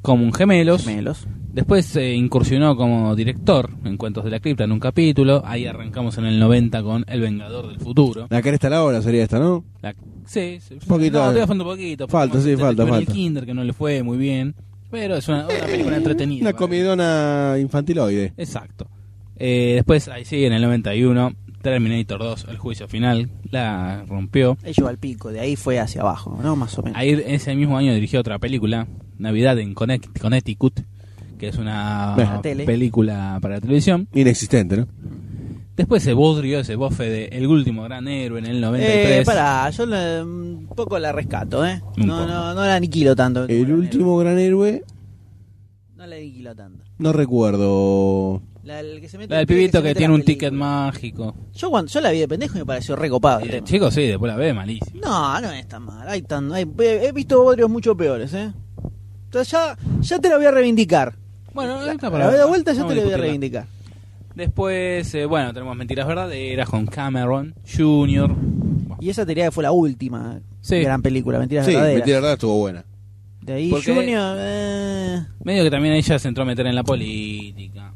[SPEAKER 3] Como un gemelos.
[SPEAKER 1] Gemelos.
[SPEAKER 3] Después eh, incursionó como director en Cuentos de la Cripta en un capítulo. Ahí arrancamos en el 90 con El Vengador del Futuro.
[SPEAKER 4] La cara está la hora sería esta, ¿no?
[SPEAKER 3] La- sí, sí.
[SPEAKER 4] Poquito.
[SPEAKER 3] No, todavía falta un poquito.
[SPEAKER 4] Falta,
[SPEAKER 3] Porque
[SPEAKER 4] sí,
[SPEAKER 3] se
[SPEAKER 4] falta,
[SPEAKER 3] quedó en
[SPEAKER 4] falta.
[SPEAKER 3] el Kinder que no le fue muy bien. Pero es una, una película entretenida.
[SPEAKER 4] Una
[SPEAKER 3] ¿vale?
[SPEAKER 4] comidona infantiloide.
[SPEAKER 3] Exacto. Eh, después, ahí sí, en el 91, Terminator 2, el juicio final, la rompió.
[SPEAKER 1] Ellos al pico, de ahí fue hacia abajo, ¿no? Más o menos.
[SPEAKER 3] Ahí ese mismo año dirigió otra película, Navidad en Connect- Connecticut, que es una
[SPEAKER 1] Bueno. Tele.
[SPEAKER 3] película para televisión.
[SPEAKER 4] Inexistente, ¿no?
[SPEAKER 3] Después se bodrió ese bofe de El último gran héroe en el 93.
[SPEAKER 1] Eh, pará, yo la- un poco la rescato, ¿eh?
[SPEAKER 3] Un
[SPEAKER 1] No,
[SPEAKER 3] poco.
[SPEAKER 1] no, no la aniquilo tanto.
[SPEAKER 4] El último gran héroe,
[SPEAKER 1] No la aniquilo tanto.
[SPEAKER 4] no recuerdo.
[SPEAKER 1] La, el que se mete
[SPEAKER 3] La del
[SPEAKER 1] pibe
[SPEAKER 3] pibito
[SPEAKER 1] se
[SPEAKER 3] que
[SPEAKER 1] mete
[SPEAKER 3] tiene
[SPEAKER 1] las
[SPEAKER 3] un ticket
[SPEAKER 1] películas.
[SPEAKER 3] mágico.
[SPEAKER 1] Yo, cuando, yo la vi de pendejo y me pareció recopado el
[SPEAKER 3] Eh,
[SPEAKER 1] tema.
[SPEAKER 3] Chicos, sí, después la ve malísimo.
[SPEAKER 1] No, no es tan mal. Hay tan, hay- he he visto bodrios mucho peores, ¿eh? Entonces ya, ya te la voy a reivindicar.
[SPEAKER 3] Bueno, esta
[SPEAKER 1] A la de vuelta ya
[SPEAKER 3] vamos
[SPEAKER 1] te la voy a
[SPEAKER 3] discutirla.
[SPEAKER 1] reivindicar.
[SPEAKER 3] Después, eh, bueno, tenemos Mentiras Verdaderas con Cameron Jr. Bueno,
[SPEAKER 1] Y esa teoría que fue la última
[SPEAKER 3] Sí.
[SPEAKER 1] gran película, Mentiras
[SPEAKER 4] Sí,
[SPEAKER 1] Verdaderas.
[SPEAKER 4] mentira, la verdad estuvo buena.
[SPEAKER 1] De ahí
[SPEAKER 3] Porque-
[SPEAKER 1] Junior... eh,
[SPEAKER 3] medio que también ella se entró a meter en la política.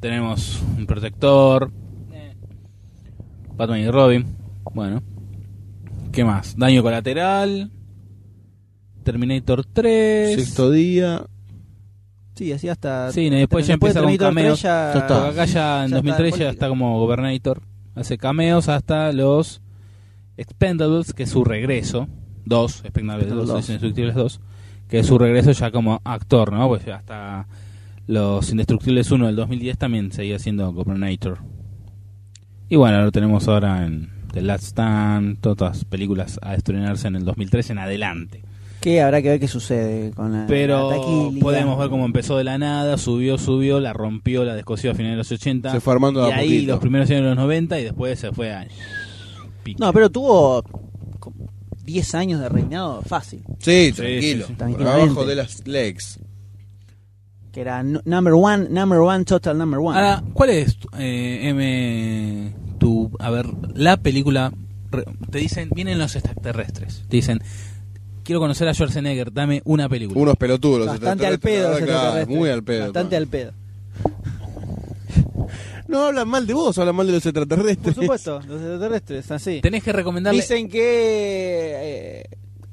[SPEAKER 3] Tenemos un protector. eh, Batman y Robin. Bueno. ¿Qué más? Daño colateral. Terminator 3.
[SPEAKER 4] Sexto día.
[SPEAKER 1] Sí, así hasta...
[SPEAKER 3] Sí, y después ya empieza con
[SPEAKER 1] Terminator
[SPEAKER 3] cameos.
[SPEAKER 1] 3 ya-
[SPEAKER 3] Porque acá ya en
[SPEAKER 1] ya está
[SPEAKER 3] 2003 ya
[SPEAKER 1] política.
[SPEAKER 3] está como Gobernator. Hace cameos hasta los Expendables, que es su regreso. Dos, Expendables 2,
[SPEAKER 1] Expendables dos.
[SPEAKER 3] Indestructibles 2. Que es su regreso ya como actor, ¿no? Pues hasta los Indestructibles 1 del 2010 también seguía siendo Gobernator. Y bueno, lo tenemos ahora en The Last Stand, todas las películas a estrenarse en el 2013 en adelante.
[SPEAKER 1] Que habrá que ver qué sucede con la la
[SPEAKER 3] Pero
[SPEAKER 1] taquilla.
[SPEAKER 3] podemos ver cómo empezó de la nada, subió, subió, la rompió, la descosió a finales de los 80.
[SPEAKER 4] Se fue armando de
[SPEAKER 3] y
[SPEAKER 4] a
[SPEAKER 3] ahí
[SPEAKER 4] poquito.
[SPEAKER 3] los primeros años de los 90 y después se fue a... pique.
[SPEAKER 1] No, pero tuvo como 10 años de reinado fácil.
[SPEAKER 4] Sí,
[SPEAKER 3] Sí,
[SPEAKER 4] tranquilo.
[SPEAKER 3] sí, sí.
[SPEAKER 4] Por abajo
[SPEAKER 1] Tranquilamente.
[SPEAKER 4] de las legs.
[SPEAKER 1] Que era nu- number one, number one, total number one.
[SPEAKER 3] Ahora, ¿cuál es, eh, M, tu... A ver, la película... re- Te dicen, vienen los extraterrestres. Te dicen, quiero conocer a Schwarzenegger, dame una película.
[SPEAKER 4] Unos pelotudos. los
[SPEAKER 1] Bastante al
[SPEAKER 4] extraterrestres,
[SPEAKER 1] pedo.
[SPEAKER 4] la
[SPEAKER 1] los
[SPEAKER 4] verdad, claro,
[SPEAKER 1] extraterrestres.
[SPEAKER 4] Muy al pedo.
[SPEAKER 1] Bastante al pedo.
[SPEAKER 4] No hablan mal de vos, hablan mal de los
[SPEAKER 1] Por
[SPEAKER 4] extraterrestres.
[SPEAKER 1] supuesto, los extraterrestres, así.
[SPEAKER 3] Tenés que recomendarle...
[SPEAKER 1] Dicen que eh,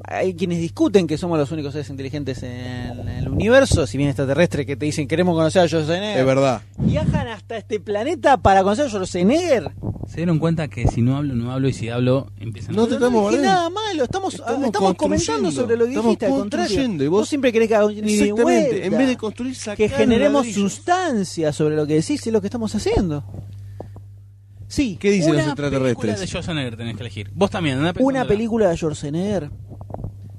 [SPEAKER 1] hay quienes discuten que somos los únicos seres inteligentes en el universo, si bien extraterrestres que te dicen queremos conocer a
[SPEAKER 4] Es
[SPEAKER 1] Schwarzenegger.
[SPEAKER 4] verdad.
[SPEAKER 1] Viajan hasta este planeta para conocer a Schwarzenegger.
[SPEAKER 3] Se dieron cuenta que si no hablo, no hablo y si hablo, empiezan
[SPEAKER 4] No
[SPEAKER 3] a...
[SPEAKER 4] te
[SPEAKER 1] No
[SPEAKER 4] estamos
[SPEAKER 1] dije
[SPEAKER 4] bardeando.
[SPEAKER 1] nada malo,
[SPEAKER 4] Estamos
[SPEAKER 1] estamos, estamos, comentando
[SPEAKER 4] construyendo,
[SPEAKER 1] sobre lo que
[SPEAKER 4] estamos
[SPEAKER 1] dijiste, al contrario.
[SPEAKER 4] construyendo, y vos-
[SPEAKER 1] Vos siempre querés que haga un ida y
[SPEAKER 4] Exactamente.
[SPEAKER 1] vuelta,
[SPEAKER 4] En vez de construir, sacar
[SPEAKER 1] que
[SPEAKER 4] los
[SPEAKER 1] generemos
[SPEAKER 4] ladrillos.
[SPEAKER 1] sustancia sobre lo que decís, es lo que estamos haciendo. Sí,
[SPEAKER 4] ¿Qué dicen los
[SPEAKER 3] Una película de
[SPEAKER 4] extraterrestres?
[SPEAKER 3] Schwarzenegger tenés que elegir. Vos también. andá
[SPEAKER 1] una
[SPEAKER 3] pensándola.
[SPEAKER 1] película de Schwarzenegger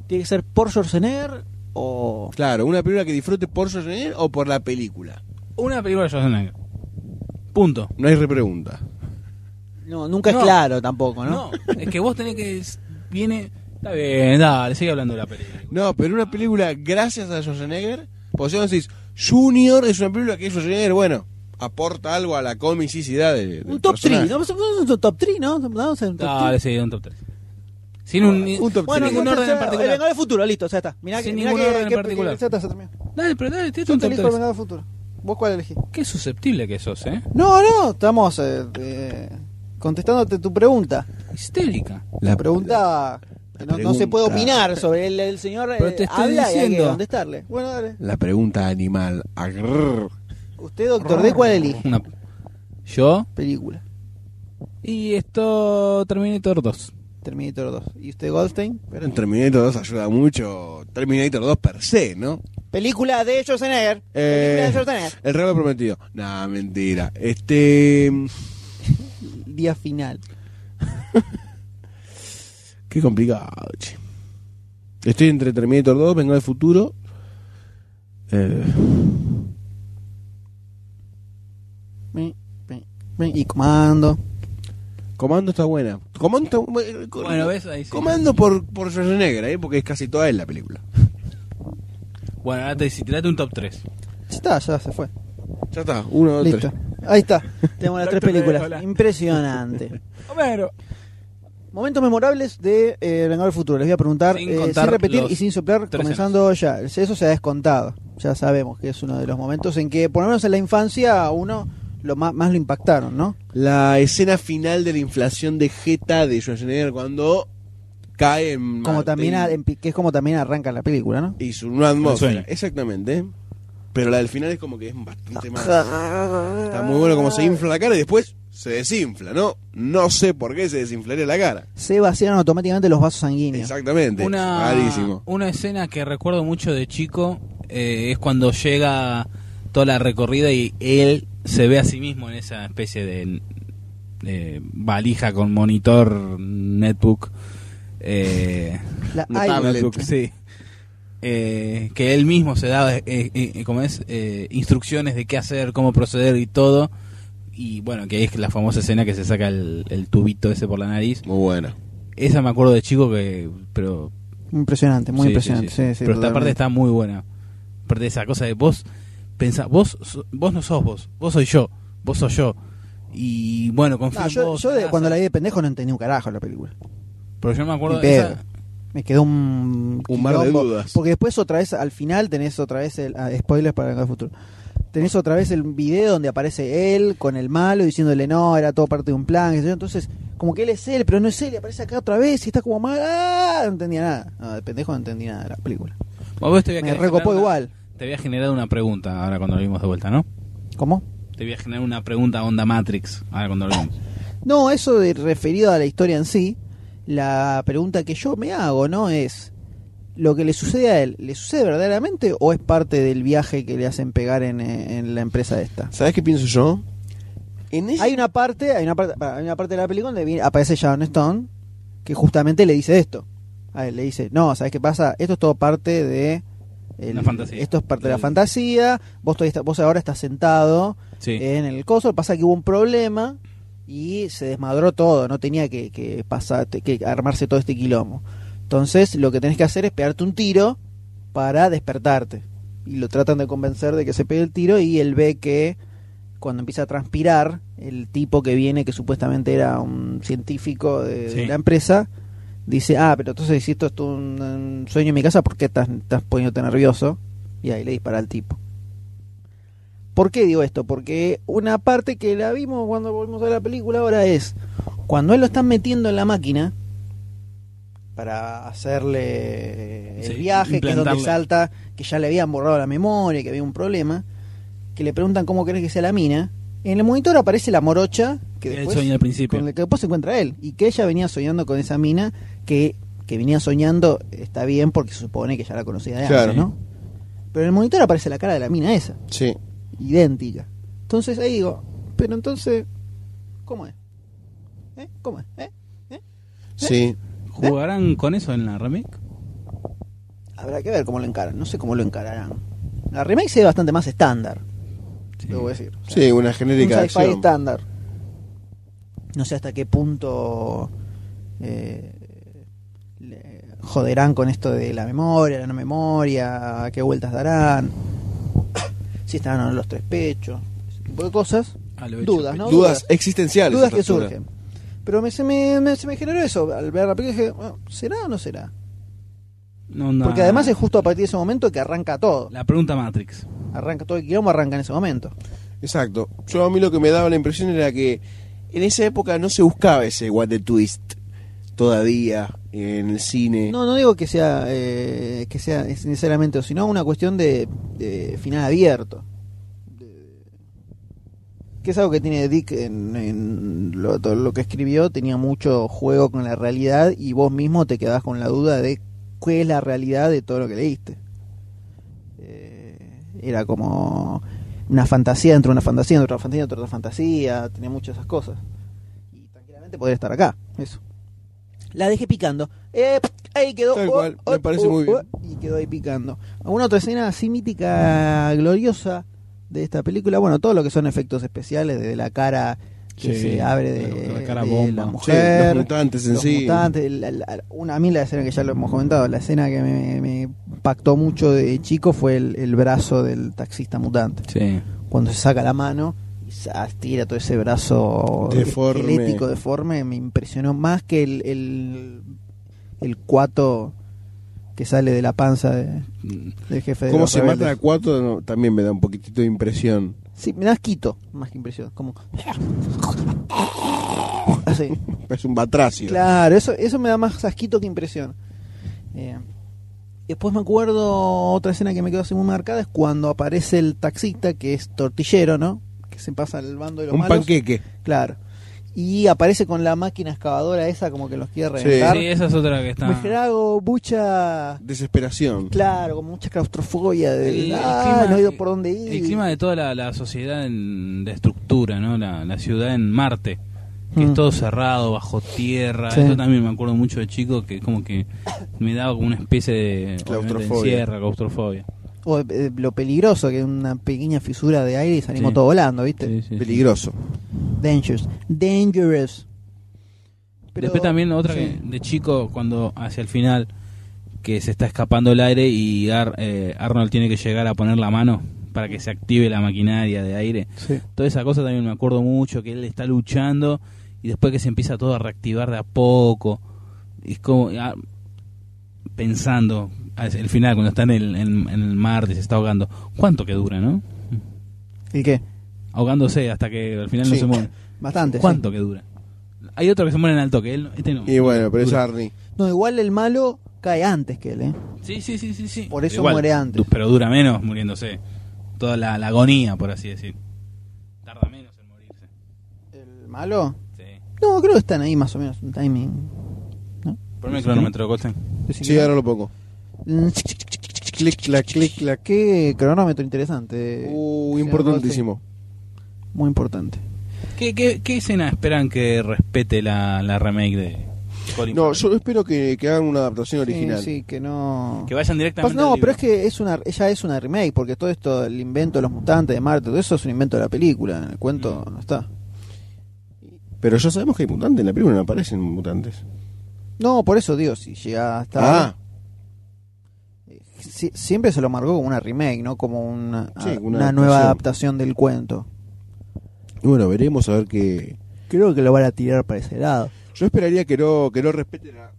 [SPEAKER 1] tiene que ser por Schwarzenegger o
[SPEAKER 4] Claro, una película que disfrute por Schwarzenegger o por la película.
[SPEAKER 3] Una película de Schwarzenegger. Punto.
[SPEAKER 4] No hay repregunta.
[SPEAKER 1] no, nunca
[SPEAKER 3] No.
[SPEAKER 1] es claro tampoco, ¿no?
[SPEAKER 3] No, es que vos tenés que. Viene. Está bien, dale, sigue hablando de la película.
[SPEAKER 4] No, pero una película gracias a Schwarzenegger, pues si vos decís, Junior es una película que Schwarzenegger, bueno, aporta algo a la comicidad de, del
[SPEAKER 1] Un top 3,
[SPEAKER 4] personaje.
[SPEAKER 1] ¿no? Un top 3, ¿no? Vamos a hacer un top
[SPEAKER 3] Dale,
[SPEAKER 1] three.
[SPEAKER 3] sí, un top 3. Sin un.
[SPEAKER 4] Un top
[SPEAKER 1] Bueno,
[SPEAKER 4] three.
[SPEAKER 3] ningún
[SPEAKER 1] entonces,
[SPEAKER 3] orden en
[SPEAKER 1] El
[SPEAKER 3] particular.
[SPEAKER 1] Vengador del Futuro, listo, ya está. Mirá que,
[SPEAKER 3] Sin
[SPEAKER 1] mirá
[SPEAKER 3] ningún
[SPEAKER 1] que-
[SPEAKER 3] orden en
[SPEAKER 1] que-
[SPEAKER 3] particular.
[SPEAKER 1] que- ya está, ya terminó.
[SPEAKER 3] Dale, pero dale, tienes
[SPEAKER 1] Yo
[SPEAKER 3] un
[SPEAKER 1] te
[SPEAKER 3] top
[SPEAKER 1] elijo el
[SPEAKER 3] 3.
[SPEAKER 1] Vengador del Futuro. ¿Vos cuál elegís?
[SPEAKER 3] Qué susceptible que sos, eh.
[SPEAKER 1] No, no, estamos eh, eh, contestándote tu pregunta.
[SPEAKER 3] Histérica.
[SPEAKER 1] La pregunta,
[SPEAKER 4] la
[SPEAKER 1] no, no se puede
[SPEAKER 4] pregunta.
[SPEAKER 1] opinar sobre el, el señor eh,
[SPEAKER 3] Pero te estoy
[SPEAKER 1] habla y hay que
[SPEAKER 3] diciendo.
[SPEAKER 1] contestarle. Bueno, dale.
[SPEAKER 4] La pregunta animal. Agrrr.
[SPEAKER 1] Usted, doctor D, ¿cuál elige?
[SPEAKER 3] Una... Yo.
[SPEAKER 1] Película.
[SPEAKER 3] Y esto. Terminator 2.
[SPEAKER 1] Terminator 2. ¿Y usted, Goldstein?
[SPEAKER 4] Pero en Terminator 2 ayuda mucho. Terminator 2 per se, ¿no?
[SPEAKER 1] Película de Schwarzenegger.
[SPEAKER 4] Eh,
[SPEAKER 1] Película de Schwarzenegger.
[SPEAKER 4] el regalo prometido. Nah, mentira. Este.
[SPEAKER 1] Día final.
[SPEAKER 4] Qué complicado, che. Estoy entre Terminator 2, Vengo del Futuro. Eh,
[SPEAKER 1] Ven, ven, ven. Y comando.
[SPEAKER 4] Comando está buena. Comando está bu- eh,
[SPEAKER 3] Bueno, ves, ahí sí.
[SPEAKER 4] Comando por, por Schwarzenegger, ¿eh? porque es casi toda él la película.
[SPEAKER 3] Bueno, ahora te si tirate un top 3.
[SPEAKER 1] Ya está, ya se fue.
[SPEAKER 4] Ya está, uno, dos,
[SPEAKER 1] Listo.
[SPEAKER 4] tres.
[SPEAKER 1] Ahí está. Tenemos las tres
[SPEAKER 3] Doctor D,
[SPEAKER 1] películas.
[SPEAKER 3] hola.
[SPEAKER 1] Impresionante.
[SPEAKER 3] Homero.
[SPEAKER 1] Momentos memorables de eh, Vengador del Futuro. Les voy a preguntar
[SPEAKER 3] Sin
[SPEAKER 1] eh, sin,
[SPEAKER 3] contar
[SPEAKER 1] repetir
[SPEAKER 3] los
[SPEAKER 1] y sin soplar,
[SPEAKER 3] tres
[SPEAKER 1] comenzando ya. Eso se ha descontado. ya sabemos que es uno de los momentos en que, por lo menos en la infancia, a uno lo más, más lo impactaron, ¿no?
[SPEAKER 4] La escena final de la inflación de Jeta de Schwarzenegger cuando cae en.
[SPEAKER 1] Como
[SPEAKER 4] Marte
[SPEAKER 1] también,
[SPEAKER 4] y-
[SPEAKER 1] a- en pi- que es como también arranca la película, ¿no?
[SPEAKER 4] Y su una atmósfera.
[SPEAKER 3] suena.
[SPEAKER 4] Exactamente. Pero la del final es como que es bastante más. Está muy bueno como se infla la cara y después se desinfla, ¿no? No sé por qué se desinflaría la cara.
[SPEAKER 1] Se vacían automáticamente los vasos sanguíneos.
[SPEAKER 4] Exactamente.
[SPEAKER 3] Una,
[SPEAKER 4] Rarísimo.
[SPEAKER 3] una escena que recuerdo mucho de chico eh, es cuando llega toda la recorrida y él se ve a sí mismo en esa especie de eh, valija con monitor, netbook. eh,
[SPEAKER 1] La-
[SPEAKER 4] Una
[SPEAKER 1] hay-
[SPEAKER 4] tablet.
[SPEAKER 3] netbook, sí. Eh, que él mismo se daba eh, eh, eh, ¿cómo es? Eh, instrucciones de qué hacer, cómo proceder y todo. Y bueno, que es la famosa escena que se saca el- el tubito ese por la nariz.
[SPEAKER 4] Muy buena.
[SPEAKER 3] Esa me acuerdo de chico que. Pero.
[SPEAKER 1] Impresionante, muy
[SPEAKER 3] sí,
[SPEAKER 1] impresionante.
[SPEAKER 3] sí, sí.
[SPEAKER 1] sí, sí,
[SPEAKER 3] pero esta parte
[SPEAKER 1] totalmente.
[SPEAKER 3] está muy buena. Aparte de esa cosa de vos. Pensá, vos, so- vos no sos vos. Vos soy yo. Vos soy yo. Y bueno, confío
[SPEAKER 1] No,
[SPEAKER 3] en
[SPEAKER 1] yo,
[SPEAKER 3] vos,
[SPEAKER 1] yo de-
[SPEAKER 3] Sarasa.
[SPEAKER 1] cuando la vi de pendejo no entendí un carajo la película.
[SPEAKER 3] Pero yo me acuerdo
[SPEAKER 1] Ni
[SPEAKER 3] de
[SPEAKER 1] pedo.
[SPEAKER 3] esa-
[SPEAKER 1] Me quedó un.
[SPEAKER 4] Un mar de
[SPEAKER 1] quilombo,
[SPEAKER 4] dudas.
[SPEAKER 1] Porque después, otra vez, al final tenés otra vez el. ah, spoilers para el futuro. Tenés otra vez el video donde aparece él con el malo diciéndole no, era todo parte de un plan. qué sé yo. Entonces, como que él es él, pero no es él, y aparece acá otra vez y está como mal. ¡Ah! No entendía nada. No, de pendejo no entendí nada de la película.
[SPEAKER 3] Bueno, vos te había
[SPEAKER 1] Me
[SPEAKER 3] generado
[SPEAKER 1] recopó
[SPEAKER 3] una-
[SPEAKER 1] igual.
[SPEAKER 3] Te había generado una pregunta ahora cuando lo vimos de vuelta, ¿no?
[SPEAKER 1] ¿Cómo?
[SPEAKER 3] Te había generado una pregunta onda Matrix ahora cuando lo vimos.
[SPEAKER 1] No, eso de referido a la historia en sí, la pregunta que yo me hago, ¿no? Es, ¿lo que le sucede a él, le sucede verdaderamente o es parte del viaje que le hacen pegar en, eh, en la empresa esta?
[SPEAKER 4] ¿Sabes qué pienso yo? En ese-
[SPEAKER 1] Hay una parte, hay una parte, pará, hay una parte de la película donde viene- aparece Sharon Stone que justamente le dice esto. A él le dice, no, ¿sabes qué pasa? Esto es todo parte de... el-
[SPEAKER 3] La fantasía.
[SPEAKER 1] Esto es parte de la
[SPEAKER 3] El-
[SPEAKER 1] fantasía, vos, todavía está- vos ahora estás sentado
[SPEAKER 3] Sí.
[SPEAKER 1] en el coso. Pasa que hubo un problema y se desmadró todo. No tenía que, que pasar, que armarse todo este quilombo. Entonces, lo que tenés que hacer es pegarte un tiro para despertarte. Y lo tratan de convencer de que se pegue el tiro y él ve que cuando empieza a transpirar, el tipo que viene, que supuestamente era un científico de, de
[SPEAKER 3] Sí.
[SPEAKER 1] la empresa, dice, ah, pero entonces si esto es un, un sueño en mi casa, ¿por qué estás, estás poniéndote nervioso? Y ahí le dispara al tipo. ¿Por qué digo esto? Porque una parte que la vimos cuando volvimos a la película ahora es cuando él lo están metiendo en la máquina para hacerle el
[SPEAKER 3] Sí,
[SPEAKER 1] viaje, que es donde
[SPEAKER 3] implantarle.
[SPEAKER 1] salta, que ya le habían borrado la memoria, que había un problema, que le preguntan cómo querés que sea la mina. En el monitor aparece la morocha que
[SPEAKER 3] Él
[SPEAKER 1] después,
[SPEAKER 3] sueña al principio.
[SPEAKER 1] con la que después se encuentra él y que ella venía soñando con esa mina que, que venía soñando está bien porque se supone que ya la conocía de antes,
[SPEAKER 4] Claro.
[SPEAKER 1] ¿no? Pero en el monitor aparece la cara de la mina esa
[SPEAKER 4] Sí.
[SPEAKER 1] idéntica. Entonces ahí digo, pero entonces, ¿cómo es? ¿Eh? ¿Cómo es? ¿Eh?
[SPEAKER 4] Sí.
[SPEAKER 3] ¿Jugarán con eso en la remake?
[SPEAKER 1] Habrá que ver cómo lo encaran, no sé cómo lo encararán. La remake se ve bastante más estándar, debo decir. O sea,
[SPEAKER 4] Sí, una
[SPEAKER 1] un
[SPEAKER 4] genérica de
[SPEAKER 1] sci-fi
[SPEAKER 4] acción.
[SPEAKER 1] estándar. No sé hasta qué punto eh, le joderán con esto de la memoria, la no memoria, qué vueltas darán, si están o no los tres pechos, ese tipo de cosas.
[SPEAKER 3] A Ah, lo hecho.
[SPEAKER 1] Dudas, ¿no?
[SPEAKER 4] Dudas existenciales.
[SPEAKER 1] dudas
[SPEAKER 4] a
[SPEAKER 1] que
[SPEAKER 4] esta altura.
[SPEAKER 1] surgen. Pero me, se, me, me- se me generó eso. Al ver la película dije, bueno, ¿será o no será?
[SPEAKER 3] No, no.
[SPEAKER 1] Porque además es justo a partir de ese momento que arranca todo.
[SPEAKER 3] La pregunta Matrix.
[SPEAKER 1] Arranca todo el quilombo, arranca en ese momento.
[SPEAKER 4] Exacto. Yo a mí lo que me daba la impresión era que en esa época no se buscaba ese what the twist todavía en el cine.
[SPEAKER 1] No, no digo que sea eh, que sea es- necesariamente, o sino una cuestión de, de final abierto. De- que es algo que tiene Dick en, en lo, todo lo que escribió, tenía mucho juego con la realidad y vos mismo te quedás con la duda de qué es la realidad de todo lo que leíste. Eh, era como una fantasía dentro de una fantasía, dentro de otra fantasía, dentro de otra fantasía, tenía muchas esas cosas. Y tranquilamente podría estar acá, eso. La dejé picando. Eh, ahí quedó. Oh,
[SPEAKER 4] Tal cual, me parece muy bien.
[SPEAKER 1] Y quedó ahí picando. ¿Alguna otra escena así mítica, gloriosa de esta película? Bueno, todo lo que son efectos especiales, de la cara que
[SPEAKER 3] Sí,
[SPEAKER 1] se abre de,
[SPEAKER 3] la- la cara
[SPEAKER 1] de
[SPEAKER 3] bomba.
[SPEAKER 1] la
[SPEAKER 3] Sí,
[SPEAKER 1] mujer.
[SPEAKER 4] los mutantes en
[SPEAKER 1] los
[SPEAKER 4] sí.
[SPEAKER 1] mutantes, la- la- una, a mí la escena que ya lo hemos comentado, la escena que me, me impactó mucho de chico fue el, el brazo del taxista mutante.
[SPEAKER 3] Sí.
[SPEAKER 1] Cuando se saca la mano y sa- tira todo ese brazo
[SPEAKER 4] Deforme.
[SPEAKER 1] esquelético, deforme, me impresionó más que el, el, el cuato que sale de la panza de- del jefe de
[SPEAKER 4] Cómo
[SPEAKER 1] los
[SPEAKER 4] se
[SPEAKER 1] rebeldes.
[SPEAKER 4] matan a cuatro no, también me da un poquitito de impresión.
[SPEAKER 1] Sí, me da asquito, más que impresión. Como. Así.
[SPEAKER 4] Es un batracio.
[SPEAKER 1] Claro, eso, eso me da más asquito que impresión. Eh, después me acuerdo otra escena que me quedó así muy marcada es cuando aparece el taxista que es tortillero, ¿no? Que se pasa al bando de los
[SPEAKER 4] un
[SPEAKER 1] malos.
[SPEAKER 4] panqueque.
[SPEAKER 1] Claro. Y aparece con la máquina excavadora esa como que los quiere
[SPEAKER 4] Sí.
[SPEAKER 1] reventar.
[SPEAKER 3] Sí, esa es otra que está.
[SPEAKER 1] Me trago mucha...
[SPEAKER 4] Desesperación.
[SPEAKER 1] Claro, como mucha claustrofobia de...
[SPEAKER 3] El- el
[SPEAKER 1] ah,
[SPEAKER 3] clima-
[SPEAKER 1] no he ido por dónde ir.
[SPEAKER 3] El clima de toda la, la sociedad en, de estructura, ¿no? La, la ciudad en Marte, que es
[SPEAKER 1] Mm.
[SPEAKER 3] todo cerrado, bajo tierra.
[SPEAKER 1] Sí.
[SPEAKER 3] Eso también me acuerdo mucho de chico que como que me daba como una especie de obviamente,
[SPEAKER 4] Claustrofobia.
[SPEAKER 3] encierra, claustrofobia.
[SPEAKER 1] O, eh, lo peligroso que es una pequeña fisura de aire y salimos
[SPEAKER 3] Sí.
[SPEAKER 1] todo volando, ¿viste?
[SPEAKER 3] Sí, sí, sí.
[SPEAKER 4] Peligroso.
[SPEAKER 1] Dangerous. Dangerous. Pero-
[SPEAKER 3] Después también otra
[SPEAKER 1] sí.
[SPEAKER 3] que de chico cuando hacia el final que se está escapando el aire y Ar- eh, Arnold tiene que llegar a poner la mano para que se active la maquinaria de aire. Toda esa cosa también me acuerdo mucho, que él está luchando y después que se empieza todo a reactivar de a poco. Es como ah, pensando, al el final cuando está en el, en- en el mar y se está ahogando, ¿cuánto que dura, no?
[SPEAKER 1] ¿Y qué?
[SPEAKER 3] Ahogándose hasta que al final no
[SPEAKER 4] Sí.
[SPEAKER 3] se muere.
[SPEAKER 1] Bastante. sí.
[SPEAKER 3] ¿Cuánto que dura? Hay otro que se muere en alto que él, no- este no.
[SPEAKER 4] Y bueno, pero es
[SPEAKER 3] Dura.
[SPEAKER 4] Arnie.
[SPEAKER 1] No, igual el malo cae antes que él, ¿eh?
[SPEAKER 3] Sí, sí, sí, sí, sí.
[SPEAKER 1] Por eso
[SPEAKER 3] Igual,
[SPEAKER 1] muere antes.
[SPEAKER 3] du- Pero dura menos muriéndose. Toda la, la agonía, por así decir. Tarda menos en morirse.
[SPEAKER 1] ¿El malo?
[SPEAKER 3] Sí.
[SPEAKER 1] No, creo que están ahí más o menos. Un timing.
[SPEAKER 3] Ponme el cronómetro, Colstein.
[SPEAKER 4] Sí, ahora lo pongo.
[SPEAKER 1] Mm,
[SPEAKER 4] Clic, clac, clic, clac.
[SPEAKER 1] Qué cronómetro interesante.
[SPEAKER 4] Uh,
[SPEAKER 1] señor
[SPEAKER 4] importantísimo.
[SPEAKER 1] Goldstein. Muy importante.
[SPEAKER 3] ¿Qué, qué, qué escena esperan que respete la, la remake de Colin
[SPEAKER 4] No,
[SPEAKER 3] Farrell?
[SPEAKER 4] yo espero que, que hagan una adaptación
[SPEAKER 1] Sí,
[SPEAKER 4] original.
[SPEAKER 1] Sí, que no.
[SPEAKER 3] Que vayan
[SPEAKER 1] Pas-
[SPEAKER 3] directamente
[SPEAKER 1] no,
[SPEAKER 3] al
[SPEAKER 1] pero
[SPEAKER 3] libro.
[SPEAKER 1] es que es una, ella es una remake, porque todo esto, el invento de los mutantes de Marte, todo eso es un invento de la película. En el cuento no está.
[SPEAKER 4] Pero ya sabemos que hay mutantes. En la película no aparecen mutantes.
[SPEAKER 1] No, por eso, digo, si llega hasta.
[SPEAKER 4] Ah,
[SPEAKER 1] si- siempre se lo marcó como una remake, ¿no? Como una,
[SPEAKER 4] Sí,
[SPEAKER 1] a-
[SPEAKER 4] una
[SPEAKER 1] una nueva
[SPEAKER 4] adaptación.
[SPEAKER 1] adaptación del cuento.
[SPEAKER 4] y bueno, veremos a ver qué.
[SPEAKER 1] Creo que lo van a tirar para ese lado.
[SPEAKER 4] Yo esperaría que no, que no respeten a.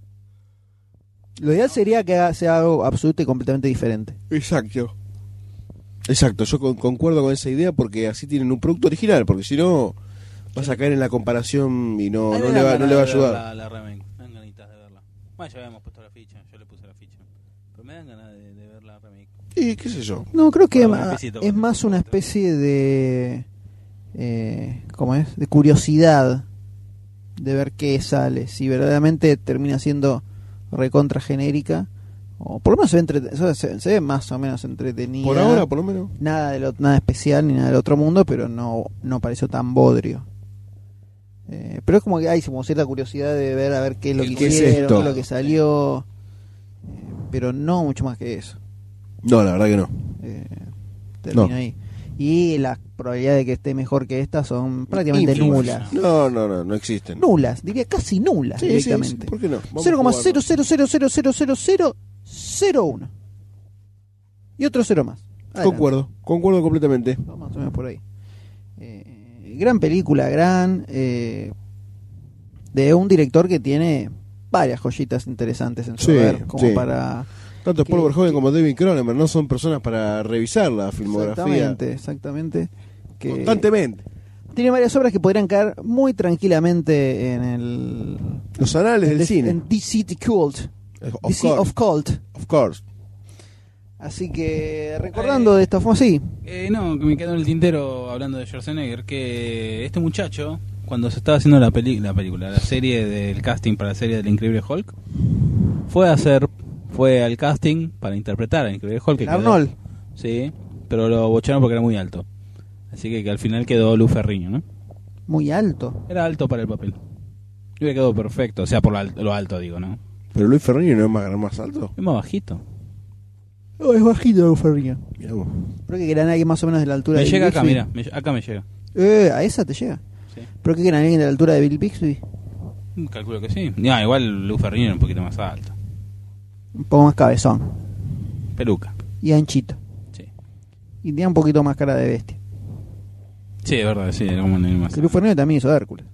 [SPEAKER 1] Lo ideal sería que haga- sea algo absoluto y completamente diferente.
[SPEAKER 4] Exacto. Exacto, yo con- concuerdo con esa idea porque así tienen un producto original, porque si no vas a caer en la comparación y no,
[SPEAKER 3] Ay,
[SPEAKER 4] no
[SPEAKER 3] me
[SPEAKER 4] le,
[SPEAKER 3] dan
[SPEAKER 4] va, no
[SPEAKER 3] ganas
[SPEAKER 4] le va a
[SPEAKER 3] de ver
[SPEAKER 4] ayudar.
[SPEAKER 3] La, la remake. Me dan ganitas de verla. Bueno, ya habíamos puesto la ficha. Yo le puse la ficha. Pero me dan ganas de, de ver la remake.
[SPEAKER 4] Y qué sé yo.
[SPEAKER 1] No, creo que
[SPEAKER 3] Bueno,
[SPEAKER 1] ma-
[SPEAKER 3] una especie de-
[SPEAKER 1] es más una especie de. eh, ¿Cómo es? De curiosidad de ver qué sale. Si verdaderamente termina siendo recontra genérica. O por lo menos se ve, entrete- se- se- se ve más o menos entretenida.
[SPEAKER 4] Por ahora, por lo menos.
[SPEAKER 1] nada, del ot- nada especial ni nada del otro mundo, pero no, no pareció tan bodrio. Eh, pero es como que hay como cierta curiosidad de ver a ver qué es lo que
[SPEAKER 4] ¿Qué es
[SPEAKER 1] hicieron,
[SPEAKER 4] esto?
[SPEAKER 1] qué es lo que salió. Eh, pero no mucho más que eso.
[SPEAKER 4] No, la verdad que no.
[SPEAKER 1] Eh, termino
[SPEAKER 4] No.
[SPEAKER 1] ahí. Y las probabilidades de que esté mejor que esta son prácticamente
[SPEAKER 4] Ínfimas.
[SPEAKER 1] nulas.
[SPEAKER 4] No, no, no, no existen.
[SPEAKER 1] Nulas, diría casi nulas
[SPEAKER 4] Sí, sí, sí,
[SPEAKER 1] Ah, directamente.
[SPEAKER 4] ¿Por qué no? Vamos a jugarlo.
[SPEAKER 1] 0,000000001. Y otro cero más. Adelante.
[SPEAKER 4] Concuerdo, concuerdo completamente.
[SPEAKER 1] No, más o menos por ahí. Eh, gran película, gran. eh, de un director que tiene varias joyitas interesantes en su
[SPEAKER 4] Sí,
[SPEAKER 1] haber, como
[SPEAKER 4] sí.
[SPEAKER 1] para.
[SPEAKER 4] Tanto
[SPEAKER 1] Que-
[SPEAKER 4] Paul Verhoeven
[SPEAKER 1] que-
[SPEAKER 4] como David Cronenberg no son personas para revisar la filmografía
[SPEAKER 1] Exactamente, exactamente. Que
[SPEAKER 4] constantemente.
[SPEAKER 1] Tiene varias obras que podrían caer muy tranquilamente en el.
[SPEAKER 4] Los anales del
[SPEAKER 1] en The-
[SPEAKER 4] cine.
[SPEAKER 1] En The City Cult.
[SPEAKER 4] of,
[SPEAKER 1] The City
[SPEAKER 4] course,
[SPEAKER 1] of Cult.
[SPEAKER 4] of course.
[SPEAKER 1] Así que, recordando de esta forma, sí.
[SPEAKER 3] Eh, no, que me quedó en el tintero hablando de Schwarzenegger, que este muchacho, cuando se estaba haciendo la, peli- la película, la serie del casting para la serie del Increíble Hulk, fue a hacer, fue al casting para interpretar al Increíble Hulk. que quedó-
[SPEAKER 1] Arnold.
[SPEAKER 3] sí, pero lo bocharon porque era muy alto. Así que, que al final quedó Luz Ferriño, ¿no?
[SPEAKER 1] Muy alto.
[SPEAKER 3] Era alto para el papel. Y hubiera quedado perfecto, o sea, por lo al- lo alto digo, ¿no?
[SPEAKER 4] Pero Luis Ferroni no es más, más alto.
[SPEAKER 3] Es más bajito.
[SPEAKER 1] es bajito, Ferriño.
[SPEAKER 4] Mirá vos.
[SPEAKER 1] Creo que eran alguien más o menos de la altura
[SPEAKER 3] Me
[SPEAKER 1] de
[SPEAKER 3] llega
[SPEAKER 1] Bill
[SPEAKER 3] acá,
[SPEAKER 1] Bixby.
[SPEAKER 3] mira, me- acá me llega.
[SPEAKER 1] Eh, a esa te llega.
[SPEAKER 3] Sí.
[SPEAKER 1] Pero que era alguien de la altura de Bill Bixby.
[SPEAKER 3] Mm, Calculo que sí. Ya, igual Luz Ferriño era un poquito más alto.
[SPEAKER 1] Un poco más cabezón.
[SPEAKER 3] Peluca.
[SPEAKER 1] Y anchito.
[SPEAKER 3] Sí.
[SPEAKER 1] Y tenía un poquito más cara de bestia.
[SPEAKER 3] Sí, es verdad, sí, era como un animal.
[SPEAKER 1] Que Lou Ferrigno también hizo Hércules.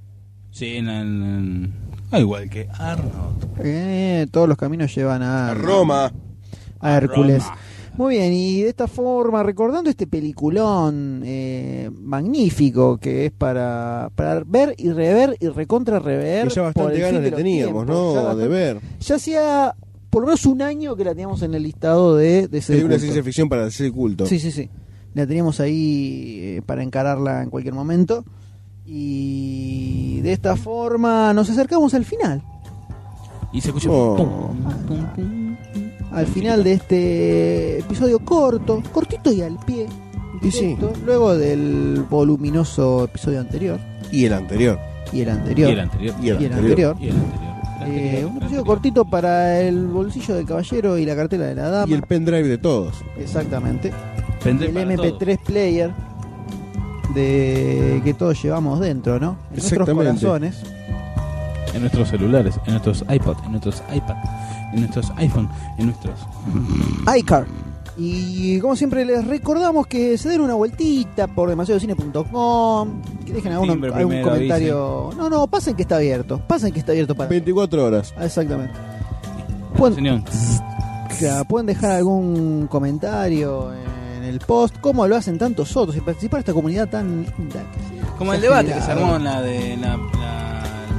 [SPEAKER 3] Sí, en el- en- ah, igual que Arnold.
[SPEAKER 1] Eh, todos los caminos llevan a...
[SPEAKER 4] A Roma.
[SPEAKER 1] a Hércules.
[SPEAKER 9] Roma.
[SPEAKER 1] Muy bien, y de esta forma, recordando este peliculón eh, magnífico que es para, para ver y rever y recontra rever.
[SPEAKER 4] Que ya
[SPEAKER 1] por
[SPEAKER 4] bastante
[SPEAKER 1] el
[SPEAKER 4] ganas
[SPEAKER 1] fin de
[SPEAKER 4] le
[SPEAKER 1] los
[SPEAKER 4] teníamos,
[SPEAKER 1] tiempos, ya
[SPEAKER 4] ¿no?
[SPEAKER 1] bastante-
[SPEAKER 4] De ver.
[SPEAKER 1] Ya hacía por lo menos un año que la teníamos en el listado de, de ese
[SPEAKER 4] Película de
[SPEAKER 1] culto.
[SPEAKER 4] ciencia ficción para hacer el culto.
[SPEAKER 1] Sí, sí, sí. La teníamos ahí eh, para encararla en cualquier momento. Y de esta forma nos acercamos al final.
[SPEAKER 3] Y se escucha.
[SPEAKER 4] Oh.
[SPEAKER 3] pum, pum, pum.
[SPEAKER 1] Al final de este episodio corto, cortito y al pie.
[SPEAKER 4] Y sí.
[SPEAKER 1] directo, Luego del voluminoso episodio anterior
[SPEAKER 4] Y el anterior.
[SPEAKER 1] y el
[SPEAKER 9] Y
[SPEAKER 1] anterior.
[SPEAKER 9] el anterior.
[SPEAKER 4] Y el
[SPEAKER 1] Y
[SPEAKER 4] anterior.
[SPEAKER 1] el anterior.
[SPEAKER 9] Y el anterior.
[SPEAKER 1] Eh,
[SPEAKER 9] El anterior, el
[SPEAKER 1] un
[SPEAKER 9] anterior.
[SPEAKER 1] episodio cortito para el bolsillo del caballero y la cartera de la dama.
[SPEAKER 4] Y el pendrive de todos.
[SPEAKER 1] Exactamente.
[SPEAKER 9] Pendrive
[SPEAKER 1] el
[SPEAKER 9] para
[SPEAKER 1] MP3 player de que todos llevamos dentro, ¿no? En nuestros
[SPEAKER 4] Exactamente.
[SPEAKER 1] corazones.
[SPEAKER 9] todos. En nuestros celulares, en nuestros iPod, en nuestros iPad, en nuestros iPhone, en nuestros.
[SPEAKER 1] iCar. Y como siempre les recordamos que se den una vueltita por demasiadocine.com, que dejen algún,
[SPEAKER 9] Timbre
[SPEAKER 1] algún
[SPEAKER 9] primero,
[SPEAKER 1] comentario. No, no, pasen que está abierto, pasen que está abierto para...
[SPEAKER 4] 24 horas.
[SPEAKER 1] Ah, Exactamente. Pueden,
[SPEAKER 9] Señor,
[SPEAKER 1] claro, pueden dejar algún comentario en el post, como lo hacen tantos otros, y participar de esta comunidad tan linda. que se-
[SPEAKER 9] Como el
[SPEAKER 1] se ha
[SPEAKER 9] debate que se
[SPEAKER 1] generado
[SPEAKER 9] armó en la de la, la-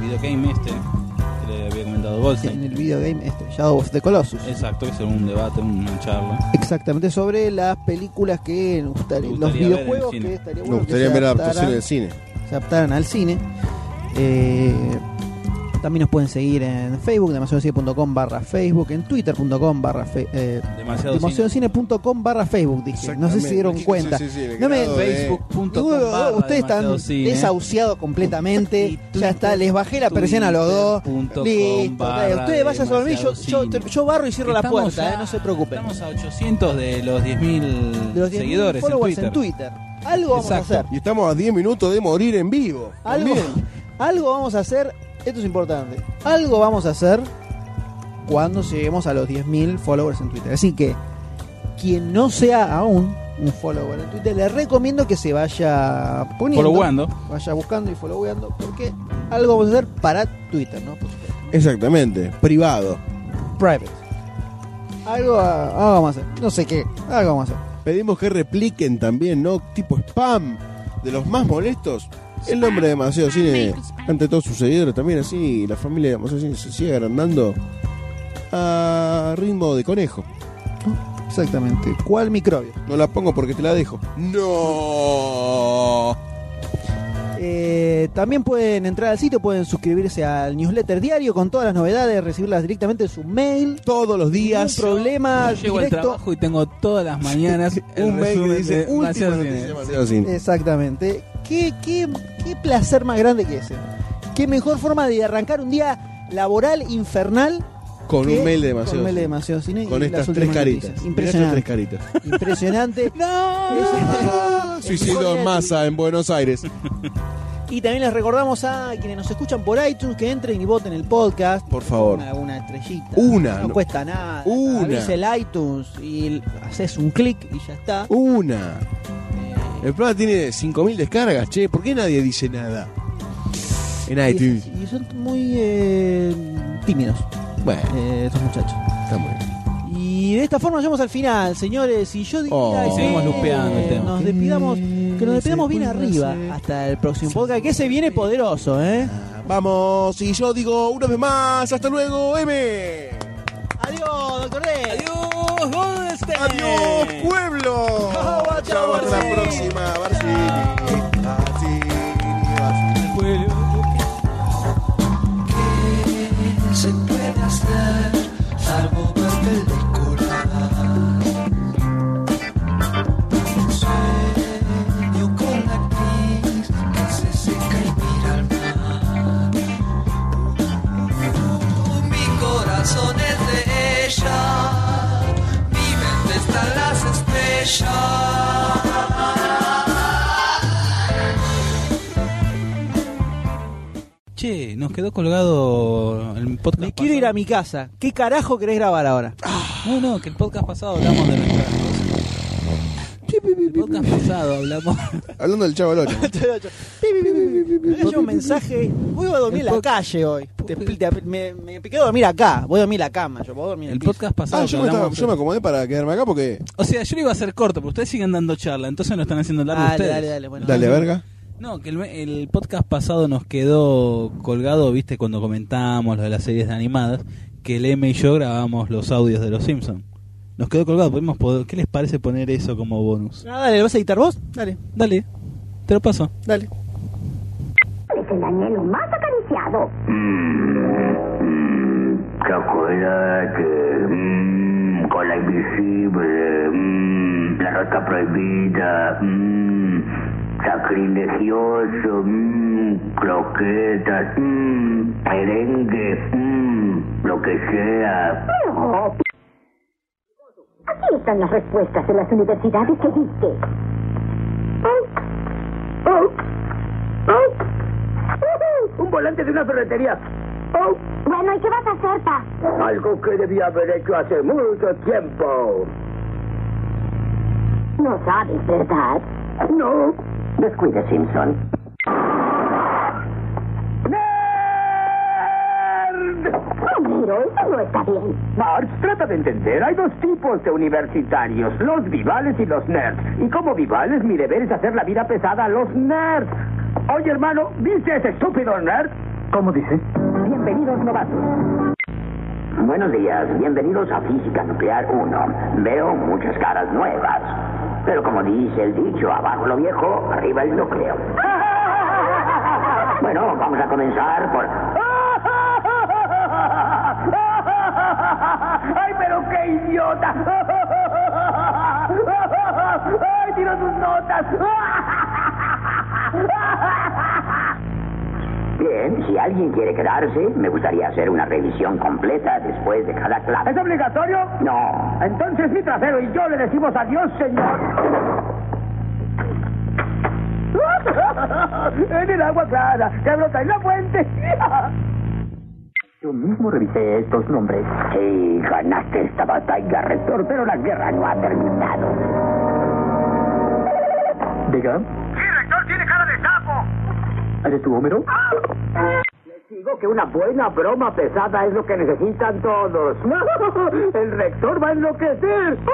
[SPEAKER 9] el videogame este, que le había comentado
[SPEAKER 1] En
[SPEAKER 9] Goldstein.
[SPEAKER 1] el videogame este, Shadow of the Colossus.
[SPEAKER 9] Exacto, que es un debate, una charla.
[SPEAKER 1] Exactamente, sobre las películas que nos gustaría-
[SPEAKER 9] Me
[SPEAKER 1] los
[SPEAKER 9] gustaría ver en el
[SPEAKER 1] videojuegos
[SPEAKER 9] cine.
[SPEAKER 1] que estaría bueno
[SPEAKER 4] Nos
[SPEAKER 1] que
[SPEAKER 4] gustaría
[SPEAKER 1] se
[SPEAKER 4] ver
[SPEAKER 1] adaptaran.
[SPEAKER 4] adaptaciones de cine.
[SPEAKER 1] se adaptaran al cine. Eh, también nos pueden seguir en Facebook, demasiadocine.com barra Facebook, en twitter.com barra fe- eh,
[SPEAKER 9] Demasiado cine.
[SPEAKER 1] demasiadocine.com barra Facebook, dije. No sé si dieron cuenta. No me-
[SPEAKER 9] eh,
[SPEAKER 1] Digo, ustedes están desahuciados completamente. ya está, les bajé la persiana a los dos. Listo, dale, ustedes vayan sobre mí, yo, yo, yo barro y cierro la puerta, eh, no se preocupen.
[SPEAKER 9] Estamos a 800 de los 10.000
[SPEAKER 1] De los 10.000
[SPEAKER 9] seguidores en
[SPEAKER 1] followers
[SPEAKER 9] Twitter.
[SPEAKER 1] en Twitter. Algo vamos
[SPEAKER 9] Exacto.
[SPEAKER 1] a hacer.
[SPEAKER 4] Y estamos a 10 minutos de morir en vivo.
[SPEAKER 1] Algo,
[SPEAKER 4] También.
[SPEAKER 1] algo vamos a hacer, esto es importante, algo vamos a hacer cuando lleguemos a los 10.000 followers en Twitter. Así que quien no sea aún un follower en Twitter, le recomiendo que se vaya poniendo,
[SPEAKER 9] Followando.
[SPEAKER 1] vaya buscando y followando, porque algo vamos a hacer para Twitter, ¿no? Por supuesto.
[SPEAKER 4] Exactamente. Privado.
[SPEAKER 1] Private. Algo, a- algo vamos a hacer, no sé qué, algo vamos a hacer.
[SPEAKER 4] Pedimos que repliquen también, ¿no? Tipo spam de los más molestos. El nombre de Demasiado Cine, ante todos sus seguidores también, así la familia de Demasiado Cine se sigue agrandando a ritmo de conejo.
[SPEAKER 1] Exactamente, ¿cuál microbio?
[SPEAKER 4] No la pongo porque te la dejo. ¡No!
[SPEAKER 1] Eh, también pueden entrar al sitio, pueden suscribirse al newsletter diario con todas las novedades, recibirlas directamente en su mail.
[SPEAKER 4] Todos los días.
[SPEAKER 1] Sin problema
[SPEAKER 9] Llego al
[SPEAKER 1] directo.
[SPEAKER 9] trabajo y tengo todas las mañanas el
[SPEAKER 4] un mail que
[SPEAKER 9] resumen
[SPEAKER 4] dice
[SPEAKER 9] de
[SPEAKER 4] última
[SPEAKER 9] Demasiado
[SPEAKER 4] noticia de
[SPEAKER 9] Cine".
[SPEAKER 4] Demasiado
[SPEAKER 1] Eh,
[SPEAKER 4] Cine.
[SPEAKER 1] Exactamente. ¿Qué, qué, qué placer más grande que ese. Qué mejor forma de arrancar un día laboral infernal
[SPEAKER 4] Con
[SPEAKER 1] que
[SPEAKER 4] un mail de
[SPEAKER 1] con
[SPEAKER 4] Demasiado
[SPEAKER 1] un mail de
[SPEAKER 4] Cine.
[SPEAKER 1] demasiado cine y
[SPEAKER 4] Con
[SPEAKER 1] las
[SPEAKER 4] estas tres
[SPEAKER 1] últimas
[SPEAKER 4] caritas.
[SPEAKER 1] noticias.
[SPEAKER 4] Mirá estas tres
[SPEAKER 1] Impresionante.
[SPEAKER 4] caritas.
[SPEAKER 1] Impresionante.
[SPEAKER 4] Ah, Suicidio en masa en Buenos Aires.
[SPEAKER 1] Y también les recordamos a quienes nos escuchan por iTunes que entren y voten el podcast.
[SPEAKER 4] Por favor.
[SPEAKER 1] Una, una estrellita.
[SPEAKER 4] Una,
[SPEAKER 1] No,
[SPEAKER 4] no.
[SPEAKER 1] cuesta nada.
[SPEAKER 4] Una.
[SPEAKER 1] Abrís el iTunes y l- haces un clic y ya está.
[SPEAKER 4] Una.
[SPEAKER 1] Eh,
[SPEAKER 4] El programa tiene 5.000 descargas, che. ¿Por qué nadie dice nada? En iTunes.
[SPEAKER 1] y, y son muy eh, tímidos
[SPEAKER 4] Bueno,
[SPEAKER 1] eh, estos muchachos.
[SPEAKER 4] está muy bien.
[SPEAKER 1] Y de esta forma llegamos al final, señores. Y yo diría
[SPEAKER 4] Oh.
[SPEAKER 1] que
[SPEAKER 4] Y seguimos
[SPEAKER 9] lupeando el tema.
[SPEAKER 1] nos despidamos, que nos despidamos bien arriba hasta el próximo podcast, que se viene poderoso, ¿eh?
[SPEAKER 4] Vamos, y yo digo una vez más, hasta luego, M.
[SPEAKER 1] Adiós, doctor D.
[SPEAKER 3] Adiós, Goldstein.
[SPEAKER 4] Adiós, pueblo.
[SPEAKER 1] Chau, chau,
[SPEAKER 4] hasta la
[SPEAKER 1] Barcini.
[SPEAKER 4] próxima, Barcini. Barcini, Barcini.
[SPEAKER 2] se puede hacer salvo ver película. Sueño con la actriz que se seca y mira al mar. Mi corazón es de ella, mi mente está en las estrellas.
[SPEAKER 9] Che, nos quedó colgado el podcast.
[SPEAKER 1] Me quiero ir a mi casa. ¿Qué carajo querés grabar ahora?
[SPEAKER 9] pasado. No, no, que el podcast pasado hablamos de nuestras cosas.
[SPEAKER 1] Sí,
[SPEAKER 3] El podcast pasado hablamos.
[SPEAKER 1] Ah,
[SPEAKER 25] Hablando del Chavo del Ocho.
[SPEAKER 1] Hay un mensaje. Voy a dormir en la calle hoy. Te- te- me, me quedo a dormir acá. Voy a dormir en la cama. Yo voy a dormir en
[SPEAKER 3] El
[SPEAKER 1] el piso.
[SPEAKER 3] podcast pasado.
[SPEAKER 25] Ah,
[SPEAKER 3] que
[SPEAKER 25] yo me, estaba-
[SPEAKER 3] hablamos-
[SPEAKER 25] yo me acomodé para quedarme acá porque.
[SPEAKER 3] O sea, yo lo iba a hacer corto, pero ustedes siguen dando charla, entonces no están haciendo largo
[SPEAKER 1] Dale,
[SPEAKER 3] ustedes.
[SPEAKER 1] dale, dale. Bueno,
[SPEAKER 25] Dale, verga.
[SPEAKER 3] No, que el, el podcast pasado nos quedó colgado, viste, cuando comentábamos lo de las series de animadas, que el M y yo grabamos los audios de los Simpsons. Nos quedó colgado, podemos poder- ¿qué les parece poner eso como bonus?
[SPEAKER 1] Ah, dale, ¿lo vas a editar vos? Dale,
[SPEAKER 3] Dale, te lo paso.
[SPEAKER 1] dale.
[SPEAKER 26] Es el anhelo más acariciado.
[SPEAKER 27] ¿Te acuerdas que mm, con la invisible, mm, la rata prohibida, mm, sacrilegioso, mm, croquetas, mm, merengue, mm, lo que sea?
[SPEAKER 26] Pero... Aquí están las respuestas de las universidades que diste. Oh. Oh. Oh.
[SPEAKER 27] Un volante de una ferretería.
[SPEAKER 26] Oh. Bueno, ¿y qué vas a hacer, pa?
[SPEAKER 27] Algo que debía haber hecho hace mucho tiempo.
[SPEAKER 26] No sabes, ¿verdad?
[SPEAKER 27] No. Descuide, Simpson. Oh,
[SPEAKER 26] Homero, eso no está bien.
[SPEAKER 27] Marx, trata de entender. Hay dos tipos de universitarios, los vivales y los nerds. Y como vivales, mi deber es hacer la vida pesada a los nerds. Oye, hermano, ¿viste ese estúpido nerd? ¿Cómo dice? Bienvenidos, novatos. Buenos días, bienvenidos a Física Nuclear 1. Veo muchas caras nuevas. Pero como dice el dicho, abajo lo viejo, arriba el núcleo. Bueno, vamos a comenzar por... ¡Ay, pero qué idiota! ¡Ay, tiro tus notas! Bien, si alguien quiere quedarse, me gustaría hacer una revisión completa después de cada clase. ¿Es obligatorio? No. Entonces mi trasero y yo le decimos adiós, señor. en el agua clara, que brota en la fuente. Yo mismo revisé estos nombres. Sí, ganaste esta batalla, rector, pero la guerra no ha terminado. ¿Diga? Sí, rector, tiene cara de sapo. ¿Eres tu Homero? Les digo que una buena broma pesada es lo que necesitan todos. El rector va a enloquecer.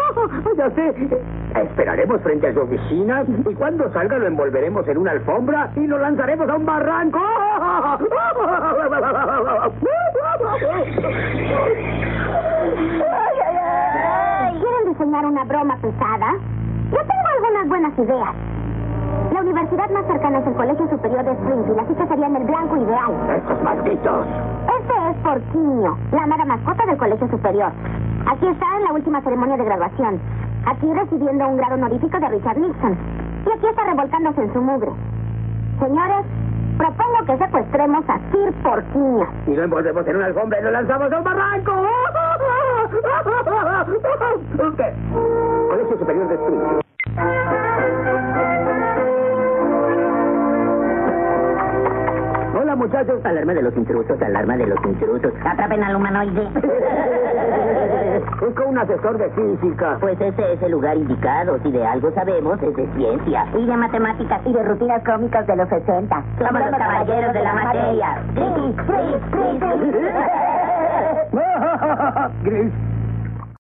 [SPEAKER 27] Ya sé. Esperaremos frente a su oficina y cuando salga lo envolveremos en una alfombra y lo lanzaremos a un barranco.
[SPEAKER 26] Ay, ay, ay.
[SPEAKER 27] ¿Quieren
[SPEAKER 26] diseñar una broma pesada? Yo tengo algunas buenas ideas. La universidad más cercana es el Colegio Superior de Springfield, así que serían el blanco ideal.
[SPEAKER 27] Estos malditos.
[SPEAKER 26] Este es Porquiño, la amada mascota del Colegio Superior. Aquí está en la última ceremonia de graduación. Aquí recibiendo un grado honorífico de Richard Nixon. Y aquí está revolcándose en su mugre. Señores, propongo que secuestremos a Sir Porquiño.
[SPEAKER 27] Y lo envolvemos en una alfombra y lo lanzamos a un barranco. ¿Qué? Colegio Superior de Springfield. Hola muchachos, alarma de los intrusos, alarma de los intrusos.
[SPEAKER 26] Atrapen al humanoide.
[SPEAKER 27] Busco un asesor de física.
[SPEAKER 26] Pues este es el lugar indicado. Si de algo sabemos, es de ciencia. Y de matemáticas. Y de rutinas cómicas de los 60. Somos los caballeros de la materia.
[SPEAKER 27] Gris,